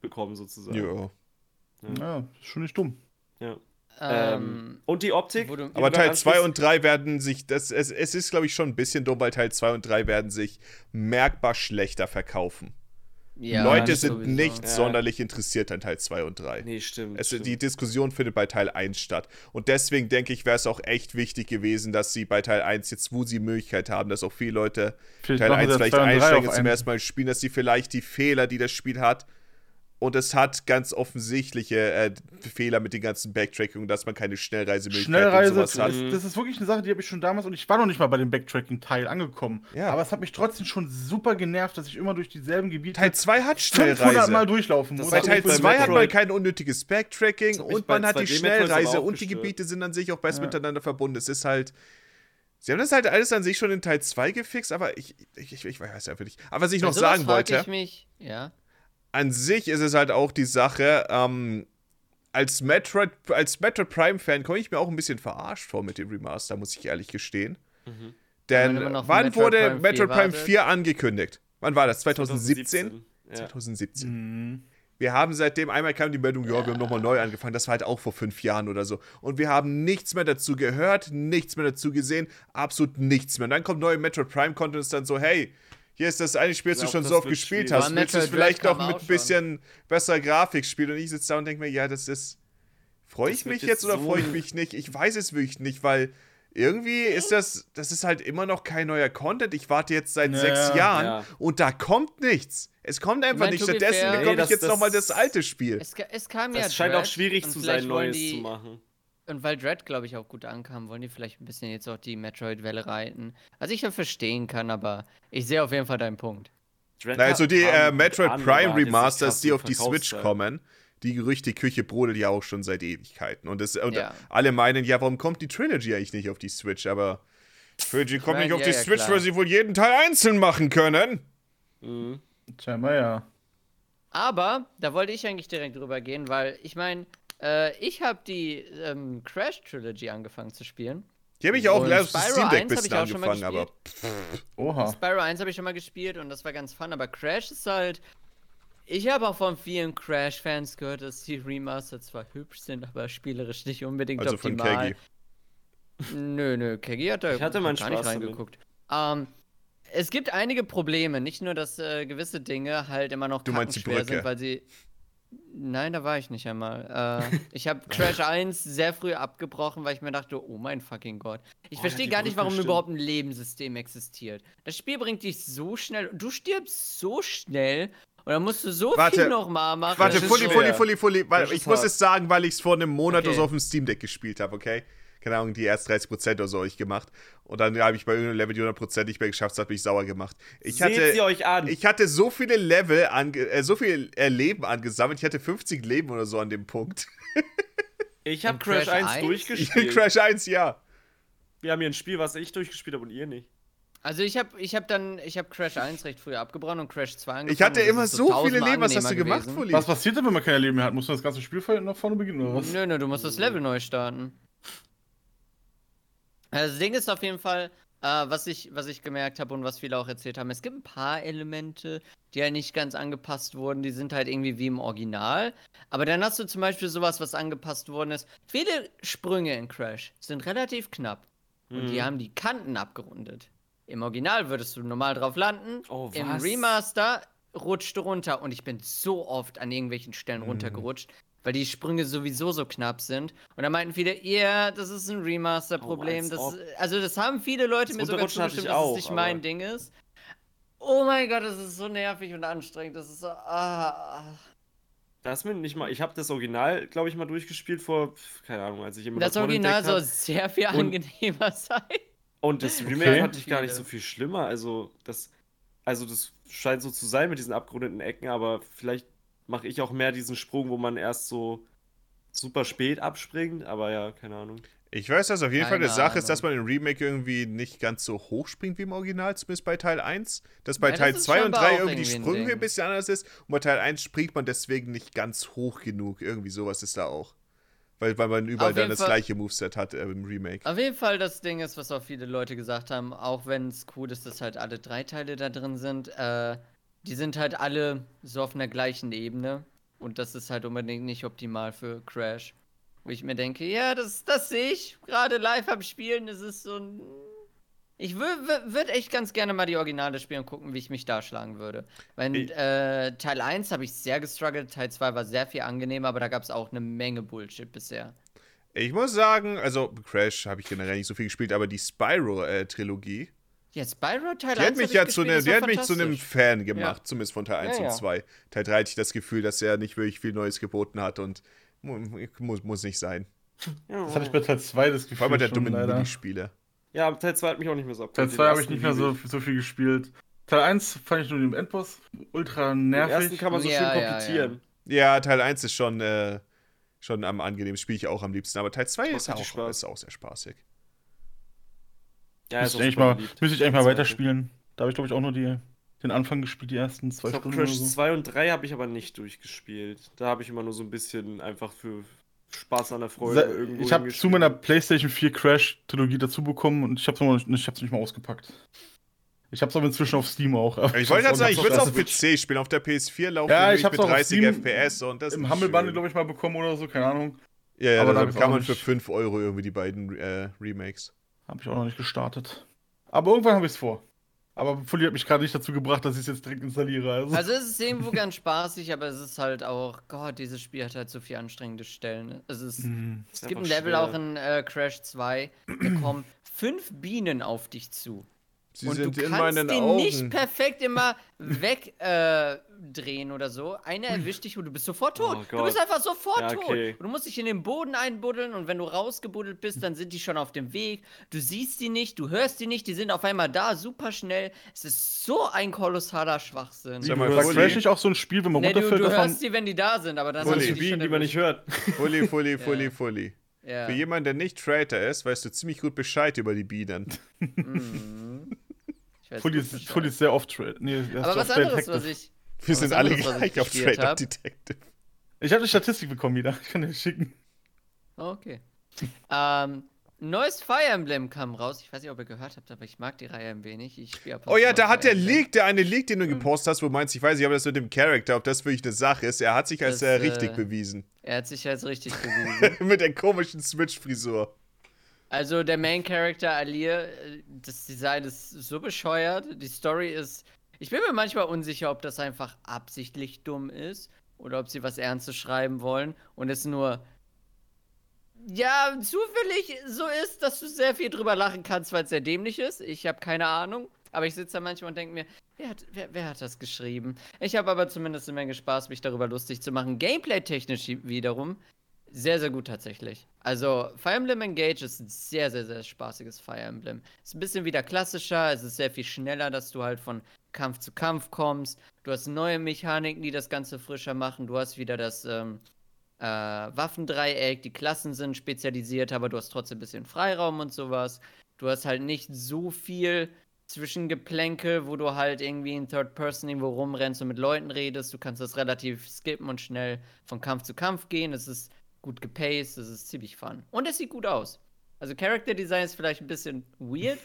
B: bekommen, sozusagen.
A: Ja.
D: Ja, ist schon nicht dumm.
B: Ähm,
C: ähm,
B: und die Optik?
C: Wo du-
A: Aber Teil 2
B: Übergangsschluss-
A: und 3 werden sich, das, es, es ist, glaube ich, schon ein bisschen dumm, weil Teil 2 und 3 werden sich merkbar schlechter verkaufen.
C: ja,
A: Leute
C: das
A: sind
C: sowieso.
A: nicht
B: Ja.
A: sonderlich interessiert an Teil 2 und 3.
B: Nee, stimmt.
A: Es,
B: stimmt.
A: die Diskussion findet bei Teil 1 statt. Und deswegen denke ich, wäre es auch echt wichtig gewesen, dass sie bei Teil 1 jetzt, wo sie die Möglichkeit haben, dass auch viele Leute
D: Vielleicht
A: Teil
D: machen
A: 1
D: sie
A: vielleicht
D: zwei und drei
A: einsteigen
D: auf
A: zum
D: einen.
A: ersten Mal spielen, dass sie vielleicht die Fehler, die das Spiel hat, Und es hat ganz offensichtliche äh, Fehler mit den ganzen Backtrackungen, dass man keine Schnellreisemöglichkeiten und
D: Schnellreise,
A: sowas hat.
D: das, das ist wirklich eine Sache, die habe ich schon damals und ich war noch nicht mal bei dem Backtracking-Teil angekommen.
A: Ja.
D: Aber es hat mich trotzdem schon super genervt, dass ich immer durch dieselben Gebiete
A: Teil 2 hat
D: 500
A: Schnellreise.
D: Mal durchlaufen
B: Das
D: muss.
A: bei
B: hab
A: Teil
B: ich bei
A: 2 hat man
B: Metroid.
A: kein unnötiges Backtracking
B: Das hab ich
A: und
B: bei
A: man hat die
B: 2D Metroid aber
A: Schnellreise
B: auch
A: und die
B: gestört.
A: Gebiete sind an sich auch besser
D: Ja.
A: miteinander verbunden. Es ist halt. Sie haben das halt alles an sich schon in Teil 2 gefixt, aber ich, ich, ich, ich weiß einfach nicht. Aber was ich
C: Bei
A: noch
C: sowas
A: sagen
C: frag
A: wollte,
C: Ich mich, ja.
A: an sich ist es halt auch die Sache, ähm, als Metroid, als Metroid Prime-Fan komme ich mir auch ein bisschen verarscht vor mit dem Remaster, muss ich ehrlich gestehen.
B: Mhm.
A: Denn
C: Wenn man immer noch auf
A: wann
C: Metroid
A: wurde
C: Prime 4
A: Metroid Prime
C: wartet.
A: 4 angekündigt? Wann war das? 2017?
B: 2017?
A: 2017.
D: Mhm.
A: Wir haben seitdem einmal kam die Meldung, ja, wir haben nochmal neu angefangen. Das war halt auch vor fünf Jahren oder so. Und wir haben nichts mehr dazu gehört, nichts mehr dazu gesehen, absolut nichts mehr. Und dann kommt neue Metroid Prime Content und ist dann so, hey, hier ist das eine Spiel, das
B: Ja,
A: du
B: auch
A: schon
B: das
A: so oft
B: wird
A: gespielt
B: schwierig.
A: hast.
C: Ja,
A: Willst du es
C: Metroid
A: vielleicht
C: Black
A: noch
C: kam
A: mit
C: auch
A: ein bisschen besserer Grafik spielen? Und ich sitze da und denke mir, ja, das ist. Freue
B: Das
A: ich
B: wird
A: mich
B: jetzt
A: jetzt oder
B: so
A: freue ich
B: ein-
A: mich nicht? Ich weiß es wirklich nicht, weil irgendwie ist das, das ist halt immer noch kein neuer Content. Ich warte jetzt seit
D: Ja,
A: sechs
D: ja.
A: Jahren
B: Ja.
A: und da kommt nichts. Es kommt einfach
C: meine,
A: nicht.
C: to be
A: Stattdessen
C: fair-
A: bekomme
B: Nee,
A: ich
B: das-
A: jetzt
B: das-
A: nochmal das alte Spiel.
C: Es, ga- es kam ja.
B: Das scheint auch
C: Dread
B: schwierig
C: und
B: zu
C: vielleicht
B: sein,
C: wollen
B: Neues
C: die-
B: zu machen.
C: Und weil Dread, glaube ich, auch gut ankam, wollen die vielleicht ein bisschen jetzt auch die Metroid-Welle reiten. Was ich ja verstehen kann, aber ich sehe auf jeden Fall deinen Punkt.
B: Dread
A: Na,
C: halt
A: also die
B: kam
A: äh,
B: gut
A: Metroid
B: an,
A: Prime
B: aber hat jetzt nicht
A: Remasters,
B: krass
A: die
B: den
A: auf die Switch
B: Verkaufswert.
A: kommen, die Gerüchteküche brodelt ja auch schon seit Ewigkeiten. Und, das, und
C: Ja.
A: alle meinen, ja, warum kommt die Trilogy eigentlich nicht auf die Switch? Aber Trilogy kommt
C: meine,
A: nicht auf
C: ja,
A: die
C: ja,
A: Switch,
C: klar.
A: weil sie wohl jeden Teil einzeln machen können.
B: Mhm.
D: Scheinbar ja.
C: Aber da wollte ich eigentlich direkt drüber gehen, weil ich meine, äh, ich habe die ähm, Crash Trilogy angefangen zu spielen.
A: Die habe ich auch
C: Und
A: erst auf dem
C: Spyro
A: Steam
C: 1
A: Deck
C: hab
A: bisschen
C: ich auch schon mal
A: angefangen, aber
D: Oha.
C: Spyro 1 habe ich schon mal gespielt und das war ganz fun, aber Crash ist halt. Ich habe auch von vielen Crash-Fans gehört, dass die Remaster zwar hübsch sind, aber spielerisch nicht unbedingt
A: also von
C: optimal.
A: Kegi.
C: Nö, nö, Kegi hat da
B: Ich hatte meinen
C: gar
B: Spaß
C: nicht
B: damit.
C: reingeguckt. Ähm, es gibt einige Probleme, nicht nur, dass äh, gewisse Dinge halt immer noch
A: Du meinst die
C: kackenschwer
A: Brücke.
C: sind, weil sie. Nein, da war ich nicht einmal. Äh, ich habe Crash 1 sehr früh abgebrochen, weil ich mir dachte, oh mein fucking Gott. Ich
B: Oh, ja,
C: verstehe
B: die
C: gar nicht,
B: Brücke,
C: warum
B: stimmt.
C: überhaupt ein Lebenssystem existiert. Das Spiel bringt dich so schnell. Du stirbst so schnell und dann musst du so
A: Warte.
C: viel nochmal machen.
A: Warte,
C: das ist
A: Fully,
C: so-
A: Fully,
D: schwer.
A: Fully, Fully, weil
B: Das
A: ich
B: ist
A: muss
B: hart.
A: es sagen, weil ich es vor einem Monat
C: Okay.
A: oder so auf dem Steam Deck gespielt habe, okay? Keine Ahnung, die erst 30% oder so habe ich gemacht. Und dann habe ich bei irgendeinem Level die 100% nicht mehr geschafft, das hat mich sauer gemacht. Ich
B: Seht sie
A: hatte,
B: euch an.
A: ich hatte so viele Level, ange äh, so viel äh, Leben angesammelt, ich hatte 50 Leben oder so an dem Punkt.
B: Ich habe
C: In
B: Crash,
C: Crash
B: 1
C: 1?
B: durchgespielt.
A: Crash 1, ja.
B: Wir haben hier ein Spiel, was ich durchgespielt habe und ihr nicht.
C: Also ich habe ich hab dann, ich habe Crash 1 recht früh abgebrochen und Crash 2 angefangen.
A: Ich hatte
C: und das
A: immer
C: ist
A: so viele
C: tausendmal
A: Leben, was hast du
C: angenehmer
A: gemacht,
C: gewesen.
A: Fully?
D: Was passiert denn, wenn man kein Leben mehr hat? Muss man das ganze Spiel von- nach vorne beginnen oder was?
C: Nö, nö, du musst das Level neu starten. Also das Ding ist auf jeden Fall, äh, was, ich, was ich gemerkt habe und was viele auch erzählt haben, es gibt ein paar Elemente, die halt nicht ganz angepasst wurden, die sind halt irgendwie wie im Original. Aber dann hast du zum Beispiel sowas, was angepasst worden ist. Viele Sprünge in Crash sind relativ knapp und die
B: Mhm.
C: haben die Kanten abgerundet. Im Original würdest du normal drauf landen,
B: Oh,
C: im
B: was?
C: Remaster rutscht du runter und ich bin so oft an irgendwelchen Stellen
B: Mhm.
C: runtergerutscht, weil die Sprünge sowieso so knapp sind. Und da meinten viele, ja, das ist ein Remaster-Problem.
B: Oh, als
C: das-
B: ob.
C: also das haben viele Leute
B: Das
C: mir sogar
B: Runterrutschen hatte ich
C: zugestimmt, dass
B: auch,
C: es nicht
B: aber-
C: mein Ding ist. Oh mein Gott, das ist so nervig und anstrengend. Das ist so. Ah, ah.
B: Das mir nicht mal. Ich habe das Original, glaube ich, mal durchgespielt vor, pf, keine Ahnung, als ich immer
C: das
B: Modem
C: Original
B: entdeckt
C: soll
B: hab.
C: sehr viel
B: Und-
C: angenehmer sein.
B: Und das Remake
D: Okay.
B: fand ich gar nicht
C: Viele.
B: so viel schlimmer. Also das, also das scheint so zu sein mit diesen abgerundeten Ecken, aber vielleicht mache ich auch mehr diesen Sprung, wo man erst so super spät abspringt, aber ja, keine Ahnung.
A: Ich weiß, dass auf jeden Fall
C: Keine
A: eine Sache ist,
C: Ahnung.
A: dass man im Remake irgendwie nicht ganz so hoch springt wie im Original, zumindest bei Teil 1. Dass bei
C: Ja, das
A: Teil
C: ist
A: 2 und
C: scheinbar
A: 3
C: auch
A: irgendwie die
C: irgendwie ein
A: Sprünge ein
C: Ding.
A: bisschen anders ist und bei Teil 1 springt man deswegen nicht ganz hoch genug. Irgendwie sowas ist da auch. Weil, weil man überall
C: Auf
A: dann
C: jeden
A: das
C: Fall-
A: gleiche Moveset hat äh, im Remake.
C: Auf jeden Fall das Ding ist, was auch viele Leute gesagt haben, auch wenn es cool ist, dass halt alle drei Teile da drin sind, äh, die sind halt alle so auf einer gleichen Ebene. Und das ist halt unbedingt nicht optimal für Crash. Wo ich mir denke, ja, das, das sehe ich gerade live am Spielen. Es ist so ein. Ich würde echt ganz gerne mal die Originale spielen und gucken, wie ich mich da schlagen würde. Weil
B: Ich-
C: äh, Teil 1 habe ich sehr gestruggelt, Teil 2 war sehr viel angenehmer, aber da gab es auch eine Menge Bullshit bisher.
A: Ich muss sagen, also Crash habe ich generell nicht so viel gespielt, aber die Spyro-Trilogie
C: Jetzt Byron Teil
A: Die
C: 1
A: hat mich
C: hab ich
A: ja zu, ne,
C: gespielt,
A: die
C: das
A: hat
C: war
A: mich zu einem
C: fantastisch.
A: Fan gemacht, zumindest von Teil
C: Ja,
A: 1
C: ja.
A: und 2. Teil 3 hatte ich das Gefühl, dass er nicht wirklich viel Neues geboten hat und mu- muss, muss nicht sein.
D: Das hatte ich bei Teil 2 das Gefühl.
A: Vor allem mit der
D: schon,
A: dummen
D: leider.
A: Minispiele.
B: Ja, Teil 2 hat mich auch nicht mehr so
D: Teil
B: abgeholt.
D: 2 habe ich nicht mehr so, so viel gespielt. Teil 1 fand ich nur den Endboss ultra
B: nervig.
D: nervig.
B: Den ersten kann man so
C: Ja,
B: schön
C: ja,
B: komplettieren.
A: Ja, Teil 1 ist schon, äh, schon am angenehmsten, spiele ich auch am liebsten, aber Teil 2
B: Macht
A: ist
B: richtig
A: auch,
B: Spaß.
A: ist auch sehr spaßig.
B: Ja, ist
D: müsste,
B: auch
D: ich
B: super
D: mal,
B: beliebt.
D: müsste ich eigentlich mal
B: Zweite.
D: weiterspielen. Da habe ich, glaube ich, auch nur die, den Anfang gespielt, die ersten zwei
B: Ich glaube,
D: Stunden.
B: Crash
D: oder so.
B: 2 und 3 habe ich aber nicht durchgespielt. Da habe ich immer nur so ein bisschen einfach für Spaß an der Freude
D: Se-
B: irgendwo
D: ich habe zu
B: hingespielt.
D: meiner PlayStation 4 Crash-Trilogie dazu bekommen und ich habe es nicht mal ausgepackt. Ich habe es aber inzwischen auf Steam auch. aber
A: Ich wollte gerade
D: hab's auch
A: sagen, ich
D: noch
A: würde es auf
D: der Switch.
A: PC spielen, auf der PS4 laufen
D: Ja,
A: nämlich
D: ich hab's
A: mit
D: auch auf
A: 30
D: Steam
A: FPS und das
D: Im
A: ist
D: Humble Bundle,
A: schön.
D: glaube ich, mal bekommen oder so, keine Ahnung.
A: Ja, ja
D: aber da
A: da
D: hab ich's
A: kann
D: auch
A: man für
D: nicht.
A: 5 Euro irgendwie die beiden äh, Remakes.
D: Habe ich auch noch nicht gestartet. Aber irgendwann habe ich es vor. Aber Fully hat mich gerade nicht dazu gebracht, dass ich es jetzt direkt installiere. Also.
C: Also es ist irgendwo ganz spaßig, aber es ist halt auch, Gott, dieses Spiel hat halt so viel anstrengende Stellen. Es ist,
D: Mhm.
C: es
B: Ist
C: gibt ein
B: einfach
C: Level
B: schwer.
C: auch in äh, Crash 2, da kommen fünf Bienen auf dich zu.
A: Sie
C: und
A: sind
C: du
A: in
C: kannst
A: meinen
C: die
A: Augen.
C: nicht perfekt immer wegdrehen äh, drehen oder so. Einer erwischt dich und du bist sofort
B: Oh
C: tot. du
B: Gott.
C: bist einfach sofort
B: Ja, okay.
C: tot. Du musst dich in den Boden einbuddeln und wenn du rausgebuddelt bist, dann sind die schon auf dem Weg. Du siehst die nicht, du hörst die nicht, die sind auf einmal da, super schnell. Es ist so ein kolossaler Schwachsinn.
A: Sag mal,
D: War
A: Fully.
D: Crash nicht auch so ein Spiel, wenn man
C: Nee, du,
D: runterfällt,
C: du
D: dass man
C: hörst sie, wenn die da sind, aber dann
A: Fully.
B: Das
C: hast
B: sind
C: du
B: die
A: Wie
B: Bienen, die man nicht hört.
A: Fully, fully, fully, fully.
C: Ja.
A: Für jemanden, der nicht Traitor ist, weißt du ziemlich gut Bescheid über die Bienen.
C: Mhm. Ich weiß
D: Fully
C: gut
D: ist,
C: Bescheid.
D: Fully ist sehr oft Trade. Nee, er ist
C: aber
D: oft
C: was
D: Trade
C: anderes,
D: Detective.
C: was ich.
A: Wir
C: was
A: sind alle
C: anderes, was ich
A: gleich auf
C: gespielt
A: Traitor
C: hab.
A: Detective.
D: Ich habe eine Statistik bekommen wieder. Ich kann dir schicken.
C: Okay. ähm, neues Fire Emblem kam raus. Ich weiß nicht, ob ihr gehört habt, aber ich mag die Reihe ein wenig. Ich spiel ab und
A: Oh ja,
C: zu
A: da
C: mal
A: hat
C: Fire
A: der
C: Emblem.
A: Leak, der eine Leak, den du
C: Hm.
A: gepostet hast, wo meinst, ich weiß nicht, ob das mit dem Charakter, ob das wirklich eine Sache ist. Er hat sich als
C: Das,
A: äh, richtig
C: äh,
A: bewiesen.
C: Er hat sich jetzt richtig bewiesen.
A: mit der komischen Switch-Frisur.
C: also der Main Character Alir, äh, das Design ist so bescheuert. Die Story ist. Ich bin mir manchmal unsicher, ob das einfach absichtlich dumm ist oder ob sie was Ernstes schreiben wollen und es nur. Ja, zufällig so ist, dass du sehr viel drüber lachen kannst, weil es sehr dämlich ist. Ich habe keine Ahnung. Aber ich sitze da manchmal und denke mir, wer hat, wer, wer hat das geschrieben? Ich habe aber zumindest eine Menge Spaß, mich darüber lustig zu machen. Gameplay-technisch wiederum sehr, sehr gut tatsächlich. Also Fire Emblem Engage ist ein sehr, sehr, sehr spaßiges Fire Emblem. Ist ein bisschen wieder klassischer, es ist sehr viel schneller, dass du halt von Kampf zu Kampf kommst. Du hast neue Mechaniken, die das Ganze frischer machen. Du hast wieder das ähm, äh, Waffendreieck, die Klassen sind spezialisiert, aber du hast trotzdem ein bisschen Freiraum und sowas. Du hast halt nicht so viel Zwischengeplänkel, wo du halt irgendwie in Third Person irgendwo rumrennst und mit Leuten redest. Du kannst das relativ skippen und schnell von Kampf zu Kampf gehen. Es ist gut gepaced, es ist ziemlich fun. Und es sieht gut aus. Also Character Design ist vielleicht ein bisschen weird,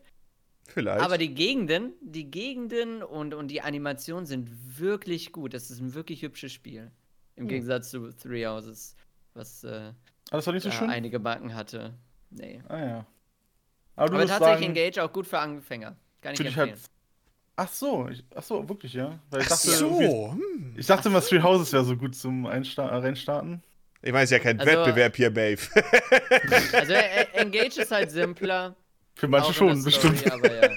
A: Vielleicht.
C: aber die Gegenden, die Gegenden und, und die Animationen sind wirklich gut. Es ist ein wirklich hübsches Spiel.
D: Oh.
C: Im Gegensatz zu Three Houses, was äh,
D: Alles war nicht so
C: da
D: schön?
C: einige Backen hatte. Nee.
D: Ah ja. Aber du
C: Aber
D: musst
C: tatsächlich
D: sagen,
C: Engage auch gut für Anfänger. Kann ich
D: für dich
C: empfehlen.
D: hat's. Ach so, ich, ach so, wirklich, ja. Weil ich
A: Ach
D: dachte, irgendwie-
A: so. hm.
D: ich dachte immer, Three Houses wäre so gut zum Einsta äh, Reinstarten.
A: Ich meine, es ist ja kein
C: Also-
A: Wettbewerb hier, Maeve.
C: Also äh, Engage ist halt simpler.
D: Für halt manche
C: auch in
D: schon,
C: der Story,
D: bestimmt.
C: Aber ja.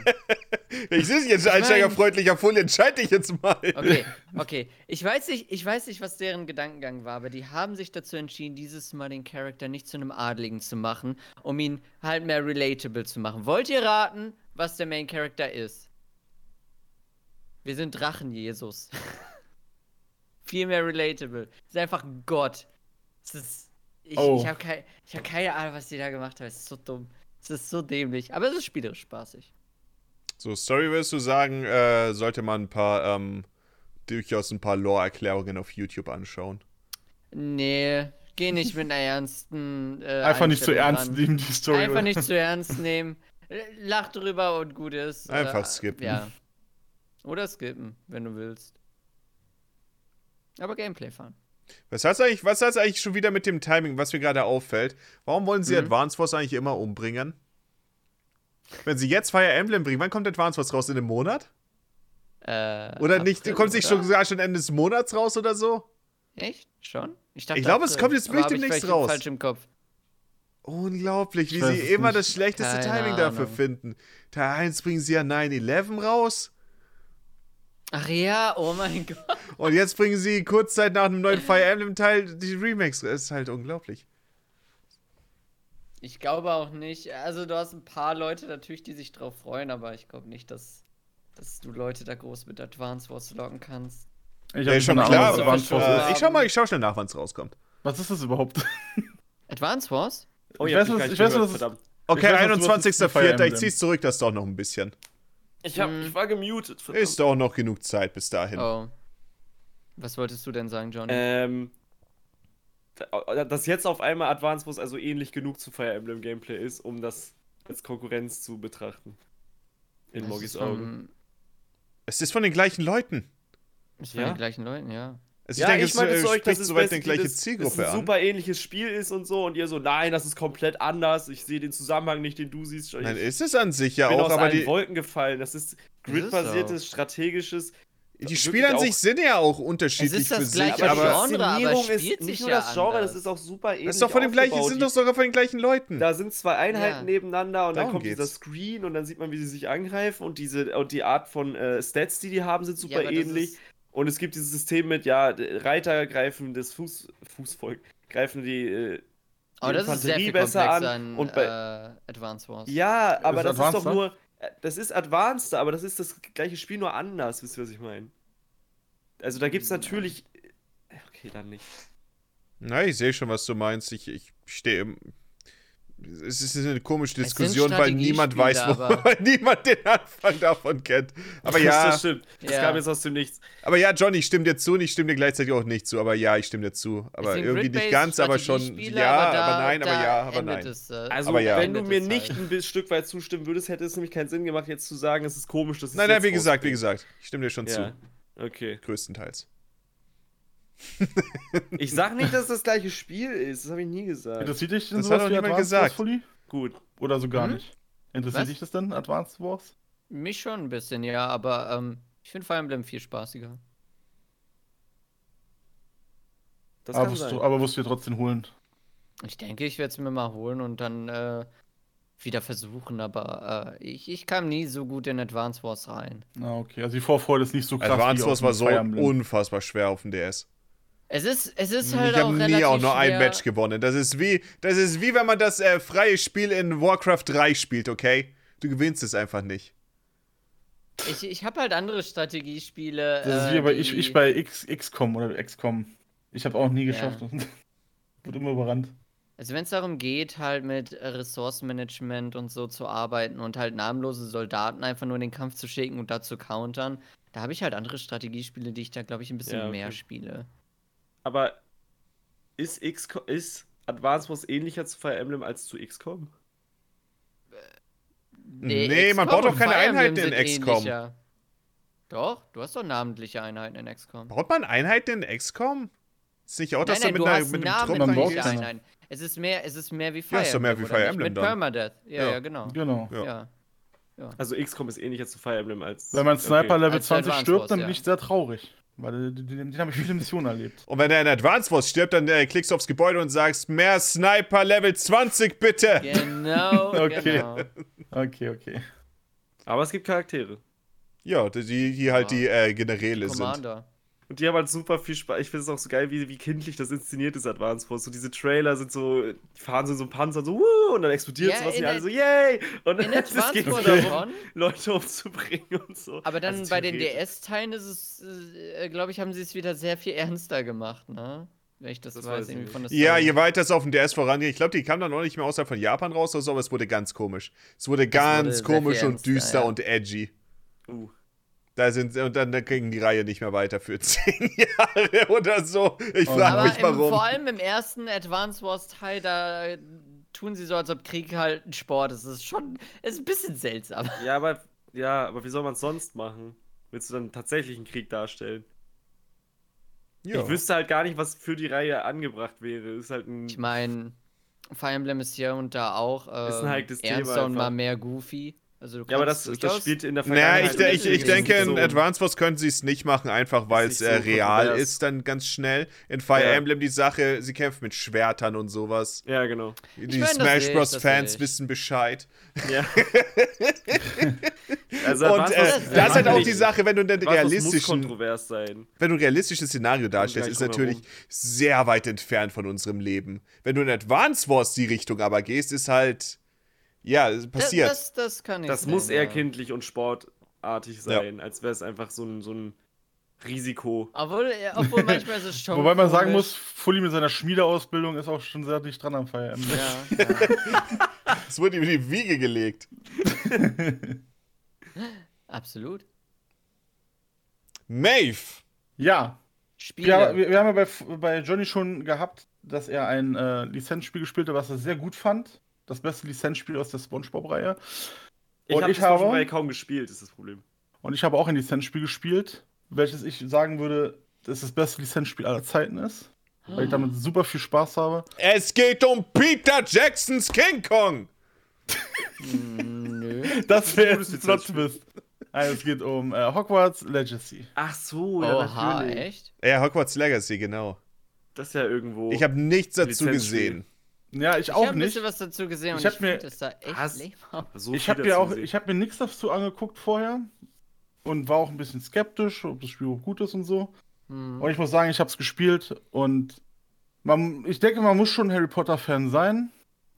A: Ich sitze jetzt einsteigerfreundlicher Folie, entscheide dich jetzt mal.
C: Okay, okay. Ich weiß, nicht, ich weiß nicht, was deren Gedankengang war, aber die haben sich dazu entschieden, dieses Mal den Charakter nicht zu einem Adligen zu machen, um ihn halt mehr relatable zu machen. Wollt ihr raten, was der Main Character ist? Wir sind Drachen, Jesus. Viel mehr relatable. Es ist einfach Gott. Es ist. Ich,
D: Oh.
C: ich habe kei, ich hab keine Ahnung, was die da gemacht haben. Es ist so dumm. Es ist so dämlich. Aber es ist spielerisch spaßig.
A: So, Story würdest du sagen, äh, sollte man ein paar, ähm, durchaus ein paar Lore-Erklärungen auf YouTube anschauen.
C: Nee, geh nicht mit einer ernsten. Äh,
D: Einfach nicht zu
C: Einstellung
D: ernst
C: ran.
D: nehmen, die Story.
C: Einfach nicht zu ernst nehmen. Lach drüber und gut ist.
A: Einfach skippen.
C: Ja. Oder skippen, wenn du willst. Aber Gameplay fahren.
A: Was hat's eigentlich, was hat's eigentlich schon wieder mit dem Timing, was mir gerade auffällt? Warum wollen sie
C: Mhm.
A: Advance Wars eigentlich immer umbringen? Wenn sie jetzt Fire Emblem bringen, wann kommt Advance Wars raus? In einem Monat?
C: Äh,
A: Oder nicht?
C: April,
A: Kommt es nicht schon,
C: oder?
A: sogar schon Ende des Monats raus oder so?
C: Echt? Schon? dachte,
A: Ich glaube, es
C: April.
A: kommt jetzt
C: Aber
A: wirklich
C: hab ich
A: demnächst
C: vielleicht
A: raus.
C: falsch im Kopf.
A: Unglaublich, wie
D: Ich weiß
A: sie
D: es
A: immer
D: nicht.
A: das schlechteste
C: Keine
A: Timing dafür
C: Ahnung.
A: finden. Da eins bringen sie ja 9-11 raus
C: Ach ja, oh mein Gott.
A: und jetzt bringen sie kurz Zeit nach einem neuen Fire Emblem-Teil die Remakes. Das ist halt unglaublich.
C: Ich glaube auch nicht. Also du hast ein paar Leute natürlich, die sich drauf freuen, aber ich glaube nicht, dass, dass du Leute da groß mit Advance Wars locken kannst.
D: Ich
A: Ja,
D: hab
A: ist schon
D: keine
A: klar,
D: Ahnung,
C: aber-
D: was das
A: Äh,
D: ist.
A: ich schau mal, ich schau schnell nach, wann es rauskommt.
D: Was ist das überhaupt?
C: Advance Wars?
B: Oh,
D: Ich
B: ihr habt mich
D: weiß, was-
B: gar
D: ich
B: nicht
D: weiß,
B: gehört,
D: was es-
B: verdammt.
A: Okay,
D: Ich weiß, was- was ist mit
A: 21.04.
D: Fire
A: Ich
D: Emblem?
A: zieh's zurück, das ist doch noch ein bisschen.
B: Ich, hab, ich war gemutet. verdammt.
A: Ist doch noch genug Zeit bis dahin.
C: Oh. Was wolltest du denn sagen, John?
B: Ähm, da- äh, dass jetzt auf einmal Advance Wars also ähnlich genug zu Fire Emblem Gameplay ist, um das als Konkurrenz zu betrachten. In
C: Das
B: Mogis
C: ist
B: Augen.
C: Von,
A: Es ist von den gleichen Leuten.
C: ist von
B: Ja?
C: den gleichen Leuten, ja.
A: Also ich denke, es äh, spricht soweit den gleiche
B: dass es
A: Zielgruppe
B: ein
A: an.
B: super ähnliches Spiel ist und so und ihr so, nein, das ist komplett anders, ich sehe den Zusammenhang nicht, den du siehst. Ich
A: Nein, ist es an sich ja
B: bin
A: auch,
B: aus
A: aber
B: allen
A: die,
B: Wolken gefallen. Das ist grid-basiertes, strategisches.
A: die
B: wirklich
A: Spiele an
B: auch-
A: sich sind ja auch unterschiedlich
C: Es ist das
A: für sich,
C: gleiche
A: aber
C: Genre. aber
B: Inszenierung
C: spielt
B: ist
C: sich
B: nicht nur
C: ja
B: das Genre,
C: anders.
B: das ist auch super ähnlich.
A: es ist doch von dem gleichen,
B: aufgebaut.
A: sind doch sogar von den gleichen Leuten.
B: Da sind zwei Einheiten
C: Ja.
B: nebeneinander
A: Darum
B: und dann kommt dieser
A: geht's.
B: Screen und dann sieht man, wie sie sich angreifen und diese und die Art von äh, Stats, die die haben, sind super
C: ja, aber das
B: ähnlich.
C: Ist,
B: Und es gibt dieses System mit ja d- Reiter greifen das Fuß, Fußvolk greifen die äh,
C: aber Oh, das ist sehr
B: Infanterie
C: viel
B: besser
C: komplexer
B: an
C: an
B: und bei-
C: äh, Advance Wars.
B: ja, aber
D: Ist
B: das ist doch
D: advanceder?
B: nur äh, das ist advanceder, aber das ist das gleiche Spiel nur anders, wisst ihr was ich meine? Also da
A: Hm,
B: gibt's
C: Ja.
B: natürlich äh, okay dann nicht.
A: Na, ich sehe schon, was du meinst. Ich, ich stehe im. Es ist eine komische
C: Es sind
A: Diskussion, weil niemand weiß, wo,
C: Strategiespiele, aber-
A: weil niemand den Anfang davon kennt. Aber ja,
B: das stimmt. Das
C: Ja.
B: kam jetzt aus dem Nichts.
A: aber ja, John, ich stimme dir zu und ich stimme dir gleichzeitig auch nicht zu. Aber ja, ich stimme dir zu.
C: Es
A: Aber
C: sind
A: irgendwie nicht
C: grid-based
A: ganz, aber schon.
C: Strategiespiele,
A: Ja, aber,
C: aber da-
A: nein, aber
C: da
A: ja, aber
C: endet
A: nein.
C: Es, äh,
B: Also,
A: Aber ja.
B: wenn du
C: endet
B: mir
C: es
B: nicht
C: halt.
B: ein bi- Stück weit zustimmen würdest, hätte es nämlich keinen Sinn gemacht, jetzt zu sagen, es ist komisch, dass es
A: Nein, nein,
B: jetzt
A: wie gesagt, wie
B: rauskommt.
A: gesagt. Ich stimme dir schon zu.
B: Ja. Okay.
A: Größtenteils.
B: Ich sag nicht, dass das gleiche Spiel ist. Das habe ich nie gesagt.
D: Interessiert dich denn
A: Das
D: sowas
A: hat doch
D: wie
A: niemand
D: Advanced
A: gesagt.
D: Wars Fully?
B: Gut.
D: Oder so gar
C: Hm?
D: nicht? Interessiert
C: Was?
D: dich das denn, Advanced Wars?
C: Mich schon ein bisschen, ja, aber ähm, ich finde Fire Emblem viel spaßiger.
B: Das
A: Ah,
D: Aber
B: kann
D: wirst,
B: sein.
D: du, aber wirst du dir trotzdem holen.
C: Ich denke, ich werde es mir mal holen und dann äh, wieder versuchen, aber äh, ich, ich kam nie so gut in Advance Wars rein.
D: Ah, okay. Also die Vorfreude ist nicht so krass.
A: Advance
D: wie auf
A: Wars
D: dem
A: war so
D: Fire Emblem.
A: unfassbar schwer auf dem DS.
C: Es ist, es ist
A: Ich
C: halt auch
A: habe
C: relativ
A: nie auch nur
C: schwer.
A: ein Match gewonnen. Das ist wie, das ist wie wenn man das äh, freie Spiel in Warcraft 3 spielt, okay? Du gewinnst es einfach nicht.
C: Ich, ich habe halt andere Strategiespiele.
D: Das ist
C: äh,
D: wie bei,
C: die-
D: ich, ich bei X, XCOM oder XCOM. Ich habe auch nie
C: Ja.
D: geschafft. Wurde immer überrannt.
C: Also wenn es darum geht, halt mit äh, Ressourcenmanagement und so zu arbeiten und halt namenlose Soldaten einfach nur in den Kampf zu schicken und da zu countern, da habe ich halt andere Strategiespiele, die ich da, glaube ich, ein bisschen
B: Ja, okay.
C: mehr spiele.
B: Aber ist, X ist Advance Wars ähnlicher zu Fire Emblem als zu XCOM?
A: Nee, man
C: XCOM
A: baut doch
C: und
A: keine
C: Fire Emblem
A: Einheiten in
C: sind
A: XCOM.
C: ähnlicher. Doch, du hast doch namentliche Einheiten in XCOM.
A: Baut man Einheiten in XCOM? Ist nicht auch, dass du mit, einer, mit einem Trupp
D: Man baut
C: namentliche
A: reingehst?
D: keine.
C: Einheiten. Es ist mehr, es ist mehr wie Fire
A: Ja, ist doch mehr wie
C: oder
A: Fire
C: nicht?
A: Emblem
C: Mit
A: dann.
C: Permadeath. Ja,
A: Ja.
C: ja, genau.
D: Genau.
A: Ja.
C: Ja.
B: Also XCOM ist ähnlicher zu Fire Emblem als.
D: Wenn mein Sniper
B: Okay.
D: Level
C: Als
D: 20
C: Advanced
D: stirbt,
C: Wars,
D: dann
C: ja.
D: bin ich sehr traurig. Weil den, den, den habe ich viele Missionen erlebt.
A: Und wenn er in Advance Wars stirbt, dann äh, klickst du aufs Gebäude und sagst, mehr Sniper Level 20 bitte.
C: Genau,
D: Okay.
C: genau.
D: Okay, okay.
B: Aber es gibt Charaktere.
A: Ja, die, die die halt
C: Ja.
A: die äh, Generäle sind.
C: Commander.
B: Und die haben halt super viel Spaß. Ich finde es auch so geil, wie, wie kindlich das inszeniert ist, Advance Wars. So diese Trailer sind so, die fahren so in so einem Panzer so, wuh, und dann explodiert
C: Ja,
B: sowas und
C: in
B: die alle
C: der-
B: so, yay! Und
C: In
B: es geht
C: Advance
B: so
C: Wars
B: darum,
C: davon.
B: Leute umzubringen und so.
C: Aber dann
B: Also
C: bei den
B: theoretisch.
C: DS-Teilen ist es, äh, glaube ich, haben sie es wieder sehr viel ernster gemacht, ne? Wenn ich das,
B: Das weiß
C: weiß,
B: ich
C: irgendwie
B: nicht.
C: von der
A: Ja,
C: Story.
A: je weiter es auf dem DS vorangeht. Ich glaube, die kam dann auch nicht mehr außerhalb von Japan raus oder so, aber es wurde ganz komisch. Es wurde ganz
C: sehr
A: komisch
C: viel
A: und
C: ernster,
A: düster
C: ja.
A: und edgy.
B: Uh.
A: Da sind und dann da ging die Reihe nicht mehr weiter für zehn Jahre oder so. Ich frage
C: Oh Aber
A: mich
C: Im, vor
A: warum.
C: allem im ersten Advance Wars Teil, da äh, tun sie so, als ob Krieg halt ein Sport ist. Das ist schon, ist ein bisschen seltsam.
B: Ja, aber, ja, aber wie soll man es sonst machen? Willst du dann tatsächlich einen Krieg darstellen?
A: Ja.
B: Ich wüsste halt gar nicht, was für die Reihe angebracht wäre. Ist halt ein.
C: Ich meine, Fire Emblem ist hier und da auch ähm,
B: Ist ein heikles Thema
C: ernster und
B: einfach.
C: mal mehr goofy. Also du
B: Ja, aber das,
C: kannst
B: das
C: durchaus-
B: spielt in der
A: Naja,
B: Vergangenheit.
A: ich, de- ich, ich
B: nicht
A: denke, in
B: so.
A: Advance Wars könnten sie es nicht machen, einfach weil es
B: Ist nicht
A: äh,
B: so
A: real
B: kontrovers.
A: ist, dann ganz schnell. In Fire
B: Ja.
A: Emblem die Sache, sie kämpfen mit Schwertern und sowas.
B: Ja, genau.
A: Die
C: meine, das
A: Smash
C: sehe ich,
A: Bros.
C: das
A: Fans
C: sehe ich.
A: wissen Bescheid.
B: Ja. also,
A: und äh,
C: Wars-
A: das ist halt auch
C: Natürlich.
A: die Sache, wenn du einen
B: Realistisch. muss
A: realistischen,
B: kontrovers sein.
A: wenn du ein realistisches Szenario darstellst,
B: gleich
A: ist
B: drumherum.
A: natürlich sehr weit entfernt von unserem Leben. Wenn du in Advance Wars die Richtung aber gehst, ist halt, ja, es
C: Das-
A: passiert.
C: Das, das kann ich
B: Das
C: sehen,
B: muss eher
C: ja.
B: kindlich und sportartig sein, als wäre es einfach so ein, so ein Risiko.
C: Obwohl, äh, obwohl manchmal ist es schon.
D: Wobei man sagen muss,
C: komisch.
D: Fully mit seiner Schmiedeausbildung ist auch schon sehr dicht dran am Fire Emblem.
C: Ja, ja.
A: Es wurde ihm in die Wiege gelegt.
C: Absolut.
A: Maeve.
D: Ja,
C: Spiele.
D: ja wir, wir haben ja bei, F- bei Johnny schon gehabt, dass er ein äh, Lizenzspiel gespielt hat, was er sehr gut fand. Das beste Lizenzspiel aus der SpongeBob-Reihe.
B: Ich
D: Und
B: habe
D: ich
B: das habe...
D: habe-
B: kaum gespielt, ist das Problem.
D: Und ich habe auch ein Lizenzspiel gespielt, welches ich sagen würde, dass das beste Lizenzspiel aller Zeiten ist. Weil ich damit super viel Spaß habe.
A: Es geht um Peter Jacksons King Kong.
C: Hm, Nö.
D: Das wäre jetzt
B: gutes
D: ein Plot
B: Lizenzspiel.
D: Twist. Also, es geht um äh, Hogwarts Legacy.
B: Ach so, ja,
C: Oha,
B: natürlich.
C: echt?
A: Ja, Hogwarts Legacy, genau.
B: Das ist ja irgendwo.
A: Ich habe nichts dazu
B: Lizenzspiel.
A: gesehen.
D: Ja, ich,
C: Ich
D: auch
C: habe ein
D: nicht.
C: bisschen was dazu gesehen
D: Ich
C: und
D: hab
C: ich
D: mir-
C: finde das da echt
B: Hast-
C: lame aus.
B: so
D: ich
B: viel
D: habe
B: dazu
D: mir auch,
B: gesehen.
D: ich habe mir nichts dazu angeguckt vorher und war auch ein bisschen skeptisch, ob das Spiel überhaupt gut ist und so.
C: Hm.
D: Und ich muss sagen, ich habe es gespielt und man, ich denke, man muss schon Harry Potter Fan sein.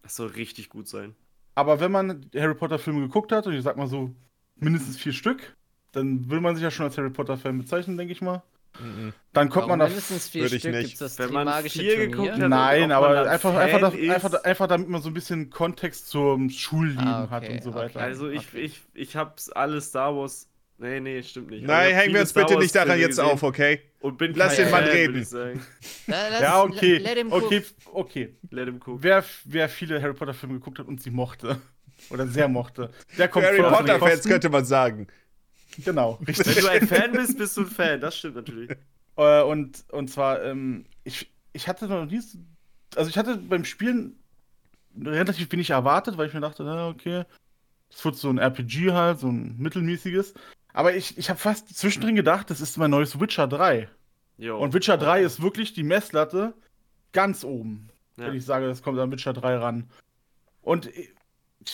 B: Das soll richtig gut sein.
D: Aber wenn man Harry Potter Filme geguckt hat und ich sag mal so mindestens vier Stück, dann will man sich ja schon als Harry Potter Fan bezeichnen, denke ich mal.
A: Mhm.
D: Dann kommt
C: Warum
D: man da.
C: mindestens vier
A: Würde ich
C: Stück
A: nicht.
C: gibt's das
B: Wenn man
C: magische
B: vier
C: Turnier.
B: geguckt hat,
C: Ja,
D: Nein,
B: ob man
D: aber
B: dann
D: einfach,
B: Fan
D: einfach,
B: ist.
D: einfach, einfach damit man so ein bisschen Kontext zum Schulleben
C: Ah, okay,
D: hat und so
C: okay.
D: weiter.
B: Also ich,
C: okay.
B: ich, ich hab's alle Star Wars. Nee, nee, stimmt nicht. Aber ich
A: Nein,
B: hab
A: hängen wir
B: viele
A: uns
B: Star
A: bitte
B: Wars
A: nicht daran
B: Filme
A: jetzt
B: gesehen
A: auf, okay?
B: Und bin
A: Lass
B: kein
A: den Mann
B: Fan, würd
A: reden.
B: ich sagen.
C: lass-
D: ja, okay.
C: Let, let him
D: okay,
C: cook.
D: okay.
B: Let him cook.
D: Wer, wer viele Harry Potter Filme geguckt hat und sie mochte oder sehr mochte, der kommt
A: Für Harry
D: voll auf seine
A: Potter-Fans
D: Kosten.
A: könnte man sagen.
D: Genau,
B: Wenn
D: richtig.
B: du ein Fan bist, bist du ein Fan. Das stimmt natürlich.
D: äh, und, und zwar, ähm, ich, ich hatte noch nie, so- also ich hatte beim Spielen relativ wenig erwartet, weil ich mir dachte, na, okay, es wird so ein RPG halt, so ein mittelmäßiges. Aber ich, ich habe fast zwischendrin gedacht, das ist mein neues Witcher 3.
B: Jo.
D: Und Witcher 3 ist wirklich die Messlatte ganz oben.
B: ja.
D: wenn ich sage, das kommt an Witcher 3 ran. Und ich,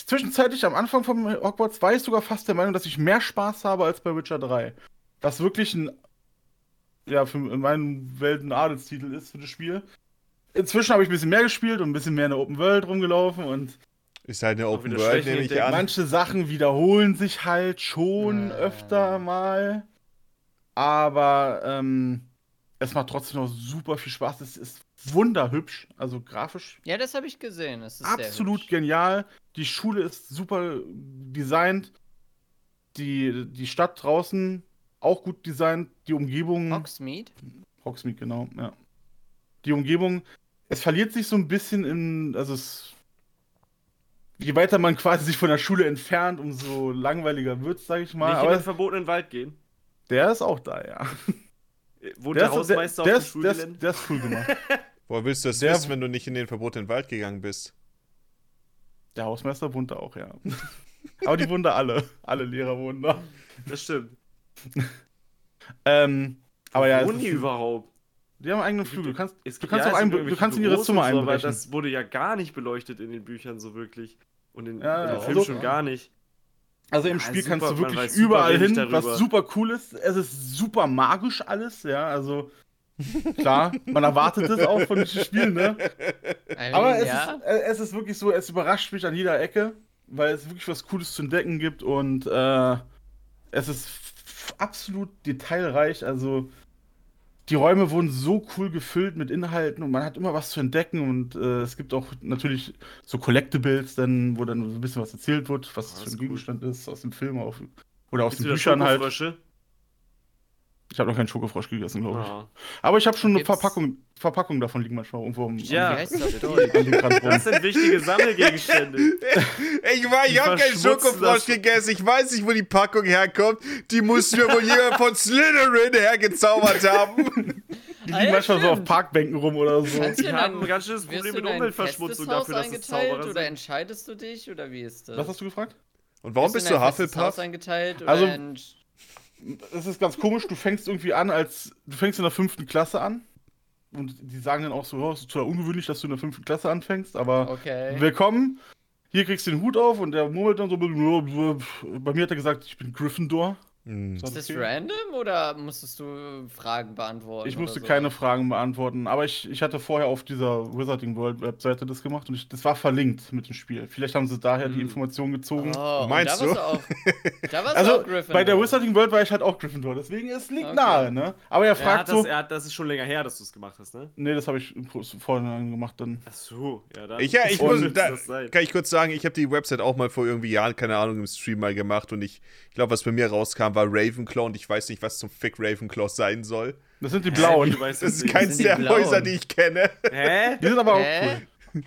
D: zwischenzeitlich am Anfang von Hogwarts war ich sogar fast der Meinung, dass ich mehr Spaß habe als bei Witcher 3. Was wirklich ein, ja, für in meinen Welt ein Adelstitel ist für das Spiel. Inzwischen habe ich ein bisschen mehr gespielt und ein bisschen mehr in der Open World rumgelaufen und
A: Ist halt eine
B: Auch
A: Open
B: wieder
A: World,
B: schlecht
A: nehme ich
B: entdeckt.
A: an.
D: manche Sachen wiederholen sich halt schon
C: Ah.
D: öfter mal. Aber ähm, es macht trotzdem noch super viel Spaß. Es ist wunderhübsch, also grafisch
C: Ja, das habe ich gesehen. Das ist
D: absolut
C: sehr hübsch.
D: genial. Die Schule ist super designt. Die, die Stadt draußen auch gut designt. Die Umgebung.
C: Hogsmeade?
D: Hogsmeade, genau, ja. Die Umgebung. Es verliert sich so ein bisschen in. Also es. Je weiter man quasi sich von der Schule entfernt, umso langweiliger wird es, sag ich mal.
B: Nicht in
D: Aber
B: den verbotenen Wald gehen.
D: der ist auch da, ja.
B: Äh, Wohnt der, Hausmeister
D: der,
B: auf dem
D: ist, der,
B: Schulgelände?
D: ist, der ist cool gemacht.
A: Woher willst du das
D: Der-
A: wissen, wenn du nicht in den verbotenen Wald gegangen bist?
D: der Hausmeister wohnt da auch, ja. Aber die wohnen da alle. Alle Lehrer wohnen da.
B: Das stimmt.
D: Ähm, aber ja, es
B: Wohnen die
D: ist-
B: überhaupt?
D: Die haben eigenen
B: Du-
D: Flügel. Du kannst,
B: Es
D: du
B: gibt-
D: kannst,
B: ja,
D: auch
B: es
D: ein,
B: gibt
D: du kannst in ihre
B: irgendwelche
D: Zimmer
B: Büros und so,
D: einbrechen.
B: Aber das wurde ja gar nicht beleuchtet in den Büchern so wirklich. Und in,
D: Ja,
B: in den
D: ja,
B: Filmen
D: also-
B: schon gar nicht.
D: also im
B: Ja,
D: Spiel
B: super,
D: kannst du
B: man
D: wirklich
B: weiß super
D: überall
B: wenig
D: hin,
B: darüber.
D: was super cool ist. Es ist super magisch alles, ja. Also klar, man erwartet das auch von diesem Spiel, ne?
C: I mean,
D: Aber es,
C: ja.
D: ist, äh, es ist wirklich so, es überrascht mich an jeder Ecke, weil es wirklich was Cooles zu entdecken gibt und äh, es ist f- absolut detailreich. Also die Räume wurden so cool gefüllt mit Inhalten und man hat immer was zu entdecken und äh, es gibt auch natürlich so Collectibles, dann, wo dann so ein bisschen was erzählt wird, was
B: Ah,
D: das für
B: ist
D: ein
B: cool.
D: Gegenstand ist, aus dem Film auf, oder aus
B: Gibt's
D: den
B: wieder
D: Büchern halt.
B: Schokofrösche?
D: Ich habe noch keinen Schokofrosch gegessen, glaube ich.
B: Ah.
D: Aber ich habe schon eine
C: Gibt's-
D: Verpackung, Verpackung davon liegen manchmal irgendwo am,
B: Ja.
C: Wie heißt das
D: am,
C: Ding?
D: an dem Rand rum.
B: Das sind wichtige Sammelgegenstände.
A: Ich war, ich
B: Die
A: hab keinen
B: verschmutzen
A: Schokofrosch
B: das-
A: gegessen. Ich weiß nicht, wo die Packung herkommt. Die muss mir wohl jemand von Slytherin hergezaubert haben.
D: Die
C: Ah,
D: liegen
C: ja,
D: manchmal so auf
C: stimmt.
D: Parkbänken rum oder so.
C: Kannst du
B: Die
C: in
B: haben ein
C: ein-
B: ganz schönes
C: Wirst
B: Problem
C: du in
B: mit
C: ein
B: Umweltverschmutzung
C: festes Haus
B: dafür, dass es
C: eingeteilt
B: Zauberer
C: Oder
B: sind.
C: entscheidest du dich oder wie ist das?
D: Was hast du gefragt?
A: Und warum bist du
C: Haus
A: Hufflepuff?
C: eingeteilt oder
D: Also-
C: in-
D: Es ist ganz komisch, du fängst irgendwie an, als du fängst in der fünften Klasse an. Und die sagen dann auch so, ja, es ist total ungewöhnlich, dass du in der fünften Klasse anfängst, aber
C: okay.
D: willkommen. Hier kriegst du den Hut auf und der murmelt dann so, bei mir hat er gesagt, ich bin Gryffindor.
A: Hm.
D: So,
C: Ist das
D: okay.
C: random oder musstest du Fragen beantworten?
D: Ich musste
C: oder so?
D: keine Fragen beantworten, aber ich, ich hatte vorher auf dieser Wizarding World Webseite das gemacht und ich, das war verlinkt mit dem Spiel. Vielleicht haben sie daher die
B: Hm.
D: Informationen gezogen.
C: Oh,
A: Meinst
C: Meinst da
A: du?
C: du? Warst du auch, da warst du
D: Also
C: auch Gryffindor.
D: bei der Wizarding World war ich halt auch Gryffindor, deswegen es liegt
C: Okay.
D: nahe, ne? Aber er
B: Er
D: fragt
B: hat das,
D: so,
B: er hat, das ist schon länger her, dass du es gemacht hast, ne?
D: nee, das habe ich im Kurs- vorhin gemacht dann.
B: Ach so, ja, dann.
A: Ich, ja, ich
D: Und-
A: muss, da,
B: das sein.
A: kann ich kurz sagen, ich habe die Website auch mal vor irgendwie Jahren, keine Ahnung, im Stream mal gemacht und ich, ich glaube, was bei mir rauskam, war Ravenclaw und ich weiß nicht, was zum Fick Ravenclaw sein soll.
D: Das sind die
B: Hä?
D: blauen.
B: Du weißt
A: Das ist
B: nicht.
A: keins
C: die
A: der
C: Blauen?
A: Häuser, die ich kenne.
B: Hä?
D: Die sind aber auch
C: Hä?
D: cool.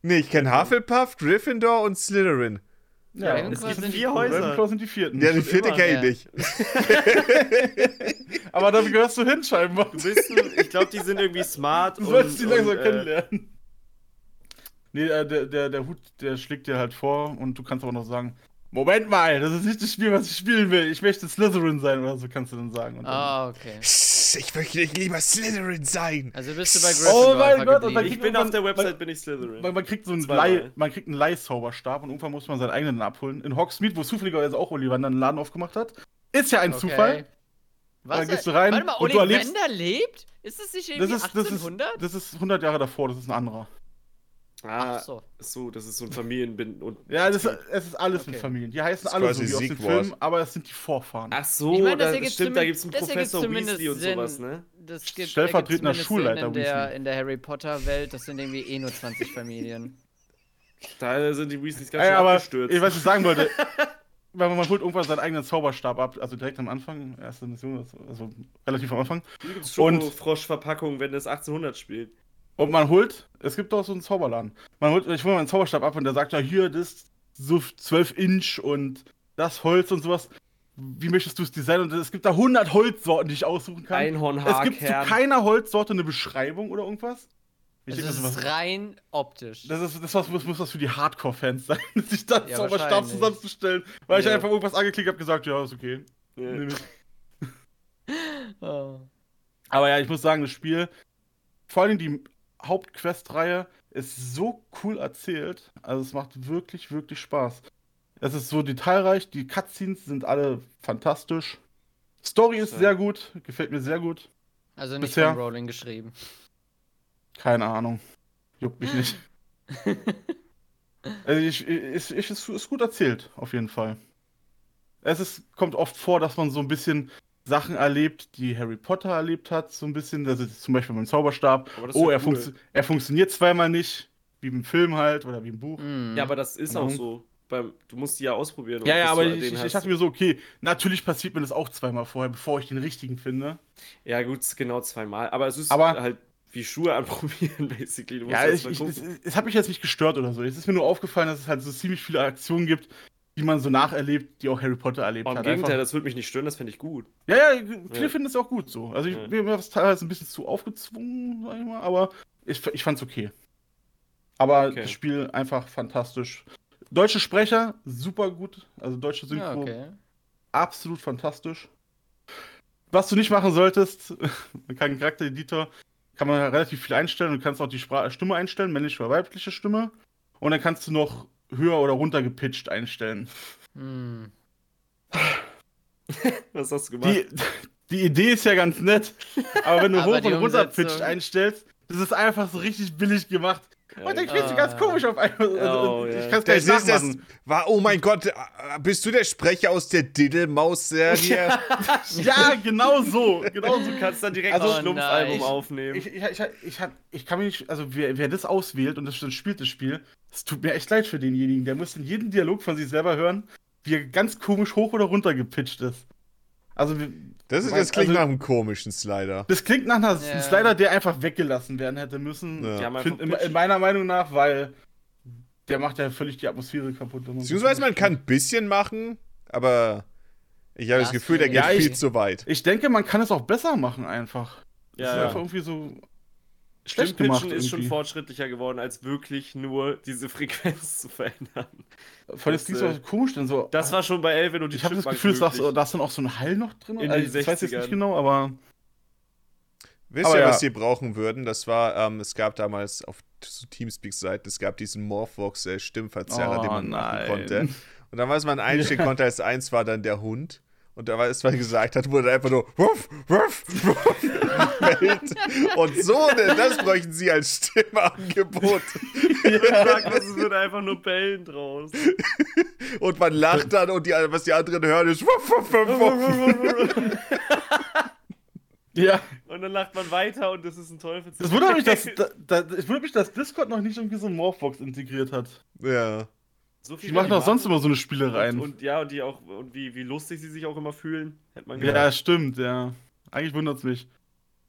A: Nee, ich kenne Hufflepuff, Gryffindor und Slytherin.
D: Ja,
C: Ravenclaw
D: und
B: Es gibt
C: sind die
B: vier
C: cool.
D: Ravenclaw
B: Häuser.
D: sind die vierten.
A: Ja, die
D: Stimmt
A: vierte
D: immer.
A: kenne ich
C: Ja.
A: nicht.
D: Aber da gehörst du hin scheinbar.
B: Du bist, ein- ich glaube, die sind irgendwie smart.
D: Du
B: und-
D: solltest die langsam
B: und, äh,
D: kennenlernen. Nee, äh, der, der, der Hut, der schlägt dir halt vor und du kannst aber noch sagen, Moment mal, das ist nicht das Spiel, was ich spielen will. Ich möchte Slytherin sein oder so kannst du dann sagen. Und dann,
C: Ah, okay.
A: Psst, Ich möchte nicht lieber Slytherin sein.
C: Also bist du bei
A: Oh
C: Gryffindor
D: mein
C: einfach
D: Gott, und dann-
C: geblieben.
B: Ich bin auf der Website, bin ich Slytherin.
D: man, man kriegt so einen,
B: Zweimal.
D: Leih, man kriegt einen Leihzauberstab und irgendwann muss man seinen eigenen abholen. In Hogsmeade, wo zufälligerweise auch Ollivander einen Laden aufgemacht hat. Ist ja ein
C: Okay.
D: Zufall.
C: Was?
D: dann gehst du rein
C: Warte mal,
D: und du erlebst-
C: Ollivander lebt? Ist das nicht
D: Das ist,
C: irgendwie
D: das, ist,
C: 1800?
D: das ist 100 Jahre davor, das ist ein anderer.
B: Ah,
C: Ach so.
B: so, das ist so ein Familienbinden und.
D: Ja, das, es ist alles mit
C: Okay.
D: Familien. Die heißen
A: Das ist
D: alle so
A: quasi
D: wie aus den
A: Siegwort.
D: Filmen, aber es sind die Vorfahren.
B: Ach so,
C: Ich meine, das
B: das
C: ergibt
B: stimmt, da
C: zumindest-
B: gibt es einen
C: das ergibt
B: Professor
C: zumindest
B: Weasley und
C: Sinn.
B: sowas, ne?
C: Das gibt,
D: Stellvertretender
C: da gibt's zumindest
D: Schulleiter
C: Sinn in der,
D: Weasley.
C: in der Harry Potter-Welt, das sind irgendwie eh nur 20 Familien.
B: Da sind die Weasleys ganz
D: Ey,
B: schön
D: aber
B: abgestürzt.
D: Ich weiß, was ich sagen wollte. Weil man holt irgendwann seinen eigenen Zauberstab ab, also direkt am Anfang, erste Mission, also relativ am Anfang. Und-
B: und Froschverpackung, wenn das 1800 spielt.
D: Und man holt, es gibt auch so einen Zauberladen. Man holt, ich hole meinen Zauberstab ab und der sagt ja, hier, das so 12 Inch und das Holz und sowas. Wie möchtest du es designen? Und es gibt da 100 Holzsorten, die ich aussuchen kann. es gibt zu
B: Einhornhaarkern.
D: keiner Holzsorte eine Beschreibung oder irgendwas.
C: Also
D: denke,
C: das ist rein optisch.
D: Das ist das was, muss, muss was für die Hardcore-Fans sein, sich da einen
C: Ja,
D: Zauberstab
C: wahrscheinlich.
D: zusammenzustellen, weil ich
B: Ja.
D: einfach irgendwas angeklickt habe, gesagt, ja, ist okay.
B: Ja.
C: Äh,
D: Nehm ich.
C: Oh.
D: Aber ja, ich muss sagen, das Spiel, vor allem die Hauptquest-Reihe, ist so cool erzählt. Also es macht wirklich, wirklich Spaß. Es ist so detailreich, die Cutscenes sind alle fantastisch. Story ist
B: Schön.
D: sehr gut, gefällt mir sehr gut.
C: Also nicht
D: Bisher-
C: von Rowling geschrieben.
D: Keine Ahnung. Juckt mich nicht. Also ich, ich, ich, es ist gut erzählt, auf jeden Fall. Es ist, kommt oft vor, dass man so ein bisschen Sachen erlebt, die Harry Potter erlebt hat, so ein bisschen. Also zum Beispiel beim Zauberstab.
B: Aber das ist
D: Oh,
B: ja
D: er,
B: cool.
D: funktio er funktioniert zweimal nicht, wie im Film halt oder wie im Buch.
C: Hm.
B: Ja, aber das ist auch
D: Mhm.
B: so. Beim, du musst die ja ausprobieren.
D: Ja, ja,
B: bis
D: aber
B: du halt
D: ich,
B: den
D: ich, ich
B: hast.
D: dachte mir so, okay, natürlich passiert mir das auch zweimal vorher, bevor ich den richtigen finde.
B: Ja, gut, genau zweimal. Aber es ist
D: Aber-
B: halt wie Schuhe anprobieren, basically. Du musst
D: Ja,
B: erst
D: ich,
B: mal
D: ich,
B: gucken.
D: es, es hat mich jetzt nicht gestört oder so. Es ist mir nur aufgefallen, dass es halt so ziemlich viele Aktionen gibt, die man so nacherlebt, die auch Harry Potter erlebt
B: Aber im
D: hat.
B: Gegenteil,
D: halt Einfach-
B: das würde mich nicht stören, das fände ich gut.
D: Ja, ja, viele
B: Ja.
D: finden es auch gut so. Also ich,
B: Ja.
D: mir war es teilweise ein bisschen zu aufgezwungen, sag ich mal, aber ich, ich fand's okay. Aber
B: Okay.
D: das Spiel einfach fantastisch. Deutsche Sprecher, super gut. Also deutsche Synchro,
C: ja, okay.
D: absolut fantastisch. Was du nicht machen solltest, man kann Charaktereditor, kann man relativ viel einstellen. Du kannst auch die Spra Stimme einstellen, männliche oder weibliche Stimme. Und dann kannst du noch höher oder runter gepitcht einstellen.
C: Hm.
B: Was hast du gemacht?
D: Die, die Idee ist ja ganz nett, aber wenn du
C: Aber
D: hoch
C: die
D: und runter
C: Umsetzung-
D: pitcht einstellst, das ist einfach so richtig billig gemacht.
B: Ja,
D: Und dann kriegst du ganz
C: Ah.
D: komisch auf einmal. Also,
B: Oh, ja.
D: Ich kann's gar
A: Das
D: nicht
A: ist das.
D: nachmachen.
A: War, oh mein Gott, äh, bist du der Sprecher aus der Diddlemaus-Serie?
D: Ja, genau so. Genau so.
B: du kannst dann direkt
D: Also-
B: ein
C: Oh
B: Schlumpfalbum
C: nein.
B: aufnehmen.
D: Ich, ich, ich, ich, hab- ich kann mir nicht. Also, wer, wer das auswählt und das dann spielt das Spiel, es tut mir echt leid für denjenigen. Der muss in jedem Dialog von sich selber hören, wie er ganz komisch hoch oder runter gepitcht ist. Also, wir-
A: Das, ist, das klingt
D: Also-
A: nach einem komischen Slider.
D: das klingt nach einer
C: Ja.
D: Slider, der einfach weggelassen werden hätte müssen.
A: Ja.
B: Die haben
D: Find,
B: einfach
D: in, in
B: Pitch.
D: meiner Meinung nach, weil der macht ja völlig die Atmosphäre kaputt. wenn man-
A: Beziehungsweise man kann ein bisschen machen, aber ich habe das
C: Das
A: Gefühl, der geht
D: finde ich-
A: viel zu weit.
D: Ich denke, man kann es auch besser machen einfach. Ja, ist
B: Ja,
D: einfach
B: ja.
D: irgendwie so. schlecht gemacht.
B: Stimmpitchen ist schon
D: irgendwie.
B: fortschrittlicher geworden, als wirklich nur diese Frequenz zu verändern.
D: Voll das klingt
B: das, äh,
D: so komisch, denn so.
B: Das war schon bei Elvin und die
D: ich habe das
B: Chipmunks
D: Gefühl, es war
B: möglich.
D: so- da ist dann auch so ein Hall noch drin.
B: In
D: also,
B: den
D: ich weiß jetzt nicht
B: 60ern.
D: genau, aber.
A: Wisst
D: Aber
A: ihr,
D: ja.
A: was sie brauchen würden? Das war, ähm, es gab damals auf so Teamspeak-Seiten, es gab diesen Morphvox-Stimmverzerrer,
D: Oh,
A: den man
D: nein.
A: machen konnte. Und dann, was man einstellen konnte, als eins war dann der Hund. Und da war es, was er gesagt hat, wurde einfach nur wuff, wuff, wuff gebellt. Und so, ne, das bräuchten sie als Stimmangebot.
B: Sag, was ist mit einfach nur Bällen draus?
A: Und man lacht dann und die, was die anderen hören ist wuff, wuff, wuff, wuff.
B: und
D: Ja.
B: dann lacht man weiter und das ist ein Teufel.
D: Es wundert mich, dass, da, da, es wundert mich, dass Discord noch nicht irgendwie so ein Morphbox integriert hat.
A: Ja.
B: so
D: Die machen doch sonst immer so eine Spiele rein.
B: Und, und ja, und die auch, und wie, wie lustig sie sich auch immer fühlen, hätte man gedacht.
D: ja, stimmt, ja. Eigentlich wundert's mich.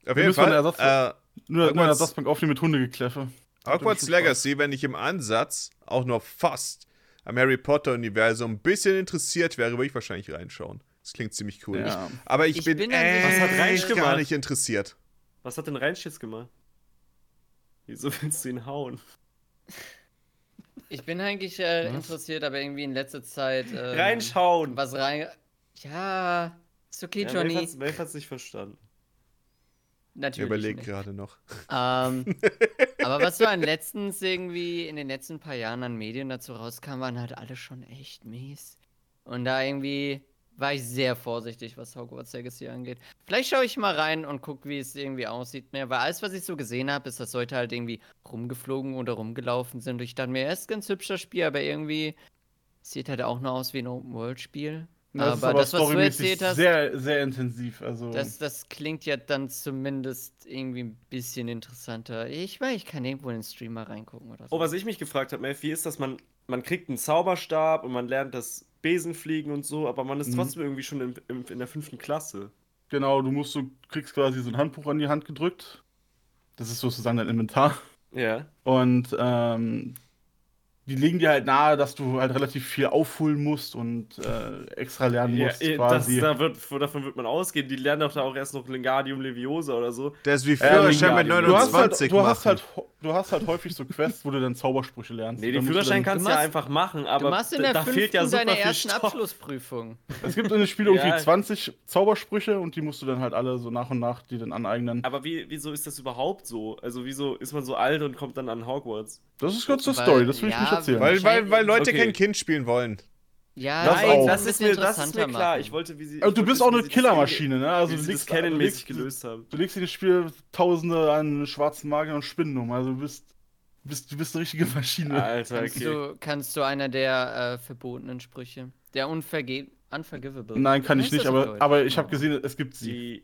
A: Auf
D: Wir
A: jeden
D: müssen mal
A: Fall.
D: einen Ersatz-
A: äh,
D: Nur in
A: Irgendwas-
D: der Satzbank aufnehmen mit Hundegekläffe.
A: Hogwarts
D: Hat er mich
A: Legacy, wenn ich im Ansatz auch nur fast am Harry Potter-Universum ein bisschen interessiert wäre, würde ich wahrscheinlich reinschauen. Das klingt ziemlich cool.
D: Ja.
A: Aber ich,
C: Ich
A: bin,
C: bin an sich-
B: Was hat
A: echt
B: Reinsch
A: gar
B: gemacht?
A: nicht interessiert.
B: Was hat denn Reinschitz gemacht? Wieso willst du ihn hauen?
C: Ich bin eigentlich äh,
D: Was?
C: interessiert, aber irgendwie in letzter Zeit. ähm,
B: Reinschauen!
C: Was rein. Ja. Ist okay,
B: ja, Melf
C: Johnny.
B: hat's- Melf hat's nicht verstanden.
A: Ich
C: Natürlich.
A: überlege
C: nicht.
A: gerade noch.
C: Ähm, aber was so an letztens irgendwie in den letzten paar Jahren an Medien dazu rauskam, waren halt alle schon echt mies. Und da irgendwie war ich sehr vorsichtig, was Hogwarts Legacy angeht. Vielleicht schaue ich mal rein und gucke, wie es irgendwie aussieht. Ne? Weil alles, was ich so gesehen habe, ist, dass Leute halt irgendwie rumgeflogen oder rumgelaufen sind. Und ich dachte mir, ja, ist ein ganz hübsches Spiel, aber irgendwie sieht halt auch nur aus wie ein Open-World-Spiel.
D: Das ist
C: aber das, was du
D: storymäßig
C: erzählt hast,
D: Sehr, sehr intensiv. Also,
B: Hm.
C: das, das klingt ja dann zumindest irgendwie ein bisschen interessanter. Ich meine, ich kann irgendwo in den Streamer reingucken oder so.
B: Oh, was ich mich gefragt habe, Melf, wie ist das? Man, man kriegt einen Zauberstab und man lernt das Besenfliegen und so, aber man ist
D: Mhm.
B: trotzdem irgendwie schon in, in, in der fünften Klasse.
D: genau, du musst, du kriegst quasi so ein Handbuch an die Hand gedrückt. Das ist sozusagen dein Inventar.
B: Ja.
D: Und ähm, die legen dir halt nahe, dass du halt relativ viel aufholen musst und äh, extra lernen
B: ja
D: musst.
B: eh, das,
D: quasi.
B: da wird, davon wird man ausgehen. Die lernen doch da auch erst noch Lingardium Leviosa oder so.
A: Das ist wie
D: Äh,
A: Führerschein mit
B: Lingardium.
D: du hast, halt,
A: 29
D: du, hast
A: machen.
D: halt, du hast halt häufig so Quests, wo du dann Zaubersprüche lernst.
B: Nee, den
D: Da musst du
B: Führerschein
D: dann-
B: kannst du
C: Du
B: ja
C: machst-
B: einfach machen,
C: du
B: aber
C: machst in
B: d-
C: der
B: da fehlt ja super
C: deine
B: viel
C: ersten
B: Stoff.
C: Abschlussprüfung.
D: Es gibt in den Spielen irgendwie
B: Ja.
D: 20 Zaubersprüche und die musst du dann halt alle so nach und nach die dann aneignen.
B: Aber wie, wieso ist das überhaupt so? Also wieso ist man so alt und kommt dann an Hogwarts?
D: Das ist kurz zur
C: Weil-
D: Story, das will ich
C: ja,
D: nicht erzählen.
A: Weil, weil, weil Leute
B: Okay.
A: kein Kind spielen wollen.
C: Ja,
D: Das auch.
C: ein
B: das ist
C: bisschen
B: mir, das ist mir
C: interessanter
B: klar.
C: machen.
B: Ich wollte, wie sie. ich
D: Aber Äh, du
B: wollte
D: bist auch
B: wissen,
D: eine
B: wie sie das
D: Killermaschine, ne?
B: Also
D: Also
B: wie
D: du
B: sie das
D: legst,
B: kennenmäßig
D: du legst-
B: gelöst haben.
D: du legst in das Spiel Tausende an schwarzen Magiern und Spinnen um. Also du bist, bist, du bist eine richtige Maschine.
B: Alter,
C: kannst,
B: okay.
C: du, kannst du einer der äh, verbotenen Sprüche, der unverge unforgivable.
D: Nein, kann ich
C: Heißt das
D: nicht,
C: auf
D: aber,
C: Deutsch?
D: aber ich habe
C: Oh.
D: gesehen, es gibt sie.
B: Die.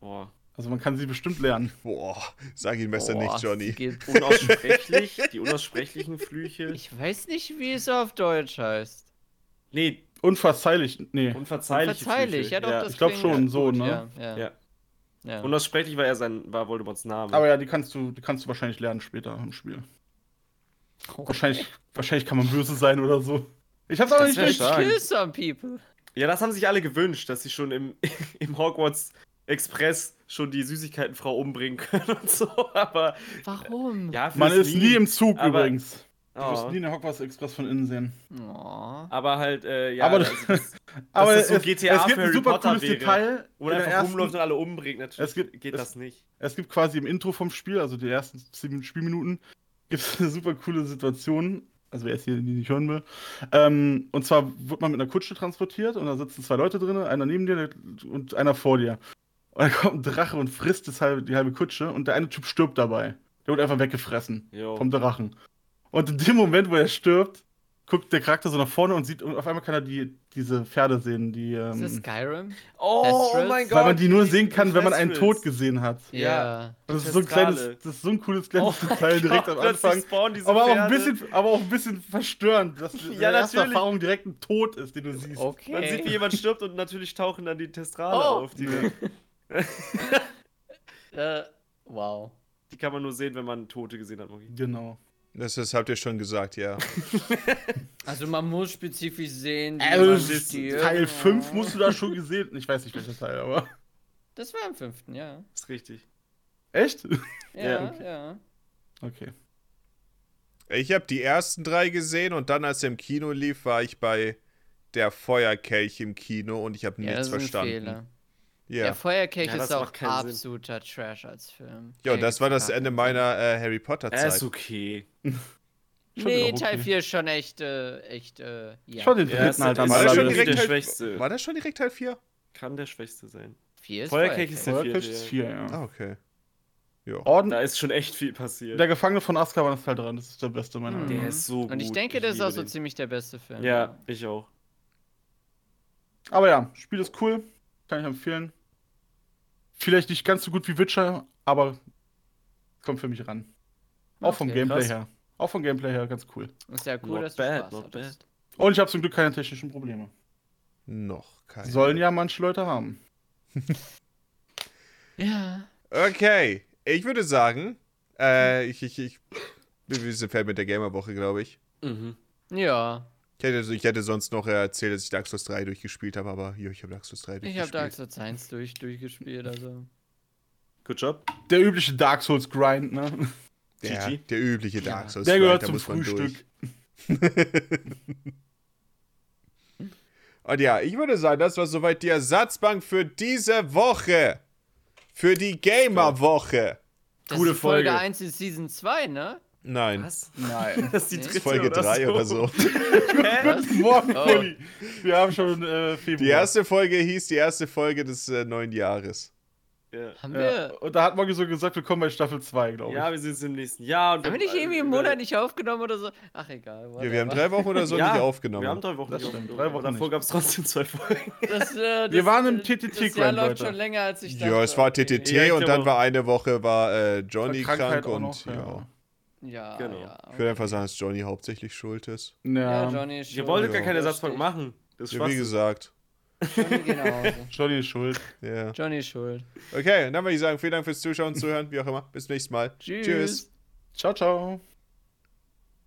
B: Boah.
D: Also man kann sie bestimmt lernen.
A: Boah, sag ihm besser
C: Boah,
A: nicht,
C: es
A: Johnny.
C: gibt-
B: Unaussprechlich, die unaussprechlichen Flüche.
C: Ich weiß nicht, wie es auf Deutsch heißt.
B: Nee,
D: Unverzeihlich, nee.
B: unverzeihliche
C: Verzeihlich,
B: Flüche.
C: ja doch,
B: ja.
C: das
D: ich glaub
C: klingt
D: schon, so,
C: gut,
D: ne?
C: Ja, ja.
B: Ja.
C: ja.
B: Unaussprechlich war ja sein, war Voldemorts Name.
D: Aber ja, die kannst du, die kannst du wahrscheinlich lernen später im Spiel.
C: Oh,
D: Wahrscheinlich, wahrscheinlich kann man böse sein oder so. Ich hab's aber
B: Das
D: nicht
B: wär
D: durch.
B: stark.
C: Kill some people.
B: Ja, das haben sich alle gewünscht, dass sie schon im, im Hogwarts Express schon die Süßigkeitenfrau umbringen können und so, aber
C: Warum?
B: ja, fürs
D: Man ist nie im Zug
B: aber-
D: übrigens. Du wirst
B: Oh.
D: nie den Hogwarts Express von innen sehen.
C: Oh.
B: Aber halt, äh, ja,
D: Aber-
B: also das,
D: Aber
B: das so
D: es,
B: GTA
D: es gibt
B: für
D: ein
B: Harry
D: super
B: Potter
D: cooles
B: wäre.
D: Detail.
B: wo man
D: in der
B: einfach
D: ersten-
B: rumläuft und alle umbringt, natürlich
D: Es gibt-
B: geht
D: es-
B: das nicht.
D: Es gibt quasi im Intro vom Spiel, also die ersten sieben Spielminuten, gibt es eine super coole Situation. Also wer es hier nicht hören will. Ähm, und zwar wird man mit einer Kutsche transportiert und da sitzen zwei Leute drin, einer neben dir und einer vor dir. Und dann kommt ein Drache und frisst das halbe, die halbe Kutsche und der eine Typ stirbt dabei. Der wird einfach weggefressen
B: Jo.
D: vom Drachen. Und in dem Moment, wo er stirbt, guckt der Charakter so nach vorne und sieht, und auf einmal kann er die, diese Pferde sehen, die.
C: Ist das
D: Ähm,
C: Skyrim?
B: Oh, oh
C: Astrals?
B: mein Gott.
D: weil man die nur sehen kann, wenn man einen
B: Astrals.
D: Tod gesehen hat.
B: Ja.
D: Und das ist so ein
B: Zentrale.
D: kleines, das ist so ein cooles
B: Oh
D: kleines
B: mein
D: Detail direkt
B: Gott,
D: am
B: plötzlich
D: Anfang.
B: spawnen diese
D: Aber auch, ein
B: Pferde.
D: bisschen, aber auch ein bisschen verstörend, dass die
B: Ja,
D: erste
B: natürlich.
D: Erfahrung direkt ein Tod ist, den du siehst.
C: Okay.
B: Man sieht, wie jemand stirbt und natürlich tauchen dann die Testrale
C: Oh.
B: auf. Die,
C: äh, wow.
B: die kann man nur sehen, wenn man Tote gesehen hat, Mogi.
D: Genau.
A: Das, das habt ihr schon gesagt, ja.
C: Also man muss spezifisch sehen,
B: Äh,
C: wie
D: Also,
C: man
D: das ist-
C: stirbt.
D: Teil 5 musst du da schon gesehen. Ich weiß nicht welcher Teil, aber.
C: Das war im fünften, ja.
B: Ist richtig.
D: Echt?
C: Ja,
B: Ja,
C: ja.
D: Okay.
A: Ich habe die ersten drei gesehen und dann, als er im Kino lief, war ich bei der Feuerkelch im Kino und ich habe
C: Ja,
A: nichts
C: das ist ein
A: verstanden.
C: Fehler.
A: Ja.
C: Der Feuerkelch
B: Ja, das
C: ist auch
B: macht keinen Sinn.
C: absoluter Trash als Film.
A: ja,
C: Der
A: und das war das
C: gibt's
A: Ende
C: gar
A: meiner äh, Harry
B: Er ist
A: Potter-Zeit.
B: okay.
C: nicht.
D: Schon
C: Nee,
D: auch
C: Teil
D: okay.
C: 4 ist schon echt, äh, echt, äh, ja.
D: Schon den
B: Ja,
D: dritten
B: es
D: halt
B: ist- es
D: am
A: War das,
B: ist Aber
A: schon
B: das ist
D: Ende.
A: direkt
B: der
A: Teil,
B: Schwächste.
A: war das schon direkt Teil 4?
B: Kann der Schwächste sein.
C: 4 ist
B: Feuerkelch ist der
D: Feuerkelch
B: vierte,
D: ist
B: ja.
D: vier, ja.
B: Oh.
A: Ah, okay. Ja.
D: Orden,
B: Da ist schon echt viel passiert.
D: der Gefangene von Azkaban ist Teil dran. Das ist der beste meiner
C: Mhm.
D: Meinung
B: Der
D: nach.
B: ist so
C: Und ich
B: gut,
C: denke, das ist
B: liebe
C: auch so
B: den.
C: ziemlich der beste Film.
B: Ja, ich auch.
D: Aber ja, Spiel ist cool. Kann ich empfehlen. Vielleicht nicht ganz so gut wie Witcher, aber kommt für mich ran. Auch vom
C: Okay,
D: Gameplay
B: krass.
D: her. Auch vom Gameplay her ganz cool.
C: Ist ja cool,
B: Not
C: dass du
B: bad,
C: Spaß
B: not
C: hattest.
D: Und ich habe zum Glück keine technischen Probleme.
A: Noch kein.
D: Sollen ja manche Leute haben.
C: Ja.
A: Okay, ich würde sagen, äh, ich, ich, ich, wir sind fertig mit der Gamerwoche, glaube ich.
B: Mhm.
C: Ja,
A: Ich hätte, ich hätte sonst noch erzählt, dass ich Dark Souls 3 durchgespielt habe, aber jo, ich habe Dark Souls 3
C: ich habe
A: durchgespielt.
C: Dark Souls 1 durch, durchgespielt, also.
B: Good job.
D: Der übliche Dark Souls Grind, ne?
A: der,
B: GG.
A: der übliche
C: Ja.
A: Dark Souls
D: Der
A: 3,
D: gehört
A: da
D: zum
A: muss man durch.
D: Frühstück.
A: Und ja, ich würde sagen, das war soweit die Ersatzbank für diese Woche. Für die Gamerwoche.
C: Das
B: Gute
C: ist Folge.
B: Folge.
C: 1 ist Season 2, ne?
A: Nein,
B: Was?
D: Nein.
B: Das ist die
C: Nee.
B: dritte
A: Folge
B: oder
A: 3
B: so.
A: oder so.
D: Guten Morgen,
C: Oh.
D: Pulli. Wir haben schon äh, Februar.
A: Die erste Folge hieß die erste Folge des äh, neuen Jahres.
B: Ja.
C: Haben
D: Ja.
C: wir.
D: Und da hat man so gesagt, wir kommen bei Staffel 2, glaube ich.
B: ja, wir sind jetzt im nächsten Jahr. Und
C: Haben wir nicht irgendwie
B: Äh,
C: im Monat nicht aufgenommen oder so? Ach, egal.
A: Ja, wir haben
C: whatever.
A: drei Wochen oder so
B: Ja,
A: nicht
B: Wir haben
A: aufgenommen.
B: drei Wochen.
D: Das
B: nicht
D: stimmt,
B: aufgenommen.
D: drei Wochen
B: Davor
D: nicht.
B: gab es trotzdem zwei Folgen.
C: Das, äh, das,
D: Wir waren im
C: äh, Das
D: TTT
C: Jahr
D: Grind,
C: läuft
D: Leute.
C: schon länger, als ich dachte.
A: Ja, es war
C: Okay.
A: TTT
B: Ja, ich
A: und dann
B: glaube-
A: war eine Woche war äh, Johnny
D: Krankheit
A: krank
D: auch
A: und
D: noch,
A: ja.
D: ja.
C: Ja,
B: Genau.
C: ja.
A: Ich würde einfach sagen, dass Johnny hauptsächlich schuld ist.
C: Ja,
D: Ja,
C: Johnny ist
B: Ihr
C: schuld.
B: wolltet
A: Ja.
B: gar keine Ersatzfolge
C: Richtig.
B: machen. Das ist
A: Ja, wie
B: Schwachsinn.
A: gesagt.
C: Johnny genauso.
D: Johnny ist schuld.
A: Ja.
C: Johnny ist schuld.
A: Okay, dann würde ich sagen, vielen Dank fürs Zuschauen, Zuhören, wie auch immer. Bis zum nächsten Mal.
C: Tschüss.
D: Ciao, ciao.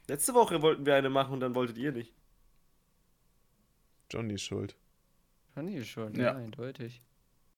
B: Letzte Woche wollten wir eine machen und dann wolltet ihr nicht.
A: Johnny ist schuld.
C: Johnny ist schuld,
D: Ja.
C: ja eindeutig.